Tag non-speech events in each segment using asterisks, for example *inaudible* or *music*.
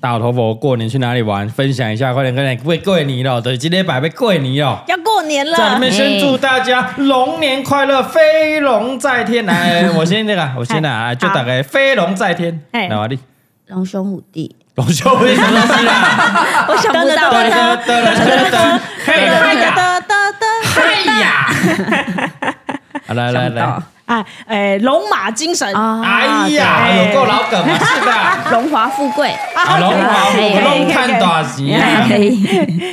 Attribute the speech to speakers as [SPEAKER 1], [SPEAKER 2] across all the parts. [SPEAKER 1] 大头佛过年去哪里玩？分享一下，快点，快点，跪跪你了，对，今天百倍跪你了。
[SPEAKER 2] 要过年了，
[SPEAKER 1] 在里面先祝大家龙年快乐，飞龙在天！来，我先那个，我先来，就打开飞龙在天。
[SPEAKER 2] 哎
[SPEAKER 1] 来，我的
[SPEAKER 2] 龙兄虎
[SPEAKER 3] *laughs*
[SPEAKER 2] 弟，
[SPEAKER 1] 龙兄为什么东西啦？
[SPEAKER 2] 我想不到
[SPEAKER 1] 噔噔噔噔噔，嘿嗨呀，
[SPEAKER 2] 哒哒哒，
[SPEAKER 1] 嗨呀！好，来来来，
[SPEAKER 3] 啊， *laughs* 哎，龙马精神啊，
[SPEAKER 1] 哎呀，有够老梗啊，是的。
[SPEAKER 2] 荣华富贵，哎
[SPEAKER 1] 啊，龙华
[SPEAKER 2] 可以可以
[SPEAKER 1] 龙看大吉啊！
[SPEAKER 2] 以，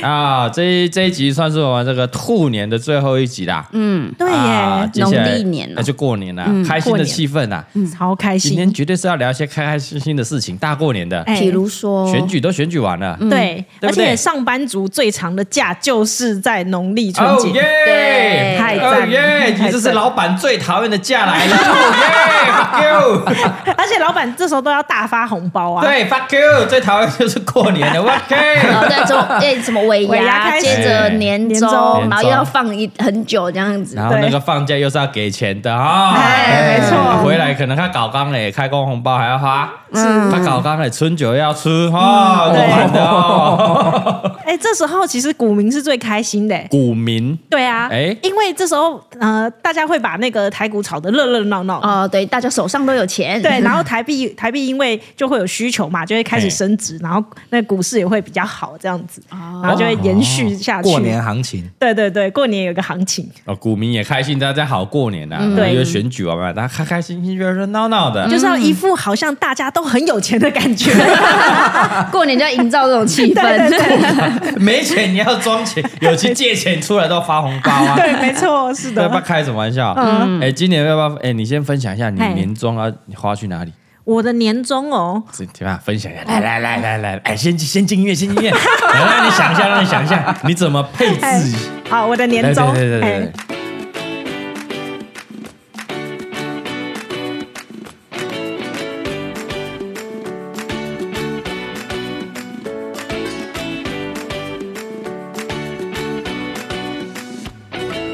[SPEAKER 3] *laughs*
[SPEAKER 1] 啊，这一这一集算是我们这个兔年的最后一集啦。
[SPEAKER 2] 嗯，
[SPEAKER 3] 对
[SPEAKER 1] 啊
[SPEAKER 3] 耶，
[SPEAKER 1] 接下来
[SPEAKER 2] 农历年
[SPEAKER 3] 哦
[SPEAKER 2] 了
[SPEAKER 1] 那就过年了，
[SPEAKER 3] 嗯
[SPEAKER 1] 开心的气氛啊！
[SPEAKER 3] 超嗯开
[SPEAKER 1] 今
[SPEAKER 3] 心
[SPEAKER 1] 天。绝对是要聊一些开开心心的事情，大过年的
[SPEAKER 3] 哎嗯
[SPEAKER 2] 比如说
[SPEAKER 1] 选，举都选举完了，
[SPEAKER 3] 对，
[SPEAKER 1] 对
[SPEAKER 3] 而
[SPEAKER 1] 不对
[SPEAKER 3] 且上班族最长的假就是在农历春
[SPEAKER 1] 哦
[SPEAKER 3] 节。
[SPEAKER 1] 耶！
[SPEAKER 3] 太赞
[SPEAKER 1] 哦
[SPEAKER 3] 了
[SPEAKER 1] 耶！你
[SPEAKER 3] 太
[SPEAKER 1] 这是
[SPEAKER 3] 赞
[SPEAKER 1] 老板最讨厌的价来
[SPEAKER 3] *laughs*
[SPEAKER 1] 了，哦耶！Fuck you！
[SPEAKER 3] 而且老板这时候都要大发红包啊！
[SPEAKER 1] 对，fuck you！最讨厌就是过年
[SPEAKER 3] *laughs*
[SPEAKER 1] 的，fuck
[SPEAKER 2] 然
[SPEAKER 1] you！
[SPEAKER 2] 后再做哎什么尾
[SPEAKER 3] 尾牙
[SPEAKER 2] 牙，
[SPEAKER 3] 开始
[SPEAKER 2] 接
[SPEAKER 1] 哎
[SPEAKER 2] 着年
[SPEAKER 3] 年
[SPEAKER 2] 终，
[SPEAKER 3] 终
[SPEAKER 2] 然后又要放一很久这样子，
[SPEAKER 1] 然后那个放假又是要给钱的啊，
[SPEAKER 3] 哎没错
[SPEAKER 1] 回来可能他搞刚嘞，开工红包还要花，
[SPEAKER 2] 嗯
[SPEAKER 1] 他搞刚嘞，春酒要吃哈，
[SPEAKER 3] 嗯
[SPEAKER 1] 够玩的
[SPEAKER 3] *laughs*
[SPEAKER 1] 哦。
[SPEAKER 3] 哎，这时候其实股民是最开心的。
[SPEAKER 1] 股民
[SPEAKER 3] 对啊，
[SPEAKER 1] 哎
[SPEAKER 3] 因为这时候呃，大家会把那个台股炒得热热闹闹的。
[SPEAKER 2] 哦，对，大家手上都有钱，
[SPEAKER 3] 对，然后台币台币因为就会有需求嘛，就会开始升值，然后那股市也会比较好这样子，
[SPEAKER 1] 哦
[SPEAKER 3] 然后就会延续下去。
[SPEAKER 4] 过年行情，
[SPEAKER 3] 对对对，过年有个行情，
[SPEAKER 1] 哦，股民也开心，大家好过年呐，啊
[SPEAKER 3] 嗯对
[SPEAKER 1] 因为选举完嘛，大家开开心心、热热闹闹的。
[SPEAKER 3] 就是要一副好像大家都很有钱的感觉。
[SPEAKER 2] *laughs* 过年就要营造这种气
[SPEAKER 3] 对 *laughs* 对
[SPEAKER 2] 氛， *laughs*
[SPEAKER 1] *laughs*
[SPEAKER 3] 嗯
[SPEAKER 1] 没钱你要装钱，有去借钱出来都要发红包啊。
[SPEAKER 3] *laughs* 对，没错，是
[SPEAKER 1] 对吧？
[SPEAKER 3] 的。
[SPEAKER 1] 开什么玩笑？
[SPEAKER 3] 嗯
[SPEAKER 1] 哎，今年要不要？哎，你先分享一下你
[SPEAKER 3] 嘿
[SPEAKER 1] 年终啊，你花去哪里？
[SPEAKER 3] 我的年终哦，
[SPEAKER 1] 怎怎么样？分享一下，来来来来来，哎，先先进音乐，先
[SPEAKER 3] *laughs*
[SPEAKER 1] 进音乐，来让你想一下，让你想一下，你怎么配置？
[SPEAKER 3] 好，我的年终，
[SPEAKER 1] 对对对对
[SPEAKER 3] 哎
[SPEAKER 1] 对。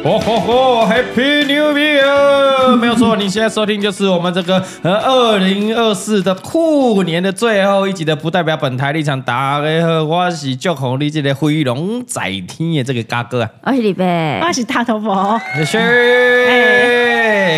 [SPEAKER 1] 吼吼吼！Happy New Year！没有错，你现在收听就是我们这个呃二零二四的兔年的最后一集的，不代表本台立场。大家好，我是祝红你这个飞龙在天的这个嘎哥啊，
[SPEAKER 2] 二十礼拜
[SPEAKER 3] 恭喜大头佛，哦
[SPEAKER 1] 是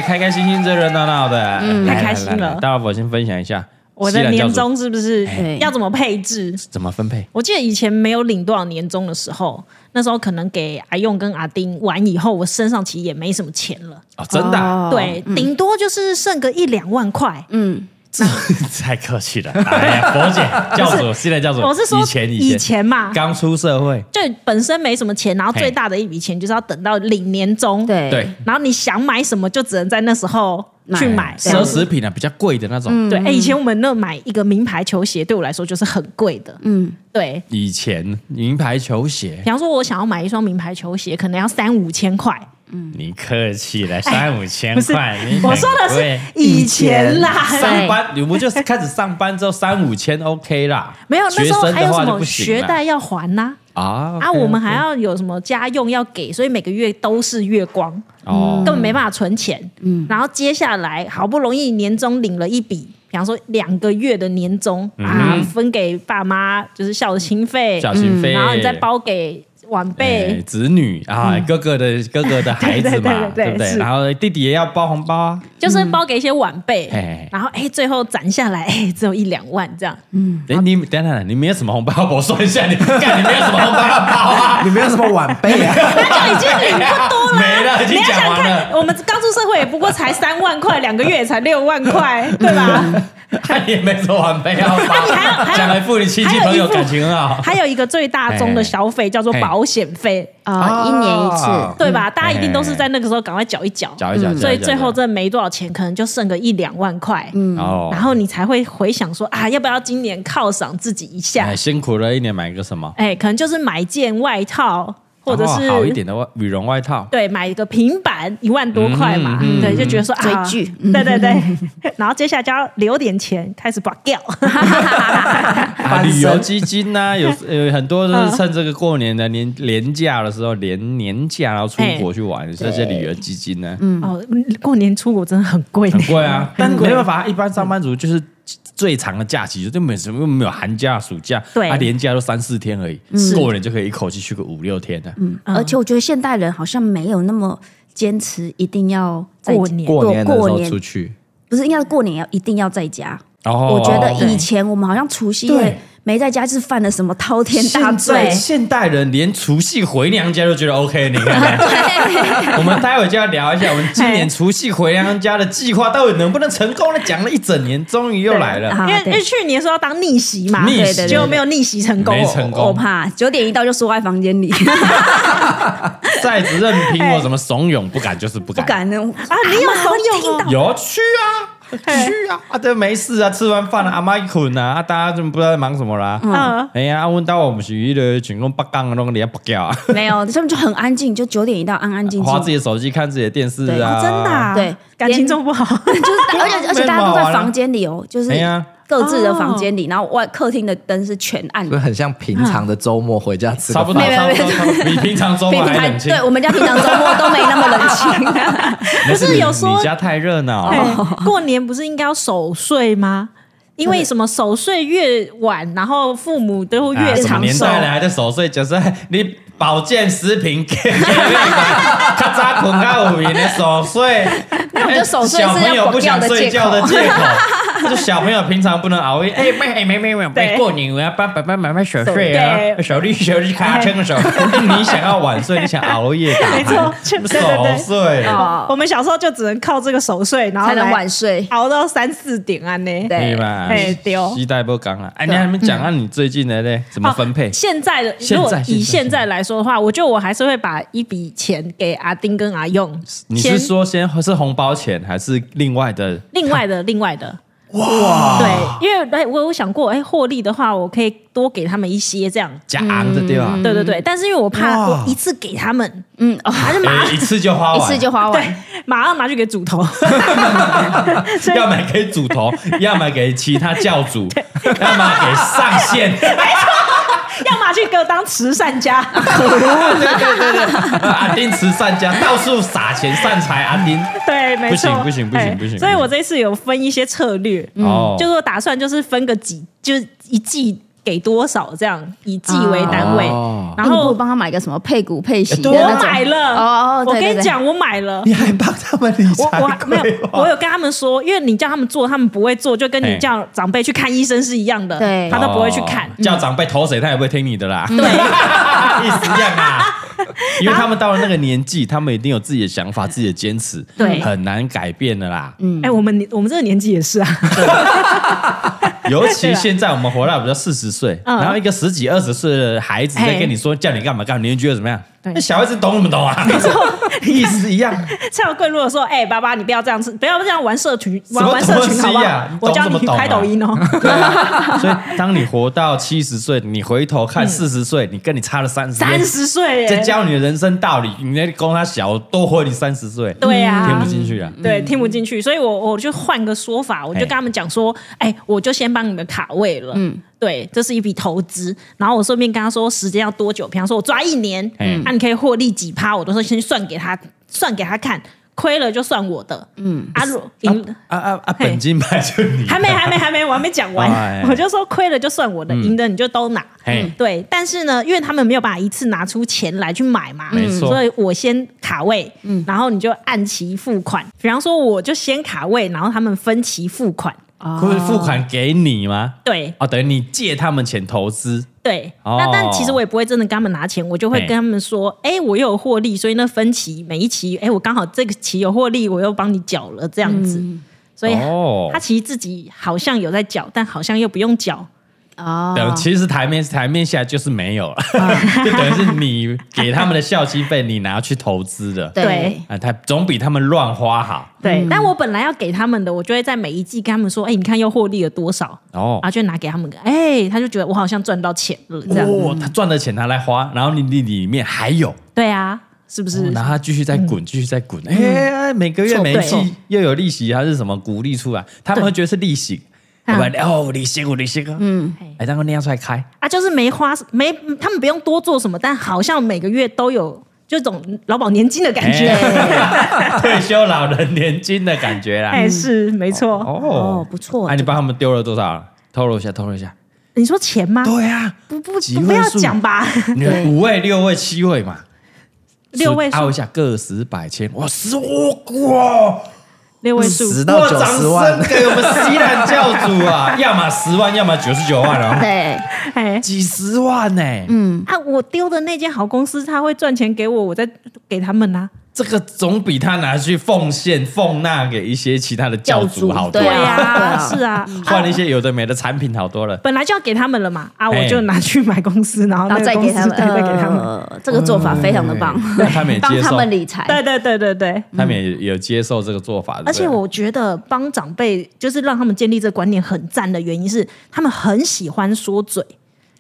[SPEAKER 1] 开开心心、热热闹闹的，来
[SPEAKER 3] 哎嗯太开心了
[SPEAKER 1] 来来来大伙先分享一下，
[SPEAKER 3] 我
[SPEAKER 1] 西
[SPEAKER 3] 的
[SPEAKER 1] 兰教
[SPEAKER 3] 年
[SPEAKER 1] 主
[SPEAKER 3] 终是不是
[SPEAKER 2] 哎
[SPEAKER 3] 要怎么配置？
[SPEAKER 1] 怎么分配？
[SPEAKER 3] 我记得以前没有领多少年终的时候，那时候可能给阿用跟阿丁完以后，我身上其实也没什么钱了，
[SPEAKER 1] 哦，真的啊，
[SPEAKER 3] 对，顶多就是剩个一两万块。
[SPEAKER 2] 嗯，
[SPEAKER 1] 这 *laughs* 太客气了。哎呀，佛姐、教 *laughs* 主、西兰教主，
[SPEAKER 3] 我是说
[SPEAKER 1] 以前
[SPEAKER 3] 以
[SPEAKER 1] 以
[SPEAKER 3] 前啊嘛，
[SPEAKER 1] 刚出社会，
[SPEAKER 3] 就本身没什么钱，然后
[SPEAKER 1] 嘿
[SPEAKER 3] 最大的一笔钱就是要等到领年终，，
[SPEAKER 2] 对
[SPEAKER 1] 对，
[SPEAKER 3] 然后你想买什么就只能在那时候去买。这
[SPEAKER 1] 奢
[SPEAKER 3] 样子
[SPEAKER 1] 侈品啊，比较贵的那种。
[SPEAKER 3] 对，哎，以前我们那买一个名牌球鞋，对我来说就是很贵的，
[SPEAKER 2] 嗯，
[SPEAKER 3] 对。
[SPEAKER 1] 以前名牌球鞋
[SPEAKER 3] 比，方说，我想要买一双名牌球鞋，可能要三五千块。
[SPEAKER 1] 你客气了，三五千
[SPEAKER 3] 嗯不是
[SPEAKER 1] 块，你很
[SPEAKER 3] 我说的是
[SPEAKER 1] 贵
[SPEAKER 3] 以前啦，
[SPEAKER 1] 上班，你们就开始上班之后三五千 OK 啦。
[SPEAKER 3] 没有，那
[SPEAKER 1] 学
[SPEAKER 3] 时候
[SPEAKER 1] 生
[SPEAKER 3] 还有
[SPEAKER 1] 的
[SPEAKER 3] 什
[SPEAKER 1] 话就
[SPEAKER 3] 么
[SPEAKER 1] 不行
[SPEAKER 3] 学
[SPEAKER 1] 了
[SPEAKER 3] 贷要还呐、
[SPEAKER 1] 啊
[SPEAKER 3] 啊，我们还要有什么家用要给，所以每个月都是月光，
[SPEAKER 1] 哦
[SPEAKER 3] 根本没办法存钱。嗯，然后接下来好不容易年终领了一笔，比方说两个月的年终、
[SPEAKER 1] 嗯
[SPEAKER 3] 啊，分给爸妈就是孝心费，嗯
[SPEAKER 1] 小心费，
[SPEAKER 3] 然后你再包给晚
[SPEAKER 1] 哎
[SPEAKER 3] 辈。
[SPEAKER 1] 子女啊，哥哥
[SPEAKER 3] *laughs*
[SPEAKER 1] 的哥哥的孩子嘛，
[SPEAKER 3] 嗯对对对对对
[SPEAKER 1] 不对？
[SPEAKER 3] 是
[SPEAKER 1] 然后弟弟也要包红包啊，
[SPEAKER 3] 就是包给一些晚辈，
[SPEAKER 1] 嘿
[SPEAKER 3] 然后哎，最后攒下来哎，只有一两万这样。
[SPEAKER 1] 哎，你等等，你没有什么红包，我算一下，你干你没有什么红包要包
[SPEAKER 3] *laughs*
[SPEAKER 1] 啊？
[SPEAKER 4] 你没有什么晚辈啊？
[SPEAKER 3] 那就已经领不多啦。
[SPEAKER 1] 没了已经
[SPEAKER 3] 你要
[SPEAKER 1] 讲
[SPEAKER 3] 想
[SPEAKER 1] 完了
[SPEAKER 3] 看，我们刚出社会也不过才三万块，两个月也才六万块，对
[SPEAKER 1] *laughs*
[SPEAKER 3] 吧？
[SPEAKER 1] 你也没什么晚辈要
[SPEAKER 3] 你还 *laughs* 有还
[SPEAKER 1] 包，
[SPEAKER 3] 有
[SPEAKER 1] 讲一副你亲戚朋友感情很啊好，哎
[SPEAKER 3] 还有一个最大宗的消费叫做保险费，
[SPEAKER 2] 啊，一年一次，
[SPEAKER 3] 对吧？大家一定都是在那个时候赶快缴一缴，
[SPEAKER 1] 讲嗯哎一讲，
[SPEAKER 3] 嗯所以最后真的没多少钱，可能就剩个一两万块，嗯，
[SPEAKER 1] 哦，
[SPEAKER 3] 然后你才会回想说啊，要不要今年犒赏自己一下
[SPEAKER 1] 哎？辛苦了一年买个什么，
[SPEAKER 3] 哎，可能就是买件外套，或者
[SPEAKER 1] 然后好一
[SPEAKER 3] 是。
[SPEAKER 1] 点的外羽绒
[SPEAKER 3] *laughs*
[SPEAKER 1] 外套，啊
[SPEAKER 3] 对，买一个平板一万多块嘛，
[SPEAKER 1] 嗯
[SPEAKER 3] 对，就觉得说啊，
[SPEAKER 2] 追剧
[SPEAKER 3] *laughs* 对对对， *laughs* 然后接下来就要留点钱开始把掉，
[SPEAKER 1] 啊，
[SPEAKER 4] 翻身
[SPEAKER 1] 旅游基金
[SPEAKER 3] *laughs*
[SPEAKER 1] 呐、有有很多
[SPEAKER 3] 嗯
[SPEAKER 1] 都是趁这个过年的年年假的时候，连年假然后出国去
[SPEAKER 3] 哎
[SPEAKER 1] 玩，这些旅游基金呢、
[SPEAKER 3] *laughs*
[SPEAKER 2] 嗯
[SPEAKER 3] 哦，过年出国真的很贵
[SPEAKER 1] *laughs*
[SPEAKER 3] 呢，
[SPEAKER 1] 很贵啊，但
[SPEAKER 3] 很贵
[SPEAKER 1] 没办法，一般上班族就是最长的假期就就没什么，又没有寒假、暑假，
[SPEAKER 3] 对
[SPEAKER 1] 啊，连假都三四天而已，过年就可以一口气去个五六天的。
[SPEAKER 2] 嗯，而且我觉得现代人好像没有那么坚持一定要在
[SPEAKER 3] 过年
[SPEAKER 2] 过
[SPEAKER 4] 过年的时
[SPEAKER 2] 过
[SPEAKER 4] 候
[SPEAKER 2] 年
[SPEAKER 4] 出去，
[SPEAKER 2] 不是应该是过年要一定要在家。
[SPEAKER 1] 哦
[SPEAKER 2] 我觉得以
[SPEAKER 1] 对
[SPEAKER 2] 前我们好像除夕
[SPEAKER 1] 对
[SPEAKER 2] 夜没在家，就是犯了什么滔天大
[SPEAKER 1] 现在
[SPEAKER 2] 罪。
[SPEAKER 1] 现代人连除夕回娘家都觉得 OK，你看看。我们待会就要聊一下，我们今年除夕回娘家的计划到底能不能成功呢？讲了一整年，终于又来了。
[SPEAKER 2] 啊
[SPEAKER 3] 因为因
[SPEAKER 2] 对
[SPEAKER 3] 为去年说要当逆袭嘛，
[SPEAKER 1] 逆袭
[SPEAKER 3] 对对对结果没有逆袭成功，啊
[SPEAKER 1] 没成功
[SPEAKER 2] *laughs* 我怕九点一到就缩在
[SPEAKER 1] *laughs*
[SPEAKER 2] 房间里，
[SPEAKER 1] *laughs* 再子任凭我怎么怂恿，不敢就是不
[SPEAKER 2] 不
[SPEAKER 1] 敢。
[SPEAKER 2] 敢呢。
[SPEAKER 3] 啊
[SPEAKER 2] 啊，
[SPEAKER 3] 你有怂恿哦
[SPEAKER 1] 有去啊，去啊，啊对，没事啊，吃完饭了、阿妈一困啊，啊大家就不知道在忙什么啦。
[SPEAKER 3] 嗯
[SPEAKER 1] 哎呀，啊问到我们是一个全讲北港的那个脸不掉啊，
[SPEAKER 2] 没有，他们就很安静，就九点一到安安静
[SPEAKER 1] 划自
[SPEAKER 2] 静。
[SPEAKER 1] 己的手机看自己的电视啊，
[SPEAKER 3] 哦真的啊
[SPEAKER 2] 对
[SPEAKER 3] 感情这么不
[SPEAKER 2] *laughs*
[SPEAKER 3] 好，
[SPEAKER 2] 就是
[SPEAKER 1] 对啊
[SPEAKER 2] 而且而且大家都在房间里哦，就是
[SPEAKER 1] 哎呀，哦
[SPEAKER 2] 各自的房间里，然后外客厅的灯是全暗
[SPEAKER 4] 就
[SPEAKER 2] *laughs* 的。
[SPEAKER 4] 很像平常的周末回家吃个
[SPEAKER 1] 差不多，
[SPEAKER 2] 没有
[SPEAKER 1] 差
[SPEAKER 2] 没
[SPEAKER 1] 不
[SPEAKER 2] 有
[SPEAKER 1] 多，差不多比平常周
[SPEAKER 2] 平
[SPEAKER 1] 末还
[SPEAKER 2] 常
[SPEAKER 1] 冷清
[SPEAKER 2] 对。我们家平常周末都没那么冷清，
[SPEAKER 1] *laughs* 不
[SPEAKER 3] 是有说
[SPEAKER 1] 你家太热闹，
[SPEAKER 3] 哎
[SPEAKER 2] 哦
[SPEAKER 3] 过年不是应该要守岁吗？因为什么守岁越晚，然后父母都会
[SPEAKER 1] 啊
[SPEAKER 3] 越
[SPEAKER 1] 什么
[SPEAKER 3] 长
[SPEAKER 1] 年
[SPEAKER 3] 寿。
[SPEAKER 1] 代了还在守岁，就是你保健食品 *laughs* 给给你吧，较早困较有名的守岁，那
[SPEAKER 2] 我就守岁
[SPEAKER 1] 小
[SPEAKER 2] 是
[SPEAKER 1] 朋
[SPEAKER 2] 要
[SPEAKER 1] 友不
[SPEAKER 2] 不掉
[SPEAKER 1] 想
[SPEAKER 2] 的
[SPEAKER 1] 睡
[SPEAKER 2] 借
[SPEAKER 1] 觉
[SPEAKER 2] 口
[SPEAKER 1] 的借口。就小朋友平常不能熬夜，哎，没没没没没
[SPEAKER 3] 对
[SPEAKER 1] 过年，我要帮爸爸妈妈守岁啊，
[SPEAKER 3] 对
[SPEAKER 1] 手力手力卡撑手。你想要晚睡，你想熬夜打
[SPEAKER 3] 没错
[SPEAKER 1] 鼾，
[SPEAKER 3] 对对对
[SPEAKER 1] 守岁。
[SPEAKER 2] 哦
[SPEAKER 3] 我们小时候就只能靠这个守岁，然后
[SPEAKER 2] 才能
[SPEAKER 3] 来
[SPEAKER 2] 晚睡。
[SPEAKER 3] 熬到三四点啊呢。
[SPEAKER 2] 对
[SPEAKER 1] 对吧？
[SPEAKER 3] 哎对哦
[SPEAKER 1] 期待不刚啊！哎，你还没讲啊？你最近的嘞，怎么分配
[SPEAKER 3] 哦？现在的
[SPEAKER 1] 现在
[SPEAKER 3] 如果
[SPEAKER 1] 现在
[SPEAKER 3] 以现在来说的话，我觉得我还是会把一笔钱给阿丁跟阿用。
[SPEAKER 1] 你
[SPEAKER 3] 先
[SPEAKER 1] 是说先是红包钱，还是另外的？
[SPEAKER 3] 另外的，另外
[SPEAKER 2] *laughs*
[SPEAKER 3] 的。哇，对，因为哎，我有想过，哎，获利的话，我可以多给他们一些这样。
[SPEAKER 1] 假昂的对吧？
[SPEAKER 3] 对对对，但是因为我怕
[SPEAKER 4] 哇
[SPEAKER 3] 我一次给他们，
[SPEAKER 2] 嗯，哦，还是
[SPEAKER 1] 哎一次就花
[SPEAKER 2] 一
[SPEAKER 1] 完，
[SPEAKER 2] 次就花
[SPEAKER 3] 对
[SPEAKER 2] 完。，
[SPEAKER 3] 马上拿去给主头， *laughs* 所以
[SPEAKER 1] 要么给主头，要么给其他教主，要么给上线。
[SPEAKER 3] 要么去给我当慈善家。 *laughs*
[SPEAKER 1] 对对对对，阿丁慈善家到处撒钱散财，阿丁
[SPEAKER 3] 对，没错，
[SPEAKER 1] 不行不行不行
[SPEAKER 3] 哎
[SPEAKER 1] 不行
[SPEAKER 3] 所以我这次有分一些策略，
[SPEAKER 1] 哦
[SPEAKER 3] 就是我打算就是分个几，就是一季给多少这样，以季为单位，
[SPEAKER 4] 哦
[SPEAKER 3] 然
[SPEAKER 2] 你不
[SPEAKER 3] 后
[SPEAKER 2] 如帮他买个什么配股配息的
[SPEAKER 3] 我
[SPEAKER 2] 那种
[SPEAKER 3] 买了，
[SPEAKER 2] 哦哦，
[SPEAKER 3] 我
[SPEAKER 2] 对
[SPEAKER 3] 跟你，
[SPEAKER 2] 对对
[SPEAKER 3] 讲，我买了。
[SPEAKER 4] 你还帮他们理
[SPEAKER 3] 我我还没
[SPEAKER 4] 规
[SPEAKER 3] 有，
[SPEAKER 4] 划
[SPEAKER 3] 我有跟他们说，因为你叫他们做，他们不会做，就跟
[SPEAKER 1] 哎
[SPEAKER 3] 你叫长辈去看医生是一样的，
[SPEAKER 2] 对
[SPEAKER 3] 他都不会去看
[SPEAKER 1] 哦。叫长辈投谁，他也不会听你的啦。对，意思一样啊。因为他们到了那个年纪，他们一定有自己的想法、自己的坚持，
[SPEAKER 3] 对
[SPEAKER 2] 嗯
[SPEAKER 1] 很难改变的啦。
[SPEAKER 3] 哎、我们我们这个年纪也 *laughs* 是啊，
[SPEAKER 1] *laughs* 尤其现在我们活到比较四十岁，
[SPEAKER 3] 嗯
[SPEAKER 1] 然后一个十几二十岁的孩子在跟你说叫你干嘛干嘛，你就觉得怎么样？
[SPEAKER 3] 对
[SPEAKER 1] 那小孩子懂什么懂啊？ *laughs* 意思一样，
[SPEAKER 3] 蔡小贵如果说，哎、爸爸，你不要这样子，不要这样玩社群，玩
[SPEAKER 1] 什么
[SPEAKER 3] 玩社群
[SPEAKER 1] 东西
[SPEAKER 3] 好不好？
[SPEAKER 1] 啊你懂
[SPEAKER 3] 我教
[SPEAKER 1] 什么
[SPEAKER 3] 你
[SPEAKER 1] 懂啊
[SPEAKER 3] 拍抖音哦。
[SPEAKER 1] 对啊。所以当你活到七十岁，你回头看四十岁，你跟你差了三十，
[SPEAKER 3] 嗯三十岁耶，
[SPEAKER 1] 在教你的人生道理，你在供他小多活你三十岁，
[SPEAKER 3] 对啊，
[SPEAKER 1] 听不进去啊。
[SPEAKER 3] 对，听不进去，所以我我就换个说法，我就
[SPEAKER 1] 嘿
[SPEAKER 3] 跟他们讲说，哎，我就先帮你们卡位了，嗯，对，这是一笔投资，然后我顺便跟他说时间要多久，比方说我抓一年，
[SPEAKER 1] 嗯
[SPEAKER 3] 嗯，那、你可以获利几趴，我都是先算给他，算给他看，亏了就算我的，嗯，啊，如赢、
[SPEAKER 1] 啊啊啊！
[SPEAKER 3] 嘿
[SPEAKER 1] 本金牌就你啊
[SPEAKER 3] *laughs* 还没还没还没，我还没讲
[SPEAKER 1] 哦哎
[SPEAKER 3] 完
[SPEAKER 1] *laughs* 哎，嗯
[SPEAKER 3] 我就说亏了就算我的，赢的你就都拿嗯
[SPEAKER 1] 嘿，
[SPEAKER 3] 对，但是呢，因为他们没有办法一次拿出钱来去买嘛，嗯
[SPEAKER 1] 没错
[SPEAKER 3] 所以我先卡位，然后你就按期付款。比方说，我就先卡位，然后他们分期付款。
[SPEAKER 2] 嗯
[SPEAKER 1] 会付款给你吗？
[SPEAKER 3] 对
[SPEAKER 1] 哦，等于你借他们钱投资，
[SPEAKER 3] 对，
[SPEAKER 1] 哦
[SPEAKER 3] 那但其实我也不会真的跟他们拿钱，我就会
[SPEAKER 1] 嘿
[SPEAKER 3] 跟他们说，哎，我又有获利，所以那分期每一期，哎，我刚好这个期有获利，我又帮你缴了这样子，所以
[SPEAKER 1] 哦
[SPEAKER 3] 他其实自己好像有在缴，但好像又不用缴。嗯
[SPEAKER 2] 哦
[SPEAKER 1] 等，呃其实台面台面下就是没有了， *laughs* 就等于是你给他们的校期费，你拿去投资的，
[SPEAKER 2] 对
[SPEAKER 3] 对，
[SPEAKER 1] 啊，他总比他们乱花好
[SPEAKER 2] 嗯
[SPEAKER 3] 对，但我本来要给他们的，我就会在每一季跟他们说，哎、你看又获利了多少，
[SPEAKER 1] 哦
[SPEAKER 3] 然。后就拿给他们，哎、他就觉得我好像赚到钱了，啊这样，
[SPEAKER 1] 哦，他赚的钱拿来花，然后你你里面还有，
[SPEAKER 3] 对啊，是不是？嗯
[SPEAKER 1] 然后他继续再滚，继续再滚，哎，每个月
[SPEAKER 3] 错
[SPEAKER 1] 每一
[SPEAKER 3] 对
[SPEAKER 1] 季又有利息还是什么鼓励出来，他们会觉得是利息，对
[SPEAKER 3] 啊
[SPEAKER 1] 吧？哦，利息，我利息啊，嗯，哎，然后那样出来开，
[SPEAKER 3] 啊，就是没花，没他们不用多做什么，但好像每个月都有就种劳保年金的感觉。
[SPEAKER 1] 哎 *laughs* 退休老人年金的感觉啦。
[SPEAKER 3] 哎，是没错。
[SPEAKER 1] 哦
[SPEAKER 2] 哦不错
[SPEAKER 1] 哎，你帮他们丢了多少了？透露一下，透露一下。
[SPEAKER 3] 你说钱吗？
[SPEAKER 1] 对呀，
[SPEAKER 3] 不不
[SPEAKER 1] 几
[SPEAKER 3] 不，不
[SPEAKER 1] 位
[SPEAKER 3] 要
[SPEAKER 1] 数嗯
[SPEAKER 3] 讲吧，
[SPEAKER 1] 你们五位、六位、七位嘛，
[SPEAKER 3] 六位
[SPEAKER 1] 数
[SPEAKER 3] 数
[SPEAKER 1] 一，下，个十百千，哇，十五哇！
[SPEAKER 3] 六位数，
[SPEAKER 4] 十
[SPEAKER 1] 哇
[SPEAKER 4] 到九十万
[SPEAKER 1] 掌声，给我们西兰教主 *laughs* 啊，要么十万，要么九十九万啊，
[SPEAKER 2] 对，
[SPEAKER 3] 哎。
[SPEAKER 1] 几十万呢、
[SPEAKER 2] 嗯，
[SPEAKER 3] 啊！我丢的那间好公司，他会赚钱给我，我再给他们啊呐、
[SPEAKER 1] 这个总比他拿去奉献奉纳给一些其他的教主好多
[SPEAKER 2] 对
[SPEAKER 3] 对
[SPEAKER 2] 啊
[SPEAKER 1] 了，
[SPEAKER 3] 呀、
[SPEAKER 2] 对啊
[SPEAKER 3] 是啊，
[SPEAKER 1] 换一些有的没的产品好多了。
[SPEAKER 3] 本来就要给他们了嘛，啊，
[SPEAKER 1] 哎
[SPEAKER 3] 我就拿去买公司，然后
[SPEAKER 2] 然
[SPEAKER 3] 那
[SPEAKER 2] 后
[SPEAKER 3] 个
[SPEAKER 2] 再
[SPEAKER 3] 公
[SPEAKER 2] 给
[SPEAKER 3] 司
[SPEAKER 2] 他们，哦
[SPEAKER 3] 对再给他们，
[SPEAKER 2] 呃，这个做法非常的棒，
[SPEAKER 1] 那他们也
[SPEAKER 2] 帮
[SPEAKER 1] 接
[SPEAKER 2] 他
[SPEAKER 1] 受，
[SPEAKER 2] 们理财，
[SPEAKER 3] 对对对对对。
[SPEAKER 1] 他们也有接受这个做法。对不
[SPEAKER 3] 而
[SPEAKER 1] 对
[SPEAKER 3] 且我觉得帮长辈就是让他们建立这个观念很赞的原因是，他们很喜欢说嘴。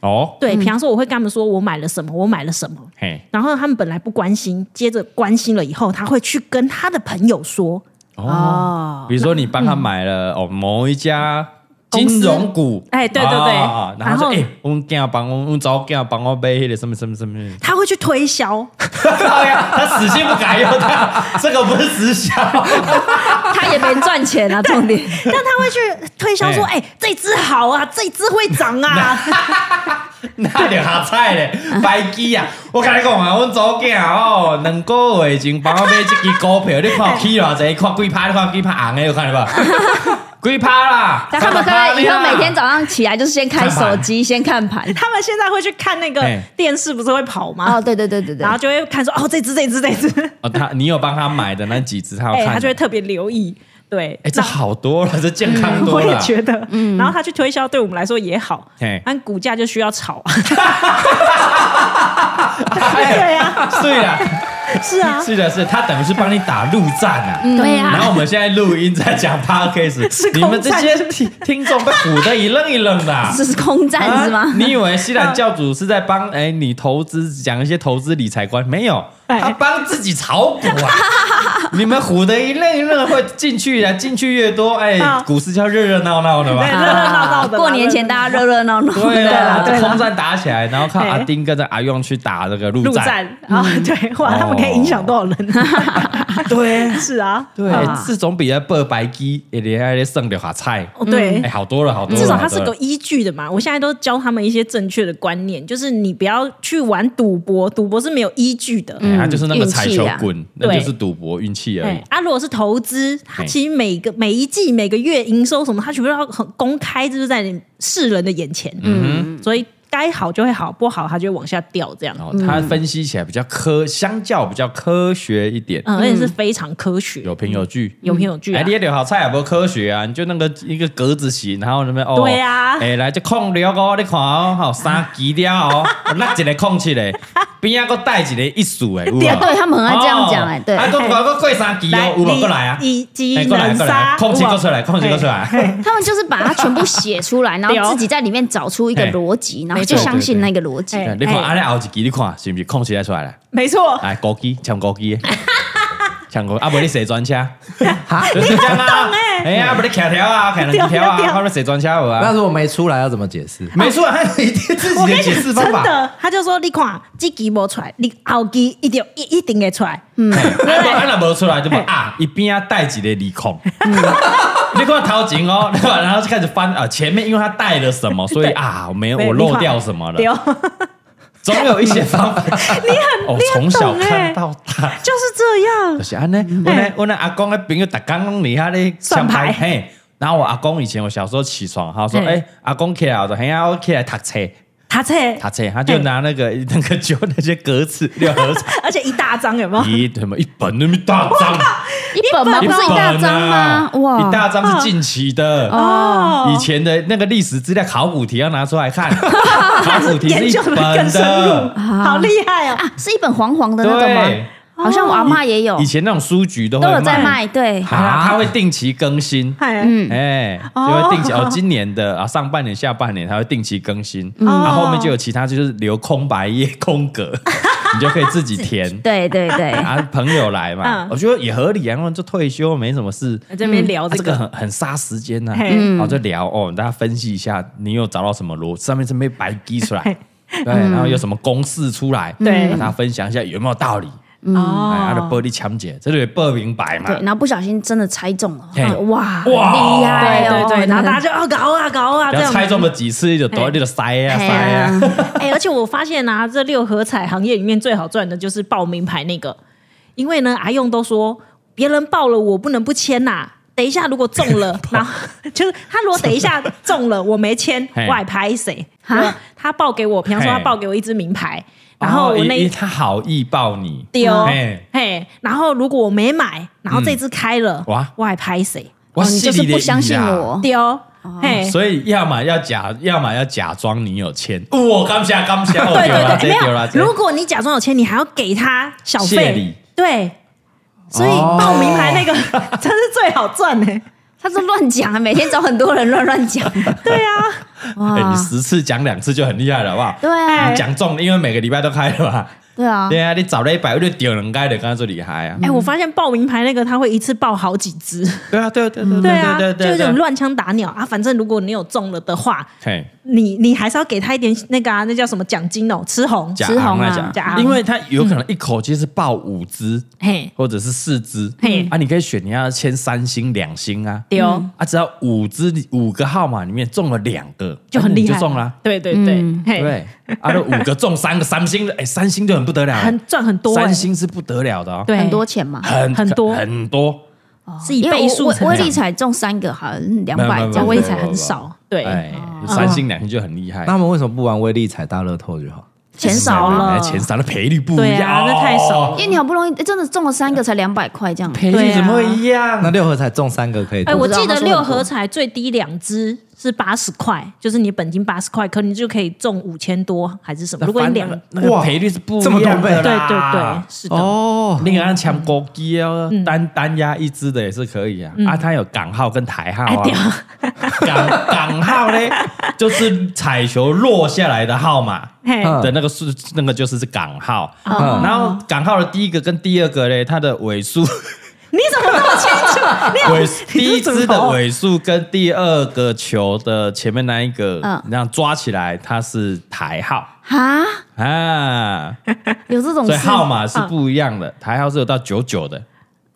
[SPEAKER 1] 哦，
[SPEAKER 3] 对，比方说我会跟他们说我买了什么，我买了什么，
[SPEAKER 1] 嘿，
[SPEAKER 3] 然后他们本来不关心，接着关心了以后，他会去跟他的朋友说，
[SPEAKER 1] 哦，
[SPEAKER 2] 哦，
[SPEAKER 1] 比如说你帮他买了哦某一家
[SPEAKER 3] 啊嗯公司
[SPEAKER 1] 金融股，
[SPEAKER 3] 哎对对对
[SPEAKER 1] 啊然后
[SPEAKER 3] 然后
[SPEAKER 1] 说哎，我们囝帮我，我们早囝帮我买那个什么什么
[SPEAKER 3] *laughs*
[SPEAKER 1] 什么。
[SPEAKER 3] 他会去推销，
[SPEAKER 1] 对呀，他死性不改哟，他这个不是直销，
[SPEAKER 2] 他也没赚钱啊，重点，
[SPEAKER 3] 但他会去推销说，
[SPEAKER 1] 哎
[SPEAKER 3] 哎、这只好啊，这只会涨啊，
[SPEAKER 1] 那就下菜嘞，
[SPEAKER 3] 嗯
[SPEAKER 1] 白鸡啊！我跟你讲啊，阮早囝哦，两个月前帮我买一支股票，你
[SPEAKER 3] *laughs*
[SPEAKER 1] 看起偌济，看几趴，你看几趴红的，有看到无？几趴啦？
[SPEAKER 2] 但 *laughs* 他们可能以后每天
[SPEAKER 1] 早
[SPEAKER 2] 早上起来就是先开手机，先看盘，
[SPEAKER 3] 他们现在会去看那个
[SPEAKER 1] 哎
[SPEAKER 3] 电视，不是会跑吗？
[SPEAKER 2] 哦，对对对对对
[SPEAKER 3] 然，后就会看说，哦，这只这只这只，
[SPEAKER 1] 哦，他你有帮他买的那几只，他有
[SPEAKER 3] 哎、
[SPEAKER 1] 看，
[SPEAKER 3] 他就会特别留意。对，
[SPEAKER 1] 哎，这
[SPEAKER 3] 那
[SPEAKER 1] 好多了，这健康多
[SPEAKER 3] 我也
[SPEAKER 1] 了。
[SPEAKER 3] 觉得，然后他去推销，对我们来说也好
[SPEAKER 1] 嘿，
[SPEAKER 3] 按股价就需要炒
[SPEAKER 1] *laughs*
[SPEAKER 3] 啊，
[SPEAKER 1] 哎
[SPEAKER 3] 对啊，
[SPEAKER 1] 对啦，
[SPEAKER 3] 是啊，
[SPEAKER 1] 是的，是的他等于是帮你打陆战啊。
[SPEAKER 2] 对呀
[SPEAKER 1] 然后我们现在录音在讲 podcast，
[SPEAKER 3] 嗯是
[SPEAKER 1] 你们这
[SPEAKER 3] 空战是
[SPEAKER 1] 些
[SPEAKER 3] 不
[SPEAKER 1] 听听众被唬得一愣一愣的啊。
[SPEAKER 2] 这是空战是吗？
[SPEAKER 1] 啊你以为西兰教主是在帮哎、你投资讲一些投资理财观？没有，
[SPEAKER 3] 哎
[SPEAKER 1] 他帮自己炒股啊！
[SPEAKER 3] *laughs*
[SPEAKER 1] 你们唬得一愣一愣，会进去啊，进去越多，哎、
[SPEAKER 3] 啊
[SPEAKER 1] 股市就要热热闹闹的嘛
[SPEAKER 2] 啊 *laughs*
[SPEAKER 3] 对。热热闹闹的啦
[SPEAKER 2] 过年前大家热热闹闹的，
[SPEAKER 1] 对啊，
[SPEAKER 3] 对啦
[SPEAKER 1] 空战打起来，然后靠
[SPEAKER 3] 哎
[SPEAKER 1] 阿丁跟着阿用去打这个陆
[SPEAKER 3] 陆
[SPEAKER 1] 战。哦
[SPEAKER 3] 战啊，对，哇，他们可以影响多少人？ *laughs* 对，是啊，
[SPEAKER 1] 对，
[SPEAKER 2] 啊
[SPEAKER 1] 这种比较爆白鸡，也连还得剩点花菜。
[SPEAKER 3] 哦对
[SPEAKER 1] 哎、，好多了，好多了。
[SPEAKER 3] 至少它
[SPEAKER 1] 好多
[SPEAKER 3] 是
[SPEAKER 1] 了
[SPEAKER 3] 个依据的嘛。我现在都教他们一些正确的观念，就是你不要去玩赌博，赌博是没有依据的。
[SPEAKER 1] 哎它就是那个
[SPEAKER 2] 运气
[SPEAKER 1] 彩球
[SPEAKER 2] 啊
[SPEAKER 1] 滚，那
[SPEAKER 3] 对
[SPEAKER 1] 就是赌博运气而已
[SPEAKER 3] 对。啊，如果是投资，它
[SPEAKER 1] 哎
[SPEAKER 3] 其实每个每一季、每个月营收什么，它全部都要很公开，就是在你世人的眼前。嗯，所以该好就会好，不好它就会往下掉，这样。
[SPEAKER 1] 然后他哦分析起来比较科，相较比较科学一点，
[SPEAKER 3] 嗯，而且是非常科学，
[SPEAKER 1] 有凭有据。
[SPEAKER 3] 有凭有据
[SPEAKER 1] 哎，
[SPEAKER 3] 啊。
[SPEAKER 1] 你也好菜也不科学啊，你就那个一个格子形，然后那边哦，
[SPEAKER 3] 对啊
[SPEAKER 1] 哎来就空了哦，你看哦，
[SPEAKER 3] *laughs*
[SPEAKER 1] 好三级了哦，那一个空起来，边啊个带一个一数哎，有无
[SPEAKER 2] 对对他们很爱这样讲哎
[SPEAKER 1] 哦
[SPEAKER 2] 对
[SPEAKER 1] 啊，都个过三级哦，有无过来啊？
[SPEAKER 3] 以及
[SPEAKER 1] 哎，过来
[SPEAKER 3] 能
[SPEAKER 1] 过来
[SPEAKER 3] 杀，，
[SPEAKER 1] 空气
[SPEAKER 3] 哇哎
[SPEAKER 1] 过出来，空气过出来，
[SPEAKER 2] 他们就是把它全部写
[SPEAKER 1] *laughs*
[SPEAKER 2] 出来，然
[SPEAKER 3] 对
[SPEAKER 2] 后
[SPEAKER 3] 哦
[SPEAKER 2] 自己在里面找出一个
[SPEAKER 1] 哎
[SPEAKER 2] 逻辑，然后
[SPEAKER 3] 没
[SPEAKER 2] 就
[SPEAKER 3] 错
[SPEAKER 2] 相信那个逻辑。
[SPEAKER 3] 对
[SPEAKER 1] 哎
[SPEAKER 3] 对
[SPEAKER 1] 你看
[SPEAKER 3] 哎
[SPEAKER 1] 安尼后一级，你看是不是空气来出来了？
[SPEAKER 3] 没错，
[SPEAKER 1] 哎，高机抢高机的，抢高，啊，无你坐专车，
[SPEAKER 4] 哈，
[SPEAKER 1] *laughs* 就是这样啊，哎呀，啊不你骑条啊，骑两条啊，
[SPEAKER 3] 对对对
[SPEAKER 1] 看你坐专车有
[SPEAKER 4] 那
[SPEAKER 1] 啊，
[SPEAKER 4] 如果没出来要怎么解释？
[SPEAKER 1] *laughs* 没错， *laughs* 他有一定自己
[SPEAKER 3] 我
[SPEAKER 1] 的
[SPEAKER 3] 跟你
[SPEAKER 1] 解
[SPEAKER 3] 讲，
[SPEAKER 1] 释
[SPEAKER 3] 真
[SPEAKER 1] 方法。
[SPEAKER 3] 的，他就说你看，这期没出来，你后期一定一一定会出来。
[SPEAKER 1] *laughs*
[SPEAKER 3] 嗯，
[SPEAKER 1] 哎啊，若无出来就无啊，一边啊带一个利空。 *laughs* 你看头前哦， *laughs* 对吧？然后就开始翻啊，前面因为他带了什么，所以啊，我没有我漏掉什么了
[SPEAKER 3] 对，哦， *laughs*
[SPEAKER 1] 总有一些方法。你很我从小
[SPEAKER 3] 懂
[SPEAKER 1] 看
[SPEAKER 3] 哎
[SPEAKER 1] 到大，
[SPEAKER 3] 就是这样
[SPEAKER 1] 就。是安尼，
[SPEAKER 2] 嗯
[SPEAKER 1] 我那我那阿公的朋友，逐工拢伫遐咧
[SPEAKER 3] 算牌
[SPEAKER 1] 嘿。然后我阿公以前，我小时候起床，他说：“哎、
[SPEAKER 3] 嘿
[SPEAKER 1] 阿公起来，我说：嘿啊呀，我起来读册，
[SPEAKER 3] 他这，
[SPEAKER 1] 读册。”他就
[SPEAKER 3] 嘿
[SPEAKER 1] 拿那个 *laughs* 那个酒那些格子六合彩，
[SPEAKER 3] 而且一大张有没有？
[SPEAKER 1] 一什么一本那么一大张，
[SPEAKER 2] 一本吗？
[SPEAKER 1] 一
[SPEAKER 2] 哦不
[SPEAKER 1] 本
[SPEAKER 2] 是一大张吗
[SPEAKER 1] 啊？
[SPEAKER 2] 哇，
[SPEAKER 1] 一大张是近期的，
[SPEAKER 2] 哦，
[SPEAKER 1] 以前的那个历史资料考古题要拿出来
[SPEAKER 2] *laughs*
[SPEAKER 1] 看，考古题是
[SPEAKER 3] 研
[SPEAKER 1] 一
[SPEAKER 3] 究的
[SPEAKER 1] 本
[SPEAKER 3] 更深入，
[SPEAKER 1] 的，
[SPEAKER 3] 好厉害哦！
[SPEAKER 2] 啊，是一本黄黄的那种
[SPEAKER 1] 对哦
[SPEAKER 2] 吗？，好像我阿妈也有
[SPEAKER 1] 以，前那种书局都
[SPEAKER 2] 都
[SPEAKER 1] 会
[SPEAKER 2] 有在，卖，对，
[SPEAKER 1] 啊，他会定期更新，
[SPEAKER 3] 哎，
[SPEAKER 2] 嗯
[SPEAKER 1] 哎、
[SPEAKER 3] 哦
[SPEAKER 1] 就会定期哦今年的啊，上半年、下半年它会定期更新，然、
[SPEAKER 3] 嗯
[SPEAKER 1] 后、后面就有其他就是留空白页、空
[SPEAKER 3] *laughs*
[SPEAKER 1] 格，你就可以自己填。
[SPEAKER 2] 对对对，
[SPEAKER 1] 啊，朋友来嘛，
[SPEAKER 3] 嗯
[SPEAKER 1] 我觉得也合理啊，因为就退休没什么事，
[SPEAKER 3] 这边聊
[SPEAKER 1] 啊这
[SPEAKER 3] 嗯这
[SPEAKER 1] 个
[SPEAKER 3] 个，
[SPEAKER 1] 很很杀时间呐、啊，
[SPEAKER 3] 嘿
[SPEAKER 1] 然后就聊哦，大家分析一下，你有找到什么逻，上面是
[SPEAKER 3] 嗯
[SPEAKER 1] 没白逼出来，对，然后有什么公式出来，
[SPEAKER 3] 对
[SPEAKER 1] 跟大家分享一下有没有道理，
[SPEAKER 3] 嗯哦
[SPEAKER 1] 哎，啊，就报你签者，这就是报明白嘛
[SPEAKER 2] 对，。然后不小心真的猜中了，
[SPEAKER 1] 嘿
[SPEAKER 2] 哇，
[SPEAKER 1] 哇
[SPEAKER 2] 很厉
[SPEAKER 3] 对
[SPEAKER 2] 害哦！
[SPEAKER 3] 对对，然后大家就哦搞啊搞啊，这
[SPEAKER 1] 然后
[SPEAKER 3] 样
[SPEAKER 1] 猜中了几次就多
[SPEAKER 3] 哎
[SPEAKER 1] 你就塞呀
[SPEAKER 2] 哎
[SPEAKER 1] 塞啊
[SPEAKER 2] 呀
[SPEAKER 1] 呀，
[SPEAKER 3] 哎，而且我发现啊，这六合彩行业里面最好赚的就是报名牌那个，因为呢，阿用都说别人报了，我不能不签呐、等一下如果中
[SPEAKER 1] *laughs*
[SPEAKER 3] 了，然后就是他如果等一下中了，我没签，
[SPEAKER 1] 嘿
[SPEAKER 3] 我还拍谁？
[SPEAKER 2] 哈
[SPEAKER 3] 对吧他报给我，比方说他
[SPEAKER 1] 嘿
[SPEAKER 3] 报给我一支名牌，然后我
[SPEAKER 1] 哦
[SPEAKER 3] 那
[SPEAKER 1] 因
[SPEAKER 3] 一哦
[SPEAKER 1] 因他好意报你，
[SPEAKER 3] 丢，
[SPEAKER 1] 嘿
[SPEAKER 3] 嘿，然后如果我没买，然后这支开了，
[SPEAKER 1] 嗯哇
[SPEAKER 3] 哇，我还拍谁？
[SPEAKER 1] 我
[SPEAKER 2] 哦你
[SPEAKER 1] 心
[SPEAKER 2] 就
[SPEAKER 1] 里的
[SPEAKER 2] 是不相信
[SPEAKER 1] 意啊
[SPEAKER 2] 我，
[SPEAKER 3] 丢，嘿，
[SPEAKER 1] 所以要么要假，要么要假装你有签。哦我感谢感
[SPEAKER 3] *laughs*
[SPEAKER 1] 谢，我
[SPEAKER 3] 对
[SPEAKER 1] 丢啦
[SPEAKER 3] 对
[SPEAKER 1] 这
[SPEAKER 3] 对，没
[SPEAKER 1] 丢啦
[SPEAKER 3] 有。
[SPEAKER 1] 这
[SPEAKER 3] 如果你假装有钱，你还要给他小
[SPEAKER 1] 谢
[SPEAKER 3] 费，
[SPEAKER 1] 礼
[SPEAKER 3] 对。所以
[SPEAKER 4] 哦
[SPEAKER 3] 报名牌那个
[SPEAKER 1] *laughs*
[SPEAKER 3] 真是最好赚呢、欸
[SPEAKER 2] 他是乱讲啊，每天找很多人乱乱
[SPEAKER 1] *laughs*
[SPEAKER 2] 讲。对啊，
[SPEAKER 1] 哎
[SPEAKER 2] 哇
[SPEAKER 1] 你，十次讲两次就很厉害了，好不好？
[SPEAKER 2] 对啊
[SPEAKER 1] 你，讲中了，因为每个礼拜都开了嘛。
[SPEAKER 2] 对
[SPEAKER 3] 哦
[SPEAKER 2] 啊，
[SPEAKER 1] 对啊，你找了一百，我就丢两开的，刚才最厉害啊
[SPEAKER 3] *laughs* 哎、。我发现报名牌那个他会一次报好几支，
[SPEAKER 1] 对啊，对啊对啊对
[SPEAKER 3] 对
[SPEAKER 1] 啊
[SPEAKER 3] 啊，
[SPEAKER 1] 对啊
[SPEAKER 3] 就
[SPEAKER 1] 对啊
[SPEAKER 3] 有
[SPEAKER 1] 对啊
[SPEAKER 3] 点。乱枪打鸟啊。反正如果你有中了的话，
[SPEAKER 1] 嘿，
[SPEAKER 3] 你你还是要给他一点那个啊，那叫什么奖金哦，吃红，
[SPEAKER 1] 假
[SPEAKER 2] 吃红
[SPEAKER 1] 行
[SPEAKER 2] 啊
[SPEAKER 1] 啊
[SPEAKER 3] 假
[SPEAKER 1] 假
[SPEAKER 3] 行
[SPEAKER 1] 行，因为他有可能一口气是报五支
[SPEAKER 3] 嘿，
[SPEAKER 1] 或者是四支
[SPEAKER 3] 嘿，
[SPEAKER 1] 啊，你可以选你要签三星、两星啊。
[SPEAKER 3] 丢、
[SPEAKER 1] 啊，只要五支五个号码里面中了两个，
[SPEAKER 3] 就很厉害，
[SPEAKER 1] 你
[SPEAKER 3] 哎
[SPEAKER 1] 就中了啊。
[SPEAKER 3] 对对对，
[SPEAKER 2] 嗯
[SPEAKER 3] 嘿，
[SPEAKER 1] 对，啊，那五个中三个三星的，哎，三星就很不得了了，
[SPEAKER 3] *laughs* 很赚很多、欸，
[SPEAKER 1] 三星是不得了的哦，
[SPEAKER 3] 对哦
[SPEAKER 2] 很多钱嘛，
[SPEAKER 1] 很
[SPEAKER 3] 很多
[SPEAKER 1] 很多，
[SPEAKER 3] 是一
[SPEAKER 2] 因
[SPEAKER 3] 倍
[SPEAKER 2] 为
[SPEAKER 3] 数
[SPEAKER 2] 我
[SPEAKER 3] 成
[SPEAKER 2] 我
[SPEAKER 3] 长
[SPEAKER 2] 威力彩中三个，好像两
[SPEAKER 1] 没
[SPEAKER 2] 百
[SPEAKER 1] 有没有没有
[SPEAKER 2] 这样。
[SPEAKER 3] 威力彩很少，对，
[SPEAKER 1] 哎，
[SPEAKER 3] 哦
[SPEAKER 1] 三星两星就很厉害
[SPEAKER 4] 那，他们为什么不玩威力彩大乐透就好？
[SPEAKER 2] 钱少
[SPEAKER 3] 了
[SPEAKER 1] 哎前三的赔率不一
[SPEAKER 3] 对
[SPEAKER 1] 样，
[SPEAKER 3] 啊，那太少啊
[SPEAKER 1] 哦
[SPEAKER 3] 了。
[SPEAKER 2] 因为你好不容易哎真的中了三个，才两百块这样。
[SPEAKER 1] 赔率怎么会一样？
[SPEAKER 4] 那六合彩中三个可以
[SPEAKER 3] 哎、
[SPEAKER 4] 多
[SPEAKER 3] 我
[SPEAKER 2] 我不知道
[SPEAKER 3] 记得
[SPEAKER 2] 他说
[SPEAKER 3] 六
[SPEAKER 2] 很多
[SPEAKER 3] 合彩最低两支是八十块，就是你本金八十块，可你就可以中五千多还是什么？
[SPEAKER 1] 那
[SPEAKER 3] 如果你两
[SPEAKER 1] 翻那个那个
[SPEAKER 4] 哇
[SPEAKER 1] 赔率是不一
[SPEAKER 4] 这么
[SPEAKER 1] 样
[SPEAKER 4] 多倍
[SPEAKER 1] 的
[SPEAKER 3] 对对对嗯
[SPEAKER 1] 啦，。
[SPEAKER 3] 是的，
[SPEAKER 4] 哦，
[SPEAKER 1] 另外抢国机哦，单单压一支的也是可以啊。啊，它有港号跟台号
[SPEAKER 3] 嗯哎对
[SPEAKER 1] 啊。港港号呢，就是彩球落下来的号码
[SPEAKER 3] 嘿，
[SPEAKER 4] 嗯
[SPEAKER 1] 的那个数，那个就是是港号。
[SPEAKER 4] 嗯
[SPEAKER 1] 然后港号的第一个跟第二个嘞，它的尾数
[SPEAKER 3] 你怎么那么清
[SPEAKER 1] *laughs*
[SPEAKER 3] 楚？你有
[SPEAKER 1] 尾
[SPEAKER 3] 你
[SPEAKER 1] 第一
[SPEAKER 3] 是怎么
[SPEAKER 1] 只的尾数跟第二个球的前面那一个，
[SPEAKER 2] 嗯
[SPEAKER 1] 那样抓起来它是台号
[SPEAKER 2] 哈，
[SPEAKER 1] 啊，
[SPEAKER 2] 有这种
[SPEAKER 1] 所以
[SPEAKER 2] 事？
[SPEAKER 1] 号码是不一样的，台号是有到九九的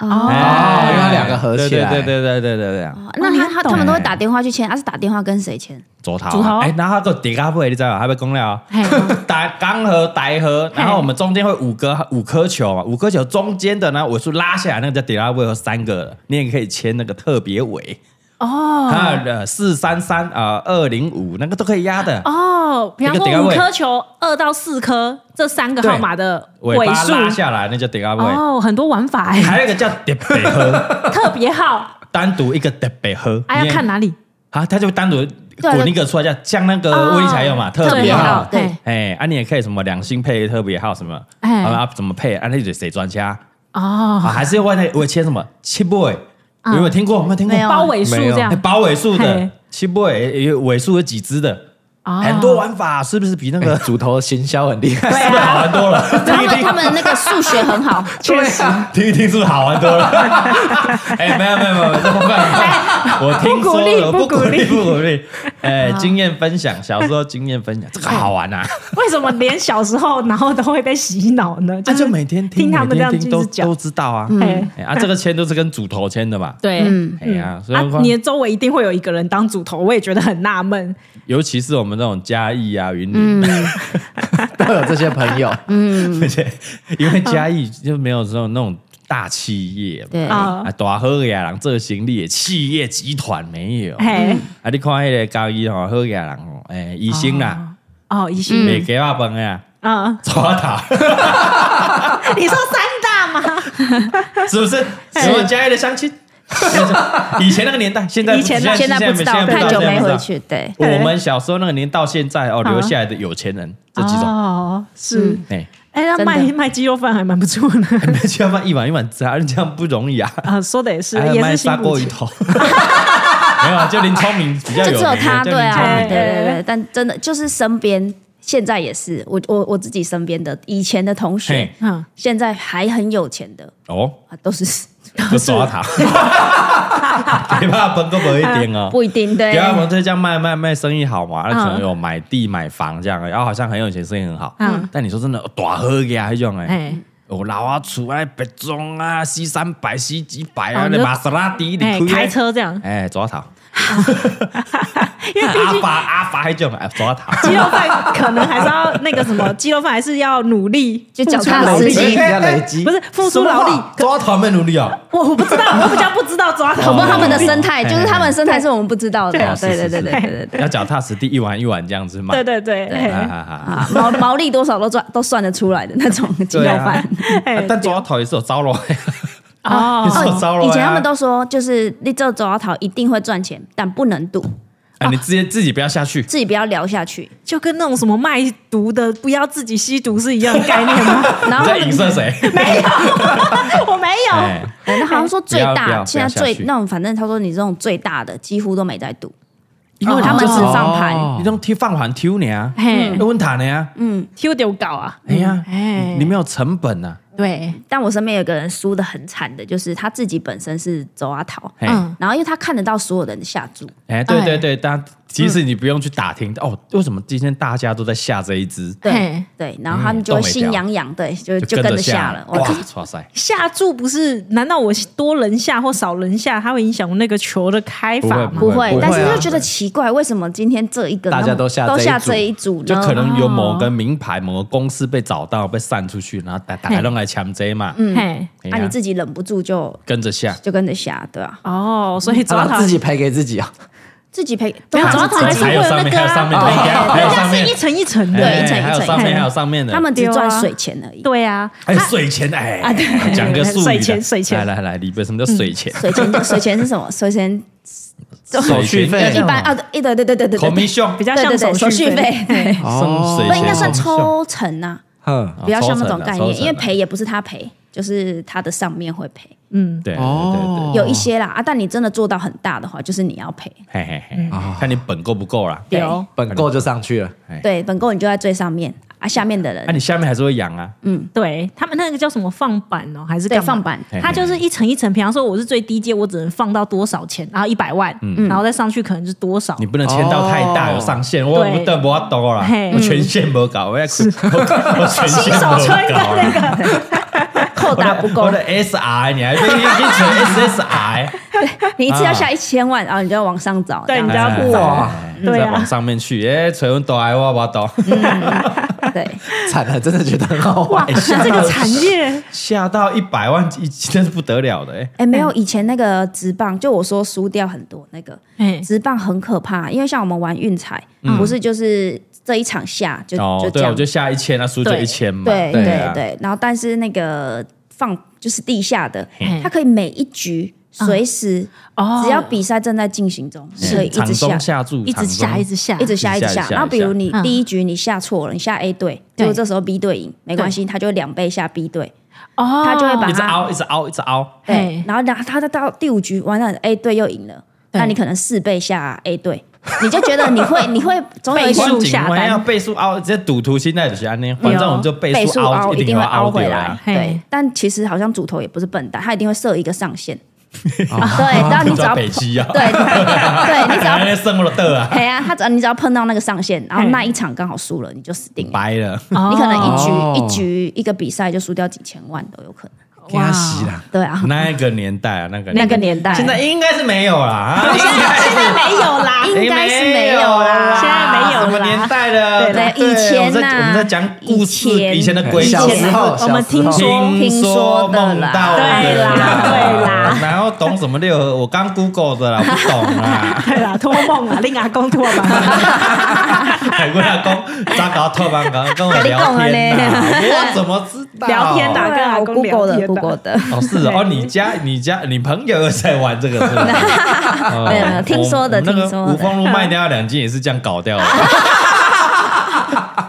[SPEAKER 2] 哦，
[SPEAKER 1] 哎
[SPEAKER 4] 因为它两个合起来
[SPEAKER 1] 对对对对对对对，
[SPEAKER 2] 那他
[SPEAKER 3] 你
[SPEAKER 2] 他
[SPEAKER 3] 懂
[SPEAKER 2] 他们都会
[SPEAKER 1] 哎
[SPEAKER 2] 打电话去签，他是打电话跟谁签？
[SPEAKER 1] 左桃
[SPEAKER 3] 左桃
[SPEAKER 1] 啊，哎，然后个叠加会你知道吗？还被公了哦
[SPEAKER 3] 嘿，
[SPEAKER 1] *laughs* 打钢和白和，然
[SPEAKER 3] 嘿
[SPEAKER 1] 后我们中间会五个五颗球嘛，五颗球中间的呢尾数拉下来，那个叫叠加会和三个，你也可以签那个特别尾。
[SPEAKER 3] 哦
[SPEAKER 1] 啊，呃，四三三啊，二零五那个都可以压的，
[SPEAKER 3] 哦，比方
[SPEAKER 1] 那个等一下
[SPEAKER 3] 说五
[SPEAKER 1] 问
[SPEAKER 3] 颗球，二到四颗这三个号码的
[SPEAKER 1] 尾巴
[SPEAKER 3] 数
[SPEAKER 1] 拉下来那叫叠加位，
[SPEAKER 3] 哦，很多玩法
[SPEAKER 1] *laughs*
[SPEAKER 3] 哎，
[SPEAKER 1] 还有一个叫叠北喝，
[SPEAKER 3] 特别号，
[SPEAKER 1] 单独一个叠北喝，你
[SPEAKER 3] 哎要
[SPEAKER 1] 也
[SPEAKER 3] 看哪里
[SPEAKER 1] 啊，他就单独
[SPEAKER 2] 对
[SPEAKER 1] 滚一个出来，像像那个威力呃才有嘛，特别
[SPEAKER 3] 啊别
[SPEAKER 1] 号。
[SPEAKER 2] 号对
[SPEAKER 3] 嘿
[SPEAKER 1] 哎，啊，你也可以什么两性配特别号什么，
[SPEAKER 3] 哎
[SPEAKER 1] 啊，怎么配？啊，那就谁专家啊？
[SPEAKER 3] 哦，
[SPEAKER 1] 还是外那我签什么七 boy？有没有听过？有没有听过
[SPEAKER 2] 没？有
[SPEAKER 3] 包尾数
[SPEAKER 4] 没有
[SPEAKER 3] 这样
[SPEAKER 1] 哎包尾数的
[SPEAKER 3] 嘿
[SPEAKER 1] 七 boy，有尾数有几只的，
[SPEAKER 3] 哦
[SPEAKER 1] 很多玩法，是不是比那
[SPEAKER 4] 那个
[SPEAKER 1] 个
[SPEAKER 4] 主哎头行销很厉害，
[SPEAKER 1] 是
[SPEAKER 3] 啊
[SPEAKER 1] 不是好玩多了？
[SPEAKER 2] 他们他们那
[SPEAKER 1] *laughs*
[SPEAKER 2] 个数学很好，
[SPEAKER 4] 确实。
[SPEAKER 1] 听一听是不是好玩多
[SPEAKER 3] *laughs*
[SPEAKER 1] 了？哎，没有没有没有，这不办法，我听说了，
[SPEAKER 3] 不
[SPEAKER 1] 不
[SPEAKER 3] 鼓
[SPEAKER 1] 鼓
[SPEAKER 3] 励啊
[SPEAKER 1] 励不鼓励。哎，经验分享，小时候经验分享，这个
[SPEAKER 3] 哎
[SPEAKER 1] 好玩啊！
[SPEAKER 3] *laughs* 为什么连小时候然后都会被洗脑呢？
[SPEAKER 1] 他
[SPEAKER 3] 是
[SPEAKER 1] 啊就每天听，
[SPEAKER 3] 听他
[SPEAKER 1] 每
[SPEAKER 3] 们这
[SPEAKER 1] 天
[SPEAKER 3] 样
[SPEAKER 1] 听
[SPEAKER 3] 一
[SPEAKER 1] 都
[SPEAKER 3] 直讲
[SPEAKER 1] 都，知道啊。
[SPEAKER 3] 哎
[SPEAKER 1] 哎啊，这个签都是跟主头签的嘛。
[SPEAKER 3] 对，
[SPEAKER 2] *laughs* 嗯
[SPEAKER 1] 哎呀，所以
[SPEAKER 3] 啊
[SPEAKER 1] 我，
[SPEAKER 3] 你的周围一定会有一个人当主头，我也觉得很纳闷。
[SPEAKER 1] 尤其是我们这种嘉义啊、云林
[SPEAKER 2] 嗯
[SPEAKER 4] 都有这些朋友，
[SPEAKER 1] 而且 *laughs* 因为嘉义就没有这种那种大企业嘛，
[SPEAKER 2] 对
[SPEAKER 3] 啊
[SPEAKER 1] 啊，大好野人这行李企业集团没有。
[SPEAKER 2] 嗯哎
[SPEAKER 3] 嘿，
[SPEAKER 1] 啊，你看迄个交易吼，好野人吼，诶、医生啦，
[SPEAKER 3] 哦，一心
[SPEAKER 1] 卖鸡肉饭的啊，
[SPEAKER 2] 嗯 *laughs*
[SPEAKER 3] 啊，
[SPEAKER 1] 抓他，
[SPEAKER 3] 你说三大吗？
[SPEAKER 1] *laughs* 是不是？
[SPEAKER 2] 哎
[SPEAKER 1] 什么嘉义的相亲？ *laughs* 以前那个年代，现在
[SPEAKER 3] 以前
[SPEAKER 1] 现
[SPEAKER 2] 啊现在不知道，
[SPEAKER 1] 现在
[SPEAKER 2] 太
[SPEAKER 1] 不知
[SPEAKER 2] 久
[SPEAKER 1] 道
[SPEAKER 2] 没
[SPEAKER 1] 现在不知
[SPEAKER 2] 回
[SPEAKER 1] 道
[SPEAKER 2] 去，对，
[SPEAKER 1] 我们小时候那个年到现在哦，留下来的有钱人这几种，
[SPEAKER 3] 哦，是。
[SPEAKER 1] 哎， *laughs*
[SPEAKER 3] 哎，那
[SPEAKER 2] 嗯真的
[SPEAKER 3] 卖卖鸡肉饭还蛮不错的
[SPEAKER 1] 没吃饭一碗一碗吃啊，这样不容易啊，
[SPEAKER 3] 啊，说的也是
[SPEAKER 1] 还，有
[SPEAKER 3] 也
[SPEAKER 1] 卖
[SPEAKER 3] 是辛
[SPEAKER 1] 砂
[SPEAKER 3] 苦
[SPEAKER 1] 锅鱼。头， *laughs* 没有啊，就林聪明比较
[SPEAKER 2] 就
[SPEAKER 1] 有名
[SPEAKER 2] 只有
[SPEAKER 1] 啊，
[SPEAKER 2] 他，
[SPEAKER 1] 就
[SPEAKER 2] 对
[SPEAKER 1] 林聪
[SPEAKER 2] 啊，
[SPEAKER 1] 明
[SPEAKER 2] 对对对，但真的就是身边现在也是，我我我自己身边的以前的同学
[SPEAKER 1] 嘿，
[SPEAKER 3] 嗯，
[SPEAKER 2] 现在还很有钱的
[SPEAKER 1] 哦，
[SPEAKER 2] 啊，都是
[SPEAKER 1] 就抓他，你怕崩个不一点
[SPEAKER 3] *laughs*
[SPEAKER 1] 哦。
[SPEAKER 2] 不一定对
[SPEAKER 1] 对，啊，我们这样卖卖卖生意好嘛，那可能有买地买房这样，然后好像很有钱，生意很好。
[SPEAKER 3] 嗯
[SPEAKER 1] 但你说真的，大喝呀，那种哎，
[SPEAKER 3] 哎，
[SPEAKER 1] 哦，老啊，厝啊，北中啊，C 三百、C 几百啊，
[SPEAKER 3] 哦
[SPEAKER 1] 那
[SPEAKER 3] 你说
[SPEAKER 1] 玛莎拉蒂，
[SPEAKER 3] 哎
[SPEAKER 1] 你，
[SPEAKER 3] 开，车这样，
[SPEAKER 1] 哎，左头，
[SPEAKER 3] 因为毕
[SPEAKER 1] 阿
[SPEAKER 3] 竟
[SPEAKER 1] 法阿法还叫哎，左头。
[SPEAKER 3] *laughs* 鸡肉饭可能还是要那个什么，鸡肉饭还是要努力，
[SPEAKER 2] 就脚踏
[SPEAKER 3] 付出劳
[SPEAKER 2] 实
[SPEAKER 3] 力
[SPEAKER 2] 地
[SPEAKER 4] 比较累积，
[SPEAKER 3] 不是付出劳力。
[SPEAKER 1] 抓团们努力啊！
[SPEAKER 3] 我我不知道，我比较不知道抓
[SPEAKER 1] 哦
[SPEAKER 2] 我
[SPEAKER 3] 头
[SPEAKER 2] 不
[SPEAKER 3] 发
[SPEAKER 2] 知道他们的生态，
[SPEAKER 1] 哎
[SPEAKER 2] 就是他们生态是我们不知道的
[SPEAKER 1] 哦。是
[SPEAKER 2] 对对啊
[SPEAKER 1] 是
[SPEAKER 2] 对
[SPEAKER 1] 是
[SPEAKER 2] 对对对对。
[SPEAKER 1] 要脚踏实地，一碗一碗这样子卖。
[SPEAKER 3] 对对对，
[SPEAKER 2] 对
[SPEAKER 1] 啊
[SPEAKER 3] 哎
[SPEAKER 1] 啊啊啊
[SPEAKER 2] 啊，毛 *laughs* 毛利多少都赚都算得出来的那种鸡肉
[SPEAKER 1] 对啊
[SPEAKER 2] 饭。 *laughs*
[SPEAKER 3] 哎
[SPEAKER 1] 但抓头也是有招了，
[SPEAKER 3] 哦
[SPEAKER 1] 也是 *laughs* 有招了。
[SPEAKER 2] 以前他们都说，就是你这走到逃一定会赚钱，但不能赌，
[SPEAKER 1] 啊，你直接自己不要下去。
[SPEAKER 2] 自己不要聊
[SPEAKER 1] *laughs*
[SPEAKER 2] 下去。
[SPEAKER 3] 就跟那种什么卖毒的不要自己吸毒是一样的概念吗？
[SPEAKER 2] 然
[SPEAKER 1] 你
[SPEAKER 2] 后
[SPEAKER 1] 在影
[SPEAKER 2] *laughs*
[SPEAKER 1] 射谁？
[SPEAKER 3] 我没有，
[SPEAKER 1] 哎，
[SPEAKER 2] 我们好像说最
[SPEAKER 1] 不要不要不
[SPEAKER 2] 大，
[SPEAKER 1] 要
[SPEAKER 2] 现在
[SPEAKER 1] 下
[SPEAKER 2] 最
[SPEAKER 1] 去
[SPEAKER 2] 那种，反正他说你这种最大的几乎都没在赌，哦
[SPEAKER 1] 因为
[SPEAKER 2] 他们只放盘。
[SPEAKER 4] 哦
[SPEAKER 1] 你用踢放盘丢你啊，
[SPEAKER 3] 嘿
[SPEAKER 1] 问塔你啊，
[SPEAKER 3] ，Q 丢搞啊，
[SPEAKER 1] 哎呀，
[SPEAKER 3] 哎
[SPEAKER 1] 你没有成本呐，
[SPEAKER 3] 对，
[SPEAKER 2] 但我身边有个人输的很惨的，就是他自己本身是走阿逃，
[SPEAKER 1] 嘿
[SPEAKER 3] 嗯
[SPEAKER 2] 然后因为他看得到所有人的下注，
[SPEAKER 1] 哎，对对对，但其实你不用去打听哦，为什么今天大家都在下这一只，
[SPEAKER 2] 对
[SPEAKER 3] 嘿
[SPEAKER 2] 对，然后他们
[SPEAKER 1] 嗯
[SPEAKER 2] 就会
[SPEAKER 1] 都没
[SPEAKER 2] 心
[SPEAKER 1] 掉
[SPEAKER 2] 痒痒，对，就就
[SPEAKER 1] 跟
[SPEAKER 2] 跟着
[SPEAKER 1] 下
[SPEAKER 2] 下了。哇
[SPEAKER 1] 哇，，哇塞，
[SPEAKER 3] 下注不是？难道我多人下或少人下，它会影响我那个球的开法
[SPEAKER 1] 不
[SPEAKER 3] 吗？
[SPEAKER 2] 不
[SPEAKER 1] 会
[SPEAKER 2] 会
[SPEAKER 1] 不，
[SPEAKER 2] 但
[SPEAKER 4] 会
[SPEAKER 2] 是
[SPEAKER 4] 啊
[SPEAKER 2] 就觉得奇怪，为什么今天这一个
[SPEAKER 4] 大家
[SPEAKER 2] 那么
[SPEAKER 4] 都下
[SPEAKER 2] 都
[SPEAKER 4] 这一
[SPEAKER 2] 下
[SPEAKER 4] 组
[SPEAKER 2] 这一组啊呢？
[SPEAKER 1] 就可能有某个名牌、某个公司被找到、被散出去，然后打打
[SPEAKER 3] 嘿
[SPEAKER 1] 弄来抢贼嘛，
[SPEAKER 3] 嘿，
[SPEAKER 1] 哎呀
[SPEAKER 2] 啊，你自己忍不住就
[SPEAKER 1] 跟着下。
[SPEAKER 2] 就跟着下，对吧、
[SPEAKER 3] 哦，所以抓
[SPEAKER 4] 他
[SPEAKER 3] 到
[SPEAKER 4] 自己赔给自己啊，
[SPEAKER 2] 自己赔，
[SPEAKER 3] 没有，
[SPEAKER 2] 他
[SPEAKER 3] 主要
[SPEAKER 2] 们
[SPEAKER 3] 它
[SPEAKER 2] 自
[SPEAKER 3] 还
[SPEAKER 2] 己
[SPEAKER 3] 是会有那个
[SPEAKER 1] 还有上面
[SPEAKER 3] 啊，
[SPEAKER 1] 还有
[SPEAKER 3] 人
[SPEAKER 1] 上
[SPEAKER 3] 家
[SPEAKER 1] 面
[SPEAKER 3] 是一层一层
[SPEAKER 2] 对一
[SPEAKER 3] 的，
[SPEAKER 2] 层
[SPEAKER 1] 哎还有
[SPEAKER 2] 层
[SPEAKER 1] 上面
[SPEAKER 3] 嘿
[SPEAKER 1] 还有上面的，
[SPEAKER 2] 他们只
[SPEAKER 3] 对啊
[SPEAKER 2] 赚水钱而已。
[SPEAKER 3] 对啊，
[SPEAKER 1] 还有水钱哎
[SPEAKER 3] 啊对对
[SPEAKER 1] 讲个术语啦
[SPEAKER 3] 水钱水钱
[SPEAKER 1] 来来来，李贝什么叫水钱？
[SPEAKER 2] 水钱就 *laughs* 水钱是什么？水钱
[SPEAKER 1] 手续费
[SPEAKER 2] 一般啊，对对对对对对对，哦
[SPEAKER 1] commission
[SPEAKER 3] 比较
[SPEAKER 2] 对
[SPEAKER 3] 像
[SPEAKER 2] 对对手续
[SPEAKER 3] 续
[SPEAKER 2] 费，对，
[SPEAKER 1] 送水
[SPEAKER 2] 那
[SPEAKER 1] 钱，
[SPEAKER 2] 应该算抽成呐、
[SPEAKER 4] 哼，
[SPEAKER 1] 哦
[SPEAKER 2] 比较像那
[SPEAKER 1] 抽成
[SPEAKER 2] 种
[SPEAKER 1] 啊
[SPEAKER 2] 概
[SPEAKER 1] 抽
[SPEAKER 2] 念，
[SPEAKER 1] 成
[SPEAKER 2] 因为
[SPEAKER 1] 啊
[SPEAKER 2] 赔也不是他赔，就是他的上面会赔，
[SPEAKER 3] 嗯，
[SPEAKER 1] 对对对
[SPEAKER 4] 哦
[SPEAKER 1] 对，
[SPEAKER 2] 有一些啦啊，但你真的做到很大的话，就是你要赔，
[SPEAKER 1] 嘿嘿嘿，看你本够不够啦。
[SPEAKER 2] 对
[SPEAKER 3] 对哦
[SPEAKER 4] 本够就上去了，
[SPEAKER 2] 对，本够你就在最上面啊，下面的人、
[SPEAKER 1] 那哎你下面还是会养
[SPEAKER 2] 嗯
[SPEAKER 1] 啊，
[SPEAKER 3] 对他们那个叫什么放板哦，还是
[SPEAKER 2] 对
[SPEAKER 3] 干嘛
[SPEAKER 2] 放？板，
[SPEAKER 1] 嘿
[SPEAKER 3] 它就是一层一层，比方说我是最低阶，我只能放到多少钱，然后一百万，然后再上去可能是多少
[SPEAKER 1] 嗯你，不能签到太大
[SPEAKER 4] 哦
[SPEAKER 1] 有上限，我
[SPEAKER 3] 对
[SPEAKER 1] 我的我多啦
[SPEAKER 3] 嘿，
[SPEAKER 1] 我权限不搞，我要我我权限
[SPEAKER 3] 新手村
[SPEAKER 1] 不
[SPEAKER 3] 跟
[SPEAKER 1] 搞
[SPEAKER 3] 那
[SPEAKER 1] 啦。
[SPEAKER 3] 个
[SPEAKER 2] *laughs* 扣打不
[SPEAKER 3] *laughs*
[SPEAKER 2] 够
[SPEAKER 1] 我，的 SR，你还被你已经
[SPEAKER 2] *laughs*
[SPEAKER 1] 存 SSR，
[SPEAKER 2] *laughs* 你一次要
[SPEAKER 1] 啊
[SPEAKER 2] 下一千万，然后你就要往上找，
[SPEAKER 3] 对
[SPEAKER 2] 这样
[SPEAKER 3] 你就要
[SPEAKER 1] 哎
[SPEAKER 3] 哇
[SPEAKER 1] 哎
[SPEAKER 3] 对啊
[SPEAKER 1] 再往上面去，哎，存我多还我我多，
[SPEAKER 2] 对，
[SPEAKER 4] 惨了，真的觉得很好玩
[SPEAKER 3] 哇，。这个产业
[SPEAKER 1] 下到一百万，一真是不得了的哎。
[SPEAKER 2] 哎，没有以前那个直棒，就我说输掉很多那个
[SPEAKER 3] 哎
[SPEAKER 2] 直棒很可怕，因为像我们玩运彩，不是就是这一场下就
[SPEAKER 1] 嗯哦
[SPEAKER 2] 就，这
[SPEAKER 1] 对，我
[SPEAKER 2] 样，
[SPEAKER 1] 就下一千，那啊输就
[SPEAKER 3] 对
[SPEAKER 1] 一千嘛。
[SPEAKER 2] 对
[SPEAKER 1] 啊
[SPEAKER 2] 对，对，然后但是那个放就是地下的
[SPEAKER 3] 嘿，
[SPEAKER 2] 它可以每一局随时
[SPEAKER 3] 哦，
[SPEAKER 2] 只要比赛正在进行中，
[SPEAKER 1] 是
[SPEAKER 2] 可以一
[SPEAKER 1] 场
[SPEAKER 2] 直下
[SPEAKER 1] 哎嗯中。下注，
[SPEAKER 3] 一直下
[SPEAKER 1] 场中
[SPEAKER 3] 一直下
[SPEAKER 2] 一直下，
[SPEAKER 1] 一直
[SPEAKER 2] 一直
[SPEAKER 1] 下
[SPEAKER 2] 下
[SPEAKER 1] 一。直下
[SPEAKER 2] 然后，比如你
[SPEAKER 3] 嗯
[SPEAKER 2] 第一局你下错了，你下 A 队，结
[SPEAKER 3] 对
[SPEAKER 2] 果这时候 B 队赢，没关系，他就两倍下 B 队，
[SPEAKER 3] 哦，
[SPEAKER 2] 他就会把
[SPEAKER 1] 一直
[SPEAKER 2] 它
[SPEAKER 1] 凹，一直凹，一直凹。
[SPEAKER 2] 对
[SPEAKER 3] 嘿，
[SPEAKER 2] 然后然后他他到第五局完了，A 队又赢了，
[SPEAKER 3] 对
[SPEAKER 2] 那你可能四倍下 A 队，你就觉得你会你会总有一
[SPEAKER 3] 倍数
[SPEAKER 1] 关景
[SPEAKER 2] 天
[SPEAKER 3] 下
[SPEAKER 1] 我
[SPEAKER 3] 单
[SPEAKER 1] 要倍数凹，这赌徒现在就是安尼，反正我们就倍
[SPEAKER 2] 倍数
[SPEAKER 1] 数
[SPEAKER 2] 凹
[SPEAKER 1] 一
[SPEAKER 2] 定
[SPEAKER 1] 会
[SPEAKER 2] 会凹回
[SPEAKER 1] 回
[SPEAKER 2] 来
[SPEAKER 1] 来。。
[SPEAKER 3] 嘿
[SPEAKER 2] 对，但其实好像主头也不是笨蛋，他一定会设一个上限。 *laughs* 对，然后你只要
[SPEAKER 1] *laughs* 叫
[SPEAKER 2] *laughs* 对
[SPEAKER 1] 北极啊，
[SPEAKER 2] 对，你
[SPEAKER 1] *laughs*
[SPEAKER 2] 只要
[SPEAKER 1] 那剩了的啊，
[SPEAKER 2] 哎呀，他只要你只要碰到那个上限，然后
[SPEAKER 3] 嘿
[SPEAKER 2] 那一场刚好输了，你就死定了。
[SPEAKER 1] 白
[SPEAKER 2] *laughs*
[SPEAKER 1] 了。
[SPEAKER 2] 你可能一局、
[SPEAKER 4] 哦
[SPEAKER 2] 一局一个比赛就输掉几千万都有可能。
[SPEAKER 4] 给他洗了，
[SPEAKER 2] 对
[SPEAKER 3] *laughs*
[SPEAKER 2] 啊，
[SPEAKER 1] 那个年代啊，那个
[SPEAKER 2] 那个年代
[SPEAKER 1] 现在应该是没有啦。啊
[SPEAKER 3] *laughs* 现在现在没有啦，
[SPEAKER 2] 应该是没有啦
[SPEAKER 3] 现在没有啦
[SPEAKER 1] 什么年代的？
[SPEAKER 2] 对对以
[SPEAKER 1] 我
[SPEAKER 3] 啊
[SPEAKER 2] 前
[SPEAKER 1] 们在
[SPEAKER 2] 呐
[SPEAKER 1] 我们在讲故事，
[SPEAKER 2] 以前
[SPEAKER 1] 以前的鬼
[SPEAKER 4] 小
[SPEAKER 2] 以
[SPEAKER 4] 时
[SPEAKER 2] 前
[SPEAKER 4] 候，
[SPEAKER 3] 我们听
[SPEAKER 4] 小时候
[SPEAKER 3] 说
[SPEAKER 1] 听说梦到的
[SPEAKER 3] 对啦对啦
[SPEAKER 1] 然后懂什么六合？我刚 Google 的啦，我不懂
[SPEAKER 3] *laughs*
[SPEAKER 1] 啦。
[SPEAKER 3] 对啦，托梦啊，令阿公托 *laughs* 梦，
[SPEAKER 1] 海龟阿公咋搞特班刚跟我聊天呐、我怎么知道？
[SPEAKER 3] 啊聊天呐
[SPEAKER 2] 对啊
[SPEAKER 3] 跟阿
[SPEAKER 2] 我
[SPEAKER 3] 公聊
[SPEAKER 2] Google 的
[SPEAKER 3] 天的
[SPEAKER 2] Google 的，
[SPEAKER 1] 哦，是哦，你家你家你朋友在玩这个是
[SPEAKER 2] *laughs*
[SPEAKER 1] 吧？哦
[SPEAKER 2] 没有没有听说的
[SPEAKER 1] 我们那个
[SPEAKER 2] 听说的
[SPEAKER 1] 五峰路卖掉两斤也是这样搞掉的， *laughs*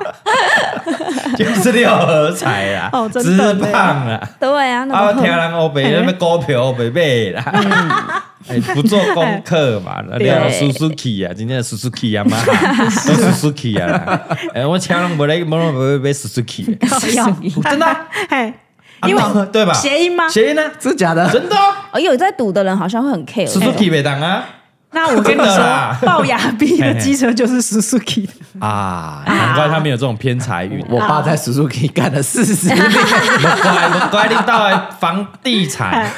[SPEAKER 1] 就是六合彩啦，
[SPEAKER 3] 哦真
[SPEAKER 1] 直
[SPEAKER 3] 的呢
[SPEAKER 1] 棒啦。
[SPEAKER 2] 对啊，那
[SPEAKER 1] 啊，
[SPEAKER 2] 么
[SPEAKER 1] 听
[SPEAKER 2] 可
[SPEAKER 1] 人欧北那边股票北北
[SPEAKER 3] *laughs*
[SPEAKER 1] 啦，哎，不做功课嘛，那
[SPEAKER 3] 对
[SPEAKER 1] 聊 Suzuki 啊，今天的 Suzuki 啊嘛，都 Suzuki 啊
[SPEAKER 3] *laughs*
[SPEAKER 1] 啦，哎，我请人不来，没人不会买 Suzuki，真的啊，
[SPEAKER 3] 嘿，
[SPEAKER 1] 啊
[SPEAKER 3] 因为
[SPEAKER 1] 那对吧？
[SPEAKER 3] 谐音吗
[SPEAKER 1] 谐音呢？
[SPEAKER 4] 真假的？
[SPEAKER 1] 真的啊
[SPEAKER 2] 哦，有在赌的人好像会很 care
[SPEAKER 1] ，Suzuki 北当啊，
[SPEAKER 3] 那我跟
[SPEAKER 1] 真
[SPEAKER 3] 你
[SPEAKER 1] 的啦
[SPEAKER 3] *laughs* 说，龅牙 B 的机车就是 Suzuki 的
[SPEAKER 4] 啊！
[SPEAKER 1] 难怪他们有这种偏财运。
[SPEAKER 4] 我爸在 Suzuki 干了四十年，
[SPEAKER 1] 乖，我乖，你到了房地产，啊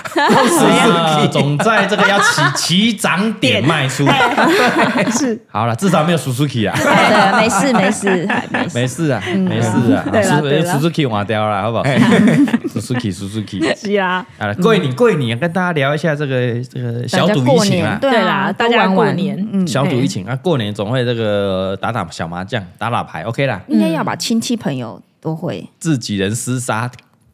[SPEAKER 1] 总在这个要起起涨点卖出。
[SPEAKER 3] 是
[SPEAKER 1] 好了，至少没有 Suzuki 啊，
[SPEAKER 2] 对，没事没 *laughs* 事，哎没事
[SPEAKER 1] 没事啊，没事啊
[SPEAKER 3] 对啦对啦
[SPEAKER 1] Su-，Suzuki 瓦掉了，好不好？Suzuki，Suzuki。
[SPEAKER 3] 是啊，
[SPEAKER 1] 好了，过一年，过一年，跟大家聊一下这个这个小赌怡情啊，
[SPEAKER 3] *laughs*
[SPEAKER 2] 对
[SPEAKER 3] 对
[SPEAKER 2] 啊
[SPEAKER 3] 啦，
[SPEAKER 2] 都
[SPEAKER 3] 大家
[SPEAKER 2] 玩
[SPEAKER 3] 过
[SPEAKER 2] 玩
[SPEAKER 3] 年，
[SPEAKER 1] 小赌怡情啊，过年总会这个打打小麻将，打打牌，OK 啦，
[SPEAKER 2] 应该要把亲戚朋友都会，
[SPEAKER 1] 自己人厮杀，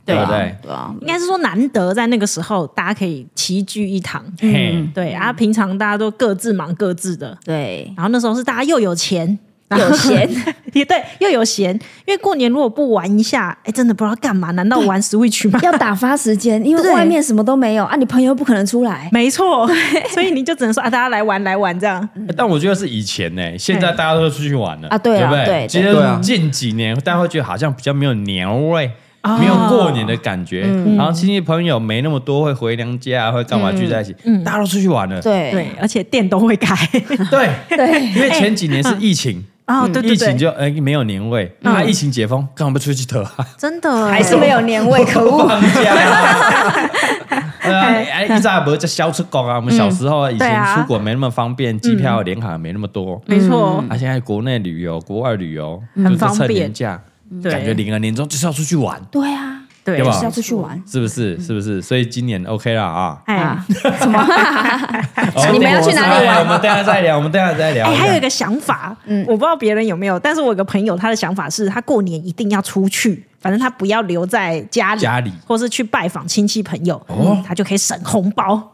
[SPEAKER 1] 对
[SPEAKER 2] 啊
[SPEAKER 1] 不对？
[SPEAKER 2] 对啊，
[SPEAKER 3] 应该是说难得在那个时候大家可以齐聚一堂。
[SPEAKER 1] 嘿，
[SPEAKER 3] 对啊，平常大家都各自忙各自的，
[SPEAKER 2] 对，
[SPEAKER 3] 然后那时候是大家又有钱，然后
[SPEAKER 2] 有闲
[SPEAKER 3] *laughs* 也对，又有闲，因为过年如果不玩一下，哎，真的不知道干嘛？难道玩 Switch 吗？
[SPEAKER 2] 要打发时间，因为
[SPEAKER 3] 对
[SPEAKER 2] 外面什么都没有啊，你朋友又不可能出来，
[SPEAKER 3] 没错，所以你就只能说啊，大家来玩来玩这样。
[SPEAKER 1] 哎但我觉得是以前呢、现在
[SPEAKER 3] 对
[SPEAKER 1] 大家都出去玩了
[SPEAKER 2] 嗯啊对啊
[SPEAKER 1] 不对？
[SPEAKER 2] 对对
[SPEAKER 1] 其
[SPEAKER 4] 对啊
[SPEAKER 1] 实近几年大家会觉得好像比较没有年味。
[SPEAKER 2] 啊
[SPEAKER 3] 哦
[SPEAKER 1] 没有过年的感觉，
[SPEAKER 2] 嗯
[SPEAKER 4] 嗯
[SPEAKER 1] 然后亲戚朋友没那么多，会回娘家，会干嘛聚在一起，
[SPEAKER 2] 嗯
[SPEAKER 1] 大家都出去玩了。
[SPEAKER 2] 对
[SPEAKER 3] 对，而且店都会开。
[SPEAKER 1] 对，
[SPEAKER 2] 对
[SPEAKER 1] 因
[SPEAKER 2] 哎
[SPEAKER 1] 为前几年
[SPEAKER 2] 嗯
[SPEAKER 1] 是疫情，
[SPEAKER 3] 哦，对对
[SPEAKER 1] 疫情
[SPEAKER 3] 对，
[SPEAKER 1] 就哎没有年味，那疫情解封，干嘛不出去得？
[SPEAKER 3] 真的
[SPEAKER 2] 还是没有年味，可恶，
[SPEAKER 1] 放
[SPEAKER 3] *laughs*
[SPEAKER 1] 假。对啊，哎，一早也不是叫消出国啊。我们小时候啊以
[SPEAKER 3] 对
[SPEAKER 1] 前
[SPEAKER 3] 啊
[SPEAKER 1] 出国没那么方便，机票联航也没那么多，
[SPEAKER 3] 没错，
[SPEAKER 1] 啊，现在国内旅游、国外旅游，
[SPEAKER 3] 嗯
[SPEAKER 1] 就是趁
[SPEAKER 3] 很方便
[SPEAKER 1] 年假，
[SPEAKER 3] 对
[SPEAKER 1] 感觉领了年终就是要出去玩，
[SPEAKER 2] *laughs* 对啊，
[SPEAKER 3] 对
[SPEAKER 1] 对吧
[SPEAKER 2] 就是要出去玩，
[SPEAKER 1] 是不
[SPEAKER 3] 嗯
[SPEAKER 1] 是？是不是？所以今年 OK 了
[SPEAKER 3] *laughs*
[SPEAKER 1] 啊。
[SPEAKER 3] 哎
[SPEAKER 2] 啊，什
[SPEAKER 1] *laughs*
[SPEAKER 2] 么？你们要去哪里玩
[SPEAKER 1] 哎我们等一下再聊，我们等一下再聊
[SPEAKER 3] 哎、。还有一个想法，我不知道别人有没有，但是我有个朋友，他的想法是他过年一定要出去，反正他不要留在家里，
[SPEAKER 1] 家里哦
[SPEAKER 3] 或是去拜访亲戚朋友，嗯他就可以省红包。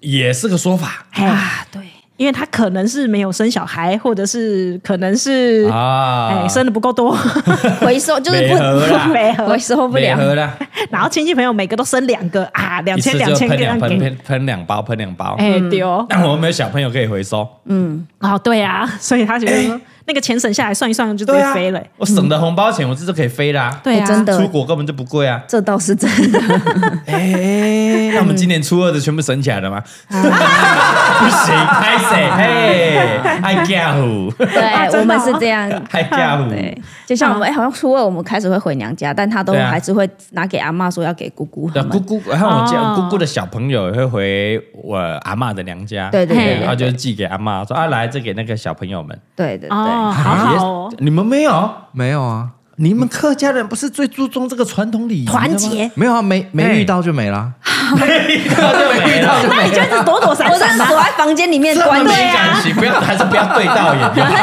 [SPEAKER 1] 也是个说法
[SPEAKER 3] 哎、
[SPEAKER 2] 啊，对，
[SPEAKER 3] 因为他可能是没有生小孩，或者是可能是哎、
[SPEAKER 1] 啊，
[SPEAKER 3] 生的不
[SPEAKER 1] *laughs*
[SPEAKER 3] 够多，
[SPEAKER 2] 回收就是
[SPEAKER 1] 美和啦
[SPEAKER 2] *laughs* 不
[SPEAKER 3] 没合
[SPEAKER 2] 回收不
[SPEAKER 1] 美
[SPEAKER 2] 了，
[SPEAKER 1] 和啦，
[SPEAKER 3] 然后亲戚朋友每个都生两个啊，两
[SPEAKER 1] 一次
[SPEAKER 3] *laughs* 千两
[SPEAKER 1] 就
[SPEAKER 3] 千
[SPEAKER 1] 喷
[SPEAKER 3] 个
[SPEAKER 1] 两
[SPEAKER 3] 样给
[SPEAKER 1] 喷
[SPEAKER 3] 你，
[SPEAKER 1] 喷喷两包，喷两包。
[SPEAKER 3] 哎丢、
[SPEAKER 1] 但我们没有小朋友可以回收，
[SPEAKER 3] 哦对啊，所以他觉得
[SPEAKER 1] *laughs*
[SPEAKER 3] 说、那个钱省下来算一算就直
[SPEAKER 1] 对
[SPEAKER 3] 接
[SPEAKER 1] 啊
[SPEAKER 3] 飞了、欸嗯
[SPEAKER 1] 我省的红包钱，我这就可以飞啦。
[SPEAKER 3] 对啊，
[SPEAKER 2] 哎真的
[SPEAKER 1] 出国根本就不贵啊。
[SPEAKER 2] 这倒是真的，
[SPEAKER 1] 哎，那我们今年初二的全部省起来了吗？不行，拍谁？嘿，爱家伙，
[SPEAKER 2] *laughs*
[SPEAKER 3] 啊真的
[SPEAKER 2] 对，
[SPEAKER 3] 哦
[SPEAKER 2] 我们是这样。
[SPEAKER 1] 爱家伙。
[SPEAKER 2] 对，就像我们哎、好像初二我们开始会回娘家，但他都
[SPEAKER 1] 对啊
[SPEAKER 2] 还是会拿给阿嬷说要给姑姑他
[SPEAKER 1] 那姑
[SPEAKER 2] 们。
[SPEAKER 1] 姑，然后我家
[SPEAKER 3] 哦
[SPEAKER 1] 姑姑的小朋友也会回我阿嬷的娘家，
[SPEAKER 2] 对对
[SPEAKER 3] 对
[SPEAKER 1] 然后就寄给阿嬷说啊，来这给那个小朋友们。
[SPEAKER 2] 对对对，啊
[SPEAKER 3] 哦，好好哦，
[SPEAKER 1] 你们没有？
[SPEAKER 4] 没有啊，
[SPEAKER 1] 你们客家人不是最注重这个传统礼仪的吗
[SPEAKER 3] 团结。
[SPEAKER 4] 没有啊，没
[SPEAKER 1] 哎
[SPEAKER 4] 没遇到就没啦。
[SPEAKER 1] 遇到就没了。
[SPEAKER 3] 那你就一直躲躲闪
[SPEAKER 2] 我真
[SPEAKER 3] 闪
[SPEAKER 2] 的
[SPEAKER 3] 吗？
[SPEAKER 2] 躲在房间里面
[SPEAKER 1] 这么
[SPEAKER 2] 关
[SPEAKER 1] 没
[SPEAKER 2] 着。
[SPEAKER 1] 感情，不要还是不要对到眼就好。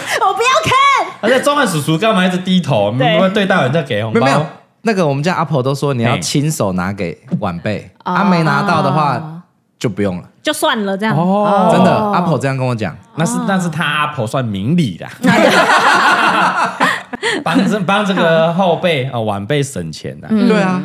[SPEAKER 3] *laughs* 我不要
[SPEAKER 1] 而且中汉叔叔干嘛一直低头？
[SPEAKER 3] 对
[SPEAKER 1] 没有对到人再给红
[SPEAKER 4] *laughs* 没
[SPEAKER 1] 包。
[SPEAKER 4] 有没有，那个我们家阿婆都说你要
[SPEAKER 1] 嘿
[SPEAKER 4] 亲手拿给晚辈，
[SPEAKER 2] 哦
[SPEAKER 4] 啊没拿到的话就不用了。
[SPEAKER 3] 看，就算了这样。
[SPEAKER 1] 哦
[SPEAKER 4] 真的，阿婆这样跟我讲，
[SPEAKER 1] 那是那是他阿婆算明理啦，帮这帮这个后辈啊、晚辈省钱呐、
[SPEAKER 4] 对啊，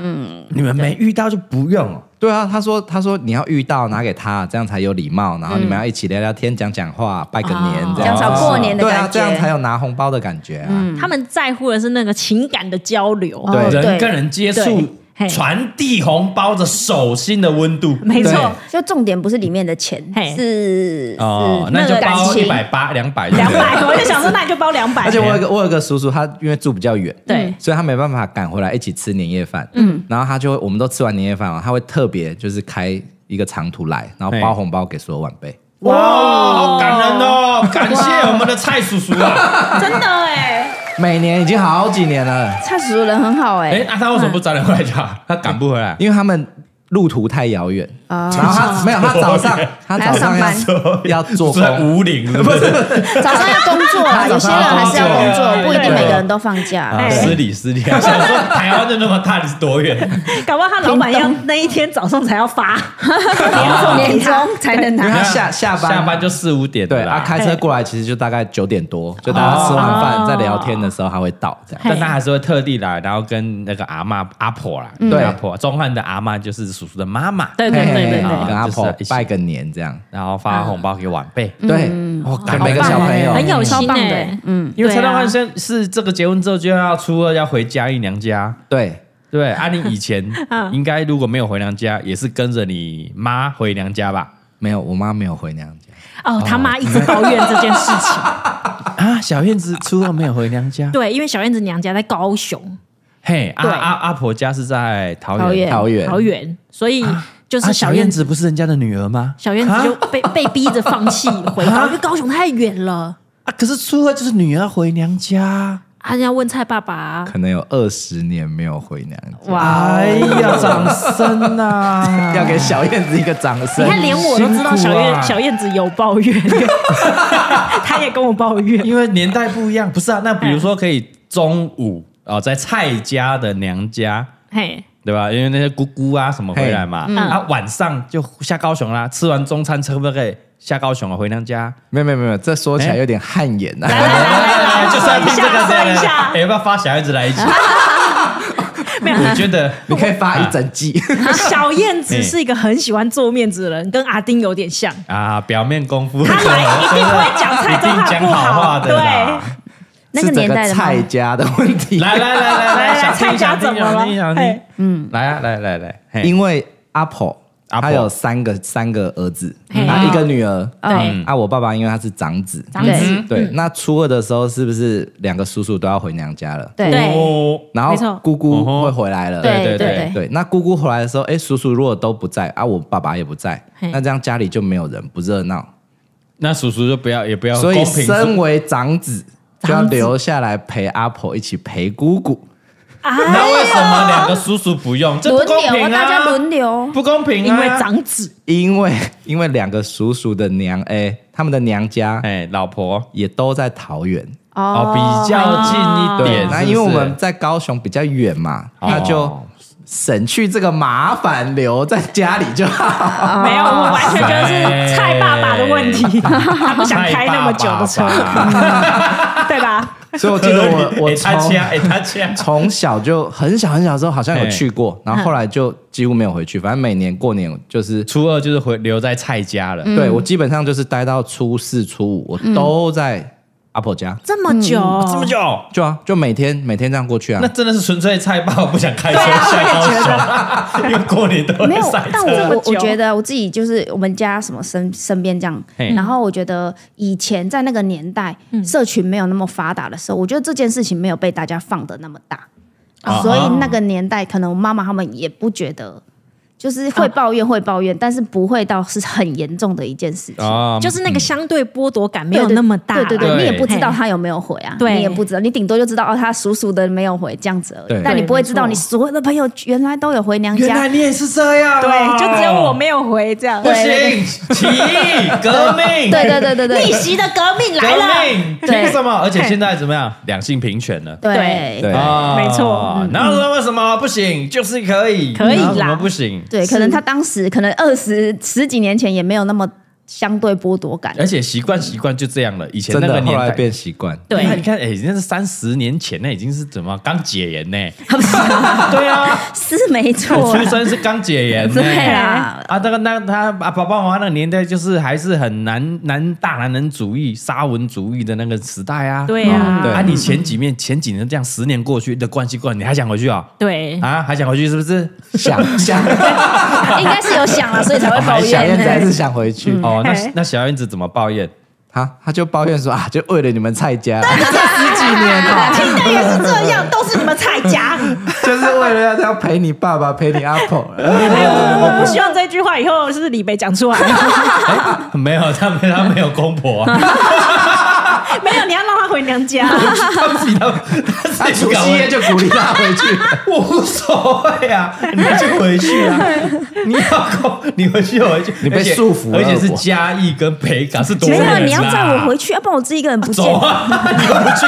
[SPEAKER 1] 你们没遇到就不用哦。
[SPEAKER 4] 对啊，他说他说你要遇到拿给他，这样才有礼貌，然后你们要一起聊聊天、讲讲话、拜个年
[SPEAKER 3] 哦，
[SPEAKER 4] 这
[SPEAKER 2] 这样
[SPEAKER 4] 样
[SPEAKER 2] 才有过年的
[SPEAKER 4] 对啊，
[SPEAKER 2] 感
[SPEAKER 4] 这
[SPEAKER 2] 觉，
[SPEAKER 4] 样才有拿红包的感觉啊。
[SPEAKER 3] 他们在乎的是那个情感的交流，
[SPEAKER 2] 哦对
[SPEAKER 1] 人跟人接
[SPEAKER 3] 对
[SPEAKER 1] 触，
[SPEAKER 3] 嘿
[SPEAKER 1] 传递红包的手心的温度。
[SPEAKER 3] 没错，
[SPEAKER 2] 就重点不是里面的钱，
[SPEAKER 3] 嘿
[SPEAKER 2] 是
[SPEAKER 1] 哦，
[SPEAKER 2] 是
[SPEAKER 1] 那就
[SPEAKER 2] 个感
[SPEAKER 1] 包一
[SPEAKER 2] 情。
[SPEAKER 1] 百八、两百、
[SPEAKER 3] 两百，我就想说那你就包两百
[SPEAKER 4] 而且。我有一个我有一个叔叔，他因为住比较远，
[SPEAKER 3] 对
[SPEAKER 4] 所以他没办法赶回来一起吃年夜饭。嗯，然后他就会我们都吃完年夜饭啊了，他会特别就是开一个长途来，然后包
[SPEAKER 1] 嘿
[SPEAKER 4] 红包给所有晚辈。
[SPEAKER 1] 哇，好感人哦！感谢我们的蔡叔叔啊！
[SPEAKER 3] 真的哎，
[SPEAKER 4] 每年已经好几年
[SPEAKER 3] 嗯
[SPEAKER 4] 了，
[SPEAKER 2] 蔡叔叔人很好哎、
[SPEAKER 1] 哎，那他为什么不早点回来就好？他赶不回来。
[SPEAKER 4] 因为他们路途太遥远，
[SPEAKER 3] 哦
[SPEAKER 2] 啊
[SPEAKER 4] 然后他没有他早上他
[SPEAKER 2] 还要
[SPEAKER 4] 早上
[SPEAKER 2] 上
[SPEAKER 4] 要 *laughs* 要
[SPEAKER 1] *laughs*
[SPEAKER 4] 做
[SPEAKER 1] 在
[SPEAKER 4] 工，
[SPEAKER 1] 五岭，不是
[SPEAKER 2] 早上要工作啦，有些人还是要工作，不一定每个人都放假。
[SPEAKER 1] 啊， *laughs* 失礼失礼。想说台湾就那么大，你是多远？
[SPEAKER 3] 搞不好他老板要那一天早上才要发，
[SPEAKER 2] 年终才能
[SPEAKER 4] 因为
[SPEAKER 2] 拿
[SPEAKER 4] 他，下下
[SPEAKER 3] 啊
[SPEAKER 4] 班
[SPEAKER 1] 下班就四五点了
[SPEAKER 4] 对，
[SPEAKER 1] 啦
[SPEAKER 4] 他开车过来其实就大概九点
[SPEAKER 3] 哦
[SPEAKER 4] 多，就大家吃完饭在聊天的时候他会到这样。
[SPEAKER 1] 但他还是会特地来，然后跟那个阿嬷阿婆啦，
[SPEAKER 4] 对
[SPEAKER 1] 阿婆钟汉的阿嬷就是叔叔的妈妈，
[SPEAKER 3] 嗯对对对对
[SPEAKER 4] 嘿跟
[SPEAKER 3] 对，
[SPEAKER 4] 阿
[SPEAKER 1] 就是
[SPEAKER 4] 婆
[SPEAKER 1] 一起
[SPEAKER 4] 拜个年这样。
[SPEAKER 1] 然后发红包给晚辈，
[SPEAKER 3] 嗯
[SPEAKER 4] 对，我感每个
[SPEAKER 2] 好棒
[SPEAKER 4] 小朋友
[SPEAKER 2] 哎
[SPEAKER 3] 很有
[SPEAKER 2] 超
[SPEAKER 3] 心
[SPEAKER 2] 棒的
[SPEAKER 3] 哎
[SPEAKER 2] 欸，
[SPEAKER 3] 嗯，
[SPEAKER 1] 因为陈
[SPEAKER 3] 对啊
[SPEAKER 1] 道汉先是这个结婚之后就要初二要回家一娘家。
[SPEAKER 4] 对
[SPEAKER 3] *laughs*
[SPEAKER 1] 对，啊，你以前应该如果没有回娘家，也是跟着你妈回娘家吧？
[SPEAKER 4] 没有，我妈没有回娘家，
[SPEAKER 3] 哦，他妈一直抱怨这件事情。
[SPEAKER 1] 啊，小燕子初二没有回娘家，
[SPEAKER 3] 嗯 *laughs* 对，因为小燕子娘家在高雄
[SPEAKER 1] 嘿，阿
[SPEAKER 3] 对
[SPEAKER 1] 阿阿婆家是在桃园，
[SPEAKER 2] 桃园
[SPEAKER 4] 桃园，
[SPEAKER 3] 桃园，所以就
[SPEAKER 1] 啊
[SPEAKER 3] 是小
[SPEAKER 1] 小
[SPEAKER 3] 燕
[SPEAKER 1] 燕
[SPEAKER 3] 子，
[SPEAKER 1] 子不是人家的女儿吗？
[SPEAKER 3] 小燕子就被被逼着放弃回高，因为高雄太远了。
[SPEAKER 1] 啊，可是初二就是女儿回娘家。
[SPEAKER 3] 啊，人家问蔡爸爸啊，
[SPEAKER 4] 可能有二十年没有回娘家，
[SPEAKER 1] 哎呀，掌声啊呐！ *laughs*
[SPEAKER 4] 要给小燕子一个掌声
[SPEAKER 3] 你。看连我都知道小
[SPEAKER 1] 辛苦
[SPEAKER 3] 燕
[SPEAKER 1] 啊
[SPEAKER 3] 小燕子有抱怨，她也跟我抱怨。
[SPEAKER 1] 因为年代不一样，不是啊？那比如说可以中午啊、哦在蔡家的娘家，
[SPEAKER 3] 嘿，
[SPEAKER 1] 对吧？因为那些姑姑啊什么回来嘛，
[SPEAKER 3] 嗯
[SPEAKER 1] 啊晚上就下高雄啦，吃完中餐可不可以下高雄啊回娘 *laughs* 家？
[SPEAKER 4] 没有没有没有，这说起来
[SPEAKER 1] 哎
[SPEAKER 4] 有点汗颜啊呐、
[SPEAKER 3] 来来来来
[SPEAKER 1] 就是要听这个
[SPEAKER 3] 说一下说一下
[SPEAKER 1] 哎要不要发小孩子来一起？
[SPEAKER 3] 没有
[SPEAKER 1] 我觉得
[SPEAKER 4] 你
[SPEAKER 1] *laughs*
[SPEAKER 4] 可以发一整季， *laughs*
[SPEAKER 3] 小燕子是一个很喜欢做面子的人，跟阿丁有点像。
[SPEAKER 1] 啊，表面功夫，
[SPEAKER 3] 他来一定不会讲
[SPEAKER 1] 一
[SPEAKER 3] 蔡中
[SPEAKER 1] 定
[SPEAKER 3] 汉
[SPEAKER 1] 讲
[SPEAKER 3] 不
[SPEAKER 1] 好话
[SPEAKER 3] 好，
[SPEAKER 1] *laughs* 的啦
[SPEAKER 3] 对，
[SPEAKER 2] 那个
[SPEAKER 4] 是整
[SPEAKER 2] 年代的妈妈
[SPEAKER 4] 蔡家的问题。
[SPEAKER 1] 来来来来
[SPEAKER 3] 来来
[SPEAKER 1] 想
[SPEAKER 3] 蔡
[SPEAKER 1] 听
[SPEAKER 3] 家
[SPEAKER 1] 想
[SPEAKER 3] 怎
[SPEAKER 1] 听
[SPEAKER 3] 么了
[SPEAKER 1] 想听想听
[SPEAKER 3] 嘿，
[SPEAKER 1] 嗯，来啊来来来，嘿
[SPEAKER 4] 因为阿婆，
[SPEAKER 1] 阿婆
[SPEAKER 4] 她有三个三个儿子，
[SPEAKER 3] 嘿哦
[SPEAKER 4] 啊，一个女儿，
[SPEAKER 1] 嗯
[SPEAKER 4] 啊，我爸爸因为他是长子，嗯
[SPEAKER 3] 长子嗯
[SPEAKER 2] 对
[SPEAKER 4] 对，那初二的时候是不是两个叔叔都要回娘家了？
[SPEAKER 2] 对
[SPEAKER 3] 对
[SPEAKER 1] 哦
[SPEAKER 4] 然
[SPEAKER 3] 没错
[SPEAKER 4] 后姑姑
[SPEAKER 1] 嗯哼
[SPEAKER 4] 会回来了，
[SPEAKER 1] 对对
[SPEAKER 2] 对
[SPEAKER 1] 对
[SPEAKER 4] 哎对，那姑姑回来的时候，哎，叔叔如果都不在啊，我爸爸也不在
[SPEAKER 3] 嘿，
[SPEAKER 4] 那这样家里就没有人，不热闹，
[SPEAKER 1] 那叔叔就不要也不要
[SPEAKER 4] 所以
[SPEAKER 1] 公平
[SPEAKER 4] 身为长子
[SPEAKER 3] 长子
[SPEAKER 4] 就要留下来陪阿婆一起陪姑姑。
[SPEAKER 3] 哎
[SPEAKER 1] 那为什么两个叔叔不用？这不
[SPEAKER 2] 轮
[SPEAKER 1] 公平
[SPEAKER 2] 流，
[SPEAKER 1] 啊！
[SPEAKER 2] 大家轮流，
[SPEAKER 1] 不公平啊！
[SPEAKER 3] 因为长子
[SPEAKER 4] 因为因为两个叔叔的娘哎，他们的娘家
[SPEAKER 1] 哎，老婆
[SPEAKER 4] 也都在桃园，
[SPEAKER 1] 哦，比较
[SPEAKER 3] 哦
[SPEAKER 1] 近一
[SPEAKER 4] 对，
[SPEAKER 1] 点。
[SPEAKER 4] 哦那
[SPEAKER 1] 是不是
[SPEAKER 4] 因为我们在高雄比较远嘛，
[SPEAKER 1] 哦
[SPEAKER 4] 那就省去这个麻烦，留在家里就好。
[SPEAKER 3] 没有，我完全觉得是蔡爸爸的问题，他不想开那么久的车，
[SPEAKER 1] 蔡爸
[SPEAKER 3] 对吧？
[SPEAKER 4] 所 *laughs* 以我记得 *laughs*
[SPEAKER 1] *laughs*
[SPEAKER 4] 我我
[SPEAKER 1] 哎他
[SPEAKER 4] 从
[SPEAKER 1] 家哎他家
[SPEAKER 4] 从小就很小很小的时候好像有去过，然后后来就几乎没有回去，反正每年过年就是。
[SPEAKER 1] 初二就是回留在蔡家
[SPEAKER 3] 嗯
[SPEAKER 1] 了。
[SPEAKER 4] 对，我基本上就是待到初四、初五，我都在阿婆家，
[SPEAKER 3] 这么久，
[SPEAKER 1] 这么久，
[SPEAKER 4] 就啊，就每天每天这样过去啊
[SPEAKER 1] 那。真的是纯粹蔡爸不想开车
[SPEAKER 3] 啊
[SPEAKER 1] 下 *laughs* 高雄，因为过年都 *laughs*
[SPEAKER 2] 没
[SPEAKER 1] 会
[SPEAKER 2] 有
[SPEAKER 1] 塞，
[SPEAKER 2] 但
[SPEAKER 1] 车。
[SPEAKER 2] 我我
[SPEAKER 3] 这么久
[SPEAKER 2] 我觉得我自己就是我们家什么身身边这样
[SPEAKER 1] 嘿，嗯
[SPEAKER 2] 然后我觉得以前在那个年代，社群没有那么发达的时候，我觉得这件事情没有被大家放的那么大，
[SPEAKER 1] 啊
[SPEAKER 2] 所以那个年代可能我妈妈他们也不觉得，就是
[SPEAKER 1] 啊
[SPEAKER 2] 会抱怨会抱怨，但是不会到是很严重的一件事情。
[SPEAKER 1] 啊
[SPEAKER 3] 就是那个相对剥夺感没有
[SPEAKER 2] 对对
[SPEAKER 3] 那么大啦，
[SPEAKER 2] 对对对，
[SPEAKER 1] 对
[SPEAKER 2] 你也不知道他有没有回啊，
[SPEAKER 3] 对
[SPEAKER 2] 你也不知道，你顶多就知道哦，他叔叔的没有回这样子而
[SPEAKER 4] 对
[SPEAKER 2] 已，但你不会
[SPEAKER 3] 对没错
[SPEAKER 2] 知道你所有的朋友原来都有回娘
[SPEAKER 1] 原
[SPEAKER 2] 家
[SPEAKER 1] 来，你也是这样啊，
[SPEAKER 3] 对，就只有我没有回这样
[SPEAKER 1] 不。
[SPEAKER 2] 对
[SPEAKER 1] 行，起义革命，
[SPEAKER 2] 对对对对对，
[SPEAKER 3] 逆袭的革命来
[SPEAKER 1] 革
[SPEAKER 3] 了，
[SPEAKER 1] 命，
[SPEAKER 2] 对
[SPEAKER 1] 凭什么？而且现在怎么样？两性平权了。
[SPEAKER 2] 对
[SPEAKER 4] 对
[SPEAKER 1] 啊
[SPEAKER 3] 没错嗯。
[SPEAKER 1] 然后说为什么不行？就是可以，
[SPEAKER 3] 可以啦
[SPEAKER 1] 然后什么不行？
[SPEAKER 2] 对，可能他当时可能二十十几年前也没有那么相对剥夺感，
[SPEAKER 1] 而且习惯习惯就这样了。以前
[SPEAKER 4] 真
[SPEAKER 1] 那个
[SPEAKER 4] 的，后
[SPEAKER 1] 年
[SPEAKER 4] 来
[SPEAKER 1] 代，
[SPEAKER 4] 变习惯。
[SPEAKER 1] 你看，
[SPEAKER 3] 对
[SPEAKER 1] 你，看，哎，那是三十年前，那已经是怎么刚解严
[SPEAKER 3] *laughs*
[SPEAKER 1] 呢？对啊，
[SPEAKER 2] 是没错
[SPEAKER 1] 我
[SPEAKER 2] 啦
[SPEAKER 1] 出，生是刚解严呢。
[SPEAKER 2] 对啊，
[SPEAKER 1] 啊，那个那他啊，爸爸妈妈那个年代就是还是很男男大男人主义、沙文主义的那个时代啊。
[SPEAKER 3] 对
[SPEAKER 1] 哦
[SPEAKER 3] 啊
[SPEAKER 4] 对
[SPEAKER 1] 啊，你前几面前几年这样，十年过去的关系过来，你还想回去啊？
[SPEAKER 3] 对，
[SPEAKER 2] 哎
[SPEAKER 1] 啊，还想回去是不是？
[SPEAKER 4] 想想，
[SPEAKER 2] 应该是有想了，所以才会抱
[SPEAKER 4] 小燕子还
[SPEAKER 2] 怨
[SPEAKER 4] 是
[SPEAKER 2] 呢。
[SPEAKER 4] 想回
[SPEAKER 2] 嗯
[SPEAKER 4] 去。
[SPEAKER 1] 哦，那
[SPEAKER 2] 哎
[SPEAKER 3] 嘿
[SPEAKER 1] 那小燕子怎么抱怨？
[SPEAKER 4] 他他就抱怨说啊，就为了你们蔡家，
[SPEAKER 3] 清代也是这样，都是你们蔡家。
[SPEAKER 4] 就是为了要要陪你爸爸，陪你阿婆。
[SPEAKER 3] 哎呦，我不希望这句话以后是李北讲出来。
[SPEAKER 1] 哎， *laughs* 没有，他没他没有公婆啊，
[SPEAKER 3] *laughs*
[SPEAKER 2] *laughs*
[SPEAKER 3] 没有，你要让他回娘家。
[SPEAKER 1] 他自己他他
[SPEAKER 4] 他
[SPEAKER 1] 自己
[SPEAKER 4] 除
[SPEAKER 1] 搞
[SPEAKER 4] 夕夜就鼓励他回去。
[SPEAKER 1] 我无所谓啊， *laughs* 你就回去
[SPEAKER 2] *laughs*
[SPEAKER 1] 啊，你要公你回去我回去，
[SPEAKER 4] 你被
[SPEAKER 1] 而且
[SPEAKER 4] 束缚了
[SPEAKER 1] 而且是
[SPEAKER 4] 我
[SPEAKER 1] 嘉义跟北港是多
[SPEAKER 2] 没
[SPEAKER 1] 远啊
[SPEAKER 2] 有，你要载我回去，要不然我自己一个人不见
[SPEAKER 1] 走啊，你回去，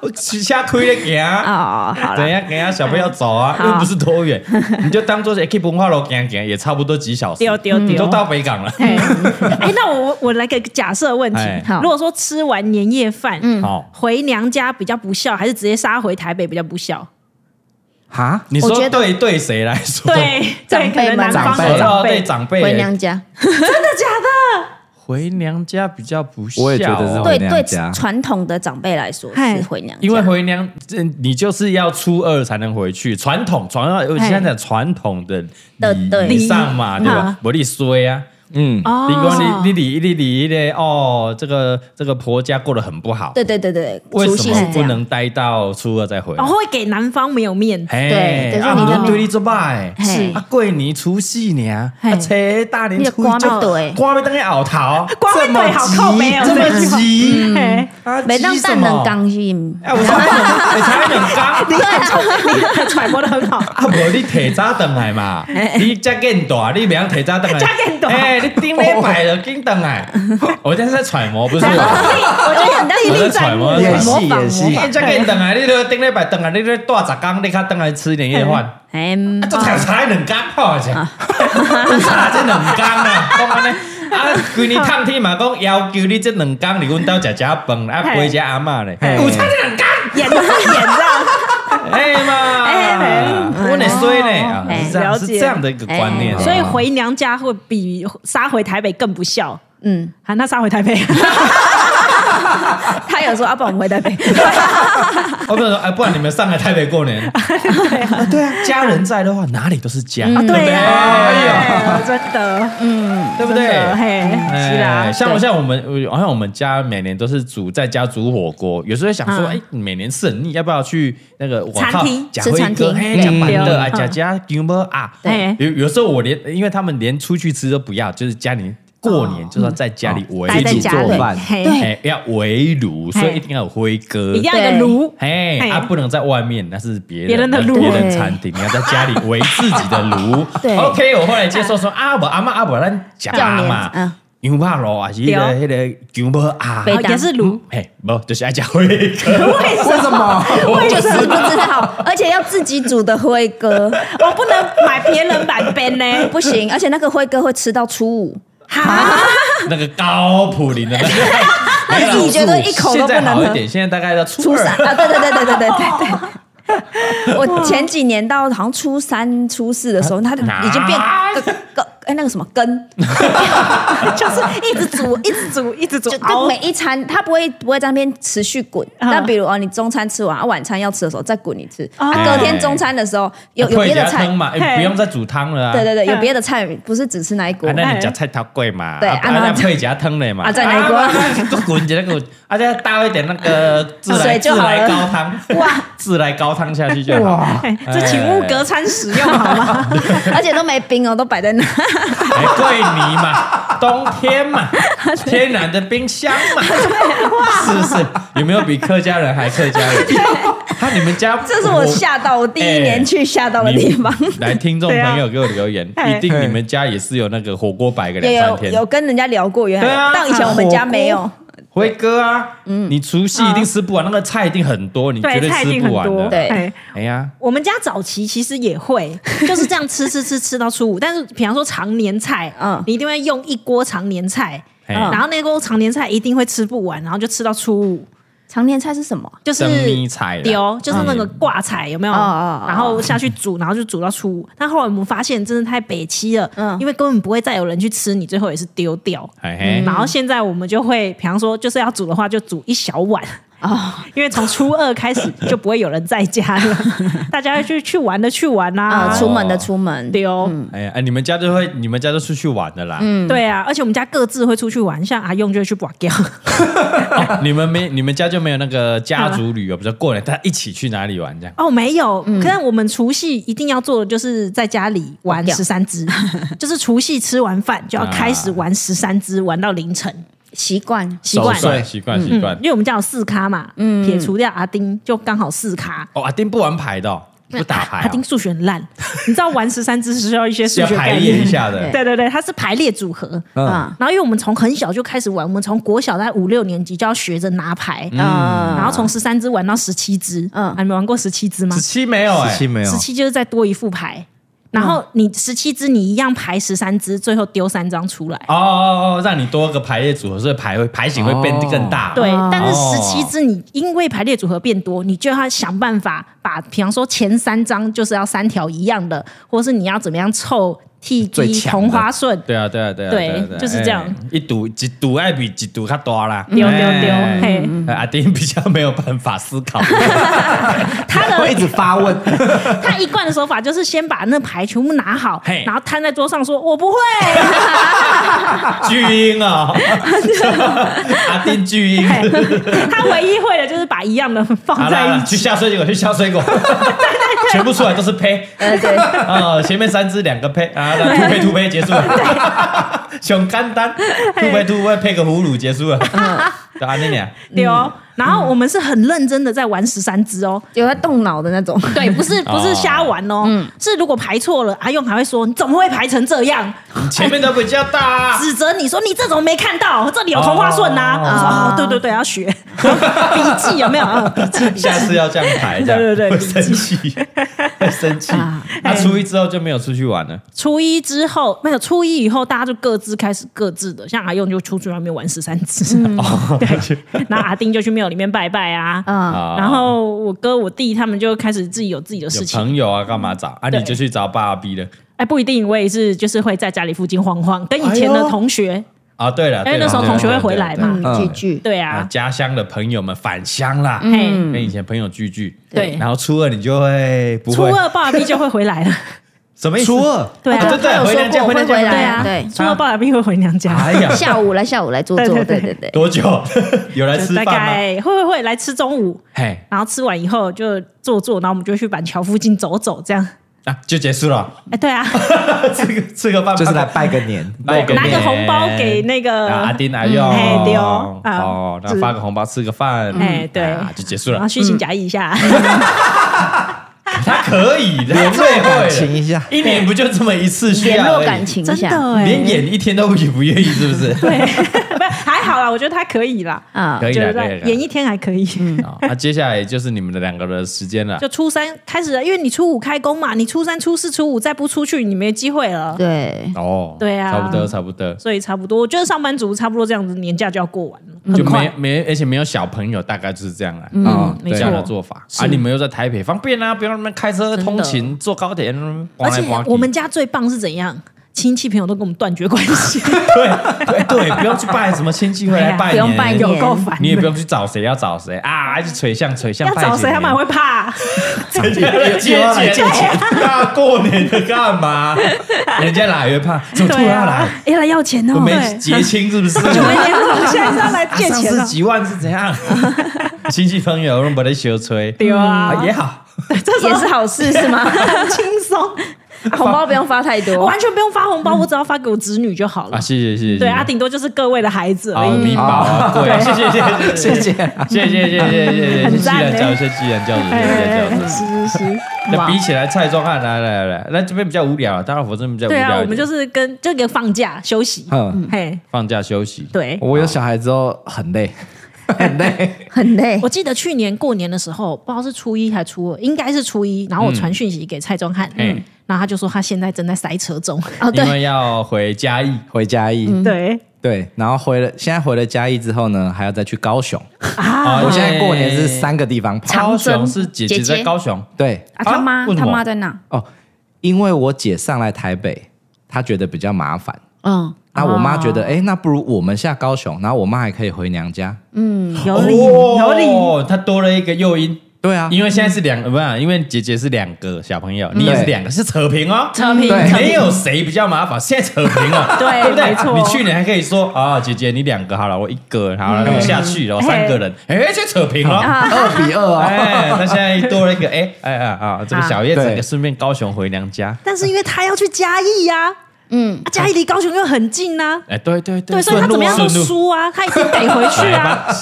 [SPEAKER 1] 我骑下推了给啊。
[SPEAKER 2] 哦， *laughs* 好
[SPEAKER 1] 等
[SPEAKER 2] 了，
[SPEAKER 1] 一下，等一下，小朋友走啊，
[SPEAKER 2] 好
[SPEAKER 1] 又不是多远，你就当做是 Keep 文化楼行行，也差不多几小时，
[SPEAKER 3] 丢丢
[SPEAKER 1] 你
[SPEAKER 3] 丢，
[SPEAKER 1] 都到北港了。
[SPEAKER 3] 哎， *laughs* 哎那我我来个假设问题
[SPEAKER 1] 哎，
[SPEAKER 2] 好
[SPEAKER 3] 如果说吃完年夜饭，嗯，
[SPEAKER 1] 好，
[SPEAKER 3] 回娘家比较不孝，还是直接杀回台北比较不孝？
[SPEAKER 4] 哈，
[SPEAKER 1] 你
[SPEAKER 2] 我觉
[SPEAKER 1] 说
[SPEAKER 2] 得
[SPEAKER 1] 对对谁来说？
[SPEAKER 3] 对，
[SPEAKER 2] 长
[SPEAKER 3] 对，
[SPEAKER 2] 辈
[SPEAKER 3] 可能男
[SPEAKER 2] 们
[SPEAKER 3] 方
[SPEAKER 1] 哦
[SPEAKER 3] 的长
[SPEAKER 1] 对
[SPEAKER 3] 辈，
[SPEAKER 1] 长辈
[SPEAKER 2] 回娘家，
[SPEAKER 1] 回娘家比较不孝、哦
[SPEAKER 4] 我也觉得
[SPEAKER 2] 对啊
[SPEAKER 4] 是回娘
[SPEAKER 2] 对
[SPEAKER 4] 家，
[SPEAKER 2] 传统的长辈来说
[SPEAKER 3] 嗨
[SPEAKER 2] 是回娘家，
[SPEAKER 1] 因为回娘，这你就是要初二才能回去，传统传统，我现在讲传统的
[SPEAKER 2] 哎的
[SPEAKER 1] 礼
[SPEAKER 2] 对
[SPEAKER 1] 礼上嘛，
[SPEAKER 3] 礼
[SPEAKER 1] 对吧
[SPEAKER 3] 啊？
[SPEAKER 1] 我力衰啊，嗯，
[SPEAKER 3] 哦
[SPEAKER 1] 林光你你你你你哦，这个这个婆家过得很不好，
[SPEAKER 2] 对对对对，
[SPEAKER 1] 为
[SPEAKER 2] 除
[SPEAKER 1] 什
[SPEAKER 2] 夕
[SPEAKER 1] 么
[SPEAKER 2] 啊哦是这
[SPEAKER 1] 不
[SPEAKER 2] 样。
[SPEAKER 1] 能待到初二再回来
[SPEAKER 3] 然？后哦会给男方没有面子，
[SPEAKER 1] 嘿，
[SPEAKER 2] 对就是
[SPEAKER 1] 啊，
[SPEAKER 2] 你在
[SPEAKER 1] 们对你做歹，
[SPEAKER 2] 嘿
[SPEAKER 1] 啊，过年除夕呢，啊，
[SPEAKER 3] 嘿
[SPEAKER 1] 车大年
[SPEAKER 2] 你的
[SPEAKER 1] 初
[SPEAKER 2] 瓜
[SPEAKER 1] 一
[SPEAKER 2] 要对
[SPEAKER 1] 瓜要当个后头，
[SPEAKER 3] 瓜要
[SPEAKER 1] 这么
[SPEAKER 3] 对好靠北哦
[SPEAKER 1] 急这
[SPEAKER 3] 这嗯句
[SPEAKER 1] 么
[SPEAKER 3] 话
[SPEAKER 1] 急，
[SPEAKER 3] 嘿
[SPEAKER 1] 啊
[SPEAKER 2] 每当
[SPEAKER 1] 急什
[SPEAKER 2] 蛋
[SPEAKER 1] 么
[SPEAKER 2] 能刚性，
[SPEAKER 1] 哎，我才不能，你才能刚。
[SPEAKER 3] 你很聪明，很揣摩的很好。
[SPEAKER 1] 啊，无你提早回来嘛，你才更大，你袂晓提早回来。
[SPEAKER 3] 才见大
[SPEAKER 1] 哎，你顶礼拜就紧回来。我现在是在揣摩，不是我。
[SPEAKER 3] 我觉得很
[SPEAKER 1] 我在啊揣
[SPEAKER 3] 力在目
[SPEAKER 1] 摩，
[SPEAKER 4] 演
[SPEAKER 1] 在揣摩
[SPEAKER 4] 戏演戏
[SPEAKER 1] 你，才更回来，你都顶礼拜回来，你都带十工，你才回来吃年夜饭。
[SPEAKER 2] 哎，
[SPEAKER 1] 啊，做菜差两工好者，有差 *laughs* 这两工啊，讲安尼。啊，规年探天嘛，讲要求你这两工嚟阮兜食食饭，啊陪一下阿嬷咧，
[SPEAKER 4] 嘿
[SPEAKER 1] 有差这两工，
[SPEAKER 3] *laughs* 演的是演这样，
[SPEAKER 1] 哎嘛，阮会衰呢，啊
[SPEAKER 2] 嘿
[SPEAKER 1] 是这样，
[SPEAKER 3] 了
[SPEAKER 1] 是
[SPEAKER 3] 解
[SPEAKER 1] 这样的一个观念啊哦
[SPEAKER 4] 嘿。
[SPEAKER 3] 所以回娘家会比杀回台北更不孝。
[SPEAKER 2] 嗯，
[SPEAKER 3] 啊，那杀回
[SPEAKER 2] *laughs*
[SPEAKER 3] 台北，
[SPEAKER 2] 他有说阿宝，我们回
[SPEAKER 1] *laughs*
[SPEAKER 2] 台北，
[SPEAKER 1] 我跟你说，哎，不然你们上来台北过年，啊对啊，家人在的话，哪里都是家，
[SPEAKER 3] 嗯
[SPEAKER 1] 对不对？哎
[SPEAKER 3] 呀，啊真的，嗯，
[SPEAKER 1] 呦对不对？
[SPEAKER 3] 真的嘿，
[SPEAKER 1] 哎
[SPEAKER 3] 是啦，
[SPEAKER 1] 像我
[SPEAKER 2] 对
[SPEAKER 1] 像我们，好像我们家每年都是煮在家煮火锅，有时候想说，
[SPEAKER 3] 嗯
[SPEAKER 1] 哎，每年吃很腻，要不要去那个我
[SPEAKER 3] 餐
[SPEAKER 1] 靠
[SPEAKER 3] 厅
[SPEAKER 1] 假
[SPEAKER 2] 吃
[SPEAKER 1] 辉
[SPEAKER 2] 餐
[SPEAKER 1] 哥，
[SPEAKER 2] 厅
[SPEAKER 1] 嘿，
[SPEAKER 2] 嗯
[SPEAKER 1] 假板
[SPEAKER 3] 对
[SPEAKER 1] 的啊，
[SPEAKER 3] 嗯
[SPEAKER 1] 假假牛么啊？
[SPEAKER 3] 对
[SPEAKER 1] 有有时候我连，因为他们连出去吃都不要，就是家里过年就是要在家里围
[SPEAKER 3] 哦待在
[SPEAKER 1] 炉
[SPEAKER 3] 家
[SPEAKER 4] 做
[SPEAKER 3] 里
[SPEAKER 4] 饭，
[SPEAKER 3] 嘿
[SPEAKER 2] 对
[SPEAKER 1] 哎，要围炉，所以
[SPEAKER 3] 嘿
[SPEAKER 1] 一定要有辉哥，
[SPEAKER 3] 一定要有一个炉，
[SPEAKER 1] 嘿，
[SPEAKER 3] 嘿
[SPEAKER 1] 啊，不能在外面，那是别人
[SPEAKER 3] 别人的路
[SPEAKER 1] 别人餐厅，你要在家里围自己的炉。
[SPEAKER 2] *laughs* 对
[SPEAKER 1] OK，我后来接受说啊，我阿妈阿伯咱食嘛
[SPEAKER 2] 叫你嗯，哦
[SPEAKER 1] 牛扒肉啊，是迄个迄个牛扒啊
[SPEAKER 2] 北，
[SPEAKER 3] 哦也是炉，
[SPEAKER 1] 嘿，无就是爱食辉哥，
[SPEAKER 4] 为什么？
[SPEAKER 2] 就是不知道，而且要自己煮的辉哥哦
[SPEAKER 3] 我不能买别人版本呢，
[SPEAKER 1] *laughs*
[SPEAKER 2] 不行，而且那个辉哥会吃到初五，
[SPEAKER 1] 那个高普林的那个。
[SPEAKER 2] *laughs* 那你觉得一口都
[SPEAKER 1] 现
[SPEAKER 2] 不
[SPEAKER 1] 在
[SPEAKER 2] 能
[SPEAKER 1] 好一
[SPEAKER 2] 喝？
[SPEAKER 1] 点，现在大概到初
[SPEAKER 2] 初三
[SPEAKER 1] 二。
[SPEAKER 2] 啊，对对对对对对对对。我前几年到好像初三、初四的时
[SPEAKER 1] *laughs*
[SPEAKER 2] 候，它
[SPEAKER 1] 啊
[SPEAKER 2] 已经变根根哎那个什么根，
[SPEAKER 3] *laughs* 就是一直煮，一直煮，一直煮
[SPEAKER 2] 就，跟
[SPEAKER 3] 熬
[SPEAKER 2] 每一餐它不会不会在那边持续滚。
[SPEAKER 3] 嗯
[SPEAKER 2] 那比如哦，你中餐吃完，啊晚餐要吃的时候再滚一次，啊
[SPEAKER 1] 哦
[SPEAKER 2] 隔天中餐的时候有有
[SPEAKER 1] 配
[SPEAKER 2] 别的
[SPEAKER 1] 一下
[SPEAKER 2] 菜
[SPEAKER 1] 汤，嘛，哎
[SPEAKER 3] 嘿
[SPEAKER 1] 不用再煮汤了啊。
[SPEAKER 2] 对对对，有
[SPEAKER 3] 嗯
[SPEAKER 2] 别的菜不是只吃那一锅
[SPEAKER 1] 啊，。那你食菜头粿嘛，
[SPEAKER 2] 对
[SPEAKER 1] 啊，
[SPEAKER 2] 啊然后
[SPEAKER 1] 啊
[SPEAKER 2] 就
[SPEAKER 1] 配一下汤嘞嘛，
[SPEAKER 2] 啊再来一锅
[SPEAKER 1] 啊啊滚一下滚，啊，再倒一点那个自来
[SPEAKER 2] 水
[SPEAKER 1] 自
[SPEAKER 2] 就好
[SPEAKER 1] 来
[SPEAKER 2] 了
[SPEAKER 1] 高
[SPEAKER 2] *laughs*
[SPEAKER 1] 汤，哇，自来高汤下去就好，哎
[SPEAKER 3] 嘿这请勿隔餐使用好吗？
[SPEAKER 2] *laughs* 而且都没冰哦，都摆在那。
[SPEAKER 1] 哎，桂泥嘛，冬天
[SPEAKER 2] *laughs*
[SPEAKER 1] 嘛，天然的冰箱嘛，是不是？有没有比客家人还客家人？看你们家，
[SPEAKER 2] *laughs* 这是我吓到我第一年去吓到的地方。哎
[SPEAKER 1] 你来，听众朋友给我留言，
[SPEAKER 3] 对啊
[SPEAKER 1] 一定你们家也是有那个火锅摆个
[SPEAKER 2] 也
[SPEAKER 1] 两三
[SPEAKER 2] 有
[SPEAKER 1] 天。
[SPEAKER 2] 有跟人家聊过，原
[SPEAKER 1] 对啊
[SPEAKER 2] 来到以前我们家没有。
[SPEAKER 1] 辉哥啊，你除夕一定吃不完，那个菜一定很多，哎你绝
[SPEAKER 3] 嗯对，菜一
[SPEAKER 1] 吃
[SPEAKER 3] 定
[SPEAKER 1] 不
[SPEAKER 3] 很
[SPEAKER 1] 完
[SPEAKER 3] 多，
[SPEAKER 1] 的。
[SPEAKER 2] 对
[SPEAKER 3] 嘿
[SPEAKER 1] 哎呀，
[SPEAKER 3] 我们家早期其实也会就是这样吃吃吃吃到初五，但是比方说常年菜，
[SPEAKER 2] 嗯
[SPEAKER 3] 你一定会用一锅常年菜，
[SPEAKER 1] 嘿
[SPEAKER 2] 嗯
[SPEAKER 3] 然后那锅常年菜一定会吃不完，然后就吃到初五，
[SPEAKER 2] 常年菜是什么？
[SPEAKER 3] 就是
[SPEAKER 1] 生米菜啦嗯
[SPEAKER 3] 丢，就是那个挂菜有没有？
[SPEAKER 2] 哦哦哦
[SPEAKER 3] 然后下去煮，然后就煮到初五。但后来我们发现真的太北七了，
[SPEAKER 2] 嗯
[SPEAKER 3] 因为根本不会再有人去吃，你最后也是丢掉。
[SPEAKER 1] 嘿哎
[SPEAKER 2] 嗯
[SPEAKER 1] 嘿，
[SPEAKER 3] 然后现在我们就会，比方说，就是要煮的话，就煮一小碗， *laughs*
[SPEAKER 2] 哦，
[SPEAKER 3] 因为从初二开始就不会有人在家
[SPEAKER 2] *laughs*
[SPEAKER 3] 了，大家就去玩的去玩啦、
[SPEAKER 2] 啊，
[SPEAKER 1] 哦
[SPEAKER 2] 出门嗯的出门，
[SPEAKER 3] 对哦，
[SPEAKER 1] 哎呀，哎你们家就会，你们家就出去玩的啦。嗯，
[SPEAKER 3] 对啊，而且我们家各自会出去玩，像阿用就会去拔掉，
[SPEAKER 1] 你们没，你们家就没有那个家族
[SPEAKER 3] 嗯
[SPEAKER 1] 旅游，比如说过年大家一起去哪里玩这样。
[SPEAKER 3] 哦，没有，
[SPEAKER 1] 嗯
[SPEAKER 3] 但我们除夕一定要做的就是在家里玩
[SPEAKER 2] 掉
[SPEAKER 3] 十三
[SPEAKER 1] *laughs*
[SPEAKER 3] 只，就是除夕吃完饭就要开始
[SPEAKER 1] 啊
[SPEAKER 3] 玩十三只，玩到凌晨，
[SPEAKER 2] 习惯。
[SPEAKER 3] 习惯嗯
[SPEAKER 1] 手算嗯习惯习惯
[SPEAKER 3] 因。为我们家有四咖嘛，撇除掉阿丁就刚好四咖。
[SPEAKER 1] 哦，阿丁不玩牌的哦，
[SPEAKER 3] 嗯
[SPEAKER 1] 不打牌
[SPEAKER 3] 阿
[SPEAKER 1] 哦
[SPEAKER 3] 丁，数学
[SPEAKER 1] *laughs*
[SPEAKER 3] 很烂，你知道玩十三只是需要一些
[SPEAKER 1] 是
[SPEAKER 3] 数
[SPEAKER 1] 要
[SPEAKER 3] 学
[SPEAKER 1] 排
[SPEAKER 3] 概
[SPEAKER 1] 列一
[SPEAKER 3] 念。
[SPEAKER 1] 下的。
[SPEAKER 3] 对对对，它是排列组合。
[SPEAKER 4] 嗯，
[SPEAKER 2] 啊
[SPEAKER 3] 然后因为我们从很小就开始玩，我们从国小大概五六年级就要学着拿牌，
[SPEAKER 1] 嗯
[SPEAKER 2] 啊
[SPEAKER 3] 然后从十三只玩到十七只。
[SPEAKER 2] 嗯
[SPEAKER 3] 嗯，你们玩过十七只吗
[SPEAKER 1] 十？七没有哎
[SPEAKER 4] 十，七没有
[SPEAKER 3] 十，七就是再多一副牌，然后你十七只你一样排十三只，最后丢三张出来。
[SPEAKER 1] 哦哦哦，让你多个排列组合，所以牌会牌型会变得更大。
[SPEAKER 3] 哦对，但是
[SPEAKER 1] 哦
[SPEAKER 3] 十七只你因为排列组合变多，你就要想办法把，比方说前三张就是要三条一样的，或是你要怎么样凑剃
[SPEAKER 4] 最
[SPEAKER 3] 鸡
[SPEAKER 4] 强的
[SPEAKER 3] 同花顺。
[SPEAKER 1] 对啊，对啊，对啊，
[SPEAKER 3] 对
[SPEAKER 1] 啊啊
[SPEAKER 3] 就是这样
[SPEAKER 1] 哎一赌一赌爱比一赌较大啦，
[SPEAKER 3] 丢丢
[SPEAKER 1] 哎
[SPEAKER 3] 丢嘿 *laughs*
[SPEAKER 1] 哎阿丁比较没有办法思考，
[SPEAKER 4] *laughs*
[SPEAKER 3] 他的
[SPEAKER 4] 一直发问，
[SPEAKER 3] 他一贯的手法就是先把那牌全部拿好
[SPEAKER 1] 嘿，
[SPEAKER 3] 然后摊在桌上说：“我不会。
[SPEAKER 1] 巨婴
[SPEAKER 3] *laughs*
[SPEAKER 1] 啊，阿丁巨”婴，
[SPEAKER 3] 嘿他唯一会的就是把一样的放
[SPEAKER 1] 好
[SPEAKER 3] 在
[SPEAKER 1] 啦
[SPEAKER 3] 一，起。
[SPEAKER 1] 去下水果，去下
[SPEAKER 3] *laughs*
[SPEAKER 1] 水果，全部出来都是胚
[SPEAKER 2] 呃，对， *laughs*
[SPEAKER 1] 啊，前面三只两个胚啊，那兔胚兔胚结束了，熊肝丹兔胚兔胚配个葫芦结束了，
[SPEAKER 3] 嗯
[SPEAKER 1] 对啊，那俩
[SPEAKER 3] 对哦，然后我们是很认真的在玩十三只哦，
[SPEAKER 2] 有在动脑的那种。
[SPEAKER 3] 对，不是不是瞎玩哦，
[SPEAKER 1] 嗯
[SPEAKER 3] 是如果排错了，阿用还会说你怎么会排成这样，
[SPEAKER 1] 前面的比较大啊，
[SPEAKER 3] 指责你说你这怎么没看到，这里有同花顺呐、
[SPEAKER 1] 哦
[SPEAKER 3] 我说哦，对对对，
[SPEAKER 1] *laughs*
[SPEAKER 3] 要学笔记有没有？啊笔记
[SPEAKER 1] 下次要这样排，这样
[SPEAKER 3] *laughs* 对对对
[SPEAKER 1] 会生气， *laughs* 会生气。
[SPEAKER 3] 啊
[SPEAKER 1] 他
[SPEAKER 3] 哎
[SPEAKER 1] 初一之后就没有出去玩了，
[SPEAKER 3] 初一之后没有，初一以后大家就各自开始各自的，像阿用就出去外面玩十三只，
[SPEAKER 1] 嗯
[SPEAKER 3] *laughs* 对，然后阿丁就去庙里面拜拜啊，
[SPEAKER 2] 嗯，
[SPEAKER 1] 哦啊
[SPEAKER 3] *laughs* 然后我哥我弟他们就开始自己有自己的
[SPEAKER 1] 有
[SPEAKER 3] 事情，
[SPEAKER 1] 朋友啊，干嘛找啊？
[SPEAKER 3] 对
[SPEAKER 1] 你就去找爸逼了
[SPEAKER 3] 哎，不一定，我也是就是会在家里附近晃晃，跟以前
[SPEAKER 1] 哎
[SPEAKER 3] 的
[SPEAKER 1] 呦
[SPEAKER 3] 同学，
[SPEAKER 1] 啊。对了，
[SPEAKER 3] 因为
[SPEAKER 1] 对了
[SPEAKER 3] 哎那时候
[SPEAKER 1] 对了
[SPEAKER 3] 同学
[SPEAKER 1] 对
[SPEAKER 3] 会
[SPEAKER 1] 了
[SPEAKER 3] 回
[SPEAKER 1] 对了
[SPEAKER 3] 来
[SPEAKER 1] 对了
[SPEAKER 3] 嘛
[SPEAKER 2] 嗯，
[SPEAKER 4] 嗯
[SPEAKER 2] 句句，
[SPEAKER 3] 对
[SPEAKER 1] 啊
[SPEAKER 3] 啊，嗯
[SPEAKER 1] 家乡的朋友们返乡啦，
[SPEAKER 3] 嘿。
[SPEAKER 1] 跟以前朋友聚聚。
[SPEAKER 2] 对
[SPEAKER 1] 然后初二你就会不
[SPEAKER 3] 初
[SPEAKER 1] 会
[SPEAKER 3] 二爸爸 B 就会回
[SPEAKER 1] *laughs*
[SPEAKER 3] 来了，
[SPEAKER 1] 什么意思？
[SPEAKER 4] 初二
[SPEAKER 3] 对
[SPEAKER 1] 啊
[SPEAKER 3] 啊
[SPEAKER 1] 对，对
[SPEAKER 2] 他有
[SPEAKER 1] 回
[SPEAKER 2] 说
[SPEAKER 1] 娘家
[SPEAKER 2] 过
[SPEAKER 1] 回
[SPEAKER 2] 会
[SPEAKER 1] 娘家
[SPEAKER 3] 对
[SPEAKER 2] 回来
[SPEAKER 3] 啊
[SPEAKER 2] 啊，对，
[SPEAKER 3] 初二爸爸 B 会回娘家
[SPEAKER 1] 哎，
[SPEAKER 3] *laughs*
[SPEAKER 1] 呀，
[SPEAKER 2] *laughs* 下午来下午来坐坐，
[SPEAKER 3] 对对
[SPEAKER 2] 对
[SPEAKER 3] 对
[SPEAKER 2] 对对，
[SPEAKER 1] 多久 *laughs* 有来吃
[SPEAKER 3] 就大
[SPEAKER 1] 饭吗？
[SPEAKER 3] 概会会会来吃中午，
[SPEAKER 1] 嘿
[SPEAKER 3] 然后吃完以后就坐坐，然后我们就去板桥附近走走，这样。
[SPEAKER 1] 啊，就结束了。 *laughs*
[SPEAKER 3] 哎，对啊，
[SPEAKER 1] 这个这个饭
[SPEAKER 4] 就是来拜个 *laughs* 年，
[SPEAKER 1] 拜
[SPEAKER 3] 拿个
[SPEAKER 1] 年
[SPEAKER 3] 红包给那个
[SPEAKER 1] 啊阿丁阿用，
[SPEAKER 3] 嗯嘿对哦啊
[SPEAKER 1] 哦，那发个红包吃个饭，
[SPEAKER 3] 哎对
[SPEAKER 1] 啊就结束
[SPEAKER 3] 然
[SPEAKER 1] 了
[SPEAKER 3] 后。虚情假意一下，
[SPEAKER 1] 嗯他可以的，
[SPEAKER 4] 联
[SPEAKER 1] 最
[SPEAKER 4] 络感
[SPEAKER 1] 会
[SPEAKER 4] 情
[SPEAKER 1] 了
[SPEAKER 4] 一下。
[SPEAKER 1] 一年不就这么一次需
[SPEAKER 2] 联
[SPEAKER 1] 要
[SPEAKER 2] 络
[SPEAKER 1] 而已
[SPEAKER 2] 感，情一
[SPEAKER 3] 真
[SPEAKER 2] 下
[SPEAKER 3] 的哎，
[SPEAKER 1] 连演一天都也不愿意，是不是？
[SPEAKER 3] 对， *laughs* 不还好啦，我觉得他可以啦，
[SPEAKER 2] 啊
[SPEAKER 1] *laughs* 可，以
[SPEAKER 3] 就
[SPEAKER 1] 了，
[SPEAKER 3] 是
[SPEAKER 1] 可
[SPEAKER 3] 在
[SPEAKER 1] 以嗯
[SPEAKER 3] 演
[SPEAKER 1] 了。
[SPEAKER 3] 一天还可以。
[SPEAKER 1] 好那接下来就是你们的两个的时间了
[SPEAKER 3] 就。初三开始了，因为你初五开工嘛，你初三、初四、初五再不出去，你没机会了。
[SPEAKER 2] 对，
[SPEAKER 1] 哦，
[SPEAKER 3] 对啊
[SPEAKER 1] 差不多，差不多。
[SPEAKER 3] 所以差不多，我觉得上班族差不多这样子，年假就要过完了，
[SPEAKER 1] 就
[SPEAKER 3] 很
[SPEAKER 1] 没
[SPEAKER 3] 快。
[SPEAKER 1] 没，而且没有小朋友，大概就是这样啦。
[SPEAKER 4] 嗯
[SPEAKER 1] 啊对
[SPEAKER 3] 没
[SPEAKER 1] 这样的
[SPEAKER 3] 错。
[SPEAKER 1] 做法啊，你们又在台北，方便啊，不用那么开车
[SPEAKER 3] 真的
[SPEAKER 1] 通勤，坐高铁，嗯
[SPEAKER 3] 而
[SPEAKER 1] 晃来
[SPEAKER 3] 且
[SPEAKER 1] 晃去
[SPEAKER 3] 我们家最棒是怎样？亲戚朋友都跟我们断绝关
[SPEAKER 1] *laughs*
[SPEAKER 3] 系，
[SPEAKER 1] 对对对，不用去拜什么亲
[SPEAKER 3] *laughs*
[SPEAKER 1] 戚回
[SPEAKER 3] 啊
[SPEAKER 1] 来拜
[SPEAKER 2] 不
[SPEAKER 1] 年，
[SPEAKER 2] 用拜年
[SPEAKER 3] 有够烦的。
[SPEAKER 1] 你也不用去找谁要找谁啊，还是垂向垂向
[SPEAKER 3] 要
[SPEAKER 1] 拜
[SPEAKER 3] 找谁，
[SPEAKER 1] 年
[SPEAKER 3] 他们还会怕、
[SPEAKER 1] 人家来借钱，大过年的干嘛？人家哪会怕？怎么突
[SPEAKER 3] 对
[SPEAKER 1] 然
[SPEAKER 3] 啊
[SPEAKER 1] 来？，
[SPEAKER 3] 要来要钱哦。
[SPEAKER 1] 我
[SPEAKER 3] 对
[SPEAKER 1] 们结亲是不是？
[SPEAKER 3] 我们也是现在是要来
[SPEAKER 1] 啊
[SPEAKER 3] 借
[SPEAKER 1] 上
[SPEAKER 3] 钱哦
[SPEAKER 1] 次
[SPEAKER 3] 了。
[SPEAKER 1] 几万是怎样？亲戚朋友用不得修吹
[SPEAKER 3] 对
[SPEAKER 1] 啊，
[SPEAKER 3] 啊，
[SPEAKER 1] 也好，
[SPEAKER 2] 也是好事是吗？
[SPEAKER 3] 很轻松，
[SPEAKER 2] *laughs* 红包不用发太
[SPEAKER 3] 我
[SPEAKER 2] 多
[SPEAKER 3] 完，全不用发红包，我只要发给我子女就好了
[SPEAKER 1] 嗯啊，。谢谢谢谢。
[SPEAKER 3] 对啊，顶多就是各位的孩子而
[SPEAKER 1] 好
[SPEAKER 3] 已。
[SPEAKER 1] 礼貌啊，对，谢谢谢谢
[SPEAKER 4] 谢
[SPEAKER 1] 谢谢谢
[SPEAKER 4] 谢。
[SPEAKER 1] 谢谢谢谢谢，
[SPEAKER 3] 很
[SPEAKER 1] 既
[SPEAKER 3] 赞
[SPEAKER 1] 然
[SPEAKER 3] 呢
[SPEAKER 1] 教谢既然教谢既然教
[SPEAKER 3] 是是是，
[SPEAKER 1] 那比起来蔡宗汉来来来，那这边比较无聊，大老婆这边比较无
[SPEAKER 3] 对啊，
[SPEAKER 1] 聊一点。
[SPEAKER 3] 我们就是跟这个放假休息，
[SPEAKER 4] *laughs* 嗯，
[SPEAKER 3] 嘿，
[SPEAKER 1] 放假休息。
[SPEAKER 3] 对。
[SPEAKER 4] 我有小孩之后很 *laughs* 累，很累。
[SPEAKER 2] 很累
[SPEAKER 3] 我，记得去年过年的时候，不知道是初一还是初二，应该是初一。然后我传讯息给蔡宗翰，
[SPEAKER 1] 嗯
[SPEAKER 3] 嗯，然后他就说他现在正在塞车中。
[SPEAKER 2] 哦，
[SPEAKER 1] 因
[SPEAKER 2] 对，
[SPEAKER 1] 为要回嘉义，
[SPEAKER 4] 回嘉义，
[SPEAKER 3] 对，
[SPEAKER 4] 对，然后回了，现在回了嘉义之后呢，还要再去高雄。
[SPEAKER 1] 啊
[SPEAKER 4] 我现在过年是三个地方跑。
[SPEAKER 1] 高
[SPEAKER 2] 长
[SPEAKER 1] 雄
[SPEAKER 2] 征
[SPEAKER 1] 是姐姐
[SPEAKER 2] 姐姐
[SPEAKER 1] 在高雄，
[SPEAKER 4] 对
[SPEAKER 2] 啊，他妈
[SPEAKER 1] 为什
[SPEAKER 2] 他
[SPEAKER 1] 么
[SPEAKER 2] 妈在哪？
[SPEAKER 4] 哦，因为我姐上来台北，她觉得比较麻烦。
[SPEAKER 2] 嗯，
[SPEAKER 4] 那我妈觉得，哎、那不如我们下高雄，然后我妈还可以回娘家。
[SPEAKER 3] 有理
[SPEAKER 1] 哦
[SPEAKER 3] 有理。，
[SPEAKER 1] 她多了一个诱因，
[SPEAKER 4] 对啊，
[SPEAKER 1] 因为现在是两个，不是啊，因为姐姐是两个小朋友，你也是两个，是扯平哦。
[SPEAKER 3] 嗯扯平
[SPEAKER 4] 对
[SPEAKER 3] 扯
[SPEAKER 1] 没
[SPEAKER 3] 平，
[SPEAKER 1] 有谁比较麻烦，现在扯平了，
[SPEAKER 3] *laughs* 对
[SPEAKER 1] 对不对
[SPEAKER 3] 没？错
[SPEAKER 1] 你去年还可以说啊，姐姐你两个好了，我一个好
[SPEAKER 3] 嗯
[SPEAKER 1] 了，我下去了，我三个人，哎，这扯平了。
[SPEAKER 4] 二比二哦。
[SPEAKER 1] 哎，那现在多了一个，哎哎哎啊，这个小叶子
[SPEAKER 4] 对
[SPEAKER 1] 顺便高雄回娘家，
[SPEAKER 3] 但是因为他要去嘉义呀，
[SPEAKER 2] 嗯，
[SPEAKER 3] 啊嘉义离高雄又很近呐，
[SPEAKER 1] 哎，对对
[SPEAKER 3] 对，所以
[SPEAKER 1] 顺
[SPEAKER 3] 他怎
[SPEAKER 1] 路
[SPEAKER 3] 么样都
[SPEAKER 1] 顺路，
[SPEAKER 3] 输啊，他一定得回去
[SPEAKER 1] 来
[SPEAKER 3] 啊。
[SPEAKER 1] 吧，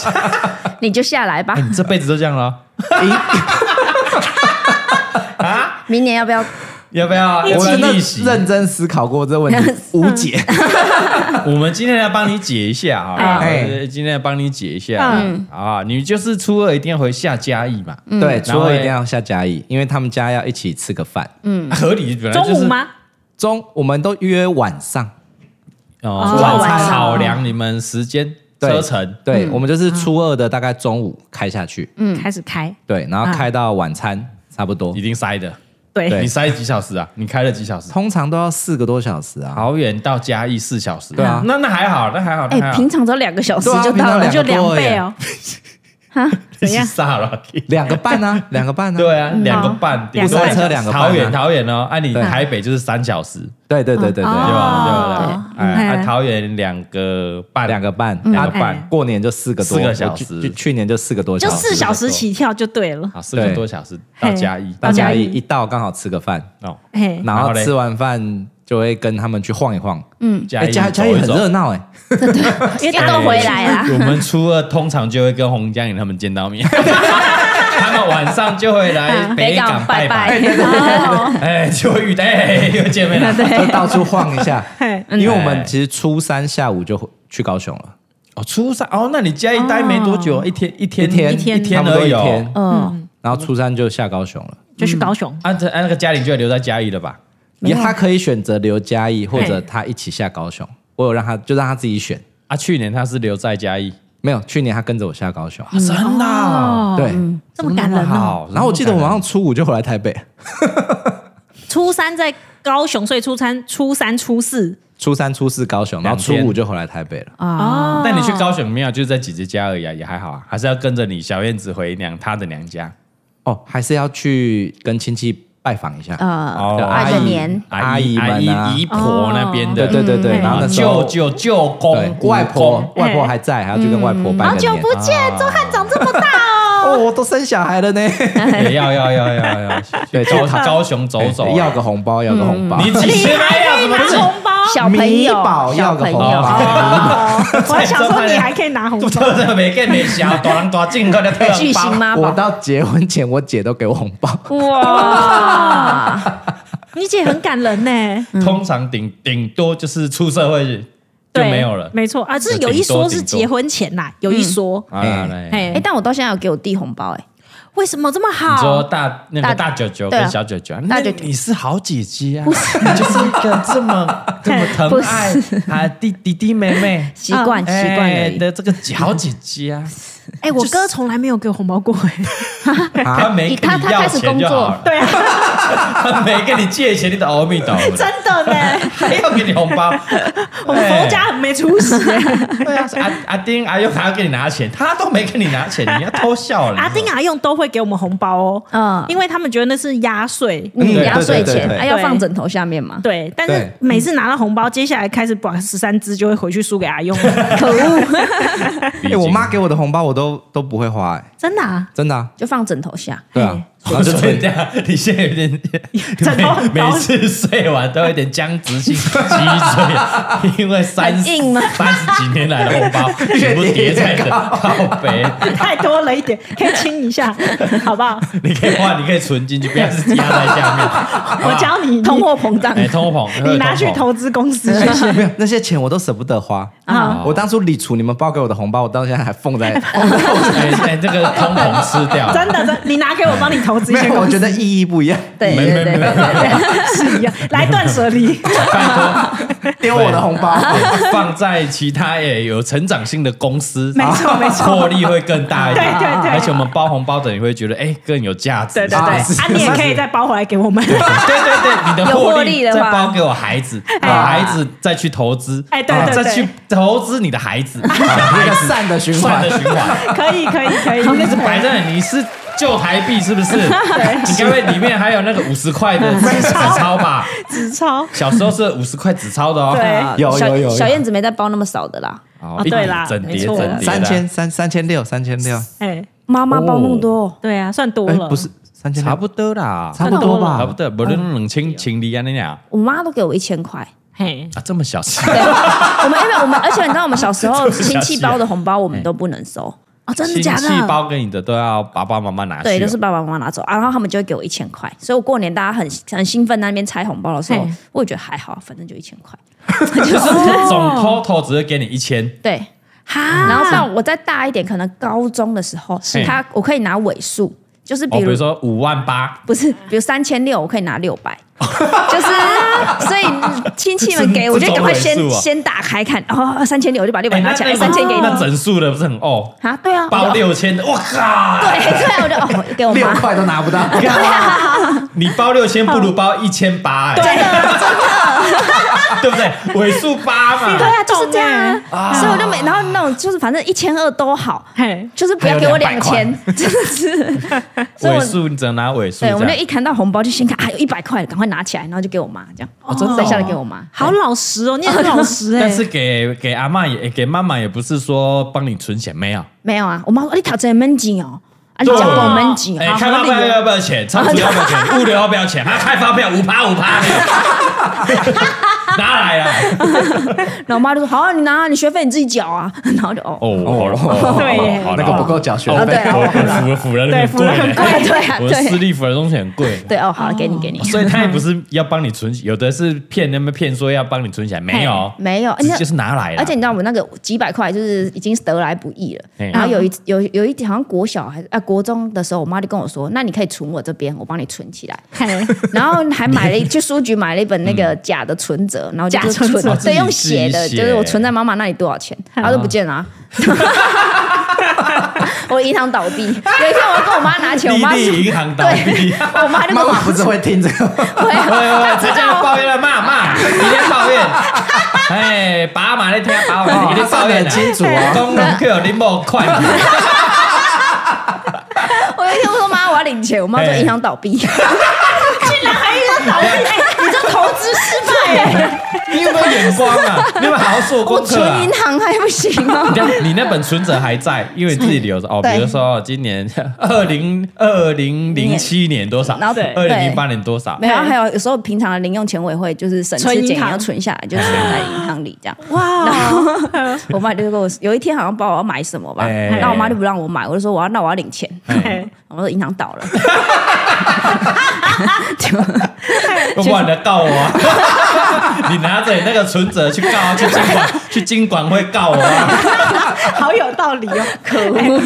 [SPEAKER 2] 你就下来吧
[SPEAKER 1] 哎，你这辈子都这样了哦。
[SPEAKER 2] 明年要不要？
[SPEAKER 1] 要不要
[SPEAKER 4] 我
[SPEAKER 1] 我
[SPEAKER 4] 真的
[SPEAKER 1] 逆袭？
[SPEAKER 4] 认真思考过这个 *laughs* 问题，无解。
[SPEAKER 1] 我们今天来帮你解一下啊，
[SPEAKER 4] 哎嗯
[SPEAKER 1] 呃今天来帮你解一下啊，你就是初二一定要回下嘉义嘛，
[SPEAKER 4] 对，初
[SPEAKER 1] 然后
[SPEAKER 4] 二
[SPEAKER 1] 嘞
[SPEAKER 4] 一定要下嘉义，因为他们家要一起吃个饭。
[SPEAKER 1] 合理本来
[SPEAKER 3] 中
[SPEAKER 1] 就
[SPEAKER 3] 午
[SPEAKER 1] 是
[SPEAKER 3] 吗？
[SPEAKER 4] 中我们都约晚上，
[SPEAKER 1] 哦，
[SPEAKER 3] 哦
[SPEAKER 1] 晚
[SPEAKER 3] 晚
[SPEAKER 1] 餐
[SPEAKER 3] 上
[SPEAKER 1] 考量你们时间
[SPEAKER 4] 对
[SPEAKER 1] 车程，
[SPEAKER 4] 对、我们就是初二的大概中午开下去，
[SPEAKER 3] 开始开，
[SPEAKER 4] 对，然后开到晚餐差不多
[SPEAKER 1] 一，定塞的。
[SPEAKER 3] 对
[SPEAKER 1] 你塞几小时啊？你开了几小时？
[SPEAKER 4] 通常都要四个多小时啊。
[SPEAKER 1] 桃园到嘉义四小时，
[SPEAKER 4] 对啊
[SPEAKER 1] 那那还好，那还好，那还
[SPEAKER 2] 哎，
[SPEAKER 1] 好
[SPEAKER 2] 平。常只要两个小时
[SPEAKER 4] 对啊
[SPEAKER 2] 就到了，
[SPEAKER 4] 平常
[SPEAKER 3] 就两倍哦，
[SPEAKER 1] 怎样？萨拉基。
[SPEAKER 4] 两个半啊，两个半啊，
[SPEAKER 1] 对啊，两个半，顶多
[SPEAKER 4] 两个半车两个半啊
[SPEAKER 1] 桃园桃园哦，按你
[SPEAKER 4] 对哦
[SPEAKER 1] 台北就是三小时，
[SPEAKER 4] 对对对
[SPEAKER 1] 对
[SPEAKER 4] 对对，
[SPEAKER 1] 吧？对不对？哎，啊
[SPEAKER 3] 嗯
[SPEAKER 1] 桃园两个半，
[SPEAKER 4] 两个半，
[SPEAKER 1] 两个
[SPEAKER 4] 啊
[SPEAKER 1] 半
[SPEAKER 4] 过年就四个多
[SPEAKER 1] 四个小时
[SPEAKER 4] 我去去去年就四个多
[SPEAKER 3] 就
[SPEAKER 4] 小时，
[SPEAKER 3] 四小时起跳就对了。
[SPEAKER 1] 啊，四个
[SPEAKER 4] 对
[SPEAKER 1] 多小时到嘉义，
[SPEAKER 4] 大
[SPEAKER 3] 到
[SPEAKER 4] 家
[SPEAKER 3] 嘉
[SPEAKER 4] 一
[SPEAKER 3] 义
[SPEAKER 4] 一到刚好吃个饭，
[SPEAKER 1] 哦，
[SPEAKER 3] 嘿，
[SPEAKER 4] 然
[SPEAKER 1] 然
[SPEAKER 4] 后
[SPEAKER 1] 后嘞
[SPEAKER 4] 吃完饭就会跟他们去晃一晃。
[SPEAKER 1] 嘉
[SPEAKER 4] 哎，
[SPEAKER 1] 义
[SPEAKER 4] 嘉嘉义
[SPEAKER 1] 走一
[SPEAKER 4] 很
[SPEAKER 1] 走
[SPEAKER 4] 热闹哎，
[SPEAKER 3] 因为
[SPEAKER 2] 大家都回来啊啦。
[SPEAKER 1] 我们初二通常就会跟洪江颖他们见到面， *laughs* 他们晚上就会
[SPEAKER 3] 啊嗯
[SPEAKER 1] 来北港拜拜， *laughs*
[SPEAKER 3] 哦
[SPEAKER 1] 哎，就会遇到，哎，又见面了。
[SPEAKER 4] 就到处晃一下。
[SPEAKER 3] 嘿嗯
[SPEAKER 4] 因为我们其实初三下午就去高雄了，
[SPEAKER 1] 哦，初三哦，那你嘉义待没多久，啊一天一天
[SPEAKER 4] 天
[SPEAKER 1] 一
[SPEAKER 4] 天差
[SPEAKER 1] 天
[SPEAKER 4] 不
[SPEAKER 1] 而
[SPEAKER 4] 多一
[SPEAKER 1] 已哦。
[SPEAKER 4] 天，
[SPEAKER 2] 嗯，
[SPEAKER 4] 然后初三就下高雄了。
[SPEAKER 3] 就去高雄。
[SPEAKER 1] 啊，这啊那个嘉玲就会留在嘉义了吧？
[SPEAKER 4] 也他可以选择留嘉义，或者
[SPEAKER 3] 嘿
[SPEAKER 4] 他一起下高雄。我有让他就让他自己选，
[SPEAKER 1] 啊，去年他是留在嘉义，啊
[SPEAKER 4] 没有去年他跟着我下高雄，
[SPEAKER 1] 真的哦
[SPEAKER 4] 对，
[SPEAKER 3] 这么感人哦！
[SPEAKER 1] 好。
[SPEAKER 4] 然后我记得我好像初五就回来台北，
[SPEAKER 3] 初三在高雄，所以初三、初三、初四
[SPEAKER 4] 初三、初四高雄，然后初
[SPEAKER 1] 两天
[SPEAKER 4] 五就回来台北了。
[SPEAKER 3] 哦。
[SPEAKER 1] 但你去高雄没有？就是在姐姐家而已啊，也还好啊，还是要跟着你小燕子回娘她的娘家。
[SPEAKER 4] 哦，还是要去跟亲戚拜访一下。
[SPEAKER 2] 呃，
[SPEAKER 4] 啊
[SPEAKER 1] 哦
[SPEAKER 2] 拜个
[SPEAKER 1] 阿姨
[SPEAKER 2] 年
[SPEAKER 1] 阿
[SPEAKER 4] 阿
[SPEAKER 1] 姨、
[SPEAKER 4] 姨
[SPEAKER 1] 阿姨
[SPEAKER 4] 们啊、
[SPEAKER 1] 姨婆那边的，
[SPEAKER 4] 对对对对，
[SPEAKER 3] 嗯
[SPEAKER 4] 然后那时
[SPEAKER 1] 舅
[SPEAKER 4] 候
[SPEAKER 1] 舅、舅
[SPEAKER 4] 对
[SPEAKER 1] 公、
[SPEAKER 4] 外婆
[SPEAKER 1] 姑公，
[SPEAKER 4] 外婆还在，还要去跟外婆拜
[SPEAKER 3] 好
[SPEAKER 4] 个
[SPEAKER 3] 久
[SPEAKER 4] 年
[SPEAKER 3] 不。见，周汉长这么大哦！
[SPEAKER 4] 哦，我都生小孩了呢，
[SPEAKER 1] 也要要要要 *laughs* 要，
[SPEAKER 4] 对
[SPEAKER 1] 去高哎高雄走走，
[SPEAKER 4] 要个红包，要个红包。
[SPEAKER 1] 嗯你几岁还要什么
[SPEAKER 3] 拿
[SPEAKER 1] 事？
[SPEAKER 3] 红包，
[SPEAKER 2] 小朋
[SPEAKER 4] 米
[SPEAKER 2] 友
[SPEAKER 4] 宝，
[SPEAKER 2] 小
[SPEAKER 4] 要个
[SPEAKER 2] 朋
[SPEAKER 4] 红
[SPEAKER 2] 友，
[SPEAKER 4] 包。
[SPEAKER 3] 哦我还想说你还可以
[SPEAKER 1] *laughs*
[SPEAKER 3] 拿红
[SPEAKER 1] 这
[SPEAKER 3] 包，
[SPEAKER 1] 这没更没小，大人大进个的特
[SPEAKER 2] 巨型妈
[SPEAKER 4] *laughs* 我
[SPEAKER 2] 宝，
[SPEAKER 4] 到结婚前，我姐都给我红包。
[SPEAKER 2] 哇，
[SPEAKER 3] 你姐很感人呢。
[SPEAKER 2] 嗯
[SPEAKER 1] 通常顶顶多就是出社会就
[SPEAKER 3] 对，
[SPEAKER 1] 没有了。
[SPEAKER 3] 没错啊，这有一说是结婚前呐，有一说，
[SPEAKER 1] 啊，来，
[SPEAKER 3] 哎
[SPEAKER 2] 哎，但我到现在有给我弟红包，哎，
[SPEAKER 3] 为什么这么
[SPEAKER 1] 你说
[SPEAKER 3] 好？
[SPEAKER 1] 大那个大九九
[SPEAKER 2] 对啊
[SPEAKER 1] 跟小九九，
[SPEAKER 2] 大
[SPEAKER 1] 那
[SPEAKER 2] 舅舅
[SPEAKER 1] 你是好姐姐啊，你就是一个这
[SPEAKER 2] *laughs*
[SPEAKER 1] 么这么疼
[SPEAKER 2] 不是
[SPEAKER 1] 爱啊弟弟弟妹妹
[SPEAKER 2] 习惯习惯而
[SPEAKER 1] 哎
[SPEAKER 2] 已。
[SPEAKER 1] 的这个好姐姐啊，
[SPEAKER 3] 哎，我哥从来没有给我红包过，哎，
[SPEAKER 4] 啊
[SPEAKER 1] 他没跟
[SPEAKER 2] 他
[SPEAKER 1] 你
[SPEAKER 2] 他
[SPEAKER 1] 要
[SPEAKER 2] 开始
[SPEAKER 1] 钱
[SPEAKER 2] 工
[SPEAKER 1] 就好
[SPEAKER 2] 作
[SPEAKER 1] 了，，
[SPEAKER 3] 对啊，
[SPEAKER 1] *laughs* 他没跟你借钱，你的阿弥陀佛，
[SPEAKER 3] *laughs* 真的呢，
[SPEAKER 1] 还要给你红包，
[SPEAKER 3] *laughs* 我们佛家很没出息。
[SPEAKER 1] 哎对啊，是阿阿丁阿用还要给你拿钱，他都没跟你拿钱，你要偷笑了。
[SPEAKER 3] *laughs* 阿丁啊阿用都会给我们红包哦，
[SPEAKER 2] 嗯
[SPEAKER 3] 因为他们觉得那是压岁。
[SPEAKER 2] 嗯，
[SPEAKER 4] 对
[SPEAKER 2] 压岁
[SPEAKER 4] 对对
[SPEAKER 2] 钱，
[SPEAKER 4] 对
[SPEAKER 2] 啊，要放枕头下面嘛，
[SPEAKER 3] 对，但是
[SPEAKER 4] 对
[SPEAKER 3] 每次拿到红包，接下来开始把十三只就会回去输给阿用，
[SPEAKER 2] 可
[SPEAKER 3] *laughs*
[SPEAKER 2] 恶，
[SPEAKER 1] 毕
[SPEAKER 4] 哎，
[SPEAKER 1] 竟
[SPEAKER 4] 我妈给我的红包我都都不会花，哎，
[SPEAKER 3] 真的啊，
[SPEAKER 4] 真的啊。
[SPEAKER 2] 就放枕头下。
[SPEAKER 4] 对啊，然
[SPEAKER 2] 哎
[SPEAKER 1] 我
[SPEAKER 4] 后就
[SPEAKER 1] 就这
[SPEAKER 4] 存，
[SPEAKER 1] 样，哦你现在有点
[SPEAKER 3] 枕头很
[SPEAKER 1] 每
[SPEAKER 3] 高
[SPEAKER 1] 每次睡完都有点僵直性
[SPEAKER 3] *laughs*
[SPEAKER 1] 脊椎，因为三
[SPEAKER 2] 很硬吗
[SPEAKER 1] 三十几年来的红包全部叠在这靠背，
[SPEAKER 3] 太多了一点，可以亲一下，好不好？
[SPEAKER 1] *laughs* 你可以花，你可以存进去，不要是压在下
[SPEAKER 3] *laughs*
[SPEAKER 1] 面。
[SPEAKER 3] 我教你，
[SPEAKER 2] 通货膨胀
[SPEAKER 1] 哎，通膨，
[SPEAKER 3] 你拿去
[SPEAKER 1] 通膨。
[SPEAKER 3] 投资公司学习
[SPEAKER 4] 没有那些钱我都舍不得花。
[SPEAKER 3] 啊，
[SPEAKER 4] 我当初理出你们包给我的红包，我到现在还
[SPEAKER 2] *laughs*
[SPEAKER 4] 放在，
[SPEAKER 1] 哎，哎这个通膨吃掉，
[SPEAKER 3] *laughs* 真的，真你拿给我帮你投资一
[SPEAKER 4] 没
[SPEAKER 3] 些
[SPEAKER 4] 有，我
[SPEAKER 3] 公
[SPEAKER 4] 觉
[SPEAKER 3] 司
[SPEAKER 4] 得意义不一样。
[SPEAKER 2] 对
[SPEAKER 1] 没
[SPEAKER 2] 对
[SPEAKER 1] 没
[SPEAKER 2] 对
[SPEAKER 1] 没
[SPEAKER 2] 对，
[SPEAKER 3] 是一样，来断舍离。
[SPEAKER 1] 拜
[SPEAKER 4] 丢我的红包， *laughs*
[SPEAKER 1] 托，放在其他也有成长性的公司，啊
[SPEAKER 3] 没错没错
[SPEAKER 1] 获利会更大一
[SPEAKER 3] 对
[SPEAKER 1] 点。
[SPEAKER 3] 对对，
[SPEAKER 1] 而且我们包红包的，你会觉得哎更有价值。
[SPEAKER 3] 对对对，
[SPEAKER 4] 啊
[SPEAKER 3] 啊，你也可以再包回来给我们。
[SPEAKER 1] 对对对，你的
[SPEAKER 2] 有
[SPEAKER 1] 获
[SPEAKER 2] 获利的
[SPEAKER 1] 再
[SPEAKER 2] 话
[SPEAKER 1] 包给我孩子，我
[SPEAKER 3] 啊
[SPEAKER 1] 孩子再去投资，
[SPEAKER 3] 哎对
[SPEAKER 1] 啊
[SPEAKER 3] 对对
[SPEAKER 1] 再去投资你的孩
[SPEAKER 3] *laughs*
[SPEAKER 1] 子，啊
[SPEAKER 4] 一个善的循
[SPEAKER 1] 算
[SPEAKER 4] 环
[SPEAKER 1] 的。循环。
[SPEAKER 3] 可以可以可以，
[SPEAKER 1] 那是摆在那里，你是旧台币是不
[SPEAKER 2] *laughs*
[SPEAKER 1] 是？你该不会里面还有那个五十块的纸钞吧？
[SPEAKER 3] 纸钞。
[SPEAKER 1] 小时候是五十块纸钞的哦。*laughs*
[SPEAKER 3] 对
[SPEAKER 2] 啊
[SPEAKER 4] 有有
[SPEAKER 2] 小
[SPEAKER 4] 有有
[SPEAKER 2] 小燕子没在包那么少的啦，
[SPEAKER 1] 哦
[SPEAKER 3] 哦对啦
[SPEAKER 1] 整叠
[SPEAKER 3] 没
[SPEAKER 1] 整
[SPEAKER 3] 错
[SPEAKER 1] 叠的
[SPEAKER 4] 三千三三千六三千六，
[SPEAKER 3] 哎，
[SPEAKER 2] 妈
[SPEAKER 1] 哦
[SPEAKER 2] 妈包那么多，
[SPEAKER 3] 对啊，算多
[SPEAKER 4] 哎，
[SPEAKER 3] 了，
[SPEAKER 4] 不是三千
[SPEAKER 1] 差
[SPEAKER 4] 六，
[SPEAKER 1] 不多啦，
[SPEAKER 4] 差不多吧，
[SPEAKER 1] 差不多，不是冷清清理啊那俩
[SPEAKER 2] 我妈都给我一千
[SPEAKER 1] *laughs*
[SPEAKER 2] 块。
[SPEAKER 3] 嘿，
[SPEAKER 1] 啊这么小
[SPEAKER 2] *laughs*
[SPEAKER 1] 气。
[SPEAKER 2] 对，我们因为我们，而且你知道我们小时
[SPEAKER 1] *laughs* 这
[SPEAKER 2] 候
[SPEAKER 1] 么小气啊
[SPEAKER 2] 亲戚包的红包我们都不能收，
[SPEAKER 3] 哦，真的
[SPEAKER 1] 亲
[SPEAKER 3] 假
[SPEAKER 1] 戚
[SPEAKER 3] 的？
[SPEAKER 1] 包给你的都要爸爸妈妈拿去哦，
[SPEAKER 2] 对，都是爸爸妈妈拿走啊，然后他们就会给我一千块，所以我过年大家很很兴奋在那边拆红包的时候
[SPEAKER 3] 嘿，
[SPEAKER 2] 我也觉得还好，反正就一千块，
[SPEAKER 1] *laughs* 就是总 total 只会给你一千，
[SPEAKER 2] 对。
[SPEAKER 3] 哈，
[SPEAKER 2] 然后到我再大一点，可能高中的时候，
[SPEAKER 1] 是
[SPEAKER 2] 他我可以拿尾数，就是
[SPEAKER 1] 哦，
[SPEAKER 2] 比
[SPEAKER 1] 比
[SPEAKER 2] 如
[SPEAKER 1] 如说五万八，
[SPEAKER 2] 不是，比如三千六，我可以拿六百，就是啊所以亲戚们给
[SPEAKER 1] *laughs*
[SPEAKER 2] 我
[SPEAKER 1] 这
[SPEAKER 2] 就
[SPEAKER 1] 这
[SPEAKER 2] 赶快先
[SPEAKER 1] 种尾数啊
[SPEAKER 2] 先打开看，哦，三千六我就把六百
[SPEAKER 1] 哎
[SPEAKER 2] 拿
[SPEAKER 1] 那
[SPEAKER 2] 起来，
[SPEAKER 1] 那
[SPEAKER 2] 三千给你
[SPEAKER 1] 那整数的不是很哦，
[SPEAKER 2] 啊，对啊，
[SPEAKER 1] 包
[SPEAKER 2] 我就
[SPEAKER 1] 六千的，我靠，
[SPEAKER 2] 对对，我就哦给我
[SPEAKER 4] 六
[SPEAKER 2] 妈，
[SPEAKER 4] 块都拿不到。
[SPEAKER 1] 你包六千不如包一千八，哎，
[SPEAKER 3] 对，
[SPEAKER 1] 对不对？尾数八嘛
[SPEAKER 2] 对，啊，就是这样
[SPEAKER 1] 懂欸
[SPEAKER 2] 啊，所以我就没，然后那种就是反正一千二都好，
[SPEAKER 3] 嘿，
[SPEAKER 2] 就是不要给我
[SPEAKER 4] 还有
[SPEAKER 2] 两
[SPEAKER 4] 200块
[SPEAKER 2] 千，真的是。所以
[SPEAKER 1] 尾
[SPEAKER 2] 我
[SPEAKER 1] 数你只能拿尾数这
[SPEAKER 2] 对，我
[SPEAKER 1] 样。
[SPEAKER 2] 就一看到红包就先看，啊，有一百块，赶快拿起来，然后就给我妈这样，
[SPEAKER 4] 哦真的哦
[SPEAKER 1] 啊
[SPEAKER 2] 剩下的给我妈。
[SPEAKER 3] 好老实哦，你很老实哎。
[SPEAKER 1] 但是给给阿嬷也给妈妈也不是说帮你存钱，没有。
[SPEAKER 2] 没有啊，我妈说啊你考真闷紧哦，啊你讲够闷紧
[SPEAKER 1] 哎，
[SPEAKER 2] 哦，
[SPEAKER 1] 开发票要不要钱？仓储要不要钱？物流要不要钱？他开发票五趴五趴，拿来啊！
[SPEAKER 2] 然后我妈就说好啊，你拿啊，你学费你自己缴啊， *laughs* 然后就哦，
[SPEAKER 1] 哦，好了，
[SPEAKER 3] 对耶
[SPEAKER 1] 好了
[SPEAKER 4] 那个不够缴学
[SPEAKER 2] 哦对
[SPEAKER 4] *laughs* 费。
[SPEAKER 2] 啊，
[SPEAKER 1] 我
[SPEAKER 2] 好了
[SPEAKER 1] 辅辅仁
[SPEAKER 3] 对
[SPEAKER 1] 很
[SPEAKER 3] 辅
[SPEAKER 1] 贵
[SPEAKER 3] 仁很
[SPEAKER 1] 呢，
[SPEAKER 2] 对对啊
[SPEAKER 1] 我私
[SPEAKER 2] 对
[SPEAKER 1] 立辅仁东西很贵。
[SPEAKER 2] 对哦，好了，给你给你，
[SPEAKER 1] 所以他也不是要帮你存，有的是骗那么骗说要帮你存起来，没有，
[SPEAKER 2] 没有，而
[SPEAKER 1] 直接
[SPEAKER 2] 且
[SPEAKER 1] 是拿来了。
[SPEAKER 2] 而且你知道我们那个几百块就是已经得来不易了
[SPEAKER 1] 嗯。
[SPEAKER 2] 然后有一次有有一天好像国小还是啊国中的时候，我妈就跟我说，那你可以存我这边，我帮你存起来。
[SPEAKER 3] 嘿
[SPEAKER 2] 然后还买了一去书局买了一本那个假的存折，然后就
[SPEAKER 3] 假存折
[SPEAKER 2] 存
[SPEAKER 1] 嗯自己
[SPEAKER 2] 对，用写的，
[SPEAKER 1] 自己写
[SPEAKER 2] 就是我存在妈妈那里多少钱，然后都不见了啊。 *laughs* 我银行倒闭，有一天我跟我妈拿钱，我
[SPEAKER 1] 立
[SPEAKER 2] 妈
[SPEAKER 1] 地
[SPEAKER 2] 说，
[SPEAKER 1] 银行倒 *laughs* 闭
[SPEAKER 2] 对，，我妈就跟
[SPEAKER 4] 妈
[SPEAKER 2] 我
[SPEAKER 4] 妈不是会听这个吗？
[SPEAKER 2] 会
[SPEAKER 1] 喂喂喂，他
[SPEAKER 2] 啊，她知
[SPEAKER 1] 这样
[SPEAKER 2] 道
[SPEAKER 1] 抱怨了，骂骂，你在抱怨，哎，爸妈在听，爸妈你在抱怨啊
[SPEAKER 4] 哦她算得很清楚哦
[SPEAKER 1] 公公有你某款，
[SPEAKER 2] *laughs*
[SPEAKER 4] *laughs*
[SPEAKER 2] 我有一天我说妈，我要领钱，我妈说
[SPEAKER 1] 哎
[SPEAKER 2] 银行倒
[SPEAKER 1] *laughs*
[SPEAKER 3] *laughs*
[SPEAKER 2] 闭，
[SPEAKER 3] 竟然还要倒闭，哎你这投资失败哎！
[SPEAKER 1] 你有没有眼光啊？你有没有好好做
[SPEAKER 2] 我
[SPEAKER 1] 功
[SPEAKER 2] 存
[SPEAKER 1] 课啊
[SPEAKER 2] 银？行还不行
[SPEAKER 1] 你 *laughs*
[SPEAKER 2] 哦。
[SPEAKER 1] 那你那本存折还在，因为你自己留着哦。
[SPEAKER 2] 对
[SPEAKER 1] 比如说今年二零二零零七年多少，
[SPEAKER 2] 然后
[SPEAKER 3] 对
[SPEAKER 1] 二零零八年多少
[SPEAKER 2] 没，有，还有有时候平常的零用钱我也会就是省
[SPEAKER 3] 存
[SPEAKER 2] 吃
[SPEAKER 3] 银
[SPEAKER 2] 俭用
[SPEAKER 3] 行
[SPEAKER 2] 存下来，就存在银行里这样。 *laughs*
[SPEAKER 3] 哇，
[SPEAKER 2] 我妈就跟我有一天好像不知道我要买什么吧，
[SPEAKER 1] 哎
[SPEAKER 2] 然后我妈就不让我买，我就说我要那我要领钱，
[SPEAKER 3] 嘿
[SPEAKER 2] *laughs* 我说银行倒了，
[SPEAKER 1] 不然你来告我啊。 *laughs* 你拿着你那个存折去告啊，去金管，去金管会告我啊。
[SPEAKER 3] 好有道理哦！可恶！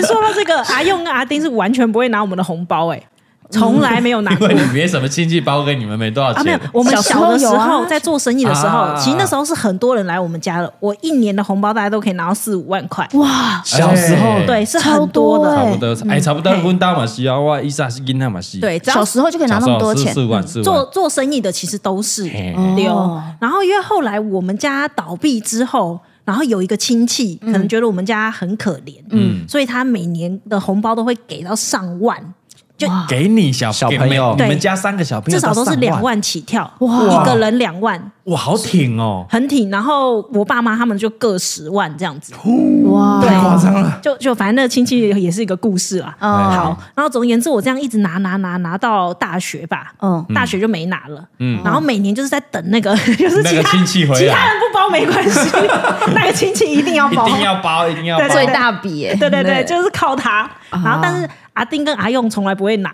[SPEAKER 3] 说到这个，阿用跟阿丁是完全不会拿我们的红包哎，从来没有拿
[SPEAKER 1] *laughs* 因
[SPEAKER 3] 过
[SPEAKER 1] 为。你没什么亲戚包给你们没多少
[SPEAKER 3] 啊，没有
[SPEAKER 1] 钱，，哎
[SPEAKER 3] 我们
[SPEAKER 2] 小时
[SPEAKER 3] 小
[SPEAKER 2] 候
[SPEAKER 3] 的时
[SPEAKER 2] 有啊
[SPEAKER 3] 候在做生意的时
[SPEAKER 1] 啊
[SPEAKER 3] 候，其实那时候是很多人来我们家了。我一年的红包大家都可以拿到四五万块，
[SPEAKER 2] 哇，
[SPEAKER 1] 小时候
[SPEAKER 3] 对，是很多
[SPEAKER 2] 超多
[SPEAKER 3] 的
[SPEAKER 2] 欸。
[SPEAKER 1] 差不多，哎，差不多阮兜嘛是啊，我伊莎是囡仔嘛是，
[SPEAKER 3] 对，只要
[SPEAKER 2] *laughs* 小时候就可以拿那么多钱
[SPEAKER 1] 小时候是，四万啊四哎
[SPEAKER 3] 做
[SPEAKER 1] 万，
[SPEAKER 3] 做生意的其实都是
[SPEAKER 1] 嘿
[SPEAKER 3] 丢。
[SPEAKER 2] 哦
[SPEAKER 3] 然后因为后来我们家倒闭之后，然后有一个亲戚可能觉得我们家很可怜，嗯，所以他每年的红包都会给到上万，就
[SPEAKER 1] 给你小
[SPEAKER 4] *laughs* 小朋友
[SPEAKER 1] 给你
[SPEAKER 3] 对
[SPEAKER 1] 们家三个小朋友
[SPEAKER 3] 至少都是
[SPEAKER 1] 上
[SPEAKER 3] 两，万起跳，
[SPEAKER 2] 哇
[SPEAKER 3] 一个人两万，
[SPEAKER 1] 哇，好挺哦，
[SPEAKER 3] 很挺。然后我爸妈他们就各十万这样子，
[SPEAKER 2] 哇，
[SPEAKER 4] 太夸张了。
[SPEAKER 3] 就就反正那个亲戚也是一个故事啊。
[SPEAKER 2] 哦，
[SPEAKER 3] 然后总而言之，我这样一直拿拿拿拿到大学吧，
[SPEAKER 2] 嗯，
[SPEAKER 3] 大学就没拿了。
[SPEAKER 1] 嗯
[SPEAKER 3] 嗯，然后每年就是在等那个， *laughs* 就是
[SPEAKER 1] 那
[SPEAKER 3] 其
[SPEAKER 1] 个
[SPEAKER 3] 他
[SPEAKER 1] 亲戚回来
[SPEAKER 3] 其他人不包没关
[SPEAKER 1] *laughs*
[SPEAKER 3] 系，那个亲戚一定要
[SPEAKER 1] 一
[SPEAKER 3] 包。
[SPEAKER 1] 定要包，一定要包
[SPEAKER 3] 对，
[SPEAKER 2] 嗯最大笔耶，
[SPEAKER 3] 对对对，就是靠他。
[SPEAKER 2] 啊
[SPEAKER 3] 然后但是阿丁跟阿用从来不会拿，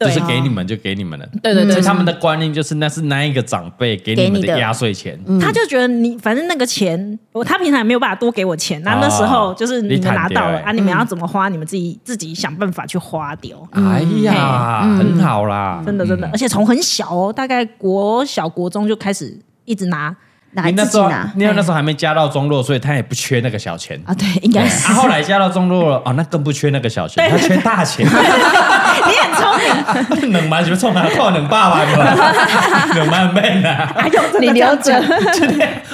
[SPEAKER 1] 就
[SPEAKER 3] 对
[SPEAKER 1] 是给你们就给你们了。
[SPEAKER 3] 对对对
[SPEAKER 1] 所以他们的观念就是那是那一个长辈给你们
[SPEAKER 2] 给你
[SPEAKER 1] 的
[SPEAKER 2] 的
[SPEAKER 1] 压岁钱。
[SPEAKER 3] 他就觉得你反正那个钱，我他平常也没有办法多给我钱，那那时候就是你们拿到
[SPEAKER 1] 你
[SPEAKER 3] 了
[SPEAKER 1] 坦白
[SPEAKER 3] 啊，你们要怎么花，你们自己自己想办法去花掉。
[SPEAKER 1] 哎呀，很好啦，
[SPEAKER 3] 真的真的，而且从很小哦，大概国小国中就开始一直拿， *laughs*
[SPEAKER 2] 拿
[SPEAKER 1] 你
[SPEAKER 2] 来
[SPEAKER 1] 那
[SPEAKER 2] 啊自
[SPEAKER 1] 时
[SPEAKER 2] 己
[SPEAKER 1] 候
[SPEAKER 2] 拿，
[SPEAKER 1] 因为那时候还没加到中落，所以他也不缺那个小钱。
[SPEAKER 2] 啊，对，应
[SPEAKER 1] 对
[SPEAKER 2] 该
[SPEAKER 1] 啊，
[SPEAKER 2] 是
[SPEAKER 1] 后来加到中落
[SPEAKER 3] *laughs*
[SPEAKER 1] 了，哦，那更不缺那个小钱，他缺大钱。 *laughs*
[SPEAKER 3] 你很聪明，明
[SPEAKER 1] 两万就冲啊，破两百万无？两万免啊！
[SPEAKER 3] *laughs* 阿用哎真的
[SPEAKER 2] 你
[SPEAKER 3] 这
[SPEAKER 2] 留
[SPEAKER 3] 样
[SPEAKER 1] *laughs*
[SPEAKER 2] 着
[SPEAKER 3] 讲，，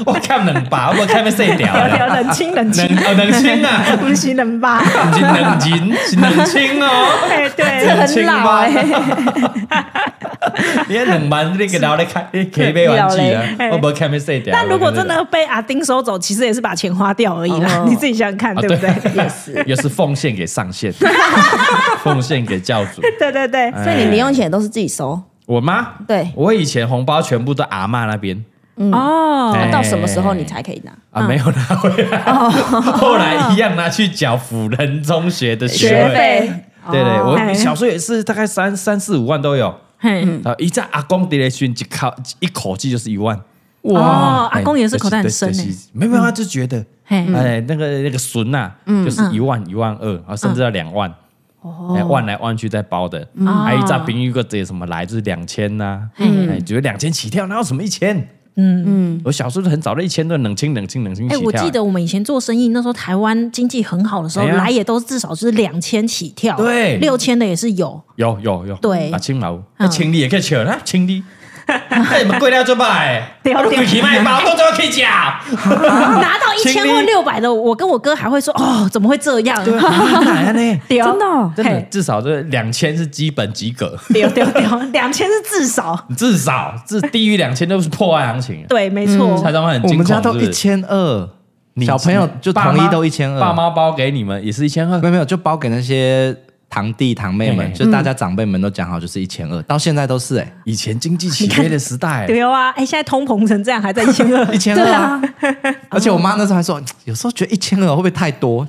[SPEAKER 1] 我看两百，我看要细条
[SPEAKER 3] *laughs* 聊聊
[SPEAKER 1] 啦。
[SPEAKER 3] 冷清冷
[SPEAKER 1] 两 *laughs*
[SPEAKER 3] 清，
[SPEAKER 1] 哦两千啊，
[SPEAKER 3] 不是冷吧？
[SPEAKER 1] 不是两斤，是两千哦。
[SPEAKER 3] 哎，对，
[SPEAKER 1] 两千
[SPEAKER 2] 很老
[SPEAKER 1] 八
[SPEAKER 2] 哎，
[SPEAKER 1] 你那两万你给老咧开，你可以买玩
[SPEAKER 3] *laughs*
[SPEAKER 1] 具啊
[SPEAKER 3] 了嘞，
[SPEAKER 1] 我无看要细条。
[SPEAKER 3] 但如果真的被阿丁收走，其实也是把钱花掉而已啦
[SPEAKER 2] 哦。
[SPEAKER 3] *laughs* 你自己想想看，
[SPEAKER 1] 啊，
[SPEAKER 3] 对不对？
[SPEAKER 2] 也
[SPEAKER 1] *laughs*
[SPEAKER 2] 是，
[SPEAKER 1] 也是奉献给上
[SPEAKER 3] *laughs*
[SPEAKER 1] 线，奉献给教主。
[SPEAKER 3] 对对对，
[SPEAKER 2] 所以你零用钱都是自己收，
[SPEAKER 1] 我妈，
[SPEAKER 2] 对
[SPEAKER 1] 我以前红包全部都阿嬷那边
[SPEAKER 3] 哦
[SPEAKER 1] 哎
[SPEAKER 2] 到什么时候你才可以拿？
[SPEAKER 1] 啊，没有拿回来，后来一样拿去缴辅仁中学的学
[SPEAKER 2] 学
[SPEAKER 1] 费。
[SPEAKER 2] 费
[SPEAKER 1] 对对，
[SPEAKER 2] 哦
[SPEAKER 1] 我
[SPEAKER 3] 嘿
[SPEAKER 1] 小时候也是大概三三四五万都有。
[SPEAKER 3] 嘿，
[SPEAKER 1] 然后一在阿公的训一口一口气就是一万，
[SPEAKER 3] 哇
[SPEAKER 1] 哎
[SPEAKER 3] 哦阿公也是口袋很深
[SPEAKER 1] 就是
[SPEAKER 3] 欸
[SPEAKER 1] 就是没有没有，他就觉
[SPEAKER 3] *laughs*
[SPEAKER 1] 得，
[SPEAKER 3] 嘿
[SPEAKER 1] 哎，那个那个孙呐，
[SPEAKER 3] 嗯
[SPEAKER 1] 就是一万一万二，然后甚至到两万。
[SPEAKER 3] 哦
[SPEAKER 1] 哎，万来万去再包的，
[SPEAKER 3] 嗯
[SPEAKER 1] 还一炸冰玉个这什么来，就是两千呐，哎，觉得两千起跳，哪有什么一千？嗯嗯，我小时候很早的一千都冷清冷清冷清起
[SPEAKER 3] 哎，
[SPEAKER 1] 跳。
[SPEAKER 3] 我记得我们以前做生意那时候，台湾经济很好的时候，
[SPEAKER 1] 哎呀
[SPEAKER 3] 来也都至少就是两千起跳，
[SPEAKER 1] 对 *laughs*
[SPEAKER 3] 六千的也是有。
[SPEAKER 1] 有有有，
[SPEAKER 3] 对嗯
[SPEAKER 1] 哎
[SPEAKER 3] *laughs*
[SPEAKER 1] 啊，青毛，那青你也可以扯啦，青你那你们贵料就卖，
[SPEAKER 3] 对啊
[SPEAKER 1] 我都鬼皮卖包，我怎么可
[SPEAKER 3] *laughs*
[SPEAKER 1] 以讲？
[SPEAKER 3] 拿到一
[SPEAKER 1] 啊请
[SPEAKER 3] 千
[SPEAKER 1] 你
[SPEAKER 3] 或六百的，我跟我哥还会说哦，怎么会这样？ *laughs*
[SPEAKER 1] 对啊，哪呢？
[SPEAKER 3] 丢
[SPEAKER 5] 真的哦
[SPEAKER 1] 真的
[SPEAKER 3] 嘿
[SPEAKER 1] 至少这两千是基本及格，
[SPEAKER 3] 丢丢丢， *laughs* 两千是至少，
[SPEAKER 1] 至少至低于两千都是破案行情。
[SPEAKER 3] 对，没错，
[SPEAKER 1] 蔡庄汉很
[SPEAKER 4] 我
[SPEAKER 1] 惊
[SPEAKER 4] 们
[SPEAKER 1] 恐，
[SPEAKER 4] 家都
[SPEAKER 1] 是嗯不
[SPEAKER 4] 一
[SPEAKER 1] 是
[SPEAKER 4] 千二，
[SPEAKER 1] 你
[SPEAKER 4] 小朋友就统一都一千二，
[SPEAKER 1] 爸妈包给你们也是一千二
[SPEAKER 4] 没。有没有，就包给那些堂弟堂妹们，
[SPEAKER 1] 嗯
[SPEAKER 4] 就大家长辈们都讲好，就是一千二，到现在都是哎、
[SPEAKER 1] 以前经济起飞的时代，
[SPEAKER 3] 丢啊！哎，现在通膨成这样，还在一千
[SPEAKER 1] *laughs*
[SPEAKER 3] 二
[SPEAKER 4] 一，千
[SPEAKER 5] 对
[SPEAKER 4] 二
[SPEAKER 5] 啊，
[SPEAKER 4] *laughs* 而且我妈那时候还说，有时候觉得一千二会不会太多？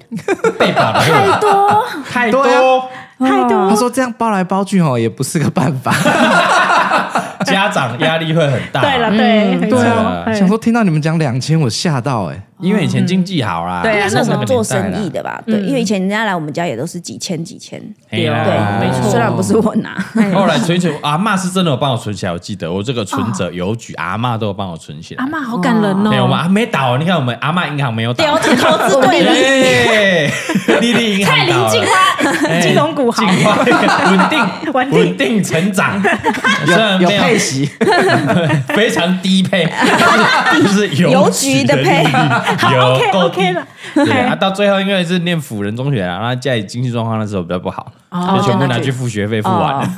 [SPEAKER 1] 被绑了
[SPEAKER 5] 太多，
[SPEAKER 1] 太
[SPEAKER 4] 对啊
[SPEAKER 1] 多，
[SPEAKER 3] 太多
[SPEAKER 4] 她说这样包来包去哦，也不是个办法。
[SPEAKER 1] 家长压力会很大。
[SPEAKER 3] *laughs* 对了，对，没错
[SPEAKER 1] 嗯对啊
[SPEAKER 2] 哎
[SPEAKER 3] 嘿
[SPEAKER 4] 想说听到你们讲两千，我吓到哎、
[SPEAKER 1] 因为以前经济好啦，
[SPEAKER 3] 对啊
[SPEAKER 2] 哦那时
[SPEAKER 1] 那
[SPEAKER 2] 候
[SPEAKER 1] 个年
[SPEAKER 2] 我们做
[SPEAKER 1] 代啦啊
[SPEAKER 2] 生意，的吧，对，因为以前人家来我们家也都是几千几千，
[SPEAKER 1] 嘿啦
[SPEAKER 2] 对，
[SPEAKER 3] 没错
[SPEAKER 2] 虽然不是我拿，
[SPEAKER 3] *laughs*
[SPEAKER 1] 后来存一存，阿妈是真的有帮我存起来，我记得我这个存折邮局阿妈都有帮我存起来。
[SPEAKER 3] 哦阿嬷好感人
[SPEAKER 1] 对，我们
[SPEAKER 3] 哦，
[SPEAKER 1] 还没倒，你看我们阿妈银行没有倒
[SPEAKER 3] 丢，这投资对哦
[SPEAKER 1] *laughs*
[SPEAKER 3] 了，
[SPEAKER 1] 对， *laughs* 丽丽银行
[SPEAKER 3] 蔡林
[SPEAKER 1] 倒了
[SPEAKER 3] 进花，
[SPEAKER 1] 哎
[SPEAKER 3] 金融股好
[SPEAKER 1] 进，化
[SPEAKER 3] *laughs*
[SPEAKER 1] 稳定
[SPEAKER 3] 稳定
[SPEAKER 1] 稳定成长，虽然
[SPEAKER 4] 有啊有
[SPEAKER 1] 没
[SPEAKER 4] 配息，
[SPEAKER 2] 哎
[SPEAKER 1] 非常低
[SPEAKER 3] *laughs*
[SPEAKER 1] 配，就是邮
[SPEAKER 2] 邮局的配
[SPEAKER 1] 利率有
[SPEAKER 3] OK
[SPEAKER 1] 够低
[SPEAKER 3] OK 了。
[SPEAKER 1] 对啊，到最后因为是念辅仁中学啊，然后家里经济状况那时候比较不好，
[SPEAKER 3] 哦
[SPEAKER 1] 就全部拿去付学费付完了。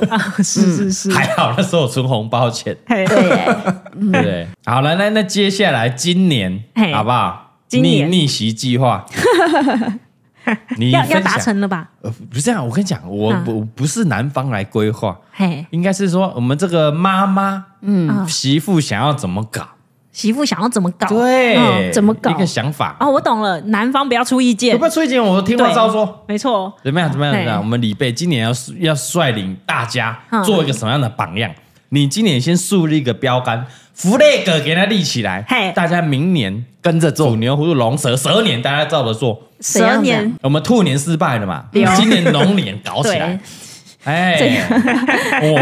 [SPEAKER 3] 是是是，
[SPEAKER 1] 还好那时候有存红包钱，
[SPEAKER 3] 嗯嘿
[SPEAKER 2] 对，哎
[SPEAKER 1] *laughs* 对不对？好了，那那接下来今年
[SPEAKER 3] 嘿
[SPEAKER 1] 好不好？
[SPEAKER 3] 今
[SPEAKER 1] 逆
[SPEAKER 3] 年
[SPEAKER 1] 逆袭计
[SPEAKER 3] *laughs*
[SPEAKER 1] 划，你
[SPEAKER 3] 要要
[SPEAKER 1] 分
[SPEAKER 3] 达
[SPEAKER 1] 享
[SPEAKER 3] 成了吧？
[SPEAKER 1] 呃，不是这样，我跟你讲，我
[SPEAKER 3] 啊
[SPEAKER 1] 不不是男方来规划，
[SPEAKER 3] 嘿，
[SPEAKER 1] 应该是说我们这个妈妈，
[SPEAKER 3] 啊
[SPEAKER 1] 嗯，媳妇想要怎么搞？
[SPEAKER 3] 媳妇想要怎么搞？
[SPEAKER 1] 对，
[SPEAKER 5] 嗯怎么搞
[SPEAKER 1] 一个想法。
[SPEAKER 3] 哦，我懂了，男方不要出意
[SPEAKER 1] 有
[SPEAKER 3] 见
[SPEAKER 1] 没，有崔姐？我听话
[SPEAKER 3] 对
[SPEAKER 1] 照说。
[SPEAKER 3] 没错，
[SPEAKER 1] 怎么样？怎么样？
[SPEAKER 3] 嘿
[SPEAKER 1] 怎么样？我们李贝今年要要率领大家
[SPEAKER 3] 嗯
[SPEAKER 1] 做一个什么样的榜样？你今年先树立一个标杆，flag 给它立起来
[SPEAKER 3] 嘿，
[SPEAKER 1] 大家明年
[SPEAKER 4] 跟着
[SPEAKER 1] 做
[SPEAKER 4] 做，
[SPEAKER 1] 牛、虎、龙、蛇，蛇年大家照着做。
[SPEAKER 5] 怎样
[SPEAKER 3] 蛇
[SPEAKER 5] 怎
[SPEAKER 3] 年
[SPEAKER 5] 样
[SPEAKER 1] 我们兔年失败了嘛，
[SPEAKER 3] 对哦
[SPEAKER 1] 今年龙年搞起来
[SPEAKER 3] 对。
[SPEAKER 1] 哎，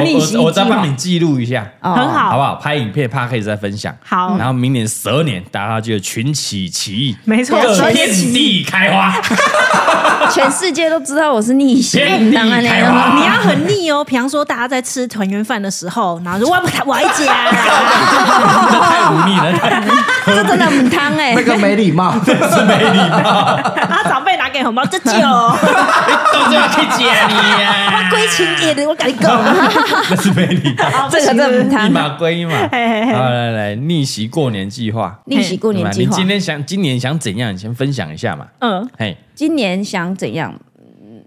[SPEAKER 3] 逆袭
[SPEAKER 1] 我我我再
[SPEAKER 3] 计划
[SPEAKER 1] 帮你记录一下，
[SPEAKER 2] 哦
[SPEAKER 3] 很好
[SPEAKER 1] 好不好？拍影片，怕可以再分享。
[SPEAKER 3] 好
[SPEAKER 1] 然后明年蛇年，大家就群起起义，
[SPEAKER 3] 没错
[SPEAKER 1] 各
[SPEAKER 3] 群
[SPEAKER 1] 遍
[SPEAKER 3] 起
[SPEAKER 1] 地开
[SPEAKER 3] *laughs*
[SPEAKER 1] 花， *laughs*
[SPEAKER 2] 全世界都知道我是逆袭，
[SPEAKER 1] 遍地
[SPEAKER 2] 当然
[SPEAKER 1] 开
[SPEAKER 2] 了，
[SPEAKER 1] 花。
[SPEAKER 3] 你要很腻哦，比方说大家在吃团圆饭的时候，然后说我要不我要啊一家啦，
[SPEAKER 2] *laughs*
[SPEAKER 1] 这太忤逆了，太
[SPEAKER 2] 这真的很汤哎
[SPEAKER 4] *laughs* 那，个没
[SPEAKER 2] *laughs*
[SPEAKER 4] 礼貌，
[SPEAKER 3] 然后长辈拿给红包，这酒我
[SPEAKER 1] *laughs* 到最后去加你呀，
[SPEAKER 3] 归情也的，我跟你讲，
[SPEAKER 1] 那是没礼貌，
[SPEAKER 2] 这个真的很
[SPEAKER 1] 一 *laughs*
[SPEAKER 2] 汤，
[SPEAKER 1] 码归一码。
[SPEAKER 2] *laughs*
[SPEAKER 1] 好，
[SPEAKER 3] 嘿嘿嘿
[SPEAKER 1] 来来来，逆袭过年计划。
[SPEAKER 2] 逆袭过年
[SPEAKER 1] 对吧
[SPEAKER 2] 计
[SPEAKER 1] 你
[SPEAKER 2] 划
[SPEAKER 1] 今，天想今年想怎样？你先分享一下嘛。
[SPEAKER 3] 嗯，
[SPEAKER 1] 嘿，
[SPEAKER 2] 今年想怎样？ *laughs* 嗯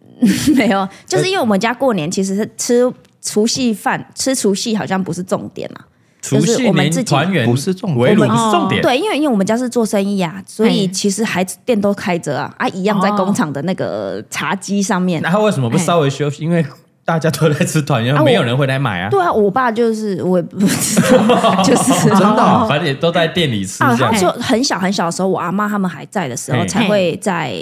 [SPEAKER 2] 没有，就是因为我们家过年其实是吃除夕饭，吃除夕好像不是重点嘛。
[SPEAKER 1] 除
[SPEAKER 2] 就是
[SPEAKER 1] 夕
[SPEAKER 2] 我们
[SPEAKER 1] 年
[SPEAKER 2] 自己
[SPEAKER 1] 团圆
[SPEAKER 4] 不是重点
[SPEAKER 1] 围炉
[SPEAKER 2] 我
[SPEAKER 1] 不
[SPEAKER 2] 们哦
[SPEAKER 1] 是重点，
[SPEAKER 2] 对，因为因为我们家是做生意啊，所以其实还店都开着啊，啊，一样在
[SPEAKER 3] 哦
[SPEAKER 2] 工厂的那个茶几上面。
[SPEAKER 1] 那他为什么不稍微休息？因为大家都在吃团圆
[SPEAKER 2] 啊，我
[SPEAKER 1] 没有人会来买啊。
[SPEAKER 2] 对啊，我爸就是我也不知
[SPEAKER 1] *laughs*
[SPEAKER 2] 道，就是
[SPEAKER 4] 真的哦、
[SPEAKER 1] 反正也都在店里吃
[SPEAKER 2] 啊，
[SPEAKER 1] 这样
[SPEAKER 2] 他们。就很小很小的时候，我阿妈他们还在的时候，
[SPEAKER 1] 嘿嗯
[SPEAKER 2] 才会在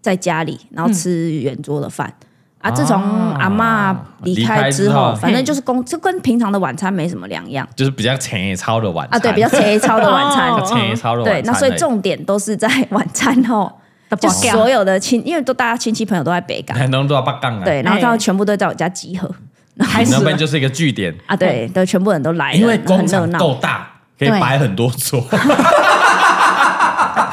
[SPEAKER 2] 在家里，然后吃圆桌的饭。啊，自从
[SPEAKER 1] 啊
[SPEAKER 2] 阿妈离开之
[SPEAKER 1] 离开之后
[SPEAKER 2] 后，反正就是公，这跟平常的晚餐没什么两样
[SPEAKER 1] 就是比较浅超的晚餐
[SPEAKER 2] 啊。对，比较节操的晚餐
[SPEAKER 3] 哦
[SPEAKER 2] *laughs*
[SPEAKER 1] 比较。浅超的晚餐而
[SPEAKER 2] 对
[SPEAKER 1] 已。，
[SPEAKER 2] 那所以重点都是在晚餐后，就所有的亲，因为都大家亲戚朋友都在北港，
[SPEAKER 1] 南东都要八杠啊。
[SPEAKER 2] 对，然后他们全部都在我家集合，然后
[SPEAKER 3] 开始
[SPEAKER 1] 那边
[SPEAKER 3] 了，
[SPEAKER 1] 就是一个据点，
[SPEAKER 2] 啊，对，都全部人都来了，
[SPEAKER 1] 因为工
[SPEAKER 2] 很热
[SPEAKER 1] 厂
[SPEAKER 2] 闹。
[SPEAKER 1] 够大，可以
[SPEAKER 2] 对
[SPEAKER 1] 摆很多桌。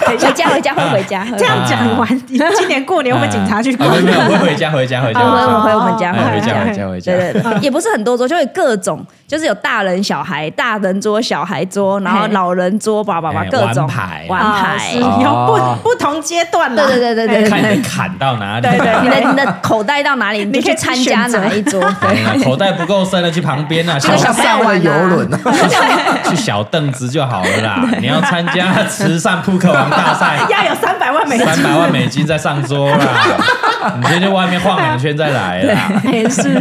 [SPEAKER 2] 回家回家会回家，
[SPEAKER 3] 这样讲完，
[SPEAKER 2] *laughs*
[SPEAKER 3] 今年过年我们警察去
[SPEAKER 1] 啊
[SPEAKER 3] 过，
[SPEAKER 1] 没有没有，我回家回家回家
[SPEAKER 2] 回
[SPEAKER 1] 回
[SPEAKER 2] 我
[SPEAKER 1] 家。
[SPEAKER 2] 回我们家，
[SPEAKER 1] 哎
[SPEAKER 2] 我
[SPEAKER 1] 回
[SPEAKER 2] 们
[SPEAKER 1] 家回家回家，
[SPEAKER 2] 对对对，也不是很多桌，就有各种，就是有大人、小孩、大人桌、小孩桌，然后
[SPEAKER 3] 嘿
[SPEAKER 2] 老人桌，叭叭叭
[SPEAKER 1] 哎，
[SPEAKER 2] 各
[SPEAKER 1] 玩
[SPEAKER 2] 种
[SPEAKER 1] 牌
[SPEAKER 2] 玩
[SPEAKER 3] 啊，
[SPEAKER 2] 牌
[SPEAKER 3] 是，有不不同阶段
[SPEAKER 2] 对
[SPEAKER 3] 啦，
[SPEAKER 2] 对对对对对
[SPEAKER 1] 看你
[SPEAKER 2] 对，
[SPEAKER 1] 砍到哪里。
[SPEAKER 3] 对对
[SPEAKER 2] 你的你的口袋到哪里，你就去参加哪一桌，
[SPEAKER 1] 哎
[SPEAKER 2] 对，
[SPEAKER 1] 呀 *laughs* 口袋不够深了，去旁边啊，
[SPEAKER 2] 这个小
[SPEAKER 1] 小
[SPEAKER 2] 朋友
[SPEAKER 4] 了
[SPEAKER 2] 玩
[SPEAKER 4] 游
[SPEAKER 2] 啊，
[SPEAKER 4] 轮啊，
[SPEAKER 1] 去小凳子就好了啦。你要参加慈善扑克王大赛，
[SPEAKER 3] 哎要有三百万美金，
[SPEAKER 1] 三百万美金再上桌啦，你先去外面晃两圈再来啦。
[SPEAKER 2] 也是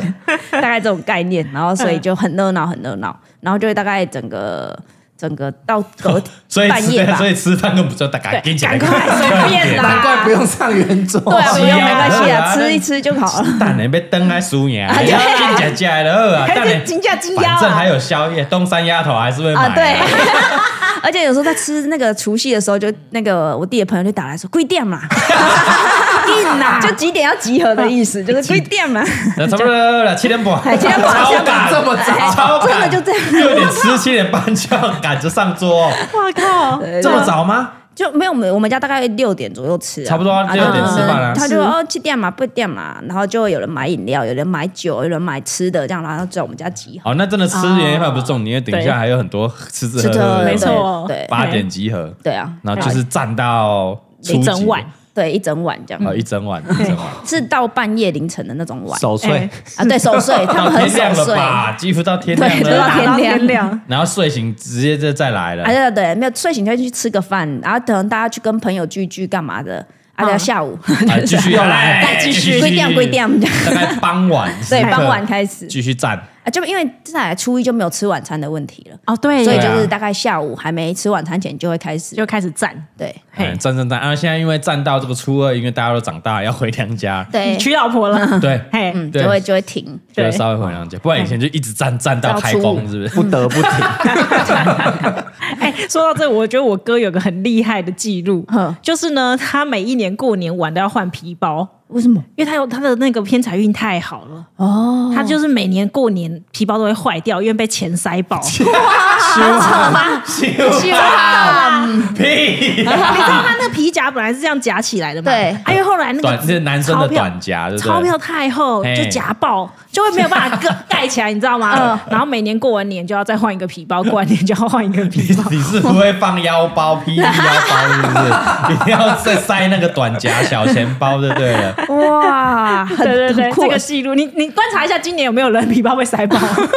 [SPEAKER 2] 大概这种概念，然后所以就很热闹，很热闹，然后就会大概整个整个到隔
[SPEAKER 1] 所以
[SPEAKER 2] 半夜
[SPEAKER 1] 吃，
[SPEAKER 2] 吧
[SPEAKER 1] 所。以吃饭更不叫大家跟你讲，
[SPEAKER 3] 赶快随便啦，
[SPEAKER 4] 难怪不用上圆桌。
[SPEAKER 2] 对啊，
[SPEAKER 1] 是
[SPEAKER 2] 不
[SPEAKER 1] 啊
[SPEAKER 2] 用没关系啊，
[SPEAKER 1] 对啊
[SPEAKER 2] 吃一吃就好了。
[SPEAKER 1] *laughs* 蛋人被灯来输赢，哎呀，跟你讲来了啊，蛋
[SPEAKER 3] 还是
[SPEAKER 1] 人。
[SPEAKER 3] 金价金腰
[SPEAKER 1] 反正还
[SPEAKER 3] 啊，
[SPEAKER 1] 有宵夜，东山鸭头还是会买
[SPEAKER 2] 啊，对。 *laughs*
[SPEAKER 1] *laughs*
[SPEAKER 2] 而
[SPEAKER 3] 啊
[SPEAKER 2] 且有时候在吃那个除夕的时候，就那个我弟的朋友就打来说：“贵店嘛，定呐，就几点要集合的
[SPEAKER 1] *laughs*
[SPEAKER 2] 意思，就是规定嘛。 *laughs*
[SPEAKER 1] 那差不多了，七点半，
[SPEAKER 2] 哎七点半
[SPEAKER 1] 超赶，哎
[SPEAKER 4] 这么早
[SPEAKER 1] 超赶，
[SPEAKER 2] 真的就这样
[SPEAKER 1] 六点吃，七点半就要赶着上桌，
[SPEAKER 3] 哇靠！
[SPEAKER 1] 这么早吗？
[SPEAKER 2] 就没有我们我们家大概六点左右吃啊，
[SPEAKER 1] 差不多啊
[SPEAKER 2] 啊
[SPEAKER 1] 六点吃饭啊
[SPEAKER 2] 他就哦七点嘛，八点嘛，然后就会有人买饮料，有人买酒，有人买吃的，这样然后就在我们家集合。
[SPEAKER 1] 哦，那真的吃年夜饭不是重点，因为等一下还有很多吃吃
[SPEAKER 2] 哦吃
[SPEAKER 1] 喝喝
[SPEAKER 2] 的
[SPEAKER 1] 的，
[SPEAKER 3] 没错
[SPEAKER 2] 对
[SPEAKER 1] 八点集合，
[SPEAKER 2] 对啊，
[SPEAKER 1] 然后就是站到初
[SPEAKER 3] 一整
[SPEAKER 1] 几
[SPEAKER 3] 晚
[SPEAKER 2] 对一整晚这
[SPEAKER 1] 啊，
[SPEAKER 2] 样，
[SPEAKER 1] 一整晚，一整晚，
[SPEAKER 2] 是到半夜凌晨的那种晚
[SPEAKER 4] 守
[SPEAKER 3] *laughs*
[SPEAKER 4] 岁
[SPEAKER 3] 哎，
[SPEAKER 2] 啊，对守
[SPEAKER 1] *laughs*
[SPEAKER 2] 岁， *laughs* 他
[SPEAKER 1] 到
[SPEAKER 2] 们很
[SPEAKER 1] 天亮
[SPEAKER 2] 守
[SPEAKER 1] 了
[SPEAKER 2] 岁，
[SPEAKER 1] 吧？几乎到天
[SPEAKER 2] 对
[SPEAKER 1] 亮
[SPEAKER 2] 就是
[SPEAKER 1] 了
[SPEAKER 2] 到，
[SPEAKER 3] 啊打到天
[SPEAKER 2] 天
[SPEAKER 3] 亮，
[SPEAKER 1] 然后睡醒直接就再来了
[SPEAKER 2] 啊，。对对对，没有睡醒就去吃个饭，然后可能大家去跟朋友聚聚干嘛的，啊，聊下午，
[SPEAKER 1] 啊，继续要来，
[SPEAKER 2] 再继续规定规定，，
[SPEAKER 1] 大概傍晚
[SPEAKER 2] *laughs* 对
[SPEAKER 1] 时刻
[SPEAKER 2] 傍晚开始
[SPEAKER 1] 继续站，
[SPEAKER 2] 啊，就因为再来初一就没有吃晚餐的问题了，
[SPEAKER 3] 哦，对
[SPEAKER 2] 所以
[SPEAKER 3] 耶，
[SPEAKER 2] 就
[SPEAKER 1] 对啊
[SPEAKER 2] 是大概下午还没吃晚餐前就会开始，
[SPEAKER 3] 就开始站。
[SPEAKER 2] 对
[SPEAKER 1] 哎，站站站。啊，现在因为站到这个初二，因为大家都长大要回娘
[SPEAKER 2] *laughs*
[SPEAKER 1] 家，
[SPEAKER 2] 对，
[SPEAKER 3] 娶老婆了，
[SPEAKER 1] 对，
[SPEAKER 3] *laughs* 嘿，
[SPEAKER 2] 嗯，
[SPEAKER 1] 对
[SPEAKER 2] 就会就会停，
[SPEAKER 1] 就
[SPEAKER 3] 对
[SPEAKER 1] 稍微回娘家，不然以前就一直站站到
[SPEAKER 2] 到
[SPEAKER 1] 开
[SPEAKER 2] 初五
[SPEAKER 1] 工，是不 *laughs* 是？
[SPEAKER 4] 不得不 *laughs* 停。
[SPEAKER 3] 哎，说到这，我觉得我哥有个很厉害的记录
[SPEAKER 2] 嗯，
[SPEAKER 3] 就是呢，他每一年过年玩都要换皮包，
[SPEAKER 2] 为什么？
[SPEAKER 3] 因为他有他的那个偏财运太好了哦，他就是每年过年皮包都会坏掉，因为被钱
[SPEAKER 1] *laughs*
[SPEAKER 3] 塞爆。
[SPEAKER 1] 修
[SPEAKER 2] 啊
[SPEAKER 1] 屁，
[SPEAKER 3] 你知道他那个皮夹本来是这样夹起来的嘛？
[SPEAKER 2] 对
[SPEAKER 3] 哎，因为后来那
[SPEAKER 1] 短
[SPEAKER 3] 个
[SPEAKER 1] 这是男生的
[SPEAKER 3] 钞票
[SPEAKER 1] 短夹，对不对？
[SPEAKER 3] 钞票太厚
[SPEAKER 1] 嘿
[SPEAKER 3] 就夹爆，就会没有办法盖 *laughs* 盖起来，你知道吗？
[SPEAKER 2] 嗯
[SPEAKER 3] 然后每年过完年就要再换一个皮包，过完年就要换一个
[SPEAKER 1] *laughs*
[SPEAKER 3] 皮
[SPEAKER 1] 你
[SPEAKER 3] 包。
[SPEAKER 1] 你是不会放腰包、霹雳腰包，是不是？你要再塞那个短夹小钱包就对了。
[SPEAKER 2] 哇，很
[SPEAKER 3] *laughs* 对对对
[SPEAKER 2] 很，酷
[SPEAKER 3] 这个记录，你你观察一下，今年有没有人皮包被塞 *laughs* 爆？
[SPEAKER 2] *laughs*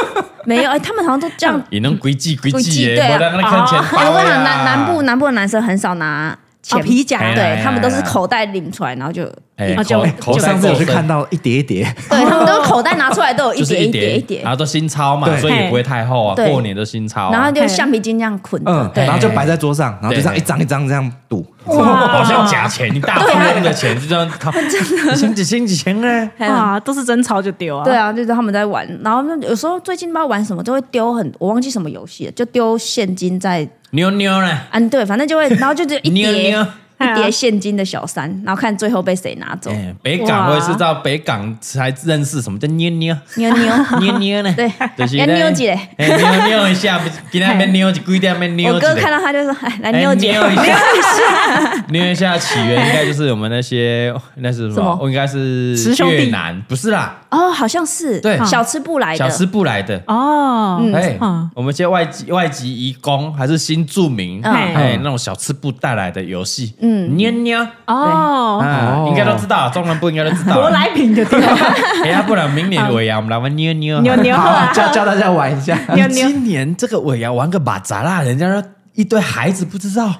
[SPEAKER 2] 没有，哎，他们好像都这样。
[SPEAKER 1] 也能归记归
[SPEAKER 2] 归
[SPEAKER 1] 记
[SPEAKER 2] 记
[SPEAKER 1] 耶，
[SPEAKER 2] 对啊
[SPEAKER 1] 我在那里看钱包
[SPEAKER 2] 哎，
[SPEAKER 1] 呀
[SPEAKER 2] 我跟你讲，南南部南部的男生很少拿钱
[SPEAKER 3] 哦皮夹
[SPEAKER 1] 啊哎
[SPEAKER 2] 对他们都
[SPEAKER 1] 哎
[SPEAKER 2] 是
[SPEAKER 1] 哎
[SPEAKER 2] 口袋领出来，然后就
[SPEAKER 1] 哎，
[SPEAKER 3] 啊就
[SPEAKER 1] 口口
[SPEAKER 3] 就
[SPEAKER 1] 袋
[SPEAKER 4] 上次我去
[SPEAKER 1] 够深
[SPEAKER 4] 看到一叠一叠，
[SPEAKER 2] 对他们都是口袋拿出来都有一
[SPEAKER 1] 就是
[SPEAKER 2] 叠
[SPEAKER 1] 一哦
[SPEAKER 2] 一叠
[SPEAKER 1] 叠
[SPEAKER 2] 一
[SPEAKER 1] 然
[SPEAKER 2] 叠，
[SPEAKER 1] 后都新钞嘛，
[SPEAKER 4] 对
[SPEAKER 1] 所以也不会太厚啊。
[SPEAKER 2] 对
[SPEAKER 1] 过年都新钞啊，
[SPEAKER 2] 然后就橡皮筋这样捆着
[SPEAKER 4] 嗯，，
[SPEAKER 2] 对
[SPEAKER 4] 然后就摆在桌上，然后就这样一张一张这样赌，
[SPEAKER 1] 哇，好像假钱，你大
[SPEAKER 2] 对啊
[SPEAKER 1] 风用的钱就这样掏，新几新几钱呢？
[SPEAKER 2] 还
[SPEAKER 3] *laughs*
[SPEAKER 2] 有
[SPEAKER 3] 啊，都是真钞就丢啊。
[SPEAKER 2] 对啊，就是他们在玩，然后他们有时候最近不知道玩什么，就会丢很，我忘记什么游戏了，就丢现金在，
[SPEAKER 1] 妞妞呢？
[SPEAKER 2] 嗯，对，反正就会，然后就就一
[SPEAKER 1] 妞
[SPEAKER 2] 叠
[SPEAKER 1] *laughs* 妞，
[SPEAKER 2] 一叠现金的小三，然后看最后被谁拿
[SPEAKER 1] *laughs*
[SPEAKER 2] 走，
[SPEAKER 1] 哎，北港
[SPEAKER 3] 哇
[SPEAKER 1] 我也是到北港才认识什么叫妞
[SPEAKER 2] *laughs*
[SPEAKER 1] 妞。
[SPEAKER 2] 妞妞，
[SPEAKER 1] 妞妞呢？
[SPEAKER 2] 对
[SPEAKER 1] 就是
[SPEAKER 2] 要妞一下
[SPEAKER 1] 哎妞妞一下，
[SPEAKER 2] *laughs*
[SPEAKER 1] 今天要妞一几点要妞一下
[SPEAKER 2] 我哥看到他就说，哎，来
[SPEAKER 1] 哎
[SPEAKER 2] 妞姐，
[SPEAKER 1] 一下， *laughs* 捏一下起源应该就是我们那些那是什
[SPEAKER 2] 什
[SPEAKER 1] 么
[SPEAKER 2] 么？
[SPEAKER 1] 我应该是
[SPEAKER 3] 师兄弟
[SPEAKER 1] 越南，不是啦，
[SPEAKER 2] *laughs* 哦，好像是，
[SPEAKER 1] 对
[SPEAKER 2] 小吃部来
[SPEAKER 1] 小
[SPEAKER 2] 的，
[SPEAKER 1] 吃部来的。
[SPEAKER 3] 哦，
[SPEAKER 1] 哎
[SPEAKER 3] 嗯，
[SPEAKER 1] 我们一些外籍外籍移工还是新住民，
[SPEAKER 2] 嗯
[SPEAKER 1] 哎，那种小吃部带来的游戏，嗯，捏捏
[SPEAKER 3] 哦，
[SPEAKER 1] 啊
[SPEAKER 4] 哦，
[SPEAKER 1] 应该都知道，中南部应该都知道
[SPEAKER 3] 舶
[SPEAKER 1] 啦。
[SPEAKER 3] 来品就丢，
[SPEAKER 1] 哎呀，不然明年尾牙我们来玩捏
[SPEAKER 3] *laughs*
[SPEAKER 1] 捏， *laughs*
[SPEAKER 3] 牛牛啊
[SPEAKER 4] 好， *laughs* 教教大家玩一下。
[SPEAKER 3] 妞妞
[SPEAKER 1] 今年这个尾牙玩个马扎啦，人家说一堆孩子不知道，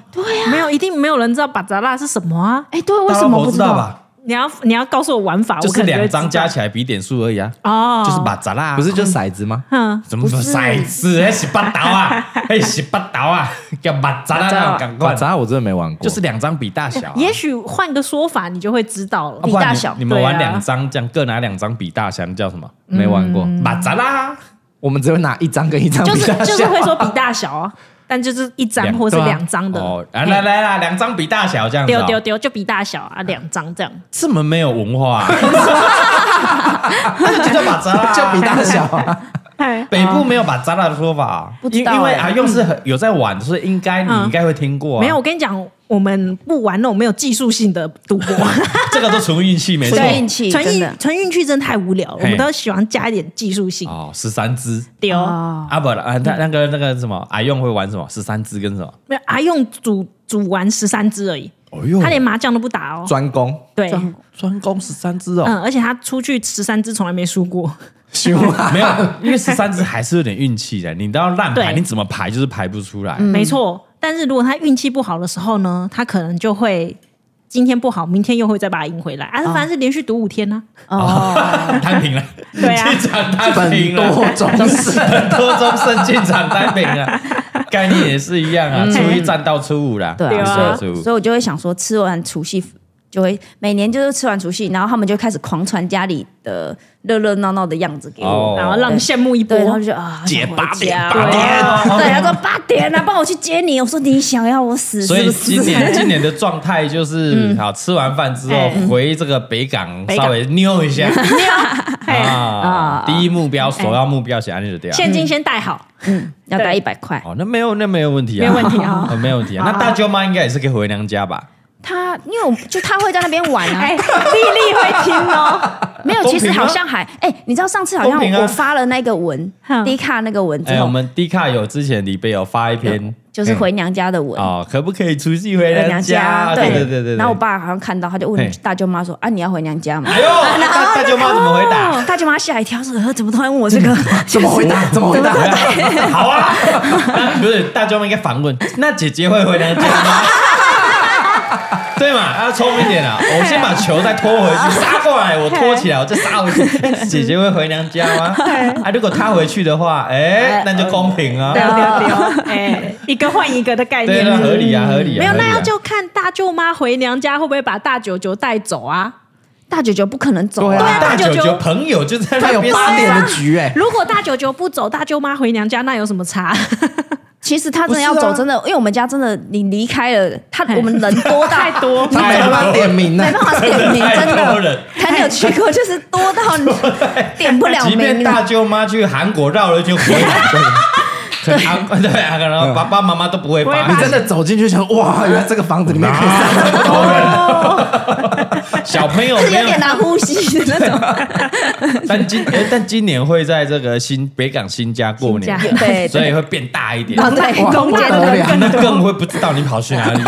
[SPEAKER 3] 没有，一定没有人知道巴扎拉是什么啊？
[SPEAKER 2] 哎，对，为
[SPEAKER 1] 大
[SPEAKER 2] 什
[SPEAKER 1] 老
[SPEAKER 2] 么
[SPEAKER 1] 婆
[SPEAKER 2] 不
[SPEAKER 1] 知
[SPEAKER 2] 知
[SPEAKER 1] 道
[SPEAKER 2] 道？
[SPEAKER 1] 吧？
[SPEAKER 3] 你要你要告诉我玩啊法，我
[SPEAKER 1] 就是
[SPEAKER 3] 可能就会
[SPEAKER 1] 两张
[SPEAKER 3] 知道
[SPEAKER 1] 加起来比点数而已啊。
[SPEAKER 3] 哦，
[SPEAKER 1] 就是马扎啦，
[SPEAKER 4] *laughs* 不是就骰子吗？
[SPEAKER 3] 嗯，
[SPEAKER 1] 怎么骰子？还是哎八刀啊？还是八刀啊？叫马扎啦，那种感
[SPEAKER 4] 哇，
[SPEAKER 1] 觉
[SPEAKER 4] 杂我真的没玩过，
[SPEAKER 1] 就是两张比大小啊。
[SPEAKER 3] 也许换个说法，你就会知道了
[SPEAKER 1] 啊。不然
[SPEAKER 2] 比大
[SPEAKER 1] 你
[SPEAKER 2] 小
[SPEAKER 1] 你们玩
[SPEAKER 3] 对啊嗯
[SPEAKER 1] 两张，这样各拿两张比大小，那叫什么？
[SPEAKER 4] 没玩过。
[SPEAKER 1] 马扎啦，
[SPEAKER 4] 我们只会拿一张跟一张
[SPEAKER 3] 就
[SPEAKER 4] 比
[SPEAKER 3] 是
[SPEAKER 4] 较
[SPEAKER 3] 就是
[SPEAKER 4] 小
[SPEAKER 3] 会说比大小啊，但就是一张
[SPEAKER 1] 两
[SPEAKER 3] 或是
[SPEAKER 4] 对啊
[SPEAKER 3] 两张的，
[SPEAKER 1] 哦，来来来啦，两张比大小这样子
[SPEAKER 3] 丢
[SPEAKER 1] 哦。
[SPEAKER 3] 丢丢就比大小啊，两张这样。
[SPEAKER 1] 这么没有文化
[SPEAKER 3] *laughs*
[SPEAKER 1] 啊，就叫马扎啦，
[SPEAKER 4] *laughs* 就比大小啊。 *laughs*
[SPEAKER 3] 哎，
[SPEAKER 1] 北部没有把扎拉的说法啊，
[SPEAKER 2] 不知
[SPEAKER 1] 因
[SPEAKER 2] 道
[SPEAKER 1] 因为
[SPEAKER 2] 欸
[SPEAKER 1] 啊，用是很有在玩，所以应该你
[SPEAKER 3] 嗯
[SPEAKER 1] 应该会听过啊。
[SPEAKER 3] 没有，我跟你讲，我们不玩那种没有技术性的赌
[SPEAKER 2] *laughs*
[SPEAKER 3] 博，
[SPEAKER 1] 这个都纯运气，没错。
[SPEAKER 2] 纯运气
[SPEAKER 3] 纯
[SPEAKER 2] 真
[SPEAKER 3] 运
[SPEAKER 2] 的
[SPEAKER 3] 纯运气真的太无聊了，
[SPEAKER 1] 嘿
[SPEAKER 3] 我们都喜欢加一点技术性。
[SPEAKER 1] 哦，十三只
[SPEAKER 3] 丢，
[SPEAKER 2] 哦，
[SPEAKER 1] 啊不啊，那那个那个什么阿用会玩什么？十三只跟什么？
[SPEAKER 3] 没有阿用煮煮完十三只而已，
[SPEAKER 1] 哦
[SPEAKER 2] 嗯
[SPEAKER 1] 哟
[SPEAKER 3] 他连麻将都不打哦。
[SPEAKER 4] 哎专攻
[SPEAKER 3] 对，
[SPEAKER 2] 专
[SPEAKER 3] 嗯，
[SPEAKER 1] 专攻十三只
[SPEAKER 2] 嗯
[SPEAKER 4] *laughs*
[SPEAKER 1] 哦，
[SPEAKER 3] 而且他出去十三只从来没输过。
[SPEAKER 4] 修啊，
[SPEAKER 1] 没有，因为十三只还是有点运气的。你都要烂牌，
[SPEAKER 3] 对
[SPEAKER 1] 你怎么排就是排不出
[SPEAKER 2] 嗯
[SPEAKER 1] 来。
[SPEAKER 3] 没错。但是如果他运气不好的时候呢，他可能就会今天不好，明天又会再把它赢回来啊。反正是连续赌五天啊呢、
[SPEAKER 2] 哦
[SPEAKER 1] 哦
[SPEAKER 2] *laughs*
[SPEAKER 1] 摊平了，
[SPEAKER 3] 对啊
[SPEAKER 1] 进场摊
[SPEAKER 4] 本
[SPEAKER 1] 平了，
[SPEAKER 4] 多中 *laughs* 式。
[SPEAKER 1] 很多中胜进场摊平
[SPEAKER 2] *laughs*
[SPEAKER 1] 了，概念也是一样啊，初一站到初五啦，
[SPEAKER 2] 对
[SPEAKER 3] 对
[SPEAKER 2] 啊
[SPEAKER 1] 初一到初五
[SPEAKER 2] 所以我就会想说，吃完除夕就会每年就是吃完除夕，然后他们就开始狂传家里的热热闹闹的样子给我，
[SPEAKER 1] 哦
[SPEAKER 3] 然后让你羡慕一波
[SPEAKER 2] 对，。然后就啊，
[SPEAKER 4] 姐八点
[SPEAKER 2] 想回
[SPEAKER 4] 八
[SPEAKER 2] 家
[SPEAKER 4] 点，
[SPEAKER 2] 对，对他说八点啊，帮我去接你，我说你想要我死
[SPEAKER 1] 所
[SPEAKER 2] 是
[SPEAKER 1] 以
[SPEAKER 2] 不是
[SPEAKER 1] 今？年
[SPEAKER 2] *laughs*
[SPEAKER 1] 今年的状态就是，好吃完饭之后回这个北港
[SPEAKER 2] 北港
[SPEAKER 1] 稍微溜一下啊
[SPEAKER 2] 啊，
[SPEAKER 1] 第一目标首要目标想安就掉。
[SPEAKER 3] 现金先带好，
[SPEAKER 2] 嗯要带一百块，
[SPEAKER 1] 哦，那没有那没有问题啊，
[SPEAKER 3] 没有问题
[SPEAKER 1] *laughs*
[SPEAKER 3] 啊
[SPEAKER 1] 哦没有问题啊。那大舅妈应该也是可以回娘家吧？
[SPEAKER 2] 他因为我就他会在那边玩
[SPEAKER 3] *laughs*
[SPEAKER 2] 啊，
[SPEAKER 3] 哎，丽丽会
[SPEAKER 1] *laughs*
[SPEAKER 3] 听哦。
[SPEAKER 2] 没有，
[SPEAKER 1] 公
[SPEAKER 2] 其
[SPEAKER 1] 平
[SPEAKER 2] 实好
[SPEAKER 1] 吗
[SPEAKER 2] 像还哎、你知道上次好
[SPEAKER 1] 公平
[SPEAKER 2] 像
[SPEAKER 1] 啊
[SPEAKER 2] 我发了那个文
[SPEAKER 3] 哼，
[SPEAKER 2] 低卡那个文之
[SPEAKER 1] 哎，我
[SPEAKER 2] 后，
[SPEAKER 1] 们 D 卡有之前里边有发一篇，
[SPEAKER 2] 就是回娘家的文。
[SPEAKER 1] 哦，可不可以除夕回
[SPEAKER 2] 回
[SPEAKER 1] 娘
[SPEAKER 2] 娘家，
[SPEAKER 1] 对对
[SPEAKER 2] 对
[SPEAKER 1] 对对。
[SPEAKER 2] 然后我爸好像看到，他就
[SPEAKER 1] 嘿
[SPEAKER 2] 问大舅妈说：“啊，你要回娘家吗
[SPEAKER 1] 哎呦， *laughs* 那大大舅妈怎么回？”答？
[SPEAKER 2] 哦大舅妈吓一跳，说：“呃怎么突然问我这
[SPEAKER 1] 嗯
[SPEAKER 2] *laughs* 个？
[SPEAKER 4] 怎么回答？怎么回答？
[SPEAKER 1] *laughs* 好啊，那不是大舅妈应该反问，那姐姐会回娘家吗？对嘛，要聪明一点啊！我先把球再拖回去，杀过来，我拖起来，我再杀回去。哎姐姐会回娘家吗？啊，如果她回去的话，哎，那就公平啊
[SPEAKER 3] 对，对对，哎，一个换一个的概
[SPEAKER 1] 对，
[SPEAKER 3] 念嗯
[SPEAKER 1] 那，合理啊，合理啊。
[SPEAKER 3] 没有，
[SPEAKER 1] 合理啊
[SPEAKER 3] 那要就看大舅妈回娘家会不会把大舅舅带走啊？
[SPEAKER 2] 大舅舅不可能走啊，
[SPEAKER 3] 对啊
[SPEAKER 1] 大
[SPEAKER 3] 大
[SPEAKER 1] 舅
[SPEAKER 3] 舅舅
[SPEAKER 1] 舅朋友就在
[SPEAKER 4] 他
[SPEAKER 1] 那
[SPEAKER 4] 有
[SPEAKER 1] 边
[SPEAKER 4] 八点的局哎，
[SPEAKER 3] 如果大舅舅不走，大舅妈回娘家，那有什么差？
[SPEAKER 2] 其实他真的要
[SPEAKER 1] 不是啊
[SPEAKER 2] 走，真的，因为我们家真的，你离开了他，
[SPEAKER 3] 嘿
[SPEAKER 2] 我们人多
[SPEAKER 1] *laughs*
[SPEAKER 2] 到
[SPEAKER 3] 太多
[SPEAKER 2] 你
[SPEAKER 4] 他没
[SPEAKER 2] 没
[SPEAKER 4] 办法点名呢
[SPEAKER 2] 办。法点名，
[SPEAKER 1] 太
[SPEAKER 2] 真
[SPEAKER 1] 多人
[SPEAKER 2] 的。他没有去过，就是多到你点不了
[SPEAKER 1] 即便
[SPEAKER 2] 名
[SPEAKER 1] 大
[SPEAKER 2] 的。
[SPEAKER 1] 舅妈去韩国绕了一圈回来，
[SPEAKER 3] *laughs*
[SPEAKER 1] 对韩对啊，可能爸爸妈妈都不会
[SPEAKER 3] 不会
[SPEAKER 1] 发
[SPEAKER 3] 发
[SPEAKER 1] 现
[SPEAKER 4] *laughs* 你。真的走进去想，哇，原来这个房子里面 *laughs* 可以塞这么多人。
[SPEAKER 1] 哦小朋友
[SPEAKER 2] 就是
[SPEAKER 1] 没
[SPEAKER 2] 有
[SPEAKER 1] 有
[SPEAKER 2] 点难呼吸的那种，
[SPEAKER 1] 但今、诶但今年会在这个新北港新家过年，
[SPEAKER 3] 新家
[SPEAKER 2] *laughs* 对
[SPEAKER 1] 所以会变大一点，
[SPEAKER 2] 啊对，
[SPEAKER 4] 哇
[SPEAKER 2] 空间
[SPEAKER 4] 不得了
[SPEAKER 2] 的
[SPEAKER 1] 那更会不知道你跑去
[SPEAKER 3] *laughs*
[SPEAKER 1] 哪里。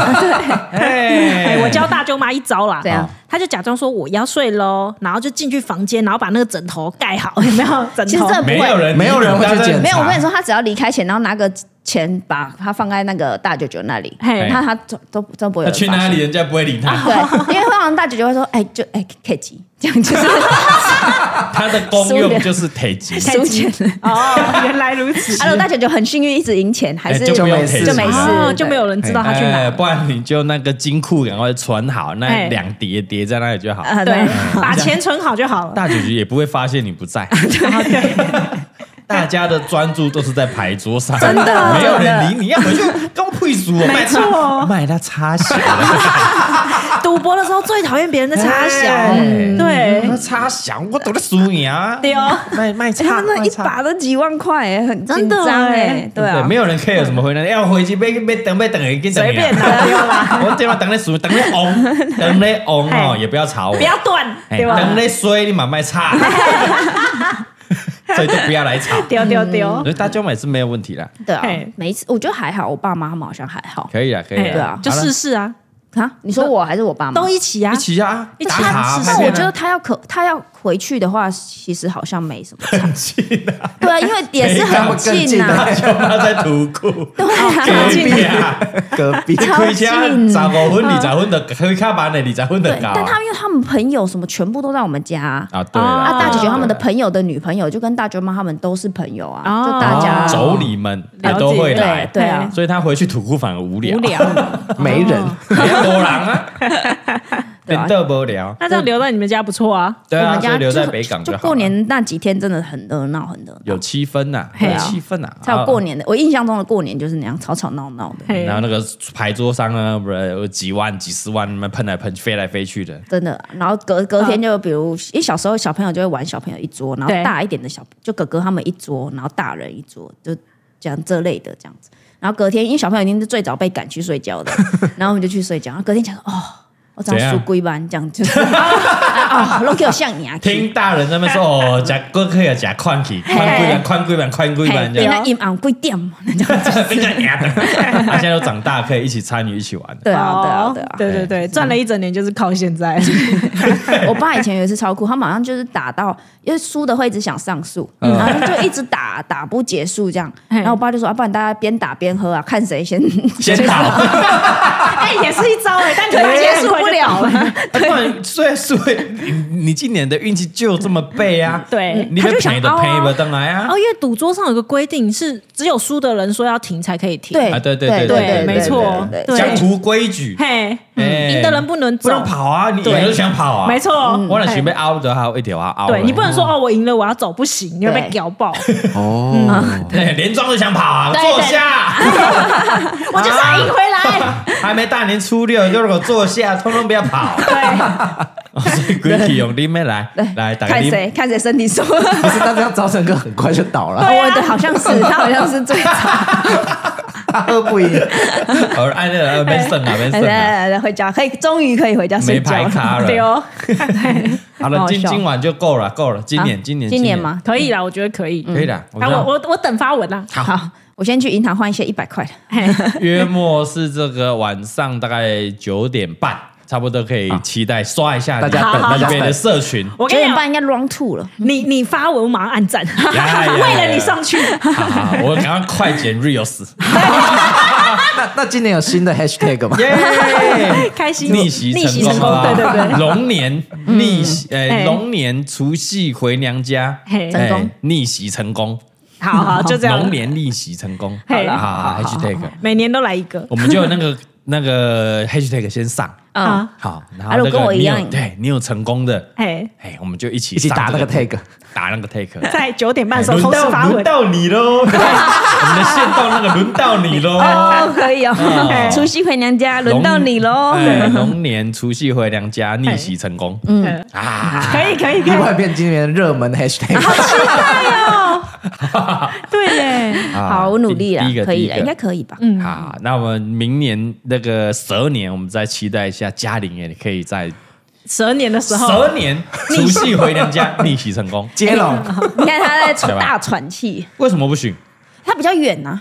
[SPEAKER 3] 哎
[SPEAKER 1] *laughs* 哎，啊
[SPEAKER 3] 我教大舅妈一招啦，
[SPEAKER 2] 怎样
[SPEAKER 3] 她就假装说我要睡喽，然后就进去房间，然后把那个枕头盖
[SPEAKER 1] *laughs*
[SPEAKER 3] 好，有没有？枕
[SPEAKER 2] 其实
[SPEAKER 3] 头
[SPEAKER 2] 这不
[SPEAKER 1] 没
[SPEAKER 2] 会
[SPEAKER 1] 有人，
[SPEAKER 4] 没有人会去
[SPEAKER 1] 大家
[SPEAKER 4] 检
[SPEAKER 2] 没有，我跟你说，他只要离开前，然后拿个钱把它放在那个大舅舅那里，
[SPEAKER 3] 嘿
[SPEAKER 2] 他他都都都不会有
[SPEAKER 1] 他
[SPEAKER 2] 人
[SPEAKER 1] 去
[SPEAKER 2] 发
[SPEAKER 1] 哪
[SPEAKER 2] 现
[SPEAKER 1] 里，人家不会理
[SPEAKER 3] *laughs*
[SPEAKER 1] 他。
[SPEAKER 2] 对，因为通常大舅舅会说，哎，就哎 K 级这样就是
[SPEAKER 1] 他的功用就是腿
[SPEAKER 3] *laughs*
[SPEAKER 1] 级，
[SPEAKER 2] 输钱了。
[SPEAKER 3] 哦，原来如
[SPEAKER 1] *laughs*
[SPEAKER 3] 此
[SPEAKER 2] h e 大舅舅很幸运，一直赢钱，还
[SPEAKER 1] 哎
[SPEAKER 2] 是
[SPEAKER 1] 就不用
[SPEAKER 4] 就没事
[SPEAKER 1] 腿级
[SPEAKER 2] 就没事
[SPEAKER 3] 哦，
[SPEAKER 2] 对
[SPEAKER 3] 就没有人知道她去哪
[SPEAKER 1] 哎，。不然你就那个金库赶快存好，那
[SPEAKER 3] 哎
[SPEAKER 1] 两叠叠在那里哎就好。
[SPEAKER 2] 啊
[SPEAKER 3] 对
[SPEAKER 2] 对，，
[SPEAKER 3] 把钱存好就好了。
[SPEAKER 1] 大姐姐也不会发现你不在，
[SPEAKER 3] 对，
[SPEAKER 1] *laughs* 大家的专注都是在牌桌上，
[SPEAKER 2] 真的
[SPEAKER 1] 没有人理你，啊要回去刚配书， *laughs* 没
[SPEAKER 3] 错
[SPEAKER 1] 卖他插小的，
[SPEAKER 3] 赌博的时候最讨厌别人的插小，
[SPEAKER 1] 哎
[SPEAKER 3] 对
[SPEAKER 1] 那插小，我都在输你啊！
[SPEAKER 3] 对哦，
[SPEAKER 1] 卖卖
[SPEAKER 2] 哎他
[SPEAKER 1] 差，
[SPEAKER 2] 那
[SPEAKER 1] 卖
[SPEAKER 2] 一
[SPEAKER 1] 差
[SPEAKER 2] 把都几万块，哎很
[SPEAKER 3] 真
[SPEAKER 2] 紧
[SPEAKER 3] 的
[SPEAKER 2] 张
[SPEAKER 3] 哎
[SPEAKER 2] 哎，对啊
[SPEAKER 1] 没，有人 care 怎么回呢？要回去被被等被等，已经等
[SPEAKER 3] 随便
[SPEAKER 1] 了。
[SPEAKER 3] 拿对吧？
[SPEAKER 1] 我电话等你输，等你翁，等你翁哦，
[SPEAKER 3] 哎
[SPEAKER 1] 也不要吵我
[SPEAKER 3] 不，要断，
[SPEAKER 1] 哎
[SPEAKER 3] 对吧
[SPEAKER 1] 等？你衰，你买卖差， *laughs* 所以都不要来吵。
[SPEAKER 3] 丢丢丢
[SPEAKER 1] 所，以大舅妈也是没有问题啦，
[SPEAKER 2] 对啊
[SPEAKER 3] 嘿，
[SPEAKER 2] 每一次我觉得还好，我爸妈他们好像还好
[SPEAKER 1] 可以啦，可以
[SPEAKER 3] 哎
[SPEAKER 2] 对
[SPEAKER 1] 啦
[SPEAKER 2] 啊，
[SPEAKER 3] 就
[SPEAKER 1] 好啦
[SPEAKER 3] 试试啊，
[SPEAKER 2] 啊。你说我还是我爸妈
[SPEAKER 3] 都？一起啊
[SPEAKER 1] 一，起啊，
[SPEAKER 3] 一
[SPEAKER 1] 打
[SPEAKER 3] 起
[SPEAKER 1] 卡啊
[SPEAKER 3] 是，
[SPEAKER 1] 拍
[SPEAKER 2] 但
[SPEAKER 1] 片
[SPEAKER 2] 我
[SPEAKER 1] 啊
[SPEAKER 2] 觉得他要可他要回去的话，其实好像没什么差。
[SPEAKER 1] 近啊，
[SPEAKER 2] *laughs* 对啊，因为也是很近呐、
[SPEAKER 1] 大舅妈在土库。
[SPEAKER 2] *laughs* 对啊，
[SPEAKER 1] 隔壁啊，
[SPEAKER 4] 隔 *laughs*
[SPEAKER 1] 你
[SPEAKER 4] 壁
[SPEAKER 1] 开车十五分、二十分的，开卡班的，二十分的
[SPEAKER 2] 对。
[SPEAKER 1] 高
[SPEAKER 2] 但他因为他们朋友什么全部都在我们家啊，
[SPEAKER 1] 啊，对
[SPEAKER 3] 啊
[SPEAKER 1] 啦
[SPEAKER 2] 大舅舅他们的
[SPEAKER 1] 对啦
[SPEAKER 2] 朋友的女朋友就跟大舅妈他们都是朋友啊，
[SPEAKER 3] 哦
[SPEAKER 2] 就大家、
[SPEAKER 1] 哦妯娌们也都会来
[SPEAKER 2] 对，对啊，
[SPEAKER 1] 所以他回去土库反而无聊，
[SPEAKER 3] 无
[SPEAKER 1] 无
[SPEAKER 3] 聊。
[SPEAKER 1] *laughs*
[SPEAKER 4] 没人，
[SPEAKER 1] 人啊，
[SPEAKER 2] 对
[SPEAKER 1] 变
[SPEAKER 2] 啊
[SPEAKER 1] 得无聊。
[SPEAKER 3] 那这样留在你们家不错啊。
[SPEAKER 1] 对
[SPEAKER 2] 我
[SPEAKER 1] 啊，
[SPEAKER 2] 们
[SPEAKER 1] 所
[SPEAKER 2] 家
[SPEAKER 1] 以留
[SPEAKER 2] 就
[SPEAKER 1] 在北港
[SPEAKER 2] 就
[SPEAKER 1] 好了
[SPEAKER 2] 过年那几天真的很热闹，很热闹。
[SPEAKER 1] 有气氛呐，
[SPEAKER 3] 嘿
[SPEAKER 1] 有
[SPEAKER 3] 啊
[SPEAKER 1] 气氛呐，
[SPEAKER 2] 才有过年的，我印象中的过年就是那样吵吵闹闹的，
[SPEAKER 1] 啊。
[SPEAKER 3] 嘿
[SPEAKER 1] 然后那个牌桌上呢，不是有几万、几十万，那么喷来喷去、飞来飞去的，
[SPEAKER 2] 真的。然后隔隔天就比如，因为小时候小朋友就会玩小朋友一桌，然后
[SPEAKER 3] 对
[SPEAKER 2] 大一点的小就哥哥他们一桌，然后大人一桌，就这样这类的这样子。然后隔天，因为小朋友一定是最早被赶去睡 *laughs* 觉的，然后我们就去睡觉。然后隔天讲说，哦，我早
[SPEAKER 1] 怎
[SPEAKER 2] 上
[SPEAKER 1] 样
[SPEAKER 2] 输龟班这样 *laughs* 就是，啊，都给我像你啊，
[SPEAKER 1] 听大人在那边
[SPEAKER 3] *laughs*
[SPEAKER 1] 说哦，假过去啊，假宽起，宽规版、宽规版、宽规版这
[SPEAKER 2] 比
[SPEAKER 1] 样，
[SPEAKER 2] 那阴暗贵点 *laughs* 嘛，这样子。
[SPEAKER 1] 跟着你啊，
[SPEAKER 3] *laughs*
[SPEAKER 1] 他现在都长大，可以一起参与、一起玩。
[SPEAKER 2] 对啊，对啊，
[SPEAKER 3] 哦
[SPEAKER 2] 对啊。
[SPEAKER 3] 对对
[SPEAKER 1] 嗯
[SPEAKER 3] 对，赚了一整年就是靠
[SPEAKER 1] *laughs*
[SPEAKER 3] 现在。
[SPEAKER 2] 我爸以前有一次超酷，他马上就是打到，因为输的会一直想上诉，
[SPEAKER 1] 嗯
[SPEAKER 2] 然后就一直打打不
[SPEAKER 1] *laughs*
[SPEAKER 2] 结束这样。
[SPEAKER 3] 嘿
[SPEAKER 2] 然后我爸就说：“啊，不然大家边打边喝啊，看谁先。
[SPEAKER 1] 先打，
[SPEAKER 2] 哎，
[SPEAKER 6] 哎，也是一招哎，但可能结束不了了。
[SPEAKER 1] *laughs*
[SPEAKER 3] *laughs*
[SPEAKER 1] 不然所以所以你你今年的运气就这么背啊？
[SPEAKER 3] *laughs* 对
[SPEAKER 1] 你
[SPEAKER 3] 他
[SPEAKER 1] 被
[SPEAKER 3] 就想
[SPEAKER 1] 赔的
[SPEAKER 3] 凹啊
[SPEAKER 1] 赔吧，当然啊
[SPEAKER 3] 哦，。因为赌桌上有个规定是，只有输的人说要停才可以停。
[SPEAKER 6] 对
[SPEAKER 1] 啊对对对
[SPEAKER 6] 对
[SPEAKER 1] 对
[SPEAKER 3] 没错
[SPEAKER 6] 对，
[SPEAKER 3] 对
[SPEAKER 1] 江湖规矩，
[SPEAKER 3] 嘿，
[SPEAKER 1] 哎
[SPEAKER 3] 赢的人不能
[SPEAKER 1] 不
[SPEAKER 3] 走，
[SPEAKER 1] 能跑啊！你
[SPEAKER 3] 对
[SPEAKER 1] 有人想跑啊？
[SPEAKER 3] 没，错，
[SPEAKER 1] 我那前被凹的还有一条啊凹了。
[SPEAKER 3] 对你不能说哦，我赢了我要走，不行，你会被屌
[SPEAKER 6] *laughs*
[SPEAKER 3] 爆。
[SPEAKER 4] 哦，
[SPEAKER 1] 对连庄都想跑啊，
[SPEAKER 6] 对对
[SPEAKER 1] 坐下。
[SPEAKER 6] 我就是要赢回来。
[SPEAKER 1] 还没大年初六就给我坐下，通通不要跑。 *laughs* 对，所以鬼体用你妹来来打个
[SPEAKER 6] 看
[SPEAKER 1] 你，
[SPEAKER 6] 谁看谁身体
[SPEAKER 1] *laughs*
[SPEAKER 6] 瘦。哦，
[SPEAKER 4] 不是，但是要招成哥很快就倒 *laughs* 了，
[SPEAKER 6] 对，好像
[SPEAKER 1] *laughs*
[SPEAKER 6] 是他，好像是最早。
[SPEAKER 4] 他喝不赢。
[SPEAKER 1] 好按那个没剩啊，没
[SPEAKER 6] 来
[SPEAKER 1] 剩啊。
[SPEAKER 6] 来来，回家可以，终于可以回家睡觉
[SPEAKER 1] 没牌咖了
[SPEAKER 6] 对哦，
[SPEAKER 1] *laughs* 好了，
[SPEAKER 6] 好
[SPEAKER 1] 今
[SPEAKER 6] 笑啊
[SPEAKER 1] 今晚就够了，够了。今年，今年，
[SPEAKER 6] 今年？吗？
[SPEAKER 3] *laughs*
[SPEAKER 6] *laughs*
[SPEAKER 3] 可以啦，我觉得可以。
[SPEAKER 6] 嗯
[SPEAKER 1] 可以的。我
[SPEAKER 3] 好，
[SPEAKER 1] 看
[SPEAKER 3] 我我我等发文啦。啊
[SPEAKER 6] 好，我先去银行换一些一百块的。 *laughs*
[SPEAKER 3] 嘿，
[SPEAKER 1] 约莫是这个晚上大概九点半，差不多可以期待刷一下
[SPEAKER 4] 大家等
[SPEAKER 1] 你
[SPEAKER 4] 大家
[SPEAKER 1] 里面
[SPEAKER 4] 等
[SPEAKER 1] 的社群。
[SPEAKER 3] 我
[SPEAKER 6] 九
[SPEAKER 3] 跟
[SPEAKER 6] 点
[SPEAKER 3] 你哦讲
[SPEAKER 6] 半，应该 round two 了，
[SPEAKER 3] 你你发文我马上按赞， *laughs*
[SPEAKER 1] 呀呀
[SPEAKER 3] 为了你上去。
[SPEAKER 1] 好好，好我赶快快剪
[SPEAKER 6] *laughs*
[SPEAKER 1] reels，
[SPEAKER 4] 那那今年有新的 hashtag *laughs* 吗？
[SPEAKER 1] 耶！
[SPEAKER 3] 开心
[SPEAKER 1] 逆袭
[SPEAKER 3] 逆袭
[SPEAKER 1] 成
[SPEAKER 3] 成
[SPEAKER 1] 功
[SPEAKER 3] 功
[SPEAKER 1] 啊，
[SPEAKER 3] 对
[SPEAKER 1] *laughs*
[SPEAKER 3] 对对，
[SPEAKER 1] 龙年逆袭，哎，
[SPEAKER 3] 哎
[SPEAKER 1] 龙年除夕回娘家，
[SPEAKER 3] 嘿
[SPEAKER 1] 哎
[SPEAKER 6] 成功
[SPEAKER 1] 逆袭成功，
[SPEAKER 3] 好好就这样
[SPEAKER 1] 龙，年逆袭成功，好
[SPEAKER 3] 嘿
[SPEAKER 1] 好，hashtag，
[SPEAKER 3] 每年都来一个
[SPEAKER 1] 我们就有那个 *laughs* 那个 hashtag 先上，
[SPEAKER 6] 嗯，
[SPEAKER 3] 啊，
[SPEAKER 1] 好，然
[SPEAKER 6] 啊
[SPEAKER 1] 后
[SPEAKER 6] 如果
[SPEAKER 1] 那
[SPEAKER 6] 跟
[SPEAKER 1] 个
[SPEAKER 6] 我一
[SPEAKER 1] 你有
[SPEAKER 6] 样
[SPEAKER 1] 对你有成功的，
[SPEAKER 3] 嘿，
[SPEAKER 1] 哎，我们就一起
[SPEAKER 4] 一起
[SPEAKER 1] 上
[SPEAKER 4] 打那个 tag，
[SPEAKER 1] 打那个 take。哎
[SPEAKER 3] 在九点半的时候
[SPEAKER 1] 轮
[SPEAKER 3] 同时
[SPEAKER 1] 到
[SPEAKER 3] 发
[SPEAKER 1] 轮
[SPEAKER 3] 文，
[SPEAKER 1] 到你喽，我们的线到那个轮到你喽，
[SPEAKER 6] *laughs* 哦，可以
[SPEAKER 1] 哦
[SPEAKER 6] 哦，除夕回娘家，轮到你喽。
[SPEAKER 1] 哎龙年除夕回娘家，逆袭成功。
[SPEAKER 3] 嗯
[SPEAKER 1] 啊，
[SPEAKER 3] 可以可以可
[SPEAKER 4] 意外
[SPEAKER 3] 以，
[SPEAKER 4] 变今年的热门 *laughs* hashtag。
[SPEAKER 3] 对耶，
[SPEAKER 6] 好，我努力了
[SPEAKER 1] 啊第一个，
[SPEAKER 6] 可以了，
[SPEAKER 1] 第一
[SPEAKER 6] 应
[SPEAKER 1] 个
[SPEAKER 6] 该可以吧？
[SPEAKER 3] 嗯，
[SPEAKER 1] 好，那我们明年那个蛇年，我们再期待一下嘉玲也可以在
[SPEAKER 3] 蛇年的时候，
[SPEAKER 1] 蛇年除夕回娘家逆袭成功，
[SPEAKER 4] 接龙，
[SPEAKER 6] *laughs* 你看他在
[SPEAKER 1] *laughs* 对吧
[SPEAKER 6] 大喘气，
[SPEAKER 1] 为什么不行？
[SPEAKER 6] 他比较远啊呐。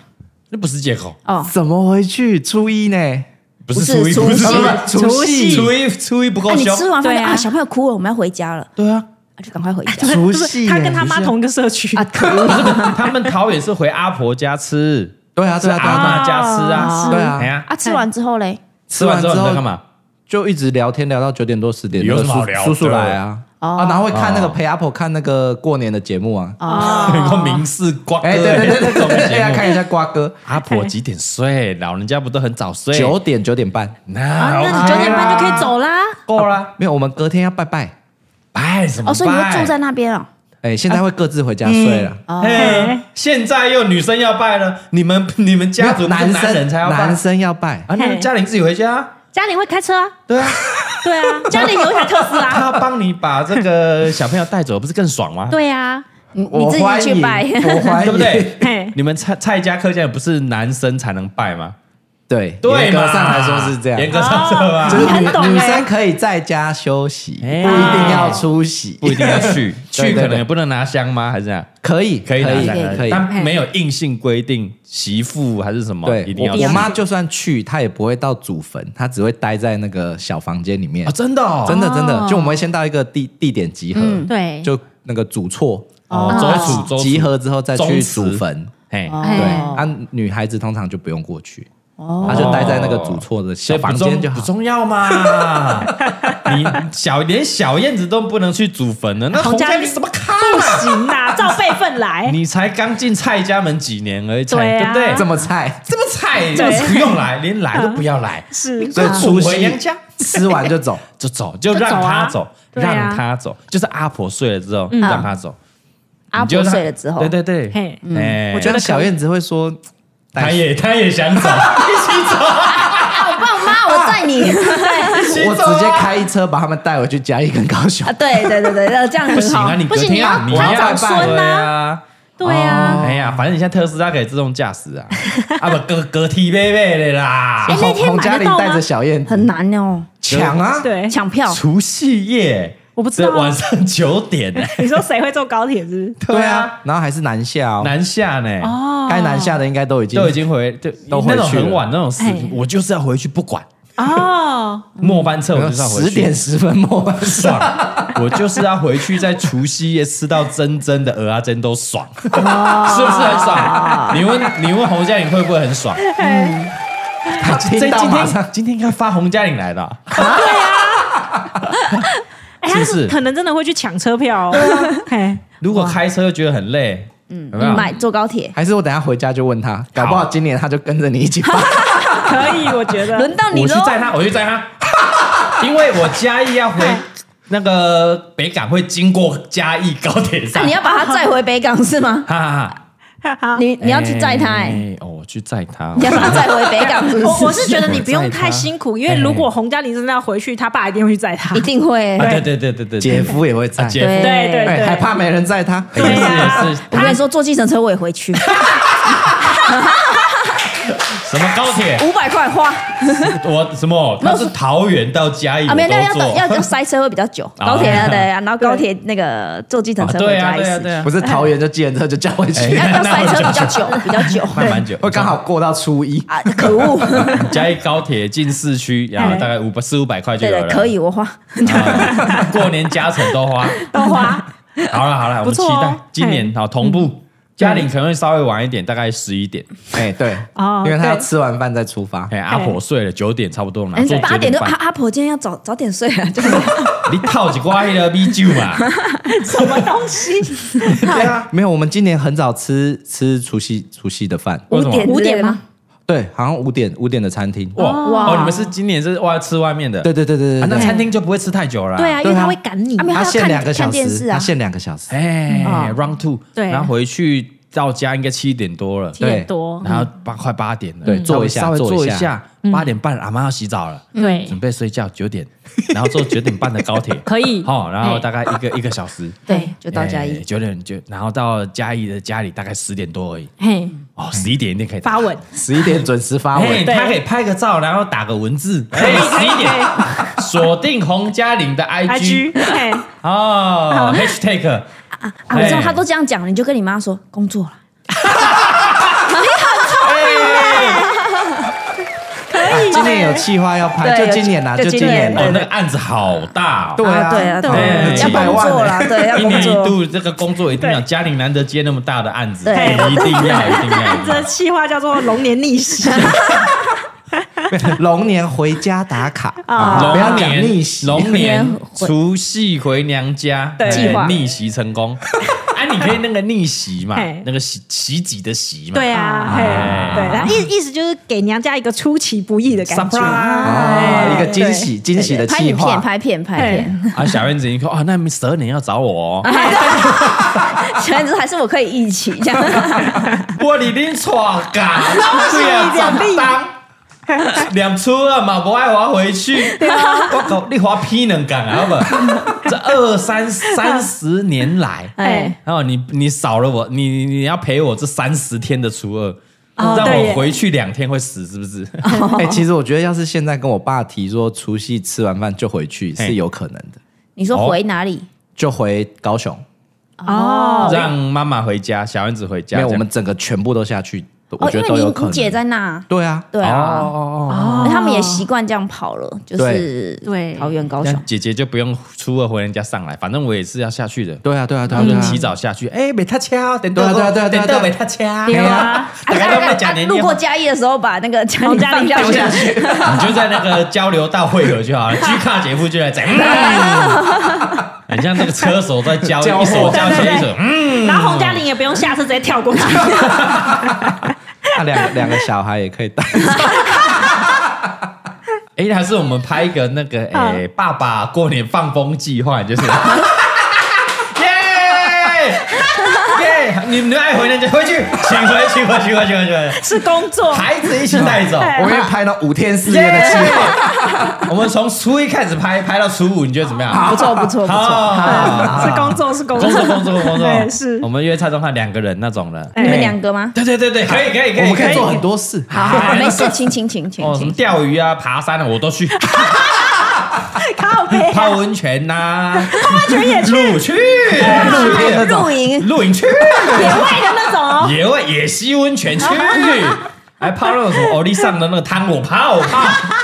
[SPEAKER 1] 那不是借口，
[SPEAKER 6] 哦，
[SPEAKER 4] 怎么回去？初一呢？
[SPEAKER 1] 不
[SPEAKER 6] 不
[SPEAKER 1] 是
[SPEAKER 6] 是
[SPEAKER 1] 初一，
[SPEAKER 6] 除
[SPEAKER 1] 不
[SPEAKER 6] 夕
[SPEAKER 1] 是初一
[SPEAKER 4] 除夕
[SPEAKER 1] 初一，初一不
[SPEAKER 6] 那
[SPEAKER 2] 哎
[SPEAKER 1] 够
[SPEAKER 6] 你
[SPEAKER 1] 凶，
[SPEAKER 6] 吃完饭
[SPEAKER 3] 对啊
[SPEAKER 6] 啊，小朋友哭了，我们要回家了，
[SPEAKER 1] 对啊，
[SPEAKER 6] 啊就赶快回家。
[SPEAKER 4] 除
[SPEAKER 3] 不
[SPEAKER 4] 夕
[SPEAKER 3] 是
[SPEAKER 4] 耶，
[SPEAKER 3] 他跟他妈
[SPEAKER 4] 不是
[SPEAKER 3] 同一个社区
[SPEAKER 6] 啊，可以， *laughs*
[SPEAKER 1] 他们桃也是回阿婆家吃，
[SPEAKER 4] 对啊，
[SPEAKER 1] 是
[SPEAKER 4] 对啊，
[SPEAKER 1] 阿
[SPEAKER 4] 对啊，对啊
[SPEAKER 1] 妈家吃啊，
[SPEAKER 4] 是对啊
[SPEAKER 1] 哎呀，
[SPEAKER 6] 啊，吃完之后嘞，
[SPEAKER 1] 吃完之后
[SPEAKER 4] 吃完之
[SPEAKER 1] 你
[SPEAKER 4] 后
[SPEAKER 1] 在干嘛？
[SPEAKER 4] 就一直聊天聊到九点多十点，
[SPEAKER 1] 有什么好
[SPEAKER 4] 那个
[SPEAKER 1] 聊
[SPEAKER 4] 叔叔叔
[SPEAKER 1] 对
[SPEAKER 4] 来啊，
[SPEAKER 6] 哦
[SPEAKER 4] 啊，然后会看那个
[SPEAKER 1] 哦
[SPEAKER 4] 陪阿婆看那个过年的节目啊，
[SPEAKER 1] *laughs*
[SPEAKER 6] 哦，
[SPEAKER 1] 有个明示瓜哥，
[SPEAKER 4] 哎，对对对对
[SPEAKER 1] 这
[SPEAKER 4] 对
[SPEAKER 1] 种
[SPEAKER 4] 对，对
[SPEAKER 1] 节
[SPEAKER 4] 要
[SPEAKER 1] 目
[SPEAKER 4] 看一下瓜哥，
[SPEAKER 1] 阿婆几点睡？老人家不都很早睡？
[SPEAKER 4] 九点九点半，
[SPEAKER 1] 那
[SPEAKER 3] 啊，那
[SPEAKER 1] OK
[SPEAKER 3] 你九点半就可以走啦。
[SPEAKER 1] 够了。
[SPEAKER 4] 没有，我们隔天要拜拜，
[SPEAKER 1] 拜什
[SPEAKER 6] 哦，
[SPEAKER 1] 么拜？
[SPEAKER 6] 所以你会住在那边哦，
[SPEAKER 4] 哎，现在会各自回家睡了。
[SPEAKER 1] 嘿现在又女生要拜了，你们 *laughs* 你们家族不是
[SPEAKER 4] 男
[SPEAKER 1] 男人
[SPEAKER 4] 生
[SPEAKER 1] 才要拜
[SPEAKER 4] 男生要拜，
[SPEAKER 1] 啊？那
[SPEAKER 3] 嘿
[SPEAKER 1] 嘉玲自己回家，
[SPEAKER 3] 家里会开车啊，
[SPEAKER 1] 对啊，
[SPEAKER 3] 对啊，家里有一台特斯拉，
[SPEAKER 1] *laughs* 他帮你把这个小朋友带走，不是更爽吗？
[SPEAKER 3] 对啊，
[SPEAKER 6] 你你
[SPEAKER 4] 我
[SPEAKER 6] 自
[SPEAKER 4] 欢
[SPEAKER 6] 己
[SPEAKER 4] 迎，
[SPEAKER 6] 去拜， *laughs*
[SPEAKER 4] 我欢迎，
[SPEAKER 1] 对不？对
[SPEAKER 4] *laughs*
[SPEAKER 3] 嘿？
[SPEAKER 1] 你们蔡蔡家客家不是男生才能拜吗？
[SPEAKER 4] 对，
[SPEAKER 1] 对
[SPEAKER 4] 严
[SPEAKER 1] 嘛
[SPEAKER 4] 格上来说是这样，
[SPEAKER 1] 严格上说啊
[SPEAKER 4] 就，是
[SPEAKER 3] 你很懂
[SPEAKER 4] 女
[SPEAKER 3] 哎
[SPEAKER 4] 女生可以在家休息，不
[SPEAKER 1] 哎
[SPEAKER 4] 一定要出席，
[SPEAKER 1] 不一定要去，去
[SPEAKER 4] 对对
[SPEAKER 1] 可能
[SPEAKER 4] 对
[SPEAKER 1] 也不能拿香吗？还是这样？
[SPEAKER 4] 可以，
[SPEAKER 1] 可以拿
[SPEAKER 4] 可以
[SPEAKER 1] 香，啊
[SPEAKER 6] 可以
[SPEAKER 4] 可以。
[SPEAKER 1] 但没有硬性规定媳妇还是什么，一
[SPEAKER 4] 对，
[SPEAKER 1] 定要
[SPEAKER 4] 我
[SPEAKER 1] 去
[SPEAKER 4] 我妈就算去，她也不会到祖坟，她只会待在那个小房间里面
[SPEAKER 1] 啊，。真的哦，
[SPEAKER 4] 真的真的，就我们会先到一个地地点集合，
[SPEAKER 3] 对
[SPEAKER 4] 就那个祖厝
[SPEAKER 1] 哦，周楚周楚
[SPEAKER 4] 集合之后再去
[SPEAKER 1] 宗祠
[SPEAKER 4] 祖坟。
[SPEAKER 1] 嘿，
[SPEAKER 3] 嗯
[SPEAKER 4] 对，
[SPEAKER 6] 哦
[SPEAKER 4] 啊，女孩子通常就不用过去，
[SPEAKER 3] 哦
[SPEAKER 4] 她就待在那个祖厝的
[SPEAKER 1] 所
[SPEAKER 4] 小
[SPEAKER 1] 以不
[SPEAKER 4] 房
[SPEAKER 1] 重
[SPEAKER 4] 间就好
[SPEAKER 1] 不。重要嘛。 *laughs* 你小连小燕子都不能去祖坟
[SPEAKER 3] 啊
[SPEAKER 1] 了，那洪家你什么咖
[SPEAKER 3] 不
[SPEAKER 1] 啦？
[SPEAKER 3] 行啦，照辈分来。
[SPEAKER 1] 你才刚进蔡家门几年而已，才
[SPEAKER 3] 对
[SPEAKER 1] 对
[SPEAKER 3] 啊
[SPEAKER 1] 不对？
[SPEAKER 4] 这么
[SPEAKER 1] *laughs*
[SPEAKER 4] 菜，
[SPEAKER 1] 这么菜，就不用来，连来都不要来，
[SPEAKER 3] *laughs* 是啊
[SPEAKER 4] 所以除
[SPEAKER 1] 回娘
[SPEAKER 4] 夕
[SPEAKER 1] 家
[SPEAKER 4] 吃完就走。
[SPEAKER 1] 就走，就
[SPEAKER 3] 就
[SPEAKER 1] 让
[SPEAKER 3] 走啊
[SPEAKER 1] 他走，
[SPEAKER 3] 对啊嗯
[SPEAKER 1] 让他走，就是阿婆睡了之后让他走，
[SPEAKER 6] 阿
[SPEAKER 3] 啊
[SPEAKER 1] 你就
[SPEAKER 6] 婆
[SPEAKER 1] 让
[SPEAKER 6] 睡了之后
[SPEAKER 1] 对，对对，
[SPEAKER 3] 嘿
[SPEAKER 1] *laughs*
[SPEAKER 3] 嗯
[SPEAKER 1] 哎，
[SPEAKER 4] 我觉得小燕子会说，
[SPEAKER 1] 他也他也想
[SPEAKER 6] 我
[SPEAKER 1] 走，
[SPEAKER 6] 哎爸
[SPEAKER 1] 啊
[SPEAKER 6] 妈我载你，对
[SPEAKER 4] 我直接开一车把他们带回去嘉义跟高雄
[SPEAKER 6] 啊，。对对对对，这样
[SPEAKER 1] *laughs* 不
[SPEAKER 6] 很
[SPEAKER 1] 行
[SPEAKER 6] 好
[SPEAKER 1] 啊，，你
[SPEAKER 3] 不
[SPEAKER 1] 隔
[SPEAKER 3] 行
[SPEAKER 1] 天
[SPEAKER 3] 你
[SPEAKER 1] 你
[SPEAKER 3] 要
[SPEAKER 1] 要
[SPEAKER 3] 他长孙啊
[SPEAKER 1] 啊。
[SPEAKER 3] 对啊，
[SPEAKER 1] 哎呀，反正你现在特斯拉可以自动驾驶啊， *laughs* 啊不，隔隔梯妹妹的啦
[SPEAKER 3] 哎，那天
[SPEAKER 4] 洪
[SPEAKER 3] 买得
[SPEAKER 4] 嘉玲
[SPEAKER 3] 到吗
[SPEAKER 4] 带着小燕
[SPEAKER 6] 很
[SPEAKER 4] 子
[SPEAKER 6] 难哦，
[SPEAKER 4] 抢啊，
[SPEAKER 3] 对，
[SPEAKER 6] 抢票
[SPEAKER 1] *laughs* 除夕夜，
[SPEAKER 3] 我不知道啊
[SPEAKER 1] 这晚上九点 *laughs* 呢，
[SPEAKER 3] 你说谁会坐高铁是不是？
[SPEAKER 4] 对啊，，然后还是南下哦，
[SPEAKER 1] 南下呢，
[SPEAKER 3] 哦
[SPEAKER 4] 该南下的应该都已经
[SPEAKER 1] 都已经回，就
[SPEAKER 4] 都回
[SPEAKER 1] 那
[SPEAKER 4] 去了
[SPEAKER 1] 种很晚那种时
[SPEAKER 3] 哎，
[SPEAKER 1] 我就是要回去，不管
[SPEAKER 3] 哦，
[SPEAKER 1] 末班车，我就是要回去，
[SPEAKER 4] 十点十分末班车，
[SPEAKER 1] 爽， *laughs* 我就是要回去，在除夕夜吃到真真的鹅啊煎都 *laughs* 爽，是不是很爽？你问你问洪嘉颖会不会很爽？
[SPEAKER 4] 他
[SPEAKER 1] 这
[SPEAKER 4] 听
[SPEAKER 1] 今 *laughs*
[SPEAKER 4] 到马
[SPEAKER 1] 天
[SPEAKER 4] 上，
[SPEAKER 1] 今天应该发洪嘉玲来的啊，
[SPEAKER 3] 哎，
[SPEAKER 1] 是
[SPEAKER 3] 他
[SPEAKER 1] 不是
[SPEAKER 3] 是可能真的会去抢车票哦。 *laughs* 嘿，
[SPEAKER 1] 如果开车觉得很累，嗯，有没有？
[SPEAKER 6] 买坐高铁，
[SPEAKER 4] 还是我等一下回家就问他，搞不好今年他就跟着你一起
[SPEAKER 1] *laughs*
[SPEAKER 4] 办。
[SPEAKER 3] 可以，我觉得。
[SPEAKER 6] 轮到你
[SPEAKER 1] 我去
[SPEAKER 6] 喽。
[SPEAKER 1] 载他，我去载他， *laughs* 因为我嘉义要回那个北港，会经过嘉义高铁
[SPEAKER 6] 那
[SPEAKER 1] 站
[SPEAKER 6] 啊你。要把他载回北港是吗？
[SPEAKER 1] 哈哈哈！
[SPEAKER 3] 好，
[SPEAKER 6] 你你要去载他哎，
[SPEAKER 1] 哦，我去载
[SPEAKER 6] *laughs*
[SPEAKER 1] 他哦
[SPEAKER 6] 你。要把他载回北港是不
[SPEAKER 3] *laughs* 我我
[SPEAKER 6] 是？
[SPEAKER 3] 是觉得你不用太辛苦，因为如果洪嘉玲真的要回去，他爸一定会去载他
[SPEAKER 6] *laughs* 一。定会
[SPEAKER 1] 啊，对对对对对，
[SPEAKER 4] 姐夫也会在，
[SPEAKER 1] 啊姐夫
[SPEAKER 6] 对
[SPEAKER 3] 对对
[SPEAKER 4] 哎，
[SPEAKER 3] 对，
[SPEAKER 4] 还怕没人载他？
[SPEAKER 1] 也
[SPEAKER 3] 对啊
[SPEAKER 1] 哎是也是
[SPEAKER 6] 我跟你说，坐计程车我也回
[SPEAKER 3] *laughs*
[SPEAKER 6] 去，
[SPEAKER 1] 什么高铁？
[SPEAKER 6] 五百块花啊，
[SPEAKER 1] 我什么？他是桃园到嘉义，我
[SPEAKER 6] 没有，那
[SPEAKER 1] 都
[SPEAKER 6] 要等
[SPEAKER 1] 坐。
[SPEAKER 6] 要要塞车会比较久，
[SPEAKER 1] 啊
[SPEAKER 6] 高铁
[SPEAKER 1] *laughs*
[SPEAKER 6] 要等，然后高铁那个坐计程
[SPEAKER 1] 啊
[SPEAKER 6] 车
[SPEAKER 1] 对
[SPEAKER 6] 回
[SPEAKER 1] 啊
[SPEAKER 6] 家一
[SPEAKER 1] 对啊对
[SPEAKER 6] 次，
[SPEAKER 1] 啊
[SPEAKER 4] *laughs* 不，是桃园就计程车就叫回
[SPEAKER 1] 哎
[SPEAKER 4] *laughs* 去，
[SPEAKER 6] 要要塞车比较久，比较久，
[SPEAKER 1] 慢慢久
[SPEAKER 4] 会哦刚好过到初一。
[SPEAKER 6] 啊，可恶，
[SPEAKER 1] *laughs* 嘉义高铁进市区，然后大概五百四五百块就
[SPEAKER 6] 对
[SPEAKER 1] 有了
[SPEAKER 6] 的，。可以我花，
[SPEAKER 1] 啊，过年加成都花。
[SPEAKER 3] 豆花。
[SPEAKER 1] *laughs* 好了好了，我
[SPEAKER 3] 不
[SPEAKER 1] 们期
[SPEAKER 3] 错哦嗯
[SPEAKER 1] 待今年好同步。嘉玲可能会稍微晚一点，大概十一点。
[SPEAKER 4] 哎，对，
[SPEAKER 3] 哦
[SPEAKER 4] 因为他要
[SPEAKER 3] 对
[SPEAKER 4] 吃完饭再出发。
[SPEAKER 1] 哎，阿婆睡了九点差不多嘛，
[SPEAKER 6] 哎
[SPEAKER 1] 做
[SPEAKER 6] 八
[SPEAKER 1] 九
[SPEAKER 6] 点就
[SPEAKER 1] 半
[SPEAKER 6] 阿。
[SPEAKER 3] 啊
[SPEAKER 6] 阿婆今天要早早点睡
[SPEAKER 1] *laughs*
[SPEAKER 6] 啊，就是
[SPEAKER 1] 你套一挂那个米酒
[SPEAKER 3] *laughs*
[SPEAKER 1] 嘛？
[SPEAKER 3] 什么东西？
[SPEAKER 4] 对啊，没有，我们今年很早吃吃除夕除夕的饭，
[SPEAKER 1] 为
[SPEAKER 6] 五
[SPEAKER 1] 什么
[SPEAKER 6] 点
[SPEAKER 3] 五
[SPEAKER 6] 之类
[SPEAKER 3] 点
[SPEAKER 6] 的
[SPEAKER 3] 吗？？
[SPEAKER 4] 对，好像五点五点的餐厅。
[SPEAKER 1] 哇
[SPEAKER 6] 哇
[SPEAKER 1] 哦，你们是今年是外吃外面的？
[SPEAKER 4] 对对对
[SPEAKER 1] 啊
[SPEAKER 4] 对对，
[SPEAKER 1] 那
[SPEAKER 4] 对
[SPEAKER 1] 餐厅就不会吃太久了。
[SPEAKER 3] 对啊，因为
[SPEAKER 4] 对啊
[SPEAKER 3] 他会赶你
[SPEAKER 6] 啊。没有
[SPEAKER 4] 他
[SPEAKER 6] 他要
[SPEAKER 4] 限
[SPEAKER 6] 看
[SPEAKER 4] 两个小
[SPEAKER 6] 看电视
[SPEAKER 4] 时，
[SPEAKER 6] 啊
[SPEAKER 4] 他限两个小时。
[SPEAKER 1] 哎，round two，
[SPEAKER 3] 嗯哦对
[SPEAKER 1] 然后回去到家应该七点多了，
[SPEAKER 3] 七点多，嗯
[SPEAKER 1] 然后八快八点了，
[SPEAKER 4] 对
[SPEAKER 1] 嗯
[SPEAKER 4] 坐一下
[SPEAKER 1] 稍微
[SPEAKER 4] 坐一
[SPEAKER 1] 坐一
[SPEAKER 4] 下
[SPEAKER 1] 下，八点半阿妈要洗澡了，
[SPEAKER 3] 对
[SPEAKER 1] 准备睡觉九点，然后坐九点半的高铁，
[SPEAKER 3] 嗯 *laughs* 可以
[SPEAKER 1] 好，然后大概一个一个小时。
[SPEAKER 6] 对，就到嘉
[SPEAKER 1] 哎
[SPEAKER 6] 义，
[SPEAKER 1] 九点就，然后到嘉义的家里大概十点多而已，
[SPEAKER 3] 嘿，
[SPEAKER 1] 哦，十一点一定可以打
[SPEAKER 3] 发文，
[SPEAKER 4] 十一点准时发
[SPEAKER 1] 哎，
[SPEAKER 4] 文，
[SPEAKER 1] 他可以拍个照，然后打个文字，哎，十一点锁定洪嘉玲的
[SPEAKER 3] IG，嘿，
[SPEAKER 1] 哦，hashtag，
[SPEAKER 6] 啊，我
[SPEAKER 1] 哎
[SPEAKER 6] 知道他都这样讲，你就跟你妈说工作了，
[SPEAKER 4] 啊 *laughs* 今年有计划要拍，
[SPEAKER 6] 对
[SPEAKER 4] 就今年啦，
[SPEAKER 6] 就
[SPEAKER 4] 就今年
[SPEAKER 1] 哦，
[SPEAKER 4] 啦。
[SPEAKER 1] 那个案子好大哦，
[SPEAKER 4] 对啊，
[SPEAKER 6] 对啊，
[SPEAKER 1] 对
[SPEAKER 6] 要工作了，
[SPEAKER 4] 哎 *laughs*
[SPEAKER 6] 对，要
[SPEAKER 1] 一
[SPEAKER 6] 工
[SPEAKER 1] 年一
[SPEAKER 6] 作。
[SPEAKER 1] 度这个工作一定要，嘉玲难得接那么大的案子，
[SPEAKER 6] 对
[SPEAKER 3] 哎
[SPEAKER 1] 一 *laughs* 定要，一定
[SPEAKER 3] *laughs* 这
[SPEAKER 1] 要。
[SPEAKER 3] 企划叫做“龙年逆袭
[SPEAKER 4] 龙年回家打卡
[SPEAKER 3] 啊
[SPEAKER 4] 啊，不要
[SPEAKER 1] 龙
[SPEAKER 4] 讲逆
[SPEAKER 1] 年，
[SPEAKER 4] 袭。
[SPEAKER 1] 龙年
[SPEAKER 6] 回
[SPEAKER 1] 除夕回娘家，
[SPEAKER 3] 对
[SPEAKER 1] 哎
[SPEAKER 6] 计划
[SPEAKER 1] 逆袭成功。哎，你可以那个逆袭嘛
[SPEAKER 3] 嘿，
[SPEAKER 1] 那个袭袭击的袭”。嘛，
[SPEAKER 3] *laughs* 对啊，嘿，对，然后意意思就是给娘家一个出其不意的感觉。哎
[SPEAKER 4] 啊，
[SPEAKER 1] ，surprise
[SPEAKER 4] 一个惊喜惊喜的
[SPEAKER 6] 拍
[SPEAKER 4] 计
[SPEAKER 6] 影片，
[SPEAKER 4] 划，
[SPEAKER 6] 拍片，拍片。
[SPEAKER 1] *laughs* 啊！小燕子你说啊，那十二年要找我，哦。
[SPEAKER 3] *laughs* 哎
[SPEAKER 6] *laughs* 小燕子还是我可以一起这样，
[SPEAKER 1] 我你恁错噶，对啊，怎当？两初二嘛，不爱我回去。
[SPEAKER 3] 啊
[SPEAKER 1] 我靠，你花批能干啊
[SPEAKER 3] *laughs*
[SPEAKER 1] 不？这二三三十年来，
[SPEAKER 6] 哎，
[SPEAKER 1] 然后你你少了我，你你你要陪我这三十天的初二，让
[SPEAKER 3] 哦对耶
[SPEAKER 1] 我回去两天会死是不是？
[SPEAKER 4] 哎，其实我觉得要是现在跟我爸提说除夕吃完饭就回去
[SPEAKER 1] 嘿
[SPEAKER 4] 是有可能的，
[SPEAKER 6] 你
[SPEAKER 4] 哦
[SPEAKER 6] 说回哪里？
[SPEAKER 4] 就回高雄，
[SPEAKER 3] 哦，
[SPEAKER 1] 让妈妈回家，小燕子回家。
[SPEAKER 4] 没有，
[SPEAKER 1] 这
[SPEAKER 4] 我
[SPEAKER 1] 样
[SPEAKER 4] 们整个全部都下去，我
[SPEAKER 6] 哦，
[SPEAKER 4] 觉
[SPEAKER 6] 因
[SPEAKER 4] 得
[SPEAKER 6] 为
[SPEAKER 4] 都
[SPEAKER 6] 你
[SPEAKER 4] 有可
[SPEAKER 6] 你姐
[SPEAKER 4] 能。
[SPEAKER 6] 在那，
[SPEAKER 4] 对啊，
[SPEAKER 6] 对啊，
[SPEAKER 1] 哦，
[SPEAKER 3] 哎
[SPEAKER 6] 他们也习惯这样跑了，就是
[SPEAKER 3] 对对
[SPEAKER 6] 桃园高
[SPEAKER 1] 那
[SPEAKER 6] 雄。
[SPEAKER 1] 姐姐就不用初二回人家上来，反正我也是要下去的。
[SPEAKER 4] 对啊，对啊，对
[SPEAKER 1] 然
[SPEAKER 4] 啊，
[SPEAKER 1] 后
[SPEAKER 4] 对
[SPEAKER 1] 就
[SPEAKER 4] 啊
[SPEAKER 1] 起早下去，哎，没他车，等
[SPEAKER 4] 对
[SPEAKER 1] 到
[SPEAKER 4] 啊对啊对啊对啊
[SPEAKER 1] 等到
[SPEAKER 4] 对
[SPEAKER 1] 没
[SPEAKER 4] 啊
[SPEAKER 1] 他车，
[SPEAKER 4] 对啊
[SPEAKER 1] 大家都没
[SPEAKER 6] 啊
[SPEAKER 1] 讲年
[SPEAKER 6] 路
[SPEAKER 1] 年
[SPEAKER 6] 过嘉义的时候，把 *laughs* 那个嘉
[SPEAKER 3] 哦
[SPEAKER 6] 义
[SPEAKER 3] 嘉
[SPEAKER 6] 放
[SPEAKER 3] 义
[SPEAKER 6] 下
[SPEAKER 3] 放下
[SPEAKER 6] 去，
[SPEAKER 1] 去，你就在那个交流道汇合就好了。居卡姐夫就来讲，嗯很像那个车手在交
[SPEAKER 4] 交货
[SPEAKER 1] 一手交车一手，嗯，
[SPEAKER 3] *laughs* 然后洪嘉玲也不用下车，直接跳过去。
[SPEAKER 4] 啊，两个两个小孩也可以带。
[SPEAKER 1] 哎，还是我们拍一个那个哎，爸爸过年放风计划，就是，耶耶，你们爱回娘家回去，请回请回请回请回请回，
[SPEAKER 3] 是工
[SPEAKER 1] *laughs*
[SPEAKER 3] 作，
[SPEAKER 1] 孩子一起带走。
[SPEAKER 4] 我们也拍了五天四夜的
[SPEAKER 1] 耶
[SPEAKER 4] 戏。！
[SPEAKER 1] 我们从初一开始拍，拍到初五，你觉得怎么样？
[SPEAKER 6] 不错不错不错。
[SPEAKER 1] 好，
[SPEAKER 3] 嗯是工作，是 *laughs* 工
[SPEAKER 1] 工
[SPEAKER 3] 作
[SPEAKER 1] 作，工作工作，
[SPEAKER 3] 对哎是
[SPEAKER 1] 我们约蔡宗翰两个人那种
[SPEAKER 2] *laughs*
[SPEAKER 1] 的。
[SPEAKER 6] 你们
[SPEAKER 3] 哎
[SPEAKER 6] 两个吗？
[SPEAKER 1] 对对对对，可以可以可以，
[SPEAKER 4] 我们可以做很多事。
[SPEAKER 6] 好好，好没事，请请请请
[SPEAKER 1] 哎哦，什么
[SPEAKER 6] 请。
[SPEAKER 1] 钓鱼啊、爬山啊，我都去，
[SPEAKER 3] 靠背
[SPEAKER 1] *laughs* 泡温泉呐，
[SPEAKER 3] 全也去
[SPEAKER 1] 露
[SPEAKER 3] *laughs*
[SPEAKER 1] 去，
[SPEAKER 4] 露天的那种
[SPEAKER 6] 露营，
[SPEAKER 1] 露营去，
[SPEAKER 3] 野外的那种哦。
[SPEAKER 1] 野外野
[SPEAKER 3] *laughs*
[SPEAKER 1] 哎溪温泉去，还泡那种什么欧丽上的那个汤，我泡我泡。
[SPEAKER 4] 哦哦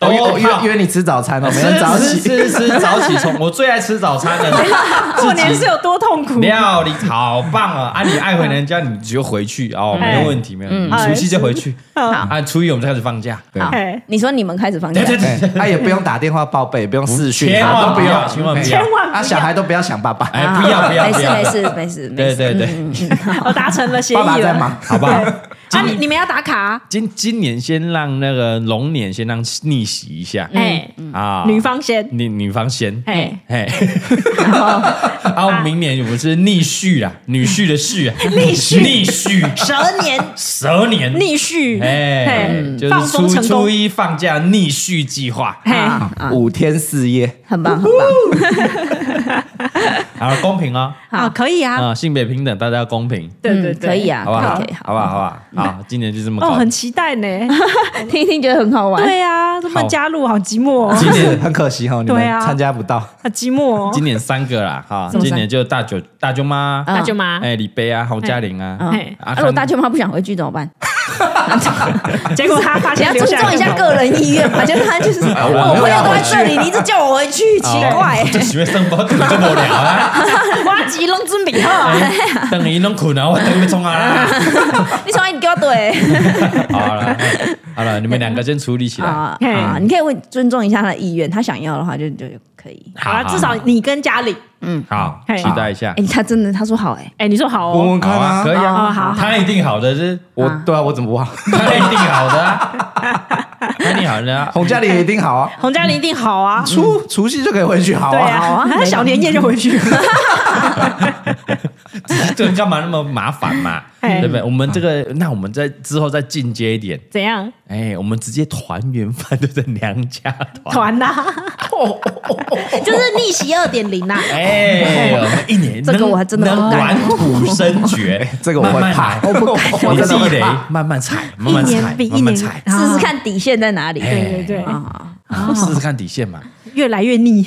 [SPEAKER 1] 泡
[SPEAKER 4] 约约你吃早餐哦，每天早
[SPEAKER 1] 吃吃
[SPEAKER 4] 起。
[SPEAKER 1] 吃吃早起虫， *laughs* 我最爱吃早餐
[SPEAKER 3] *laughs*
[SPEAKER 1] 了。
[SPEAKER 3] 过年是有多痛苦？
[SPEAKER 1] 料理好棒哦！啊，你爱回娘家，你就回去哦，
[SPEAKER 3] 哎
[SPEAKER 1] 没有问题，没有。问题。
[SPEAKER 3] 嗯
[SPEAKER 1] 除夕就回去，啊，初一我们就开始放假，
[SPEAKER 4] 对啊
[SPEAKER 3] 哎，
[SPEAKER 6] 你说你们开始放假
[SPEAKER 1] 对，对
[SPEAKER 4] 哎
[SPEAKER 1] 对，
[SPEAKER 4] 他也不用打电话报备，也不用视讯，
[SPEAKER 1] 千万
[SPEAKER 4] 都不
[SPEAKER 1] 不要
[SPEAKER 4] 用，
[SPEAKER 1] 千万不要
[SPEAKER 4] 哎
[SPEAKER 1] 千
[SPEAKER 3] 万不要
[SPEAKER 4] 啊，小孩都不要想爸爸，
[SPEAKER 1] 哎，
[SPEAKER 3] 啊
[SPEAKER 1] 不要不要
[SPEAKER 6] 啊没
[SPEAKER 1] 不
[SPEAKER 6] 事
[SPEAKER 1] 要，
[SPEAKER 6] 没事没事没
[SPEAKER 1] 对
[SPEAKER 6] 事，
[SPEAKER 1] 对对，
[SPEAKER 3] 嗯我达成了协议
[SPEAKER 4] 爸爸在忙
[SPEAKER 3] 了。，
[SPEAKER 4] 好不好？
[SPEAKER 3] 啊，你你们要打卡啊？
[SPEAKER 1] 今今年先让那个龙年先让逆袭一下
[SPEAKER 3] 哎，
[SPEAKER 1] 啊，
[SPEAKER 3] 女方先。
[SPEAKER 1] 女女方先，
[SPEAKER 3] 哎，
[SPEAKER 1] 嘿，
[SPEAKER 3] 哦
[SPEAKER 1] 然后明年我们是逆婿啦，女婿的婿啊，
[SPEAKER 3] *laughs* 逆婿
[SPEAKER 1] 逆婿
[SPEAKER 3] 蛇年
[SPEAKER 1] 蛇年
[SPEAKER 3] 逆续，
[SPEAKER 1] 嗯哎
[SPEAKER 3] 嘿，
[SPEAKER 1] 就
[SPEAKER 3] 放
[SPEAKER 1] 是
[SPEAKER 3] 风
[SPEAKER 1] 初
[SPEAKER 3] 成
[SPEAKER 1] 初
[SPEAKER 3] 功，
[SPEAKER 1] 一放假逆续计划，
[SPEAKER 3] 嘿，
[SPEAKER 6] 啊
[SPEAKER 4] 五天四夜，
[SPEAKER 6] 很棒很棒，
[SPEAKER 1] 啊，公平哦，
[SPEAKER 3] 啊，可以啊，
[SPEAKER 1] 啊，性别平等，大家要公平，
[SPEAKER 3] 对对
[SPEAKER 6] 嗯
[SPEAKER 3] 对，
[SPEAKER 6] 可以啊，
[SPEAKER 1] 好不好
[SPEAKER 6] 可以可以？
[SPEAKER 1] 好不好？好不好？好，今年就这么
[SPEAKER 3] 嗯哦，
[SPEAKER 1] 搞
[SPEAKER 3] 很。期待呢。
[SPEAKER 6] 好，听一听觉得很好玩，
[SPEAKER 3] 对啊，这么
[SPEAKER 1] 好
[SPEAKER 3] 加入好寂寞，哦，
[SPEAKER 4] 其实很可惜哦，你
[SPEAKER 3] 对啊
[SPEAKER 4] 们参加不到。
[SPEAKER 3] 好寂寞哦。
[SPEAKER 1] 今年三个啦，哈，
[SPEAKER 6] 么三
[SPEAKER 1] 今年就大舅、大舅妈、
[SPEAKER 3] 大舅妈，
[SPEAKER 1] 哎，李贝啊，洪嘉玲
[SPEAKER 2] 哦
[SPEAKER 1] *laughs* 啊，
[SPEAKER 6] 嗯
[SPEAKER 3] 嘿
[SPEAKER 1] 啊
[SPEAKER 6] 啊如果大
[SPEAKER 1] 看
[SPEAKER 6] 舅妈不想回去怎么办？
[SPEAKER 3] 结果他发
[SPEAKER 6] 你
[SPEAKER 3] 现
[SPEAKER 6] 要
[SPEAKER 3] 留
[SPEAKER 6] 尊
[SPEAKER 3] 下
[SPEAKER 6] 重一下个人意 *laughs* 愿吧，就是他就是哦
[SPEAKER 4] 我
[SPEAKER 6] 啊我
[SPEAKER 4] 没有
[SPEAKER 6] 朋友
[SPEAKER 4] 要
[SPEAKER 6] 都
[SPEAKER 4] 回
[SPEAKER 6] 在
[SPEAKER 4] 去
[SPEAKER 6] 这里，你一直叫我回去，奇怪
[SPEAKER 1] 哦。这几位生包怎么这么无聊啊？
[SPEAKER 3] 挖吉弄尊比哈，
[SPEAKER 1] 哎等伊拢困啊，我等伊冲啊！
[SPEAKER 6] 你从哪里给我怼？ *laughs*
[SPEAKER 1] 好了，好了，你们两个先处理起来。
[SPEAKER 2] 哦
[SPEAKER 6] 啊
[SPEAKER 3] 嘿
[SPEAKER 6] 啊！你可以问尊重一下他的意愿，他想要的话就就就可以。
[SPEAKER 3] 好啊，至少你跟嘉玲，
[SPEAKER 1] 好，
[SPEAKER 3] 嘿
[SPEAKER 1] 期待一下
[SPEAKER 6] 哎、。他真的他说好哎、
[SPEAKER 3] 哎，你说好
[SPEAKER 4] 问
[SPEAKER 3] 哦，
[SPEAKER 4] 问看
[SPEAKER 1] 好啊，
[SPEAKER 4] 啊
[SPEAKER 1] 可，以
[SPEAKER 3] 哦好
[SPEAKER 1] 啊
[SPEAKER 3] 好，
[SPEAKER 1] 他一定好的，是
[SPEAKER 4] 我对啊，我怎么不好？
[SPEAKER 1] 他一定好的啊，他一定好的啊。
[SPEAKER 4] 洪嘉玲也一定好啊，
[SPEAKER 3] 洪嘉玲一定好啊，
[SPEAKER 1] 嗯
[SPEAKER 4] 除除夕就可以回去，好
[SPEAKER 3] 对
[SPEAKER 4] 啊，，
[SPEAKER 6] 好
[SPEAKER 3] 啊
[SPEAKER 6] 啊，
[SPEAKER 3] *laughs* 他小年夜就回
[SPEAKER 1] *laughs*
[SPEAKER 3] 去，
[SPEAKER 1] 这干嘛那么麻烦嘛？
[SPEAKER 3] 哎
[SPEAKER 1] 对不对？我们这个，那我们再之后再进阶一点，
[SPEAKER 3] 怎样
[SPEAKER 1] 哎，我们直接团圆饭就在娘家
[SPEAKER 3] *laughs*
[SPEAKER 1] 团，
[SPEAKER 3] 团啊呐？
[SPEAKER 1] 哦
[SPEAKER 3] 就是逆袭二点零呐，啊
[SPEAKER 1] 哎，我们一年
[SPEAKER 6] 这个
[SPEAKER 1] 能
[SPEAKER 6] 我还真的不
[SPEAKER 1] 能
[SPEAKER 6] 敢
[SPEAKER 1] 玩土生觉
[SPEAKER 4] *laughs* 这个我会怕
[SPEAKER 1] 慢慢来
[SPEAKER 4] 我不敢我
[SPEAKER 1] 你
[SPEAKER 4] 真的
[SPEAKER 1] 地
[SPEAKER 4] 会
[SPEAKER 1] 雷
[SPEAKER 4] 怕
[SPEAKER 1] 慢慢踩，慢
[SPEAKER 3] 一
[SPEAKER 1] 慢踩
[SPEAKER 3] 年，比一
[SPEAKER 1] 慢慢
[SPEAKER 3] 年
[SPEAKER 1] 踩，
[SPEAKER 6] 试试，看底线在哪里。
[SPEAKER 1] 哎
[SPEAKER 3] 对对对，
[SPEAKER 6] 啊，
[SPEAKER 1] 试试看底线嘛。
[SPEAKER 3] 越来越腻，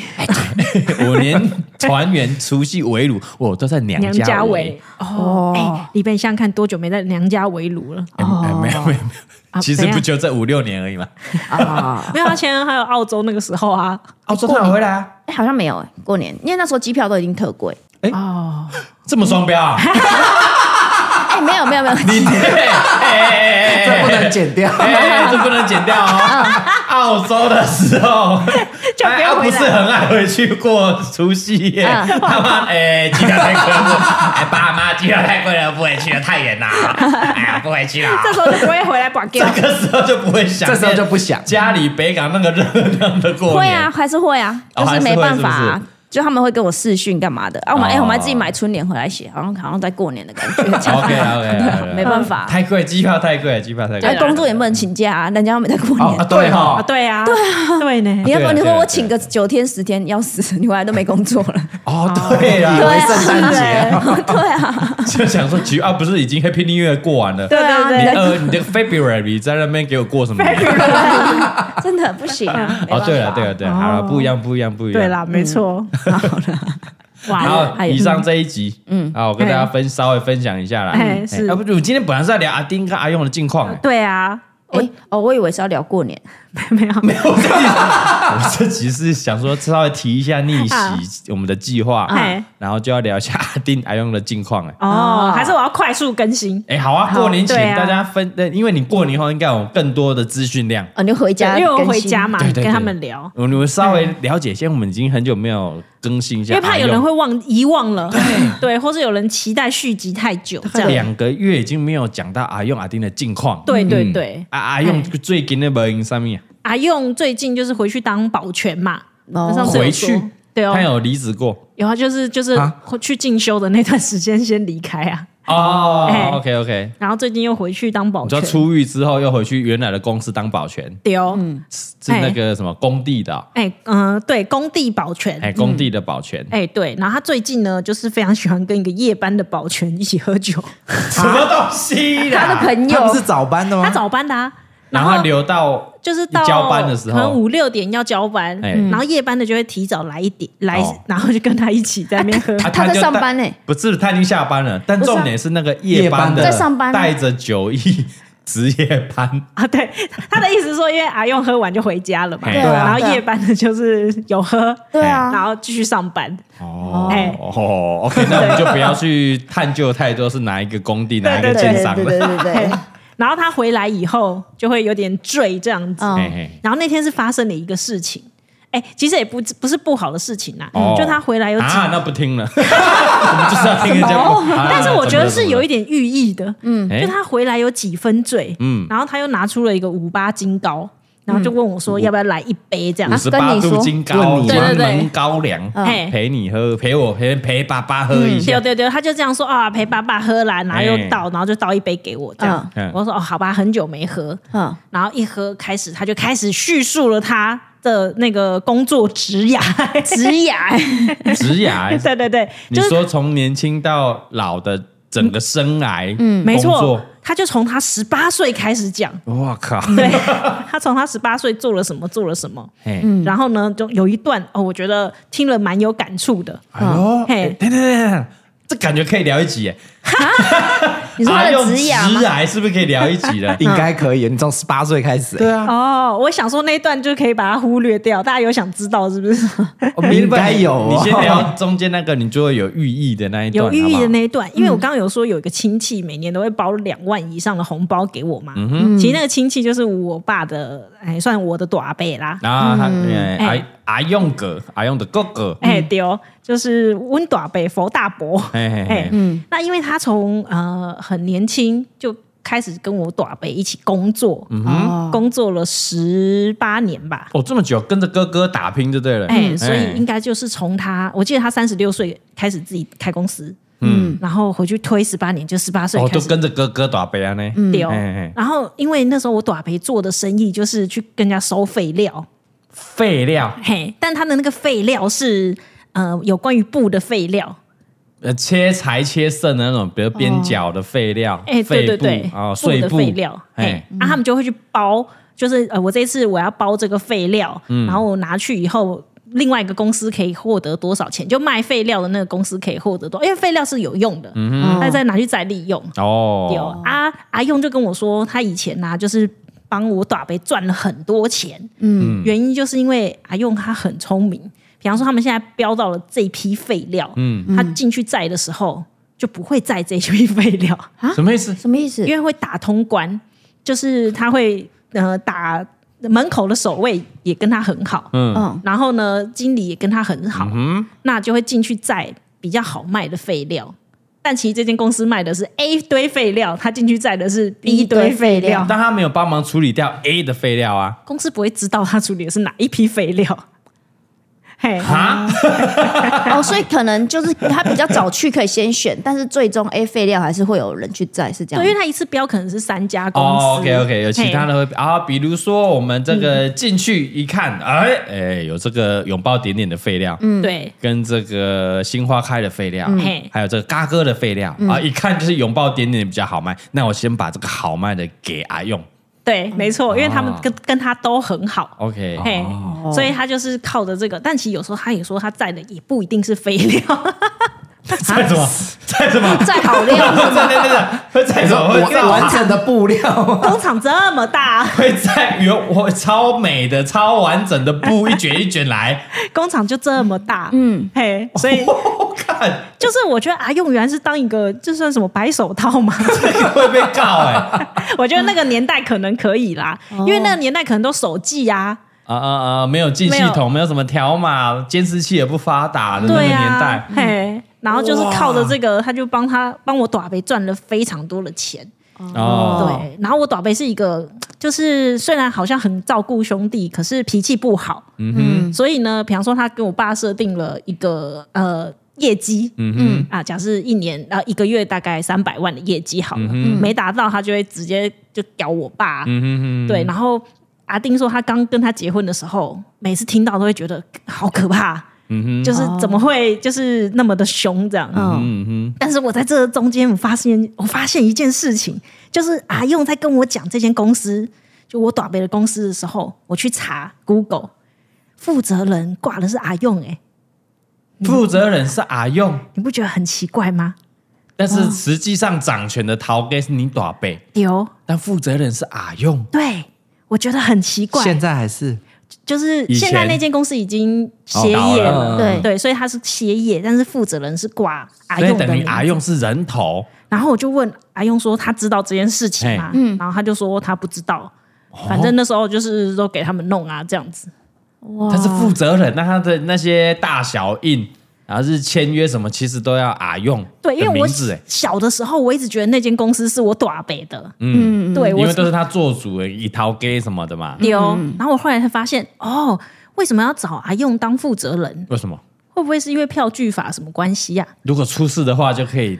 [SPEAKER 1] 我连团圆、除夕围炉，我都在娘
[SPEAKER 3] 娘
[SPEAKER 1] 家
[SPEAKER 3] 家
[SPEAKER 1] 围
[SPEAKER 3] 围。哦，哎，李贝，你想想看多久没在娘家围
[SPEAKER 1] *laughs*
[SPEAKER 3] 炉了？
[SPEAKER 1] 哎哎没有没有没有，
[SPEAKER 3] 啊
[SPEAKER 1] 其实
[SPEAKER 3] 怎样
[SPEAKER 1] 不就这五六年而已嘛。
[SPEAKER 6] 啊 *laughs*
[SPEAKER 3] 没有，他前还有澳洲那个时候啊，
[SPEAKER 4] 哦
[SPEAKER 1] 澳洲他回来啊？
[SPEAKER 6] 哎、好像没有哎、过年，因为那时候机票都已经特贵。
[SPEAKER 3] 哦，
[SPEAKER 1] 这么双标啊？
[SPEAKER 6] *laughs* 哎、没有没 *laughs* 有没有，
[SPEAKER 1] 你哎哎哎
[SPEAKER 4] 这不能剪掉。
[SPEAKER 1] 哎，这不能剪掉哦。澳洲的时候，
[SPEAKER 3] 就不
[SPEAKER 1] 哎
[SPEAKER 3] 要
[SPEAKER 1] 啊
[SPEAKER 3] 回来
[SPEAKER 1] 不是很爱回去过除夕夜。
[SPEAKER 6] 嗯
[SPEAKER 1] 他妈，哎，机票太贵了，哎，爸妈机票太贵了，不回去了，太远啦。哎呀，不回去啦。
[SPEAKER 3] 这时候就不会回来把
[SPEAKER 1] *laughs*
[SPEAKER 3] game
[SPEAKER 1] 这个时候就不会想念，
[SPEAKER 4] 这时候就不想
[SPEAKER 1] 家里北港那个热闹的过年。
[SPEAKER 6] 会啊，还是会啊，
[SPEAKER 1] 哦
[SPEAKER 6] 就是没办法、
[SPEAKER 1] 还是会是
[SPEAKER 6] 啊。
[SPEAKER 1] 不
[SPEAKER 6] 就他们会跟我视讯干嘛的啊？我们哎、
[SPEAKER 1] 哦
[SPEAKER 6] 我们还自己买春联回来写，好像好像在过年的感 *laughs* 觉。
[SPEAKER 1] OK 啊 OK 啊 OK 啊
[SPEAKER 6] *laughs* 没办法、啊，
[SPEAKER 1] 太贵，机票太贵，机票太贵
[SPEAKER 6] 哎，。工作也不能请假、啊，人家又没在过年。
[SPEAKER 4] 哦，啊对
[SPEAKER 3] 啊，
[SPEAKER 4] 哈，
[SPEAKER 3] 对啊，对啊，对呢
[SPEAKER 6] 你，要不然
[SPEAKER 1] 对啊
[SPEAKER 6] 你
[SPEAKER 1] 对
[SPEAKER 6] 说
[SPEAKER 1] 啊
[SPEAKER 6] 我请个九天十天，要死， *laughs* 你回来都没工作了。啊
[SPEAKER 1] 哦，对
[SPEAKER 4] 以
[SPEAKER 1] 啊，
[SPEAKER 4] 为圣诞节，
[SPEAKER 1] 就想说，其实啊，不是已经 Happy New Year 过完了。
[SPEAKER 3] 对
[SPEAKER 6] 啊
[SPEAKER 1] 你
[SPEAKER 3] 对对，
[SPEAKER 1] 呃，你这个 February 在那边给我过什么年？
[SPEAKER 6] 真的不行啊！
[SPEAKER 1] 哦，对了，对了，对了，
[SPEAKER 3] 哦
[SPEAKER 1] 好了，不一样，不一样，不一样。
[SPEAKER 3] 对。啦，哎没错，
[SPEAKER 1] 然
[SPEAKER 3] *laughs* 哇，
[SPEAKER 1] 后以上这一集，嗯，啊，我跟大家分稍微分享一下啦。
[SPEAKER 3] 哎是
[SPEAKER 1] 要不就我今天本来是在聊阿丁跟阿用的近况，哎
[SPEAKER 3] 对啊， *laughs*
[SPEAKER 6] 哎、哦，我以为是要聊过年，
[SPEAKER 3] 没有没有，
[SPEAKER 1] 我这集我这集是想说稍微提一下逆
[SPEAKER 3] 啊
[SPEAKER 1] 袭我们的计划
[SPEAKER 3] 哎，
[SPEAKER 1] 然后就要聊一下阿丁阿用的近况，哎。
[SPEAKER 3] 哦，还是我要快速更新，
[SPEAKER 1] 哎，好啊，
[SPEAKER 3] 好
[SPEAKER 1] 过年
[SPEAKER 3] 对
[SPEAKER 1] 前
[SPEAKER 3] 啊
[SPEAKER 1] 大家分，呃因为你过年后应该有更多的资讯量，
[SPEAKER 6] 哦，你就回
[SPEAKER 3] 因
[SPEAKER 6] 家，
[SPEAKER 3] 为我回家，嘛，
[SPEAKER 1] 对对对
[SPEAKER 3] 跟他们聊，
[SPEAKER 1] 我们稍微了解一下，我们已经很久没有更新一下，
[SPEAKER 3] 因为怕有人
[SPEAKER 1] 哎
[SPEAKER 3] 会忘遗忘了，对，或是有人期待续集太久这
[SPEAKER 1] 呦
[SPEAKER 3] 样，
[SPEAKER 1] 两个月已经没有讲到阿用阿丁的近况，
[SPEAKER 3] 对哎对
[SPEAKER 1] 嗯
[SPEAKER 3] 对，
[SPEAKER 1] 啊阿用最近的无音上面
[SPEAKER 3] 阿啊用最近就是回去当保全嘛，
[SPEAKER 6] 哦
[SPEAKER 3] 那上次有
[SPEAKER 1] 回
[SPEAKER 3] 说
[SPEAKER 1] 去，
[SPEAKER 3] 对哦
[SPEAKER 1] 他，有离职过
[SPEAKER 3] 然后就是就是
[SPEAKER 4] 啊
[SPEAKER 3] 去进修的那段时间先离开啊， *laughs* 哎
[SPEAKER 1] 哦，OK OK，
[SPEAKER 3] 然后最近又回去当保
[SPEAKER 1] 你知道
[SPEAKER 3] 全，
[SPEAKER 1] 出狱之后又回去原来的公司当保全，
[SPEAKER 3] 丢，
[SPEAKER 1] 是那个什么工地的哦，
[SPEAKER 3] 哎嗯，对，工地保全，
[SPEAKER 1] 哎，工地的保全，
[SPEAKER 3] 哎、对，然后他最近呢，就是非常喜欢跟一个夜班的保全一起喝酒，
[SPEAKER 1] 什么东
[SPEAKER 6] 他
[SPEAKER 1] 西
[SPEAKER 6] 的
[SPEAKER 1] 啦？
[SPEAKER 6] 朋
[SPEAKER 4] 他不
[SPEAKER 6] 友
[SPEAKER 4] 是早班的吗？
[SPEAKER 3] 他早班的、啊，
[SPEAKER 1] 然后留到
[SPEAKER 3] 就是到
[SPEAKER 1] 交班的时候
[SPEAKER 3] 可能五六点要交班，
[SPEAKER 1] 哎
[SPEAKER 3] 然后夜班的就会提早来一点来，
[SPEAKER 1] 哦
[SPEAKER 3] 然后就跟他一起在那边
[SPEAKER 1] *laughs*
[SPEAKER 3] 喝。
[SPEAKER 1] 啊
[SPEAKER 6] 他在
[SPEAKER 1] 就
[SPEAKER 6] 上
[SPEAKER 1] 带
[SPEAKER 6] 班呢
[SPEAKER 1] 不是他已经下班了，但
[SPEAKER 6] 不是啊
[SPEAKER 1] 重点是那个夜
[SPEAKER 4] 夜
[SPEAKER 1] 班
[SPEAKER 4] 班
[SPEAKER 1] 的
[SPEAKER 4] 的
[SPEAKER 6] 在上班啊
[SPEAKER 1] 带着酒意值夜班，
[SPEAKER 3] 啊，对，他的意思是说，因为阿用喝完就回家了嘛，
[SPEAKER 1] 对
[SPEAKER 2] 啊
[SPEAKER 3] 然后夜班的就是有喝，
[SPEAKER 2] 对
[SPEAKER 3] 然
[SPEAKER 2] 啊，
[SPEAKER 3] 后继续上班，
[SPEAKER 1] 哦
[SPEAKER 3] 哎
[SPEAKER 1] 哦，OK，那我们就不要去探究太多是哪一个工地、哪一个
[SPEAKER 2] 对
[SPEAKER 1] 建
[SPEAKER 2] 对
[SPEAKER 1] 商
[SPEAKER 2] 对
[SPEAKER 1] 了。
[SPEAKER 2] 对对对，
[SPEAKER 3] *laughs* 然后他回来以后就会有点醉这样子。
[SPEAKER 1] 嘿
[SPEAKER 2] 嗯，
[SPEAKER 1] 嘿
[SPEAKER 3] 然后那天是发生了一个事情，哎，其实也不不是不好的事情啦，啊
[SPEAKER 1] 哦
[SPEAKER 3] 就他回来有几
[SPEAKER 1] 啊，那不听了，我们就是要听人家不。啊
[SPEAKER 3] 但是我觉得是有一
[SPEAKER 1] 一
[SPEAKER 3] 点寓意的，嗯，
[SPEAKER 1] 哎
[SPEAKER 3] 就他回来有几分醉，
[SPEAKER 1] 嗯
[SPEAKER 3] 嗯，然后他又拿出了一个五八金膏，然后就问我说要不要来一杯这样
[SPEAKER 1] 嗯五，十八
[SPEAKER 6] 跟你
[SPEAKER 1] 度
[SPEAKER 6] 说
[SPEAKER 1] 金高
[SPEAKER 4] 问你
[SPEAKER 1] 专
[SPEAKER 3] 对对
[SPEAKER 1] 门
[SPEAKER 3] 对
[SPEAKER 1] 高粱，
[SPEAKER 3] 嘿
[SPEAKER 1] 陪你喝，陪我陪陪爸爸喝一
[SPEAKER 3] 对
[SPEAKER 1] 下。
[SPEAKER 3] 对对，他就这样说啊，陪爸爸喝啦，然后又
[SPEAKER 1] 哎
[SPEAKER 3] 倒，然后就倒一杯给我这样
[SPEAKER 1] 嗯嗯。
[SPEAKER 3] 我说哦，好吧，很久没喝，
[SPEAKER 6] 嗯，
[SPEAKER 3] 然后一喝开始，他就开始叙述了他的那个工作职涯，
[SPEAKER 6] 直涯，
[SPEAKER 1] 植牙，
[SPEAKER 3] *laughs* 对对对，
[SPEAKER 1] 你
[SPEAKER 3] 就是
[SPEAKER 1] 说从年轻到老的整个生涯，
[SPEAKER 3] 没
[SPEAKER 1] 工
[SPEAKER 3] 错
[SPEAKER 1] 作，嗯
[SPEAKER 3] 他就从他十八岁开始讲，
[SPEAKER 1] 哇靠，
[SPEAKER 3] 对他从他十八岁做了什么做了什么，
[SPEAKER 1] 嘿，
[SPEAKER 3] 然后呢，就有一段哦，我觉得听了蛮有感触的。
[SPEAKER 1] 哎
[SPEAKER 4] 哦？
[SPEAKER 1] 呦，
[SPEAKER 3] 嘿
[SPEAKER 1] *laughs* 哎等等等等，这感觉可以聊一集耶。
[SPEAKER 6] 你说他
[SPEAKER 1] 啊
[SPEAKER 6] 的
[SPEAKER 1] 用
[SPEAKER 6] 直涯吗
[SPEAKER 1] 直？癌是不是可以聊一集了
[SPEAKER 3] *laughs*
[SPEAKER 4] 应该可以。你从十八岁开始，
[SPEAKER 1] 对啊，
[SPEAKER 3] 哦，我想说那一段就可以把它忽略掉，大家有想知道
[SPEAKER 1] *laughs*
[SPEAKER 3] 是不是？
[SPEAKER 4] 应该有
[SPEAKER 1] 啊
[SPEAKER 4] 哦。
[SPEAKER 1] 你先聊中间那个，你就会有寓意的那一段，
[SPEAKER 3] 有寓
[SPEAKER 1] 好
[SPEAKER 3] 意的
[SPEAKER 1] 不好嗯
[SPEAKER 3] 那一段，因为我刚刚有说有一个亲戚每年都会包两万以上的红包给我嘛，
[SPEAKER 1] 嗯
[SPEAKER 3] 其实那个亲戚就是我爸的，哎，算我的短辈啦，
[SPEAKER 1] 啊，他哎
[SPEAKER 3] 哎
[SPEAKER 1] 阿阿用哥，阿用的哥哥，
[SPEAKER 3] 哎、丢、就是温短辈佛大伯，
[SPEAKER 1] 嘿嘿
[SPEAKER 3] 哎
[SPEAKER 1] 嘿，
[SPEAKER 3] 那因为他从呃很年轻就开始跟我短辈一起工作，
[SPEAKER 1] 嗯
[SPEAKER 6] 哦
[SPEAKER 3] 工作了十八年吧，
[SPEAKER 1] 哦，这么久跟着哥哥打拼就对了，
[SPEAKER 3] 哎、所以
[SPEAKER 1] 哎
[SPEAKER 3] 应该就是从他，我记得他三十六岁开始自己开公司，
[SPEAKER 1] 嗯
[SPEAKER 3] 嗯，然后回去推十八年，就十八岁
[SPEAKER 1] 哦，
[SPEAKER 3] 开
[SPEAKER 1] 都
[SPEAKER 3] 始嗯
[SPEAKER 1] 跟着哥哥打拼啊呢，
[SPEAKER 3] 丢。
[SPEAKER 1] 哎哎
[SPEAKER 3] 然后因为那时候我短培做的生意就是去跟人家收废料，
[SPEAKER 1] 废料，
[SPEAKER 3] 嘿，但他的那个废料是呃有关于布的废料，
[SPEAKER 1] 呃，切柴切剩的那种，比如边角的废料，
[SPEAKER 3] 哎、对
[SPEAKER 1] 废
[SPEAKER 3] 对
[SPEAKER 1] 布
[SPEAKER 3] 对，
[SPEAKER 1] 哦，
[SPEAKER 3] 布
[SPEAKER 1] 碎
[SPEAKER 3] 的
[SPEAKER 1] 布
[SPEAKER 3] 废料，哎
[SPEAKER 1] 哎，，
[SPEAKER 3] 啊，他们就会去包，就是呃，我这一次我要包这个废料，然后我拿去以后。另外一个公司可以获得多少钱？就卖废料的那个公司可以获得多，因为废料是有用的，他
[SPEAKER 2] 哦
[SPEAKER 3] 再拿去再利用。有
[SPEAKER 1] 哦，
[SPEAKER 3] 啊，阿用就跟我说，他以前呐、啊就是帮我打杯赚了很多钱。嗯，原因就是因为阿用他很聪明，比方说他们现在标到了这一批废料，嗯，他进去载的时候就不会载这一批废料，
[SPEAKER 1] 什么意
[SPEAKER 3] 嗯
[SPEAKER 1] 思？
[SPEAKER 6] 什么意思
[SPEAKER 3] 因？为会打通关，就是他会呃打门口的守卫也跟他很好，
[SPEAKER 6] 嗯，
[SPEAKER 3] 然后呢，经理也跟他很
[SPEAKER 1] 嗯
[SPEAKER 3] 好，那就会进去载比较好卖的废料。但其实这间公司卖的是 A 堆废料，他进去载的是 B 堆废料，
[SPEAKER 1] 但他没有帮忙处理掉 A 的废料啊，
[SPEAKER 3] 公司不会知道他处理的是哪一批废料。嘿，
[SPEAKER 1] 啊，
[SPEAKER 6] 哦，所以可能就是他比较早去可以先选，但是最终 A 废料还是会有人去载，是这样
[SPEAKER 3] 对，因
[SPEAKER 6] 吗
[SPEAKER 3] 为。他一次标可能是三家公司。
[SPEAKER 1] 哦，OK OK，有其他
[SPEAKER 3] 嘿嗯
[SPEAKER 1] 的会啊，比如说我们这个进去一看，哎哎，有这个拥抱点点的废料，嗯，
[SPEAKER 3] 对，
[SPEAKER 1] 跟这个新花开的废料，
[SPEAKER 3] 嗯嘿嗯
[SPEAKER 1] 还有这个嘎哥的废料啊，一看就是拥抱点点比较好卖，那我先把这个好卖的给阿用
[SPEAKER 3] 对，没错，因为
[SPEAKER 1] 哦
[SPEAKER 3] 他们跟、跟他都很好。
[SPEAKER 1] ，OK，
[SPEAKER 3] 哦
[SPEAKER 1] *laughs*
[SPEAKER 3] 嘿，所以他就是靠着这个，但其实有时候他也说他载的也不一定是
[SPEAKER 1] *laughs*
[SPEAKER 3] 废料，
[SPEAKER 1] 在什么
[SPEAKER 3] 啊
[SPEAKER 1] 在什么？
[SPEAKER 6] 载好料，
[SPEAKER 1] 在在在会在什么？会在
[SPEAKER 4] 我完整的布料，
[SPEAKER 3] 工厂这么大，
[SPEAKER 1] 会在有我超美的、超完整的布一卷一卷来，
[SPEAKER 3] 工厂就这么大，嗯，嘿，所
[SPEAKER 1] *laughs*
[SPEAKER 3] 以
[SPEAKER 1] 我看
[SPEAKER 3] 就是我觉得啊，用原来是当一个就算什么白手套嘛， *laughs*
[SPEAKER 1] 这个会被告哎
[SPEAKER 3] 我觉得那个年代可能可以啦，因为那个年代可能都手记啊，
[SPEAKER 1] 啊啊啊！没有进系
[SPEAKER 3] 没有
[SPEAKER 1] 统，没有什么条码，监视器也不发达的那个
[SPEAKER 3] 对
[SPEAKER 1] 年
[SPEAKER 3] 啊
[SPEAKER 1] 代，，
[SPEAKER 3] 嘿，然后就是靠着这个，他就帮他帮我短辈赚了非常多的钱，
[SPEAKER 1] 哦，
[SPEAKER 3] 对，啊嗯然后我短辈是一个就是虽然好像很照顾兄弟，可是脾气不好，
[SPEAKER 1] 嗯
[SPEAKER 3] 所以呢，比方说他跟我爸设定了一个呃业绩，嗯嗯啊，假设一年啊、呃一个月大概三百万的业绩好了，没达到他就会直接就屌我爸，
[SPEAKER 1] 嗯哼，嗯哼哼，
[SPEAKER 3] 对，然后阿丁说他刚跟他结婚的时候，每次听到都会觉得好可怕，
[SPEAKER 1] 嗯哼，
[SPEAKER 3] 就是怎么会就是那么的凶这样，
[SPEAKER 1] 嗯哼，
[SPEAKER 3] 但是我在这中间，我发现我发现一件事情，就是阿用在跟我讲这间公司，就我短北的公司的时候，我去查 Google，负责人挂的是阿用、欸，
[SPEAKER 1] 负责人是阿用，
[SPEAKER 3] 你不觉得很奇怪吗？
[SPEAKER 1] 但是实际上掌权的陶给是你短辈，
[SPEAKER 3] 有
[SPEAKER 1] 但负责人是阿用。
[SPEAKER 3] 对，我觉得很奇怪，
[SPEAKER 4] 现在还是
[SPEAKER 3] 就是
[SPEAKER 1] 以前
[SPEAKER 3] 现在那间公司已经
[SPEAKER 4] 哦
[SPEAKER 3] 歇业
[SPEAKER 4] 倒
[SPEAKER 3] 了，
[SPEAKER 4] 了
[SPEAKER 2] 对
[SPEAKER 3] 对，所以他是歇业，但是负责人是挂阿
[SPEAKER 1] 所以
[SPEAKER 3] 用的
[SPEAKER 1] 等于
[SPEAKER 3] 名字
[SPEAKER 1] 阿用是人头，
[SPEAKER 3] 然后我就问阿用说他知道这件事情吗？然后他就说他不知道，反正那时候就是都给他们弄啊这样子。
[SPEAKER 1] 他是负责人，那他的那些大小印，然后是签约什么，其实都要阿用
[SPEAKER 3] 对，因
[SPEAKER 1] 的
[SPEAKER 3] 为
[SPEAKER 1] 名
[SPEAKER 3] 我
[SPEAKER 1] 字哎，
[SPEAKER 3] 小的时候我一直觉得那间公司是我短北的，嗯，对
[SPEAKER 1] 因
[SPEAKER 3] 我
[SPEAKER 1] 为都是他做主哎，以陶给什么的嘛。
[SPEAKER 3] 丢。然后我后来才发现，哦，为什么要找阿用当负责人？
[SPEAKER 1] 为什么？
[SPEAKER 3] 会不会是因为票据法什么关系啊呀、
[SPEAKER 1] 如果出事的话就可以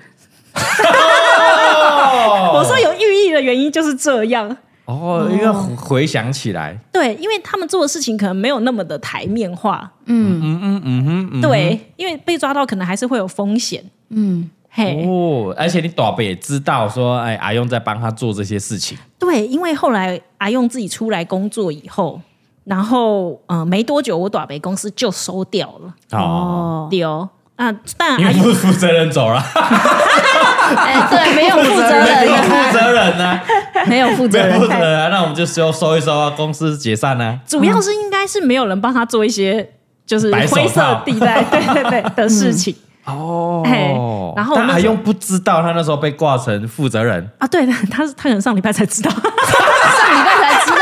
[SPEAKER 3] 我说有寓意的原因就是这样。
[SPEAKER 1] 哦，因为回回想起来，
[SPEAKER 3] 对，因为他们做的事情可能没有那么的台面化，
[SPEAKER 1] 嗯嗯嗯哼，嗯哼
[SPEAKER 3] 对，因为被抓到可能还是会有风险，嗯，嘿，
[SPEAKER 1] 哦，而且你短辈也知道说，哎，阿用在帮他做这些事情，
[SPEAKER 3] 对，因为后来阿用自己出来工作以后，然后呃没多久，我短北公司就收掉了，
[SPEAKER 1] 哦，
[SPEAKER 3] 丢、哦。啊，但
[SPEAKER 1] 因
[SPEAKER 3] 阿
[SPEAKER 1] 为 *laughs*
[SPEAKER 3] 用
[SPEAKER 1] 负负责人走
[SPEAKER 3] *laughs*
[SPEAKER 1] 了，
[SPEAKER 6] 哎，对，没有负责
[SPEAKER 1] 没有
[SPEAKER 6] 人
[SPEAKER 1] 负
[SPEAKER 6] 啊，
[SPEAKER 1] 责人呢，
[SPEAKER 3] *laughs*
[SPEAKER 6] 没有负
[SPEAKER 1] 没
[SPEAKER 6] 责
[SPEAKER 1] 有负责
[SPEAKER 6] 人，
[SPEAKER 1] 人啊，那我们就收收一收啊，公司解散啊，
[SPEAKER 3] 主要是应该是没有人帮他做一些就是
[SPEAKER 1] 白手
[SPEAKER 3] 灰色
[SPEAKER 1] 套
[SPEAKER 3] 地
[SPEAKER 1] *laughs*
[SPEAKER 3] 带，对对对的事情。嘿
[SPEAKER 1] 哦
[SPEAKER 3] 然后我
[SPEAKER 1] 但
[SPEAKER 3] 那
[SPEAKER 1] 阿
[SPEAKER 3] 时候
[SPEAKER 1] 用不知道他那时候被挂成负责人， *laughs*
[SPEAKER 3] 啊，对的，他是他可能上礼拜才知道，
[SPEAKER 6] 上礼拜才知道，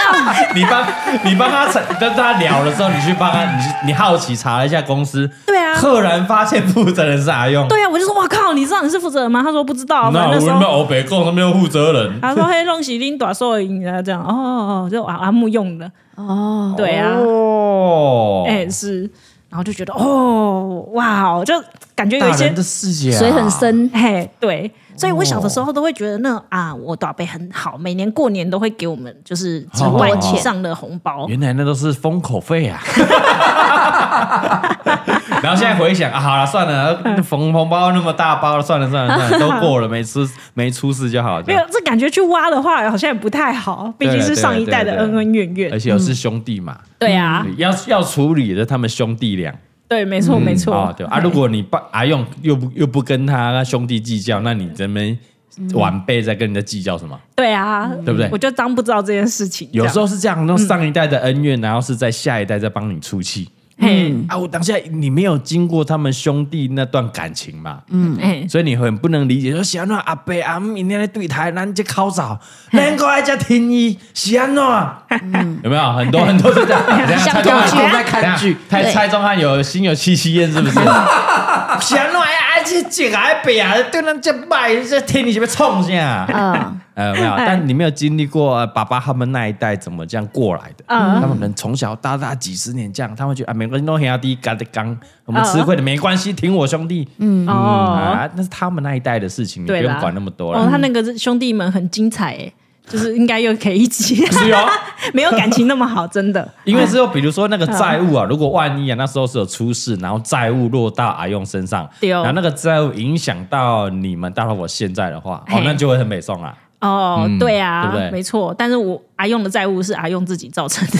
[SPEAKER 1] 你帮你帮他查跟他聊的时候，你去帮他，你去你好奇查了一下公司，
[SPEAKER 3] 对啊
[SPEAKER 1] 赫然发现负责人是阿用，
[SPEAKER 3] 对啊，我就说哇靠，你知道你是负责人吗？他说不知道啊，
[SPEAKER 1] 那
[SPEAKER 3] 反正
[SPEAKER 1] 我
[SPEAKER 3] 那时
[SPEAKER 1] 们
[SPEAKER 3] 候
[SPEAKER 1] 欧北共都没有负责人，
[SPEAKER 3] 他说嘿，弄喜拎短寿影啊，这样哦哦，哦就阿阿木用的，
[SPEAKER 6] 哦，
[SPEAKER 3] 对啊，
[SPEAKER 1] 哦，
[SPEAKER 3] 哎、是，然后就觉得哦哇哦，就感觉有一
[SPEAKER 1] 大
[SPEAKER 3] 些
[SPEAKER 1] 人的世界、啊，
[SPEAKER 6] 水很。深，
[SPEAKER 3] 嘿，对，所以我小的时候都会觉得
[SPEAKER 1] 哦
[SPEAKER 3] 那啊，我短辈很好，每年过年都会给我们就是
[SPEAKER 1] 好
[SPEAKER 3] 成万
[SPEAKER 1] 好
[SPEAKER 3] 以
[SPEAKER 1] 好
[SPEAKER 3] 上的红包，
[SPEAKER 1] 原来那都是封口费啊！ *laughs* 然后现在回想啊，好了，算了，红红包那么大包了，算了算了算了，都过了，没出 *laughs* 没出事就好。这
[SPEAKER 3] 没
[SPEAKER 1] 样
[SPEAKER 3] 有这感觉去挖的话好像也不太好，毕竟
[SPEAKER 1] 对了
[SPEAKER 3] 是
[SPEAKER 1] 对
[SPEAKER 3] 上
[SPEAKER 1] 了
[SPEAKER 3] 一
[SPEAKER 1] 对
[SPEAKER 3] 代
[SPEAKER 1] 了
[SPEAKER 3] 的
[SPEAKER 1] 对了哎
[SPEAKER 3] 恩恩怨怨
[SPEAKER 1] 而，且又是兄弟嘛，
[SPEAKER 3] 对啊，
[SPEAKER 1] 要要处理的他们兄弟俩
[SPEAKER 3] 对，没错没错嗯
[SPEAKER 1] 啊，对啊。如果你爸阿用又不又不跟他兄弟计较，那你这边
[SPEAKER 3] 嗯
[SPEAKER 1] 晚辈在跟人家计较什么？
[SPEAKER 3] 对啊，
[SPEAKER 1] 对不对
[SPEAKER 3] 我就当不知道这件事情，
[SPEAKER 1] 有
[SPEAKER 3] 这样
[SPEAKER 1] 时候是这样，那上一代的恩怨，然后是在下一代在帮你出气。
[SPEAKER 3] 嘿，
[SPEAKER 1] 啊，我当下你没有经过他们兄弟那段感情嘛，
[SPEAKER 3] 嗯哎，
[SPEAKER 1] 所以你很不能理解，说是安怎阿伯
[SPEAKER 4] 啊
[SPEAKER 1] 阿姆今天来对台，咱这考早，咱个爱这天意是安怎？有没有很多很 *laughs* 多是这样？等一下蔡宗汉
[SPEAKER 4] 啊
[SPEAKER 6] 相同
[SPEAKER 1] 都
[SPEAKER 6] 剧
[SPEAKER 1] 在看剧，蔡
[SPEAKER 6] 对
[SPEAKER 1] 蔡宗汉有心有戚戚焉是 *laughs* 不是？是安怎呀？啊，这这个阿伯啊，对咱这歹，这天意是要创啥？
[SPEAKER 6] 嗯，
[SPEAKER 1] *laughs* 呃，没有，但你没有经历过、呃爸爸他们那一代怎么这样过来的。他们可能从小到大几十年这样，他们觉得啊，没关系，弄黑压低，嘎的刚，我们吃亏的没关系，挺我兄弟。嗯
[SPEAKER 3] 哦，
[SPEAKER 1] 啊，那是他们那一代的事情，你不
[SPEAKER 3] 对
[SPEAKER 1] 用
[SPEAKER 3] 啦
[SPEAKER 1] 管那么多
[SPEAKER 3] 哦，
[SPEAKER 1] 了。
[SPEAKER 3] 他那个兄弟们很精彩哎，就是应该又可以一起， *laughs*
[SPEAKER 1] 是哦，
[SPEAKER 3] 没有感情那么好，真的。
[SPEAKER 1] 因为之后比如说那个债务啊，如果万一啊那时候是有出事，然后债务落到阿用身上，
[SPEAKER 3] 对哦
[SPEAKER 1] 然后那个债务影响到你们到了我现在的话，哦
[SPEAKER 3] 嘿，
[SPEAKER 1] 那就会很美送啊。
[SPEAKER 3] 哦，对啊，
[SPEAKER 1] 对不对
[SPEAKER 3] 没错。但是我阿用的债务是阿用自己造成的，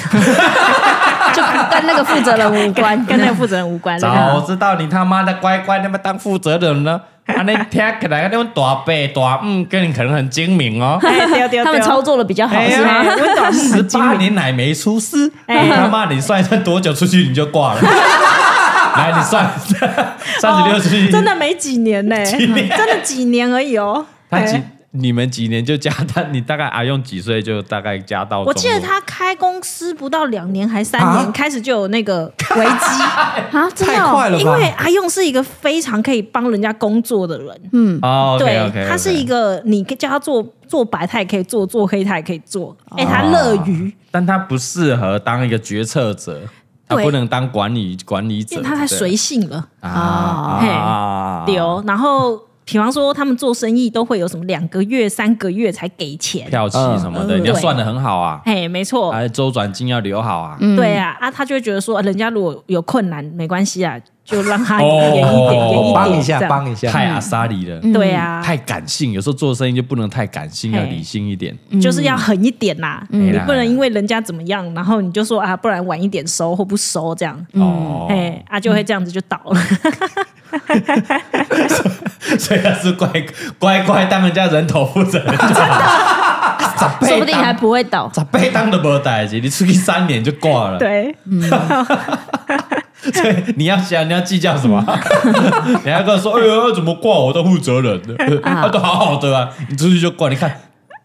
[SPEAKER 6] 就跟那个负责人无关，
[SPEAKER 3] 跟那个负责人无
[SPEAKER 1] *laughs*
[SPEAKER 3] 关。。
[SPEAKER 1] 早知道你他妈的乖乖那么当负责人了，啊，那听起来那种大伯大嗯，跟你可能很精明哦
[SPEAKER 3] *laughs* 哎，对对对，
[SPEAKER 6] 他们操作的比较好，是吗？
[SPEAKER 3] 哎我懂
[SPEAKER 1] 十八年来没出事，
[SPEAKER 3] 哎
[SPEAKER 1] 你他妈你算一算多久出去你就挂了？来，你算 *laughs* 三十六出去，
[SPEAKER 3] 哦真的没几年呢，真的几年而已哦。
[SPEAKER 1] 他几
[SPEAKER 3] 哎？
[SPEAKER 1] 你们几年就加他？你大概阿用几岁就大概加到中国？
[SPEAKER 3] 我记得他开公司不到两年还三年，
[SPEAKER 4] 啊
[SPEAKER 3] 开始就有那个危机，
[SPEAKER 6] 啊，真的
[SPEAKER 4] 太
[SPEAKER 6] 哦，
[SPEAKER 4] 快了
[SPEAKER 3] 因
[SPEAKER 4] 吧？
[SPEAKER 3] 为阿用是一个非常可以帮人家工作的人，
[SPEAKER 6] 嗯
[SPEAKER 1] 哦，
[SPEAKER 3] 对
[SPEAKER 1] o k
[SPEAKER 3] 他是一，个你叫他做做白，他也可以做；做黑，他也可以做。哎、他乐于，
[SPEAKER 1] 但他不适合当一个决策者，他
[SPEAKER 3] 对
[SPEAKER 1] 不能当管理管理者，
[SPEAKER 3] 因为他太
[SPEAKER 1] 对
[SPEAKER 3] 随性了。
[SPEAKER 1] 啊
[SPEAKER 3] 嘿
[SPEAKER 1] 啊
[SPEAKER 3] 对哦，然后比方说他们做生意都会有什么两个月、三个月才给钱。
[SPEAKER 1] 票期什么的，
[SPEAKER 3] 嗯
[SPEAKER 1] 你要算的很好啊，
[SPEAKER 3] 哎，没错，
[SPEAKER 1] 哎，周转金要留好啊。
[SPEAKER 3] 对
[SPEAKER 2] 嗯
[SPEAKER 3] 啊，啊，他就会觉得说，呃人家如果有困难，没关系啊，就让他
[SPEAKER 1] 哦
[SPEAKER 3] 演一点，演一点，
[SPEAKER 4] 帮一下
[SPEAKER 3] 这，样。
[SPEAKER 4] 帮一下，嗯
[SPEAKER 1] 太阿莎里了，嗯
[SPEAKER 3] 对啊，
[SPEAKER 1] 太感性，有时候做生意就不能太感性，
[SPEAKER 3] 嘿
[SPEAKER 1] 要理性一点。
[SPEAKER 2] 嗯
[SPEAKER 3] 就是要狠一点呐，你
[SPEAKER 1] 啦
[SPEAKER 3] 不能因为人家怎么样，然后你就说啊，不然晚一点收或不收这样，
[SPEAKER 1] 哦，
[SPEAKER 2] 嗯
[SPEAKER 3] 哎，啊，就会这样子就倒了。
[SPEAKER 1] 所以他是乖乖乖当人家人头负责
[SPEAKER 3] *laughs*
[SPEAKER 1] 人就好 *laughs* 了，长辈
[SPEAKER 2] 说不定还
[SPEAKER 1] 当
[SPEAKER 2] 不会倒。
[SPEAKER 1] 长辈当的没代志，你出去三年就挂了。
[SPEAKER 3] 对，
[SPEAKER 2] 嗯
[SPEAKER 1] 所以你要想你要计较什
[SPEAKER 3] *laughs*
[SPEAKER 1] 么？你还跟我说，哎呦，怎么挂我当负责人呢？他都好好的啊，你出去就挂，你看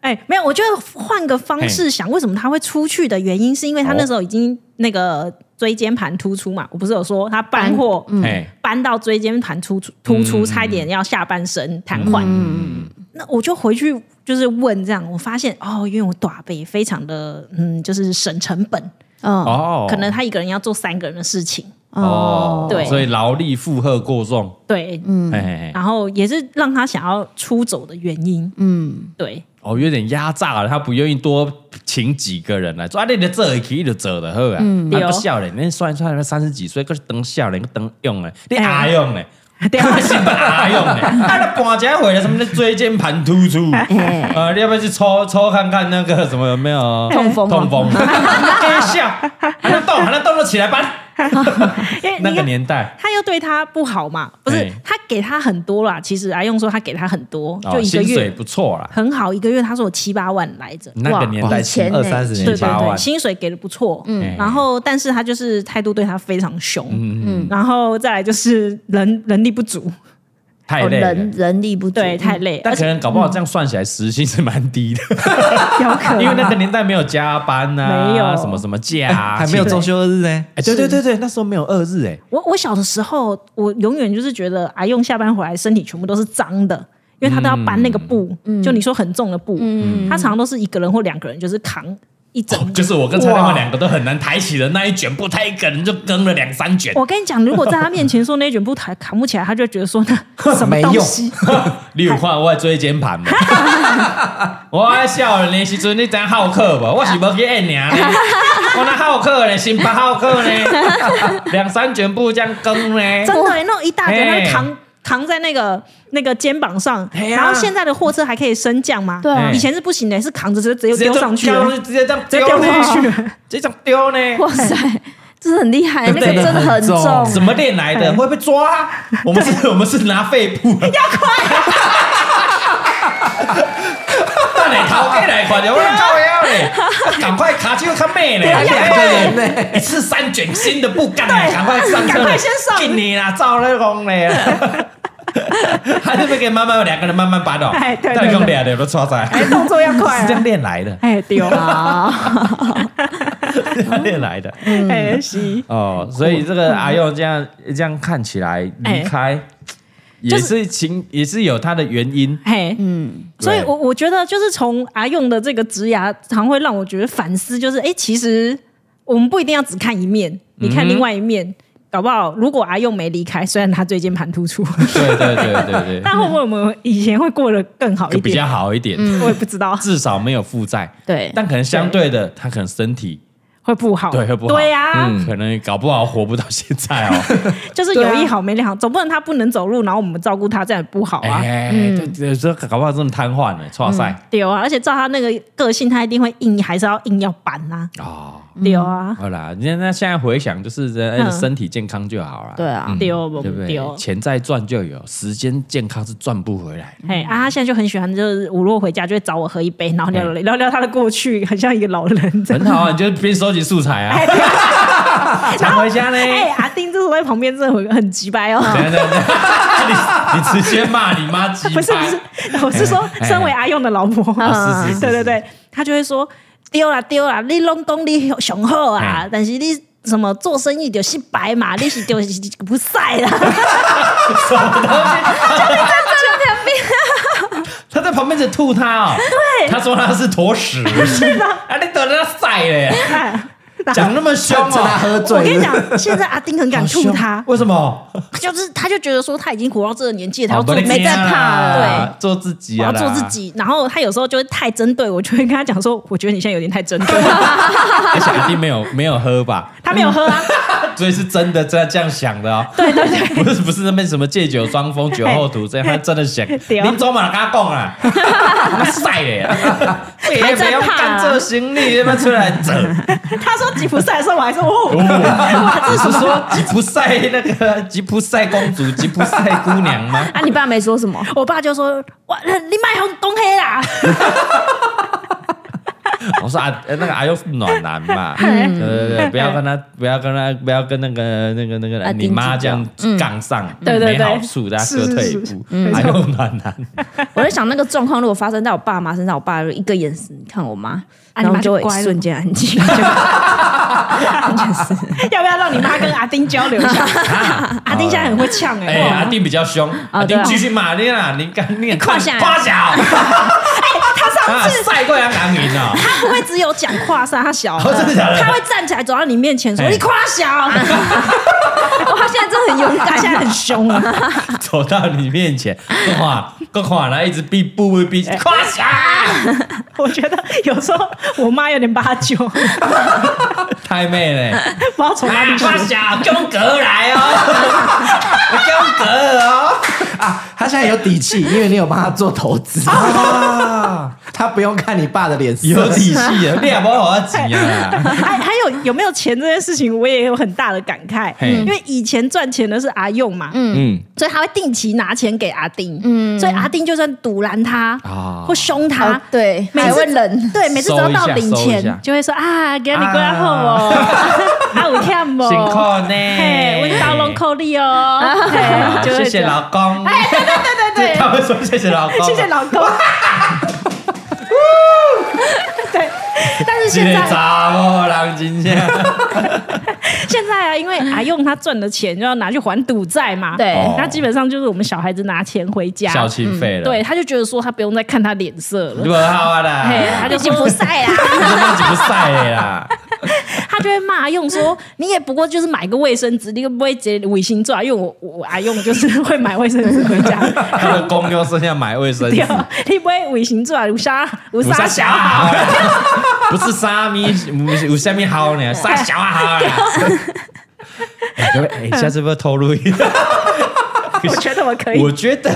[SPEAKER 3] 哎，没有，我觉得换个方式想，为什么他会出去的原因，是因为他
[SPEAKER 4] 哦
[SPEAKER 3] 那时候已经那个椎间盘突出嘛。我不是有说他搬货
[SPEAKER 2] 嗯
[SPEAKER 1] 哎，
[SPEAKER 3] 搬到椎间盘突出突出，差一点要下半身瘫痪。
[SPEAKER 1] 嗯
[SPEAKER 3] 那我就回去就是问这样，我发现哦，因为我短背非常的嗯，就是省成本，
[SPEAKER 2] 嗯，
[SPEAKER 1] 哦，
[SPEAKER 3] 可能他一个人要做三个人的事情，
[SPEAKER 1] 哦，
[SPEAKER 3] 对嗯
[SPEAKER 1] 所以劳力负荷过重，
[SPEAKER 3] 对，
[SPEAKER 1] 哎哎，哎
[SPEAKER 3] 然后也是让他想要出走的原因，嗯，对。 *laughs*
[SPEAKER 1] 哦，有点压榨了，他不愿意多请几个人来做，啊，你的这一期就做的好啊，他
[SPEAKER 3] 对哦
[SPEAKER 1] 个笑脸，那算一算，三十几岁，个是当笑脸，个当用嘞，你
[SPEAKER 3] 哎
[SPEAKER 1] 阿用嘞。
[SPEAKER 3] *laughs* 对
[SPEAKER 1] *laughs*
[SPEAKER 3] 啊
[SPEAKER 1] 你是不阿用嘞，啊，那半截回来什么的椎间盘突出，呃，你要不要去抽抽看看那个什么有没有
[SPEAKER 2] 痛风吗
[SPEAKER 1] 痛风，开笑，还能动，还能动得起来吧？
[SPEAKER 3] 因为你
[SPEAKER 1] 那
[SPEAKER 3] 看
[SPEAKER 1] 个年代，
[SPEAKER 3] 他又对他不好嘛，不是
[SPEAKER 1] 哎
[SPEAKER 3] 他给他很多啦。其实阿用说他给他很多，
[SPEAKER 1] 哦
[SPEAKER 3] 就一个
[SPEAKER 1] 薪水
[SPEAKER 3] 月
[SPEAKER 1] 不错啦，
[SPEAKER 3] 很好，一个月他说我七八万来着，
[SPEAKER 1] 那个年
[SPEAKER 2] 哇
[SPEAKER 1] 代
[SPEAKER 2] 以前
[SPEAKER 4] 二
[SPEAKER 2] 呢
[SPEAKER 4] 三十
[SPEAKER 3] 对
[SPEAKER 4] 年
[SPEAKER 3] 对
[SPEAKER 4] 前八
[SPEAKER 3] 对，
[SPEAKER 4] 万，
[SPEAKER 3] 薪水给的不错，
[SPEAKER 1] 哎
[SPEAKER 3] 嗯，然后但是他就是态度对他非常凶，
[SPEAKER 1] 嗯
[SPEAKER 3] 嗯，然后再来就是人人力不足，
[SPEAKER 1] 太
[SPEAKER 2] 哦
[SPEAKER 1] 累
[SPEAKER 2] 人
[SPEAKER 1] 了。
[SPEAKER 2] 人力不足，
[SPEAKER 3] 对，太累，
[SPEAKER 1] 但
[SPEAKER 3] 而
[SPEAKER 1] 可
[SPEAKER 3] 且
[SPEAKER 1] 能搞不好这样算起来时薪是蛮低的，
[SPEAKER 3] 有可
[SPEAKER 1] 因为那
[SPEAKER 3] 能
[SPEAKER 1] 个年代没有加班呐，
[SPEAKER 3] 没有
[SPEAKER 1] 什么什么假
[SPEAKER 4] 哎
[SPEAKER 1] 啊，
[SPEAKER 4] 还没有
[SPEAKER 1] 其
[SPEAKER 4] 周休二日呢。
[SPEAKER 1] 哎，对对对对，那时候没有二日哎，
[SPEAKER 3] 我我小的时候，我永远就是觉得啊阿用下班回来身体全部都是脏的。因为他都要搬那个布，就你说很重的布，他常常都是一个人或两个人，就是扛一整、
[SPEAKER 1] 哦 *laughs* 就是我跟蔡亮华两个都很难抬起的那一卷布，他一个人就跟了两三卷，
[SPEAKER 3] 我跟你讲，如果在他面前说那一卷布抬扛不起来，他就觉得说那什么
[SPEAKER 4] 没
[SPEAKER 3] 东
[SPEAKER 4] 用
[SPEAKER 3] 西，
[SPEAKER 1] *laughs* 你有看我的椎间盘吗？ *laughs* 我爱笑人的时阵，你知影好客无？我是无去演尔
[SPEAKER 3] *laughs*
[SPEAKER 1] 呢，我那好客呢，心不好客呢， *laughs* 两三卷布这样更呢。
[SPEAKER 3] 真的欸、那种一大卷，
[SPEAKER 1] 嘿
[SPEAKER 3] 他就扛扛在那个那个肩膀上。
[SPEAKER 1] 嘿啊
[SPEAKER 3] 然后现在的货车还可以升降吗？
[SPEAKER 2] 对啊
[SPEAKER 3] 以前是不行的，是扛着直接直
[SPEAKER 1] 直
[SPEAKER 3] 接
[SPEAKER 1] 接
[SPEAKER 3] 丢上去
[SPEAKER 1] 这
[SPEAKER 3] 了
[SPEAKER 1] 样，直接这样
[SPEAKER 3] 直接丢上
[SPEAKER 1] 呢，
[SPEAKER 3] 去了。
[SPEAKER 1] 直接这样丢呢。
[SPEAKER 2] 哇塞，这是很厉害，那
[SPEAKER 1] 对
[SPEAKER 2] 个真的很
[SPEAKER 4] 真的很
[SPEAKER 1] 怎
[SPEAKER 2] 重，
[SPEAKER 1] 么练来
[SPEAKER 3] 哎
[SPEAKER 1] 的？会被抓啊？我们是，我们是拿肺部。啊要快！但你头给来快点，我让高腰嘞，啊赶快卡就看妹嘞，两个人嘞，一次三卷新的布干嘞，赶快上车，
[SPEAKER 3] 赶快先上
[SPEAKER 1] 进你啦，照那
[SPEAKER 3] *laughs*
[SPEAKER 1] 风嘞。还是不给慢慢两个人慢慢搬哦
[SPEAKER 3] 哎，对对
[SPEAKER 1] 但你讲
[SPEAKER 3] 对
[SPEAKER 1] 俩的都抓在，
[SPEAKER 3] 哎动作要快啊
[SPEAKER 1] *laughs* 是这样练来的，
[SPEAKER 3] *laughs* 哎，丢啊！
[SPEAKER 1] 是这样练来的。
[SPEAKER 3] 哎，是。
[SPEAKER 1] 哦，所以这 *laughs* 个阿佑这样这样看起来离开，也是情也是有他的原因。 *laughs*
[SPEAKER 3] 嘿，嗯，所以我我觉得就是从阿用的这个职涯，常会让我觉得反思，就是哎、诶其实我们不一定要只看一面，你看另外一面，搞不好如果阿用没离开，虽然他椎间盘突出， *laughs*
[SPEAKER 1] 对对对对对，
[SPEAKER 3] 但会不会我们以前会过得更好一
[SPEAKER 1] 就比
[SPEAKER 3] 点？
[SPEAKER 1] 较好一点，
[SPEAKER 3] 我也不知 *laughs* 道，
[SPEAKER 1] 至少没有负债。
[SPEAKER 2] 对
[SPEAKER 1] 但可能相对的，他可能身体
[SPEAKER 3] 会不好，
[SPEAKER 1] 对会不好
[SPEAKER 3] 对呀、
[SPEAKER 4] 嗯
[SPEAKER 1] 可能搞不好活不到现在哦。
[SPEAKER 3] 就是有一好没两好，总不能他不能走路，然后我们照顾他，这样也不好啊。
[SPEAKER 1] 哎，对对，这搞不好真的瘫痪了，错赛
[SPEAKER 3] 对啊，而且照他那个个性，他一定会硬，还是要硬要搬啊。
[SPEAKER 1] 哦。
[SPEAKER 3] 对啊，
[SPEAKER 1] 好啦，那那现在回想，就是人
[SPEAKER 3] 嗯
[SPEAKER 1] 身体健康就好了。
[SPEAKER 6] 对啊，
[SPEAKER 3] 对不
[SPEAKER 1] 嗯对不
[SPEAKER 3] 对哦
[SPEAKER 1] 对？钱再赚就有，时间健康是赚不回来的。
[SPEAKER 3] 哎啊，他现在就很喜欢，就是我如果回家就会找我喝一杯，然后聊聊聊聊他的过去，很像一个老人这
[SPEAKER 1] 哎很
[SPEAKER 3] 样。 *laughs*
[SPEAKER 1] 好啊，你就边收集素材啊，常回家呢。
[SPEAKER 3] 哎，阿丁这时候在旁边真的很很急掰哦。
[SPEAKER 1] 等一下 *laughs* 等一下，你你直接骂你妈鸡
[SPEAKER 3] 不是不
[SPEAKER 1] 掰
[SPEAKER 3] 是，我是说
[SPEAKER 1] 哎
[SPEAKER 3] 身为阿用的老婆，
[SPEAKER 1] 啊是是是
[SPEAKER 3] 对对对，他就会说丢啦丢啦，你拢讲你雄厚啊
[SPEAKER 1] 哎，
[SPEAKER 3] 但是你什么做生意就是白嘛， *laughs* 你是就是不晒
[SPEAKER 1] *laughs*
[SPEAKER 3] 啦，
[SPEAKER 1] 他在旁边只吐他哦，对，他说他是坨
[SPEAKER 3] *laughs*
[SPEAKER 1] 屎，是吧？ *laughs* 啊，你等着他晒嘞，讲那么凶
[SPEAKER 4] 趁他
[SPEAKER 1] 哦，
[SPEAKER 4] 喝
[SPEAKER 3] 我
[SPEAKER 4] 醉，
[SPEAKER 3] 跟你讲，现在阿丁很敢
[SPEAKER 1] 好
[SPEAKER 3] 吐
[SPEAKER 1] 凶
[SPEAKER 3] 他，
[SPEAKER 1] 为什么？
[SPEAKER 3] 就是他就觉得说他已经活到这个年纪了，他要
[SPEAKER 1] 好
[SPEAKER 3] 做
[SPEAKER 1] 没在怕
[SPEAKER 3] 了，
[SPEAKER 1] 对，啊做自己
[SPEAKER 3] 我
[SPEAKER 1] 啊
[SPEAKER 3] 要
[SPEAKER 1] 啦，
[SPEAKER 3] 做自己。然后他有时候就会太针对我，就会跟他讲说，我觉得你现在有点太针对我。
[SPEAKER 1] 而且一定没有没有喝吧？
[SPEAKER 3] *laughs* 他没有喝啊，
[SPEAKER 1] *laughs*
[SPEAKER 3] *laughs*
[SPEAKER 1] 所以是真的这样这样想的哦。对对对， *laughs* 不是不是那边什么借酒装疯酒后
[SPEAKER 3] *laughs*
[SPEAKER 1] 吐这样，他真的想。
[SPEAKER 3] 对
[SPEAKER 1] 林总嘛，跟他讲
[SPEAKER 3] *laughs*
[SPEAKER 1] 啊，他晒嘞， *laughs* 这也不
[SPEAKER 3] 在
[SPEAKER 1] 用
[SPEAKER 3] 怕啊
[SPEAKER 1] 干这行李，他妈出来整。
[SPEAKER 3] 他说吉普赛的时候，我还说哦，
[SPEAKER 1] 我是说吉普赛那个吉普赛公主、吉普赛姑娘吗？
[SPEAKER 6] *laughs* 啊，你爸没说什么？
[SPEAKER 3] 我爸就说哇，你买红东黑啦， *laughs*
[SPEAKER 1] 我说啊，呃那个阿优是暖男嘛，对对对，不要跟他，不要跟他，不要跟那个那个那个
[SPEAKER 6] 啊
[SPEAKER 1] 你妈
[SPEAKER 6] 顶住
[SPEAKER 1] 这样杠上，
[SPEAKER 3] 对对对
[SPEAKER 1] 没好处，大家各退一
[SPEAKER 3] 是是
[SPEAKER 1] 步。阿优暖男，
[SPEAKER 6] 我在想那个状况如果发生在我爸妈身上，我爸就一个眼神看我妈，
[SPEAKER 3] 啊
[SPEAKER 6] 然
[SPEAKER 3] 你
[SPEAKER 6] 后
[SPEAKER 3] 妈就
[SPEAKER 6] 就会
[SPEAKER 3] 乖了
[SPEAKER 6] 瞬间安
[SPEAKER 3] *laughs*
[SPEAKER 6] 静，就完全是。
[SPEAKER 3] 要不要让你妈跟阿丁交流一
[SPEAKER 6] *laughs*
[SPEAKER 3] 下？阿丁现在很会呛
[SPEAKER 1] 哎，
[SPEAKER 3] 哎，
[SPEAKER 1] 阿丁比较凶，阿
[SPEAKER 6] 对
[SPEAKER 1] 丁
[SPEAKER 6] 啊
[SPEAKER 1] 继续骂你啦，你敢你
[SPEAKER 6] 胯下
[SPEAKER 1] 胯下哦，他上次赛过杨港赢哦，
[SPEAKER 3] 他不会只有讲跨沙小，
[SPEAKER 1] 哦真的假的
[SPEAKER 3] 他会站起来走到你面前说
[SPEAKER 1] 哎
[SPEAKER 3] 你跨
[SPEAKER 1] *laughs*
[SPEAKER 3] 小，
[SPEAKER 6] 哇，他现在真的很勇
[SPEAKER 3] 他
[SPEAKER 6] 敢，
[SPEAKER 3] 现在很凶啊，
[SPEAKER 1] *laughs* 走到你面前，更垮更垮，然后一直逼不不逼胯下，
[SPEAKER 3] 我觉得有时候我妈有点八九，不知
[SPEAKER 1] 太妹嘞。
[SPEAKER 3] 道从哪里学
[SPEAKER 1] 我
[SPEAKER 3] 的。
[SPEAKER 1] 小宫格来哦，宫格哦，
[SPEAKER 4] 啊，他现在有底气，因为你有帮他做投资，他不用看你爸
[SPEAKER 1] *laughs*
[SPEAKER 4] 的脸色。
[SPEAKER 1] 有底气啊，你也不好急啊。
[SPEAKER 3] *laughs* 哎还还有有没有钱这件事情，我也有很大的感慨，
[SPEAKER 1] 嘿
[SPEAKER 3] 因为以前赚钱的是阿用嘛，
[SPEAKER 4] 嗯，
[SPEAKER 3] 所以他会定期拿钱给阿丁，所以阿丁就算堵拦他
[SPEAKER 1] 啊
[SPEAKER 3] 或凶他
[SPEAKER 2] 哦，对，
[SPEAKER 3] 每次
[SPEAKER 2] 还会冷，
[SPEAKER 3] 对，每次只要到领
[SPEAKER 1] 收一下收一下
[SPEAKER 3] 钱，就会说啊，给你过来后哦， *laughs* 啊，我看不，
[SPEAKER 1] *laughs* 辛苦呢
[SPEAKER 3] 哦嘿，我到龙口里哦，嘿
[SPEAKER 1] 啊谢
[SPEAKER 3] 就会这
[SPEAKER 1] 谢
[SPEAKER 3] 样
[SPEAKER 1] 老公，哎，对对对对对， *laughs* 他会说谢谢老公，
[SPEAKER 3] 谢谢老公。对，但是
[SPEAKER 1] 今
[SPEAKER 3] 现
[SPEAKER 1] 天
[SPEAKER 3] 在
[SPEAKER 1] 查某人真正
[SPEAKER 3] 现在啊，因为阿用他赚的钱就要拿去还赌债嘛，
[SPEAKER 2] 对
[SPEAKER 1] 哦
[SPEAKER 3] 那基本上就是我们小孩子拿钱回家，
[SPEAKER 1] 孝心费了，
[SPEAKER 3] 嗯对，，他就觉得说他不用再看他脸色了
[SPEAKER 1] 不，好啊啦，
[SPEAKER 3] 嘿，他就
[SPEAKER 2] 已经
[SPEAKER 3] 说啊
[SPEAKER 2] 不晒
[SPEAKER 1] *laughs*
[SPEAKER 2] 啦。
[SPEAKER 1] 那就不晒的啦，
[SPEAKER 3] 他就会骂阿用说：“你也不过就是买个卫生纸，你又不会接卫星座，因为我我我阿用就是会买卫生纸回
[SPEAKER 1] *laughs*
[SPEAKER 3] 家，
[SPEAKER 1] 他的公用剩下买卫生
[SPEAKER 3] 对
[SPEAKER 1] 纸，
[SPEAKER 3] 哦，你不会卫星座，啊有啥有
[SPEAKER 1] 有
[SPEAKER 3] 啥
[SPEAKER 1] 啥
[SPEAKER 3] 小
[SPEAKER 1] 小
[SPEAKER 3] 好
[SPEAKER 1] 好，不是啥咪，有啥咪好呢，啥小好
[SPEAKER 3] *laughs*
[SPEAKER 1] 啦。哎，下次不要透露一下。
[SPEAKER 3] 我觉得我可以，
[SPEAKER 1] 我觉得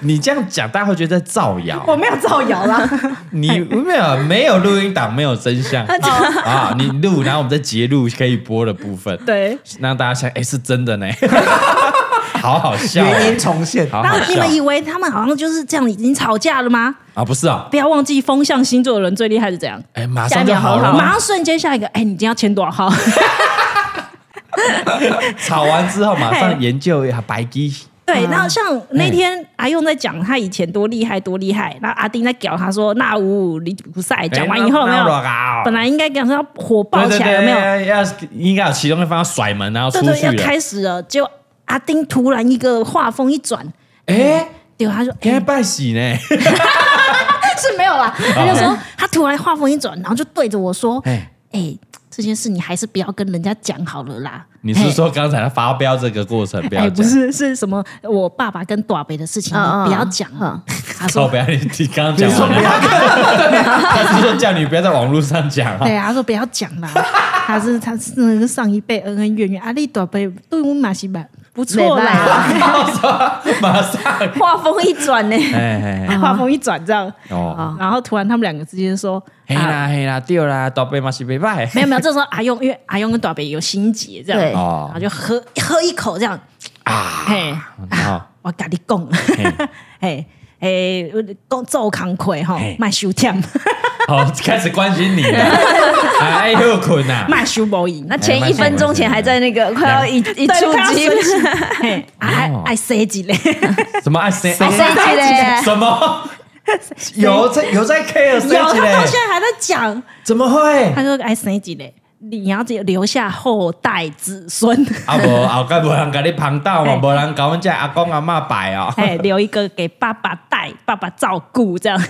[SPEAKER 1] 你这样讲，大家会觉得在造
[SPEAKER 3] 我 *laughs*
[SPEAKER 1] 谣。
[SPEAKER 3] 没有造谣啦，
[SPEAKER 1] 你没有没有录音档，没有真
[SPEAKER 3] *laughs*
[SPEAKER 1] 相
[SPEAKER 3] 哦
[SPEAKER 1] 啊！你录，然后我们再截录可以播的部分，
[SPEAKER 3] 对。
[SPEAKER 1] 让大家想，哎，是真的呢， *laughs* 好好笑哦，
[SPEAKER 4] 原因重现。
[SPEAKER 1] 好
[SPEAKER 3] 然
[SPEAKER 1] 好
[SPEAKER 3] 后你
[SPEAKER 1] 笑
[SPEAKER 3] 们以为他们好像就是这样已经吵架了吗？
[SPEAKER 1] 啊！不是啊，
[SPEAKER 3] 不要忘记风象星座的人最厉害是怎样，
[SPEAKER 1] 哎，马上就好了
[SPEAKER 3] 马
[SPEAKER 1] 吗，
[SPEAKER 3] 上瞬间下一个，哎，你今天要签多少号？
[SPEAKER 1] 吵完之后马上研究一下白鸡，
[SPEAKER 3] 对，然后像那天阿用在讲他以前多厉害多厉害，然后阿丁在屌他说那五五离不赛，哎讲完以后有
[SPEAKER 1] 哎
[SPEAKER 3] 没有？本来应该讲是要火爆起来，有没有？
[SPEAKER 1] 有？要应该有其中一方要甩门，然后
[SPEAKER 3] 对
[SPEAKER 1] 出
[SPEAKER 3] 对，
[SPEAKER 1] 去
[SPEAKER 3] 要
[SPEAKER 1] 了。
[SPEAKER 3] 开始了，结果阿丁突然一个话锋一转，
[SPEAKER 1] 哎，
[SPEAKER 3] 对，他说，
[SPEAKER 1] 应该
[SPEAKER 3] 哎，
[SPEAKER 1] 拜喜呢，
[SPEAKER 6] *laughs*
[SPEAKER 3] 是没有啦，他就说他突然话锋一转，然后就对着我说，
[SPEAKER 1] 哎。
[SPEAKER 3] 哎，这件事你还是不要跟人家讲好了啦。
[SPEAKER 1] 你是说刚才他发飙这个过程，不要
[SPEAKER 3] 哎，
[SPEAKER 1] 讲
[SPEAKER 3] 不是是什么？我爸爸跟短北的
[SPEAKER 6] 啊
[SPEAKER 3] 事情，
[SPEAKER 2] 嗯
[SPEAKER 3] 你
[SPEAKER 2] 嗯
[SPEAKER 3] 不要讲。他
[SPEAKER 1] 靠
[SPEAKER 3] 说，
[SPEAKER 1] 北啊，不要你刚刚讲完了，他是说叫你不要在网络上讲啊
[SPEAKER 3] 对，啊，他说不要讲啦。 *laughs* 他是他是那个上一辈恩恩怨怨，啊阿力短北对我马西吧不错
[SPEAKER 2] 没办
[SPEAKER 3] 啦
[SPEAKER 2] 法。
[SPEAKER 6] *laughs*
[SPEAKER 1] 马上，
[SPEAKER 6] 话锋一转呢，
[SPEAKER 1] 哎哎
[SPEAKER 3] *laughs* 话锋一转这样，
[SPEAKER 1] 哦，
[SPEAKER 3] 然后突然他们两个之间说，
[SPEAKER 1] 嘿
[SPEAKER 3] 啊，
[SPEAKER 1] 啦嘿啦，对啦，倒杯嘛是杯拜，
[SPEAKER 3] 没有没有，这时候阿用因为阿用跟短北有心结这样，
[SPEAKER 2] 对
[SPEAKER 1] 哦
[SPEAKER 3] 然后就喝喝一口这样，
[SPEAKER 1] 啊，
[SPEAKER 3] 嘿，
[SPEAKER 1] 好，
[SPEAKER 3] 我跟你讲， *laughs* 嘿。诶，讲做工课吼
[SPEAKER 1] 嘿，
[SPEAKER 3] 卖
[SPEAKER 1] *laughs*
[SPEAKER 3] 收忝，
[SPEAKER 1] 好，开始关心你了，哎，又困呐，
[SPEAKER 3] 卖收无赢，那
[SPEAKER 6] 那啊前一分钟前还在那个快要一一触即
[SPEAKER 3] 嘿，啊爱
[SPEAKER 1] 哦
[SPEAKER 3] 爱洗
[SPEAKER 1] *laughs*
[SPEAKER 3] 一嘞，
[SPEAKER 1] 什么爱谁？
[SPEAKER 6] 还 *laughs* 生气嘞，
[SPEAKER 1] 什么？有在有在 care
[SPEAKER 3] *laughs* 有他
[SPEAKER 1] 谁嘞
[SPEAKER 3] 到？现在还在讲，
[SPEAKER 1] 怎么会？
[SPEAKER 3] 他说爱洗一嘞，你要留下后代子孙，
[SPEAKER 1] *laughs* 啊无后盖无人甲你捧到嘛，无人甲阮遮阿公阿嬷拜哦，
[SPEAKER 3] 哎，留一个给爸爸带，爸爸照顾这样。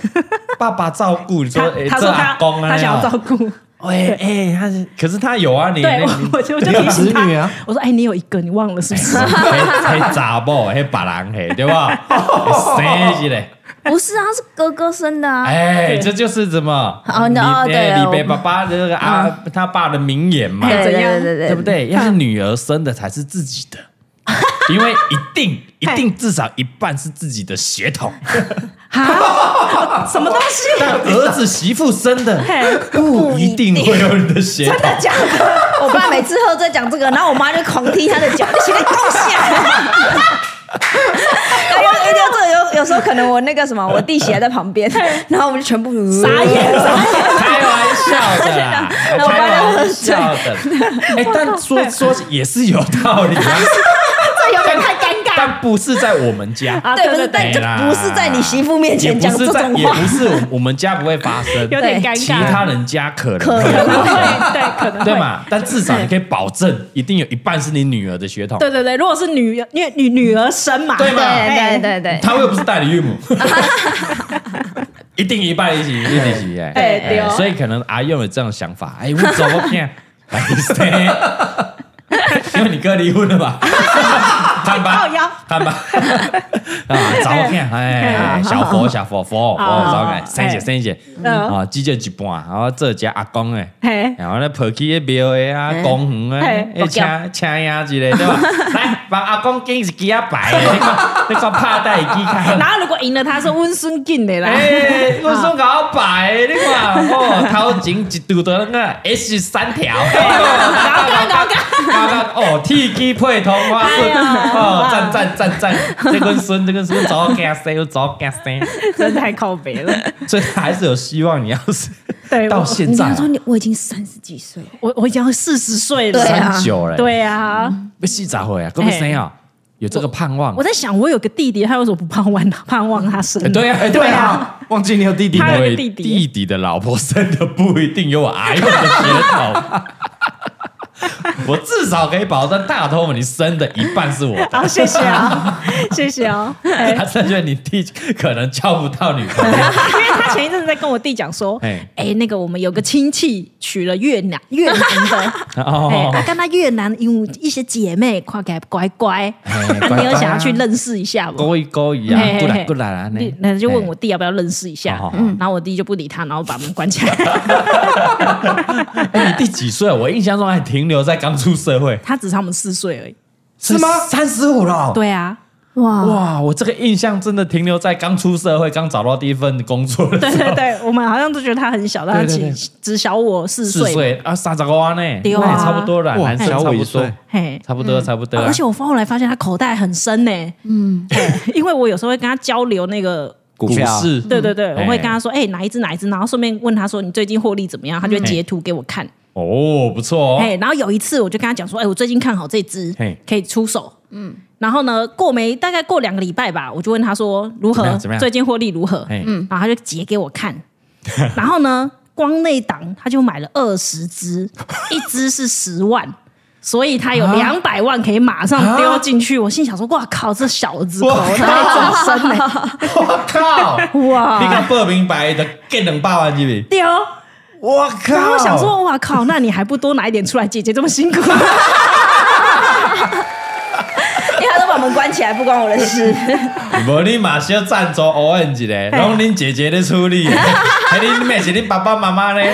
[SPEAKER 1] 爸爸照顾你说，
[SPEAKER 3] 他
[SPEAKER 1] 诶
[SPEAKER 3] 他
[SPEAKER 1] 这
[SPEAKER 3] 说
[SPEAKER 1] 阿
[SPEAKER 3] 他
[SPEAKER 1] 公啊，
[SPEAKER 3] 他想要照顾，
[SPEAKER 1] 哎哎，他是，可是他有啊，你
[SPEAKER 3] 对
[SPEAKER 1] 那
[SPEAKER 3] 我我就我就
[SPEAKER 4] 有
[SPEAKER 3] 提醒
[SPEAKER 4] 子女啊
[SPEAKER 3] 他，我说哎，你有一个，你忘
[SPEAKER 1] 啊
[SPEAKER 3] 了是不是？ *laughs*
[SPEAKER 1] 嘿嘿查某，嘿别人嘿，对吧？嘿生一个，
[SPEAKER 2] 不是啊，是哥哥生的啊。
[SPEAKER 1] 哎，这就是怎么
[SPEAKER 2] 哦
[SPEAKER 1] 李
[SPEAKER 2] 哦对
[SPEAKER 1] 哎
[SPEAKER 2] 哦
[SPEAKER 1] 李
[SPEAKER 2] 嗯
[SPEAKER 1] 贝爸爸的那个啊，他爸的名言嘛，
[SPEAKER 2] 对
[SPEAKER 1] 对
[SPEAKER 2] 对
[SPEAKER 3] 怎样
[SPEAKER 2] 对对对嗯
[SPEAKER 1] 不对？要是女儿生的才是自己
[SPEAKER 2] *laughs*
[SPEAKER 1] 的，因为一定一定至少一半是自己的血统，
[SPEAKER 3] 什么东西？
[SPEAKER 1] 但儿子媳妇生的不一定会有你的血统。
[SPEAKER 6] 讲的，我爸每次喝醉讲这个，然后我妈就狂踢他的脚，你写的东西啊！ *laughs* 然后因为这个有有时候可能我那个什么，我弟媳还在旁边，然后我们就全部傻眼，
[SPEAKER 1] *laughs* 开玩笑的啦，开玩笑的。哎，但
[SPEAKER 2] *laughs*
[SPEAKER 1] 说说也是有道理啊，
[SPEAKER 3] 这有点太尴尬
[SPEAKER 1] 但不是在我们家，
[SPEAKER 3] 啊！
[SPEAKER 6] 对不是？
[SPEAKER 3] 对
[SPEAKER 6] 但
[SPEAKER 1] 对
[SPEAKER 6] 就
[SPEAKER 1] 啦
[SPEAKER 6] 不是在你媳妇面
[SPEAKER 1] 也
[SPEAKER 6] 前
[SPEAKER 1] 不
[SPEAKER 6] 讲这
[SPEAKER 1] 是在，
[SPEAKER 6] 种
[SPEAKER 1] 也
[SPEAKER 6] 话，
[SPEAKER 1] 不是我我们家不会发生，
[SPEAKER 3] 有点尴
[SPEAKER 1] 其
[SPEAKER 3] 尬，
[SPEAKER 1] 他人家可能
[SPEAKER 6] 可
[SPEAKER 1] 会
[SPEAKER 6] 能会。
[SPEAKER 3] 对对可能
[SPEAKER 1] 对
[SPEAKER 3] 会。
[SPEAKER 1] 嘛？但至少你可以保证，一定有一半是你女儿的血统。
[SPEAKER 3] 对对对，如果是女，因为女女儿生嘛，
[SPEAKER 1] 对嘛
[SPEAKER 2] 对
[SPEAKER 6] 呃
[SPEAKER 3] 哎
[SPEAKER 2] 对对对，
[SPEAKER 1] 她又不是代理孕
[SPEAKER 3] *laughs*
[SPEAKER 1] 母，一定一半一起一起洗哎。
[SPEAKER 3] 哎对
[SPEAKER 1] 哎
[SPEAKER 3] 哦，
[SPEAKER 1] 所以可能阿用有这种想法，哎，我走我骗，白痴因为你哥离婚了
[SPEAKER 3] *laughs*
[SPEAKER 1] 吧？看吧
[SPEAKER 3] 靠腰，
[SPEAKER 1] 看吧，啊，找我骗，
[SPEAKER 3] *laughs*
[SPEAKER 1] 哎，小佛小佛佛，我找我骗，生姐生姐，
[SPEAKER 3] 哦嗯
[SPEAKER 1] 啊，几件一半，然后这家阿公哎。
[SPEAKER 3] 嘿，
[SPEAKER 1] 然后咧抱去迄庙诶啊，公园诶，
[SPEAKER 3] 嘿
[SPEAKER 1] 迄车车呀之类，对吧？来，帮阿公拣一支啊牌，你看你看拍带机开。
[SPEAKER 3] 然后如果赢了，他是温顺进的啦，
[SPEAKER 1] 哎，我说搞摆，你看哦，头前一拄到那个 S 三条，搞搞搞搞哦，铁机配同花顺，哦，赞赞赞赞，这个孙这个孙早干生又早干生，
[SPEAKER 3] *laughs* 真的太靠北了。
[SPEAKER 1] 所以还是有希望。你要是
[SPEAKER 3] 对，
[SPEAKER 1] 到
[SPEAKER 3] 我
[SPEAKER 1] 现
[SPEAKER 6] 你
[SPEAKER 1] 在
[SPEAKER 6] 刚说你我已经三十几岁了，
[SPEAKER 3] 我我已经要四十岁
[SPEAKER 6] 对
[SPEAKER 3] 了，
[SPEAKER 6] 啊
[SPEAKER 1] 三九了，
[SPEAKER 3] 对啊，
[SPEAKER 1] 要四十岁啊，够不生啊？有这个盼望
[SPEAKER 3] 我。在想，我有个弟弟，他为什么不盼望盼望他生
[SPEAKER 1] 哎？对啊，哎对啊，忘记你有弟弟
[SPEAKER 3] 他有个
[SPEAKER 1] 因为
[SPEAKER 3] 弟弟
[SPEAKER 1] 的老婆生的不一定有我阿用的血统，我至少可以保证大头们你生的一半是我的。
[SPEAKER 3] 好，谢谢啊， *laughs* 谢谢啊。哎
[SPEAKER 1] 他甚至你弟可能交不到女朋友，
[SPEAKER 3] 因为他前一阵子在跟我弟讲说，哎、
[SPEAKER 1] 哎
[SPEAKER 3] 那个我们有个亲戚娶了越南越南的，哎、
[SPEAKER 1] 哦
[SPEAKER 3] 啊，跟他越南有一些姐妹，看起来乖乖，
[SPEAKER 1] 哎
[SPEAKER 3] *laughs* 啊，你有想要去认识一下吗？
[SPEAKER 1] 勾一勾一啊
[SPEAKER 3] 嘿嘿，嘿
[SPEAKER 1] 过来过来啊，那
[SPEAKER 3] 那就问我弟要不要认识一下
[SPEAKER 1] 好好，好
[SPEAKER 3] 嗯然后我弟就不理他，然后把门关起来。 *laughs*
[SPEAKER 1] 哎，你弟几岁？我印象中还停留在刚出社会，
[SPEAKER 3] 他只差我们四岁而已。
[SPEAKER 1] 是吗？三十五
[SPEAKER 4] 哦
[SPEAKER 1] 了，
[SPEAKER 3] 对啊，
[SPEAKER 2] 哇，
[SPEAKER 1] 哇，我这个印象真的停留在刚出社会、刚找到第一份工作的
[SPEAKER 3] *laughs* 对
[SPEAKER 1] 时候 *laughs*
[SPEAKER 3] 对。对，我们好像都觉得他很小，但他
[SPEAKER 1] 对对
[SPEAKER 3] 只只小我四
[SPEAKER 1] 四
[SPEAKER 3] 岁。
[SPEAKER 1] 岁啊，三十个弯呢，
[SPEAKER 3] 对啊
[SPEAKER 1] 那也差不多了，
[SPEAKER 4] 哇
[SPEAKER 1] 男生
[SPEAKER 4] 小
[SPEAKER 1] 差
[SPEAKER 4] 我
[SPEAKER 1] 不
[SPEAKER 4] 一
[SPEAKER 1] 多
[SPEAKER 4] 岁，
[SPEAKER 3] 嘿，
[SPEAKER 1] 差不多，差不多
[SPEAKER 3] 啊
[SPEAKER 1] 啊。
[SPEAKER 3] 而且我后来发现他口袋很深呢，嗯，因为我有时候会跟他交流那个
[SPEAKER 4] 股票
[SPEAKER 1] 市，
[SPEAKER 3] 对对对，
[SPEAKER 1] 嗯
[SPEAKER 3] 我会跟他说，哎、哪一只哪一只，然后顺便问他说你最近获利怎么样，他就会
[SPEAKER 1] 嗯
[SPEAKER 3] 截图给我看。
[SPEAKER 1] 哦，不错哦，
[SPEAKER 3] 哎、然后有一次我就跟他讲说，哎、我最近看好这只
[SPEAKER 1] 嘿，
[SPEAKER 3] 可以出手。嗯，然后呢，过没大概过两个礼拜吧，我就问他说如
[SPEAKER 1] 怎么
[SPEAKER 3] 何
[SPEAKER 1] 样怎么，样
[SPEAKER 3] 最近获利如何？
[SPEAKER 1] 嘿
[SPEAKER 3] 嗯，然后他就截给我
[SPEAKER 1] *laughs*
[SPEAKER 3] 看。然后呢，光那档他就买了二十
[SPEAKER 1] *laughs*
[SPEAKER 3] 只，一只是十万。所以他有
[SPEAKER 1] 啊
[SPEAKER 3] 两百万可以马上丢进去，我心想说：“哇靠，这小子口
[SPEAKER 1] 我 *laughs*
[SPEAKER 3] 袋很深呢、
[SPEAKER 1] 我靠，
[SPEAKER 3] 哇！”
[SPEAKER 1] 你看报名牌的给两百万是不是？
[SPEAKER 3] 丢，
[SPEAKER 1] 我
[SPEAKER 3] 然
[SPEAKER 1] 靠，
[SPEAKER 3] 后我想说，哇靠，那你还不多拿一点出来？姐姐这么 *laughs* 辛苦，
[SPEAKER 6] 因为他都把门关起来，不关我的事。
[SPEAKER 1] 无你马上赞助 orange 嘞，然后恁姐姐咧处
[SPEAKER 3] *laughs*
[SPEAKER 1] 理，还恁妹是恁爸爸妈妈嘞，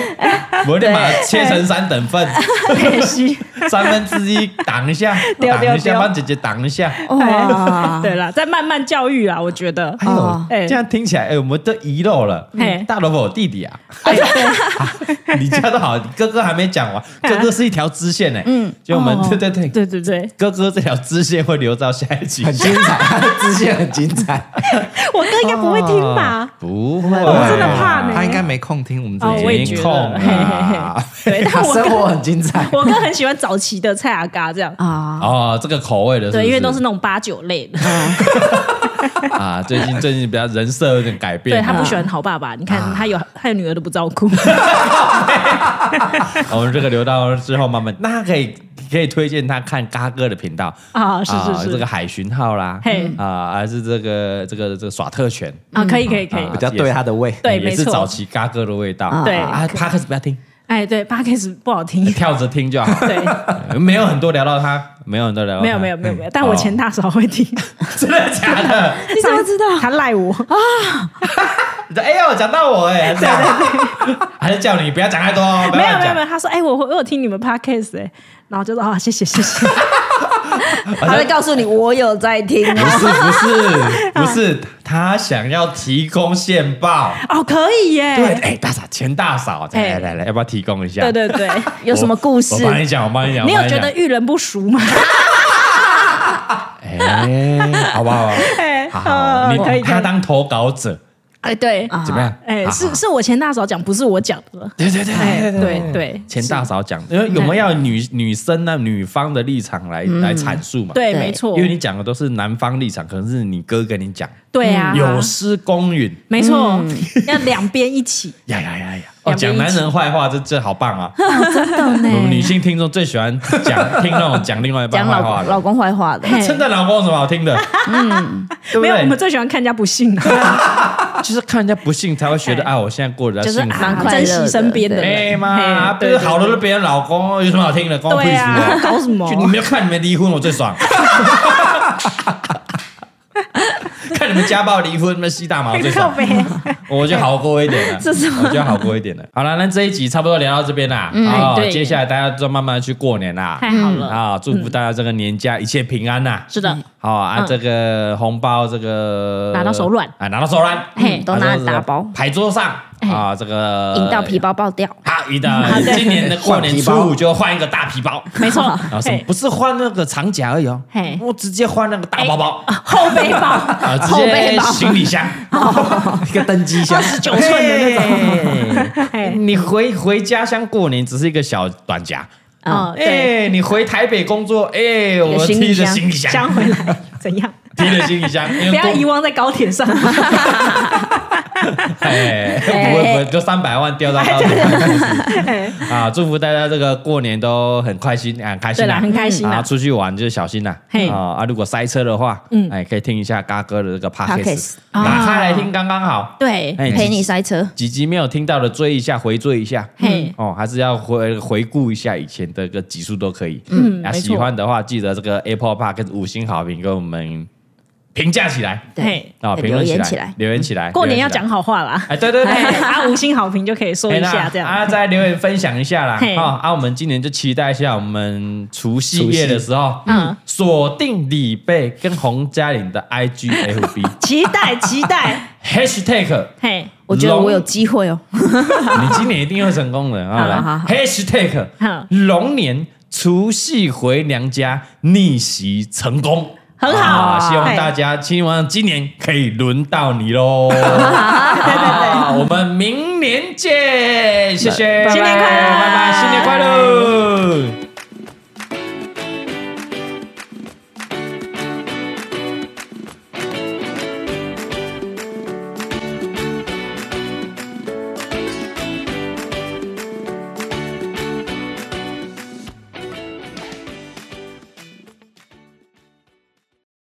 [SPEAKER 1] 无你马上切成三等份，
[SPEAKER 3] 可惜。
[SPEAKER 1] *laughs* 三分之一挡一下，
[SPEAKER 3] 对
[SPEAKER 1] 挡一
[SPEAKER 3] 对
[SPEAKER 1] 下，帮姐姐挡一下。
[SPEAKER 3] 哇，对啊啦，在慢慢教育啦，我觉得。
[SPEAKER 1] 哎
[SPEAKER 6] 哦
[SPEAKER 1] 呦，
[SPEAKER 3] 哎
[SPEAKER 1] 这样听起来，哎，我们都遗漏了
[SPEAKER 3] 嘿。哎
[SPEAKER 1] 大萝卜，我弟弟啊， *laughs* 你家的好，你哥哥还没讲
[SPEAKER 3] *laughs*
[SPEAKER 1] 完，哥哥是一条支线呢。嗯，就我们
[SPEAKER 3] 哎哦
[SPEAKER 1] 对对对，
[SPEAKER 3] 对对 *laughs* 对，
[SPEAKER 1] 哥哥这条支线会留到下一集。
[SPEAKER 4] 很精彩，他的支线很精彩。
[SPEAKER 3] 我哥应该不会听吧？
[SPEAKER 4] 不会，
[SPEAKER 3] 我真的怕呢
[SPEAKER 4] 啊他应该没空听我们这
[SPEAKER 3] 哦我也
[SPEAKER 4] 一
[SPEAKER 3] 觉
[SPEAKER 4] *laughs*
[SPEAKER 3] 得
[SPEAKER 4] 集
[SPEAKER 1] 没空啊。
[SPEAKER 3] 对，但
[SPEAKER 4] 他
[SPEAKER 3] 我
[SPEAKER 4] 生活
[SPEAKER 3] 哥，
[SPEAKER 4] 很精彩。
[SPEAKER 3] 我哥很喜欢早期的菜阿嘎这样。
[SPEAKER 6] 啊，
[SPEAKER 1] 哦，这个口味的，
[SPEAKER 3] 对，
[SPEAKER 1] 不
[SPEAKER 3] 因为都是那种八九类的，
[SPEAKER 1] 啊，最近 *laughs* 最近比较人设有点改
[SPEAKER 3] 对啊
[SPEAKER 1] 变。啊
[SPEAKER 3] 他不喜欢好爸爸。你看，他有他有女儿都不照 *laughs* 顾，
[SPEAKER 1] 我们这个留到之后慢慢，那可以可以推荐他看嘎哥的频道
[SPEAKER 3] 啊是是是
[SPEAKER 1] 这个海巡号啦
[SPEAKER 3] 嘿，
[SPEAKER 1] 啊，还是这个这个这个耍特权，
[SPEAKER 3] 啊，可以可以可以
[SPEAKER 1] 啊
[SPEAKER 4] 比较对他的胃。
[SPEAKER 3] 对
[SPEAKER 1] 也
[SPEAKER 3] 没
[SPEAKER 1] 是
[SPEAKER 3] 错
[SPEAKER 1] 早期嘎哥的味道。
[SPEAKER 3] 对
[SPEAKER 1] 啊 p a r k e s 不要听，
[SPEAKER 3] 哎，对 p o d c a s 不好听，
[SPEAKER 1] 跳着听就好， *laughs*
[SPEAKER 3] *laughs* 对，
[SPEAKER 1] 没有很多聊到他，没有很多聊到他，
[SPEAKER 3] 没有没有没有没有，但
[SPEAKER 1] 哦
[SPEAKER 3] 我前大嫂会听，
[SPEAKER 1] *laughs* 真的假的？ *laughs*
[SPEAKER 3] 你怎么知道？他赖我，
[SPEAKER 1] 你说哎呦，讲到我
[SPEAKER 3] *laughs*
[SPEAKER 1] 哎，对对对，还是叫你不要讲太多哦，不
[SPEAKER 3] 没
[SPEAKER 1] 要
[SPEAKER 3] 有
[SPEAKER 1] 乱
[SPEAKER 3] 没有
[SPEAKER 1] 讲
[SPEAKER 3] 没有，他说哎，我会我有听你们 podcast 哎，然后就说啊，谢谢谢谢， *laughs*
[SPEAKER 6] 他会告诉你我有在
[SPEAKER 1] *laughs*
[SPEAKER 6] 听哦。
[SPEAKER 1] 不是不
[SPEAKER 3] *laughs*
[SPEAKER 1] 是不是，他想要提供线报。
[SPEAKER 3] 哦，可以耶，
[SPEAKER 1] 对，哎，大嫂，钱大嫂，
[SPEAKER 3] 哎
[SPEAKER 1] 来来来来，要不要提供一下？
[SPEAKER 3] 对对对， *laughs*
[SPEAKER 6] 有什么故事
[SPEAKER 1] 我？帮你讲，我帮你讲。
[SPEAKER 3] 你有
[SPEAKER 1] 我帮
[SPEAKER 3] 觉
[SPEAKER 1] 讲
[SPEAKER 3] 得？遇人不淑吗？
[SPEAKER 1] 哎，好不好？*laughs*
[SPEAKER 3] 哎，*laughs*
[SPEAKER 1] 好好，
[SPEAKER 3] 呃可以
[SPEAKER 1] 你
[SPEAKER 3] 可
[SPEAKER 1] 他
[SPEAKER 3] 以，
[SPEAKER 1] 当投稿者
[SPEAKER 3] 哎对，
[SPEAKER 6] 啊
[SPEAKER 1] 怎么样？
[SPEAKER 3] 哎
[SPEAKER 1] 好
[SPEAKER 3] 是是我前大嫂讲，不是我讲的，
[SPEAKER 1] 对对对
[SPEAKER 3] 哎
[SPEAKER 1] 对
[SPEAKER 3] 对对，
[SPEAKER 1] 钱大嫂讲，因为有没有女女生呢、女方的立场来来阐述嘛？，
[SPEAKER 3] 嗯对
[SPEAKER 6] 对
[SPEAKER 3] 没错
[SPEAKER 1] 因，为你讲的都是男方立场，可能是你哥跟你讲，
[SPEAKER 3] 对啊，
[SPEAKER 1] 嗯有嗯失公允，
[SPEAKER 3] 没错， *laughs* 要两边一起，
[SPEAKER 1] 呀呀呀呀！哦，
[SPEAKER 3] 两边一起哦
[SPEAKER 1] 讲男人坏话，这这好棒
[SPEAKER 3] *laughs*
[SPEAKER 1] 啊！
[SPEAKER 3] 真的
[SPEAKER 1] 我们女
[SPEAKER 3] 呢，
[SPEAKER 1] 性听众最喜欢讲听那种讲另外一半
[SPEAKER 6] 讲
[SPEAKER 1] 坏
[SPEAKER 6] 老
[SPEAKER 1] 话呃
[SPEAKER 6] 公
[SPEAKER 1] 的
[SPEAKER 6] 老。公坏话
[SPEAKER 1] *laughs*
[SPEAKER 6] 的，
[SPEAKER 3] 嘿
[SPEAKER 1] 称赞老公有什么好听的？嗯，
[SPEAKER 3] 没有，我
[SPEAKER 1] *laughs* *laughs* 对不
[SPEAKER 3] 们
[SPEAKER 1] 对？
[SPEAKER 3] 最喜欢看人家
[SPEAKER 1] *laughs*
[SPEAKER 3] 不幸的，
[SPEAKER 1] 就是看人家不幸才会觉得
[SPEAKER 3] 哎
[SPEAKER 1] 啊，我现在过得比较
[SPEAKER 3] 就是
[SPEAKER 1] 幸福。
[SPEAKER 6] 蛮
[SPEAKER 3] 啊，
[SPEAKER 6] 快乐
[SPEAKER 3] 珍
[SPEAKER 6] 的
[SPEAKER 3] 惜身边的人，
[SPEAKER 1] 哎妈，
[SPEAKER 3] 嘿
[SPEAKER 1] 不
[SPEAKER 3] 对
[SPEAKER 1] 是
[SPEAKER 3] 对
[SPEAKER 1] 好的是别人老公，有什么好听的？关我屁
[SPEAKER 3] 对
[SPEAKER 1] 事
[SPEAKER 3] 啊，
[SPEAKER 1] 啊！
[SPEAKER 3] 搞什么
[SPEAKER 1] 就？你们要看你们离婚，我最
[SPEAKER 3] *laughs*
[SPEAKER 1] 爽。 *laughs* 看你们家暴离婚，那吸大麻我最
[SPEAKER 3] 靠
[SPEAKER 1] 爽，
[SPEAKER 3] 北
[SPEAKER 1] *laughs* 我就好过一
[SPEAKER 3] *laughs*
[SPEAKER 1] 点了，我就好过一点了。好了，那这一集差不多聊到这边啦。哦
[SPEAKER 3] 嗯对
[SPEAKER 1] 接下来大家就慢慢去过年啦。
[SPEAKER 3] 太好了，
[SPEAKER 1] 啊，祝福大家这个年假一切平安呐！
[SPEAKER 3] 嗯是的，
[SPEAKER 1] 好啊，
[SPEAKER 3] 嗯
[SPEAKER 1] 这个红包这个
[SPEAKER 3] 拿到手软
[SPEAKER 1] 啊，拿到手软，啊
[SPEAKER 3] 嘿
[SPEAKER 6] 都拿来打包
[SPEAKER 1] 排桌上啊，这个
[SPEAKER 6] 引到皮包爆掉。
[SPEAKER 1] 好，
[SPEAKER 3] *laughs*
[SPEAKER 1] 一
[SPEAKER 3] 啊
[SPEAKER 1] 到今年的过年初五就换一个大皮包，
[SPEAKER 3] 没
[SPEAKER 1] *laughs*
[SPEAKER 3] 错，
[SPEAKER 1] 啊，什么
[SPEAKER 3] 嘿
[SPEAKER 1] 不是换那个长夹而已哦
[SPEAKER 3] 嘿，哎
[SPEAKER 1] 我直接换那个大包包
[SPEAKER 3] 后背 *laughs* 包，
[SPEAKER 1] 啊，直
[SPEAKER 6] 后
[SPEAKER 1] 接
[SPEAKER 6] 背包
[SPEAKER 1] 行李箱，
[SPEAKER 4] 一个登机箱，
[SPEAKER 1] 九寸的那
[SPEAKER 3] 嘿
[SPEAKER 1] *laughs* 种。你回回家乡过年只是一个小短夹，
[SPEAKER 3] 嗯，对，
[SPEAKER 1] 哎，你回台北工作，哎，
[SPEAKER 6] 一
[SPEAKER 1] 我
[SPEAKER 6] 个行
[SPEAKER 1] 提
[SPEAKER 6] 李
[SPEAKER 1] 着
[SPEAKER 6] 箱
[SPEAKER 1] 行李箱，
[SPEAKER 3] 想回来怎 *laughs* 样？
[SPEAKER 1] 提着行李箱，因为
[SPEAKER 3] 不要
[SPEAKER 1] 多
[SPEAKER 3] 遗忘在高铁上，啊
[SPEAKER 1] 哎，不会不会，就三百万掉到高铁 *laughs* 啊！祝福大家这个过年都很开心，啊很开心
[SPEAKER 3] *laughs* 对
[SPEAKER 1] 啦，
[SPEAKER 3] 啦，很开心
[SPEAKER 1] 啊，
[SPEAKER 3] 啊，
[SPEAKER 1] 出去玩就是小心啦。
[SPEAKER 3] 嘿
[SPEAKER 1] 啊啊，如果塞车的话，嗯
[SPEAKER 3] 嗯，
[SPEAKER 1] 哎，可以听一下嘎哥的这个 podcast，
[SPEAKER 6] Podcast
[SPEAKER 1] 打开来听刚刚好。
[SPEAKER 3] 对，
[SPEAKER 1] 哎，
[SPEAKER 6] 陪你
[SPEAKER 1] 几
[SPEAKER 6] 塞车，
[SPEAKER 1] 几集没有听到的追一下，回追一下。
[SPEAKER 3] 嘿，
[SPEAKER 1] 哦，还是要回回顾一下以前的个集数都可以。嗯啊，
[SPEAKER 3] 没错
[SPEAKER 1] 喜欢的话记得这个 Apple Park 五星好评给我们评价起来
[SPEAKER 6] 对
[SPEAKER 3] 嘿，
[SPEAKER 1] 啊，评
[SPEAKER 6] 留
[SPEAKER 1] 论
[SPEAKER 6] 言起
[SPEAKER 1] 起
[SPEAKER 6] 来
[SPEAKER 1] 来，，留言起来。
[SPEAKER 3] 嗯过年
[SPEAKER 1] 留
[SPEAKER 3] 要
[SPEAKER 1] 言起来
[SPEAKER 3] 讲好话啦，
[SPEAKER 1] *laughs* 哎，对对对，
[SPEAKER 3] *laughs* 哎，啊，五星好评就可以说一
[SPEAKER 1] 哎
[SPEAKER 3] 下
[SPEAKER 1] 那
[SPEAKER 3] 这
[SPEAKER 1] 啊，
[SPEAKER 3] 样，
[SPEAKER 1] 再留言分享一下啦。
[SPEAKER 3] 嘿
[SPEAKER 1] 哦，啊，我们今年就期待一下我们除夕夜的时候，嗯
[SPEAKER 3] 嗯，
[SPEAKER 1] 锁定李贝跟洪嘉玲的 IG
[SPEAKER 3] *laughs*
[SPEAKER 1] FB
[SPEAKER 3] *laughs* 期待期待，
[SPEAKER 1] hashtag，
[SPEAKER 3] 嘿，
[SPEAKER 6] 我觉得我有机会哦。
[SPEAKER 1] *laughs* 你今年一定会成功的啊！
[SPEAKER 6] 好好
[SPEAKER 1] 来
[SPEAKER 6] 好
[SPEAKER 1] hashtag
[SPEAKER 3] 好
[SPEAKER 1] 龙年除夕回娘家逆袭成功。
[SPEAKER 3] 很好哎
[SPEAKER 1] 啊希望
[SPEAKER 3] 嘿
[SPEAKER 1] 大家希望今年可以轮到你喽！对对对，我们明年见，谢谢，
[SPEAKER 3] 新年快乐
[SPEAKER 1] 拜拜，新年快乐。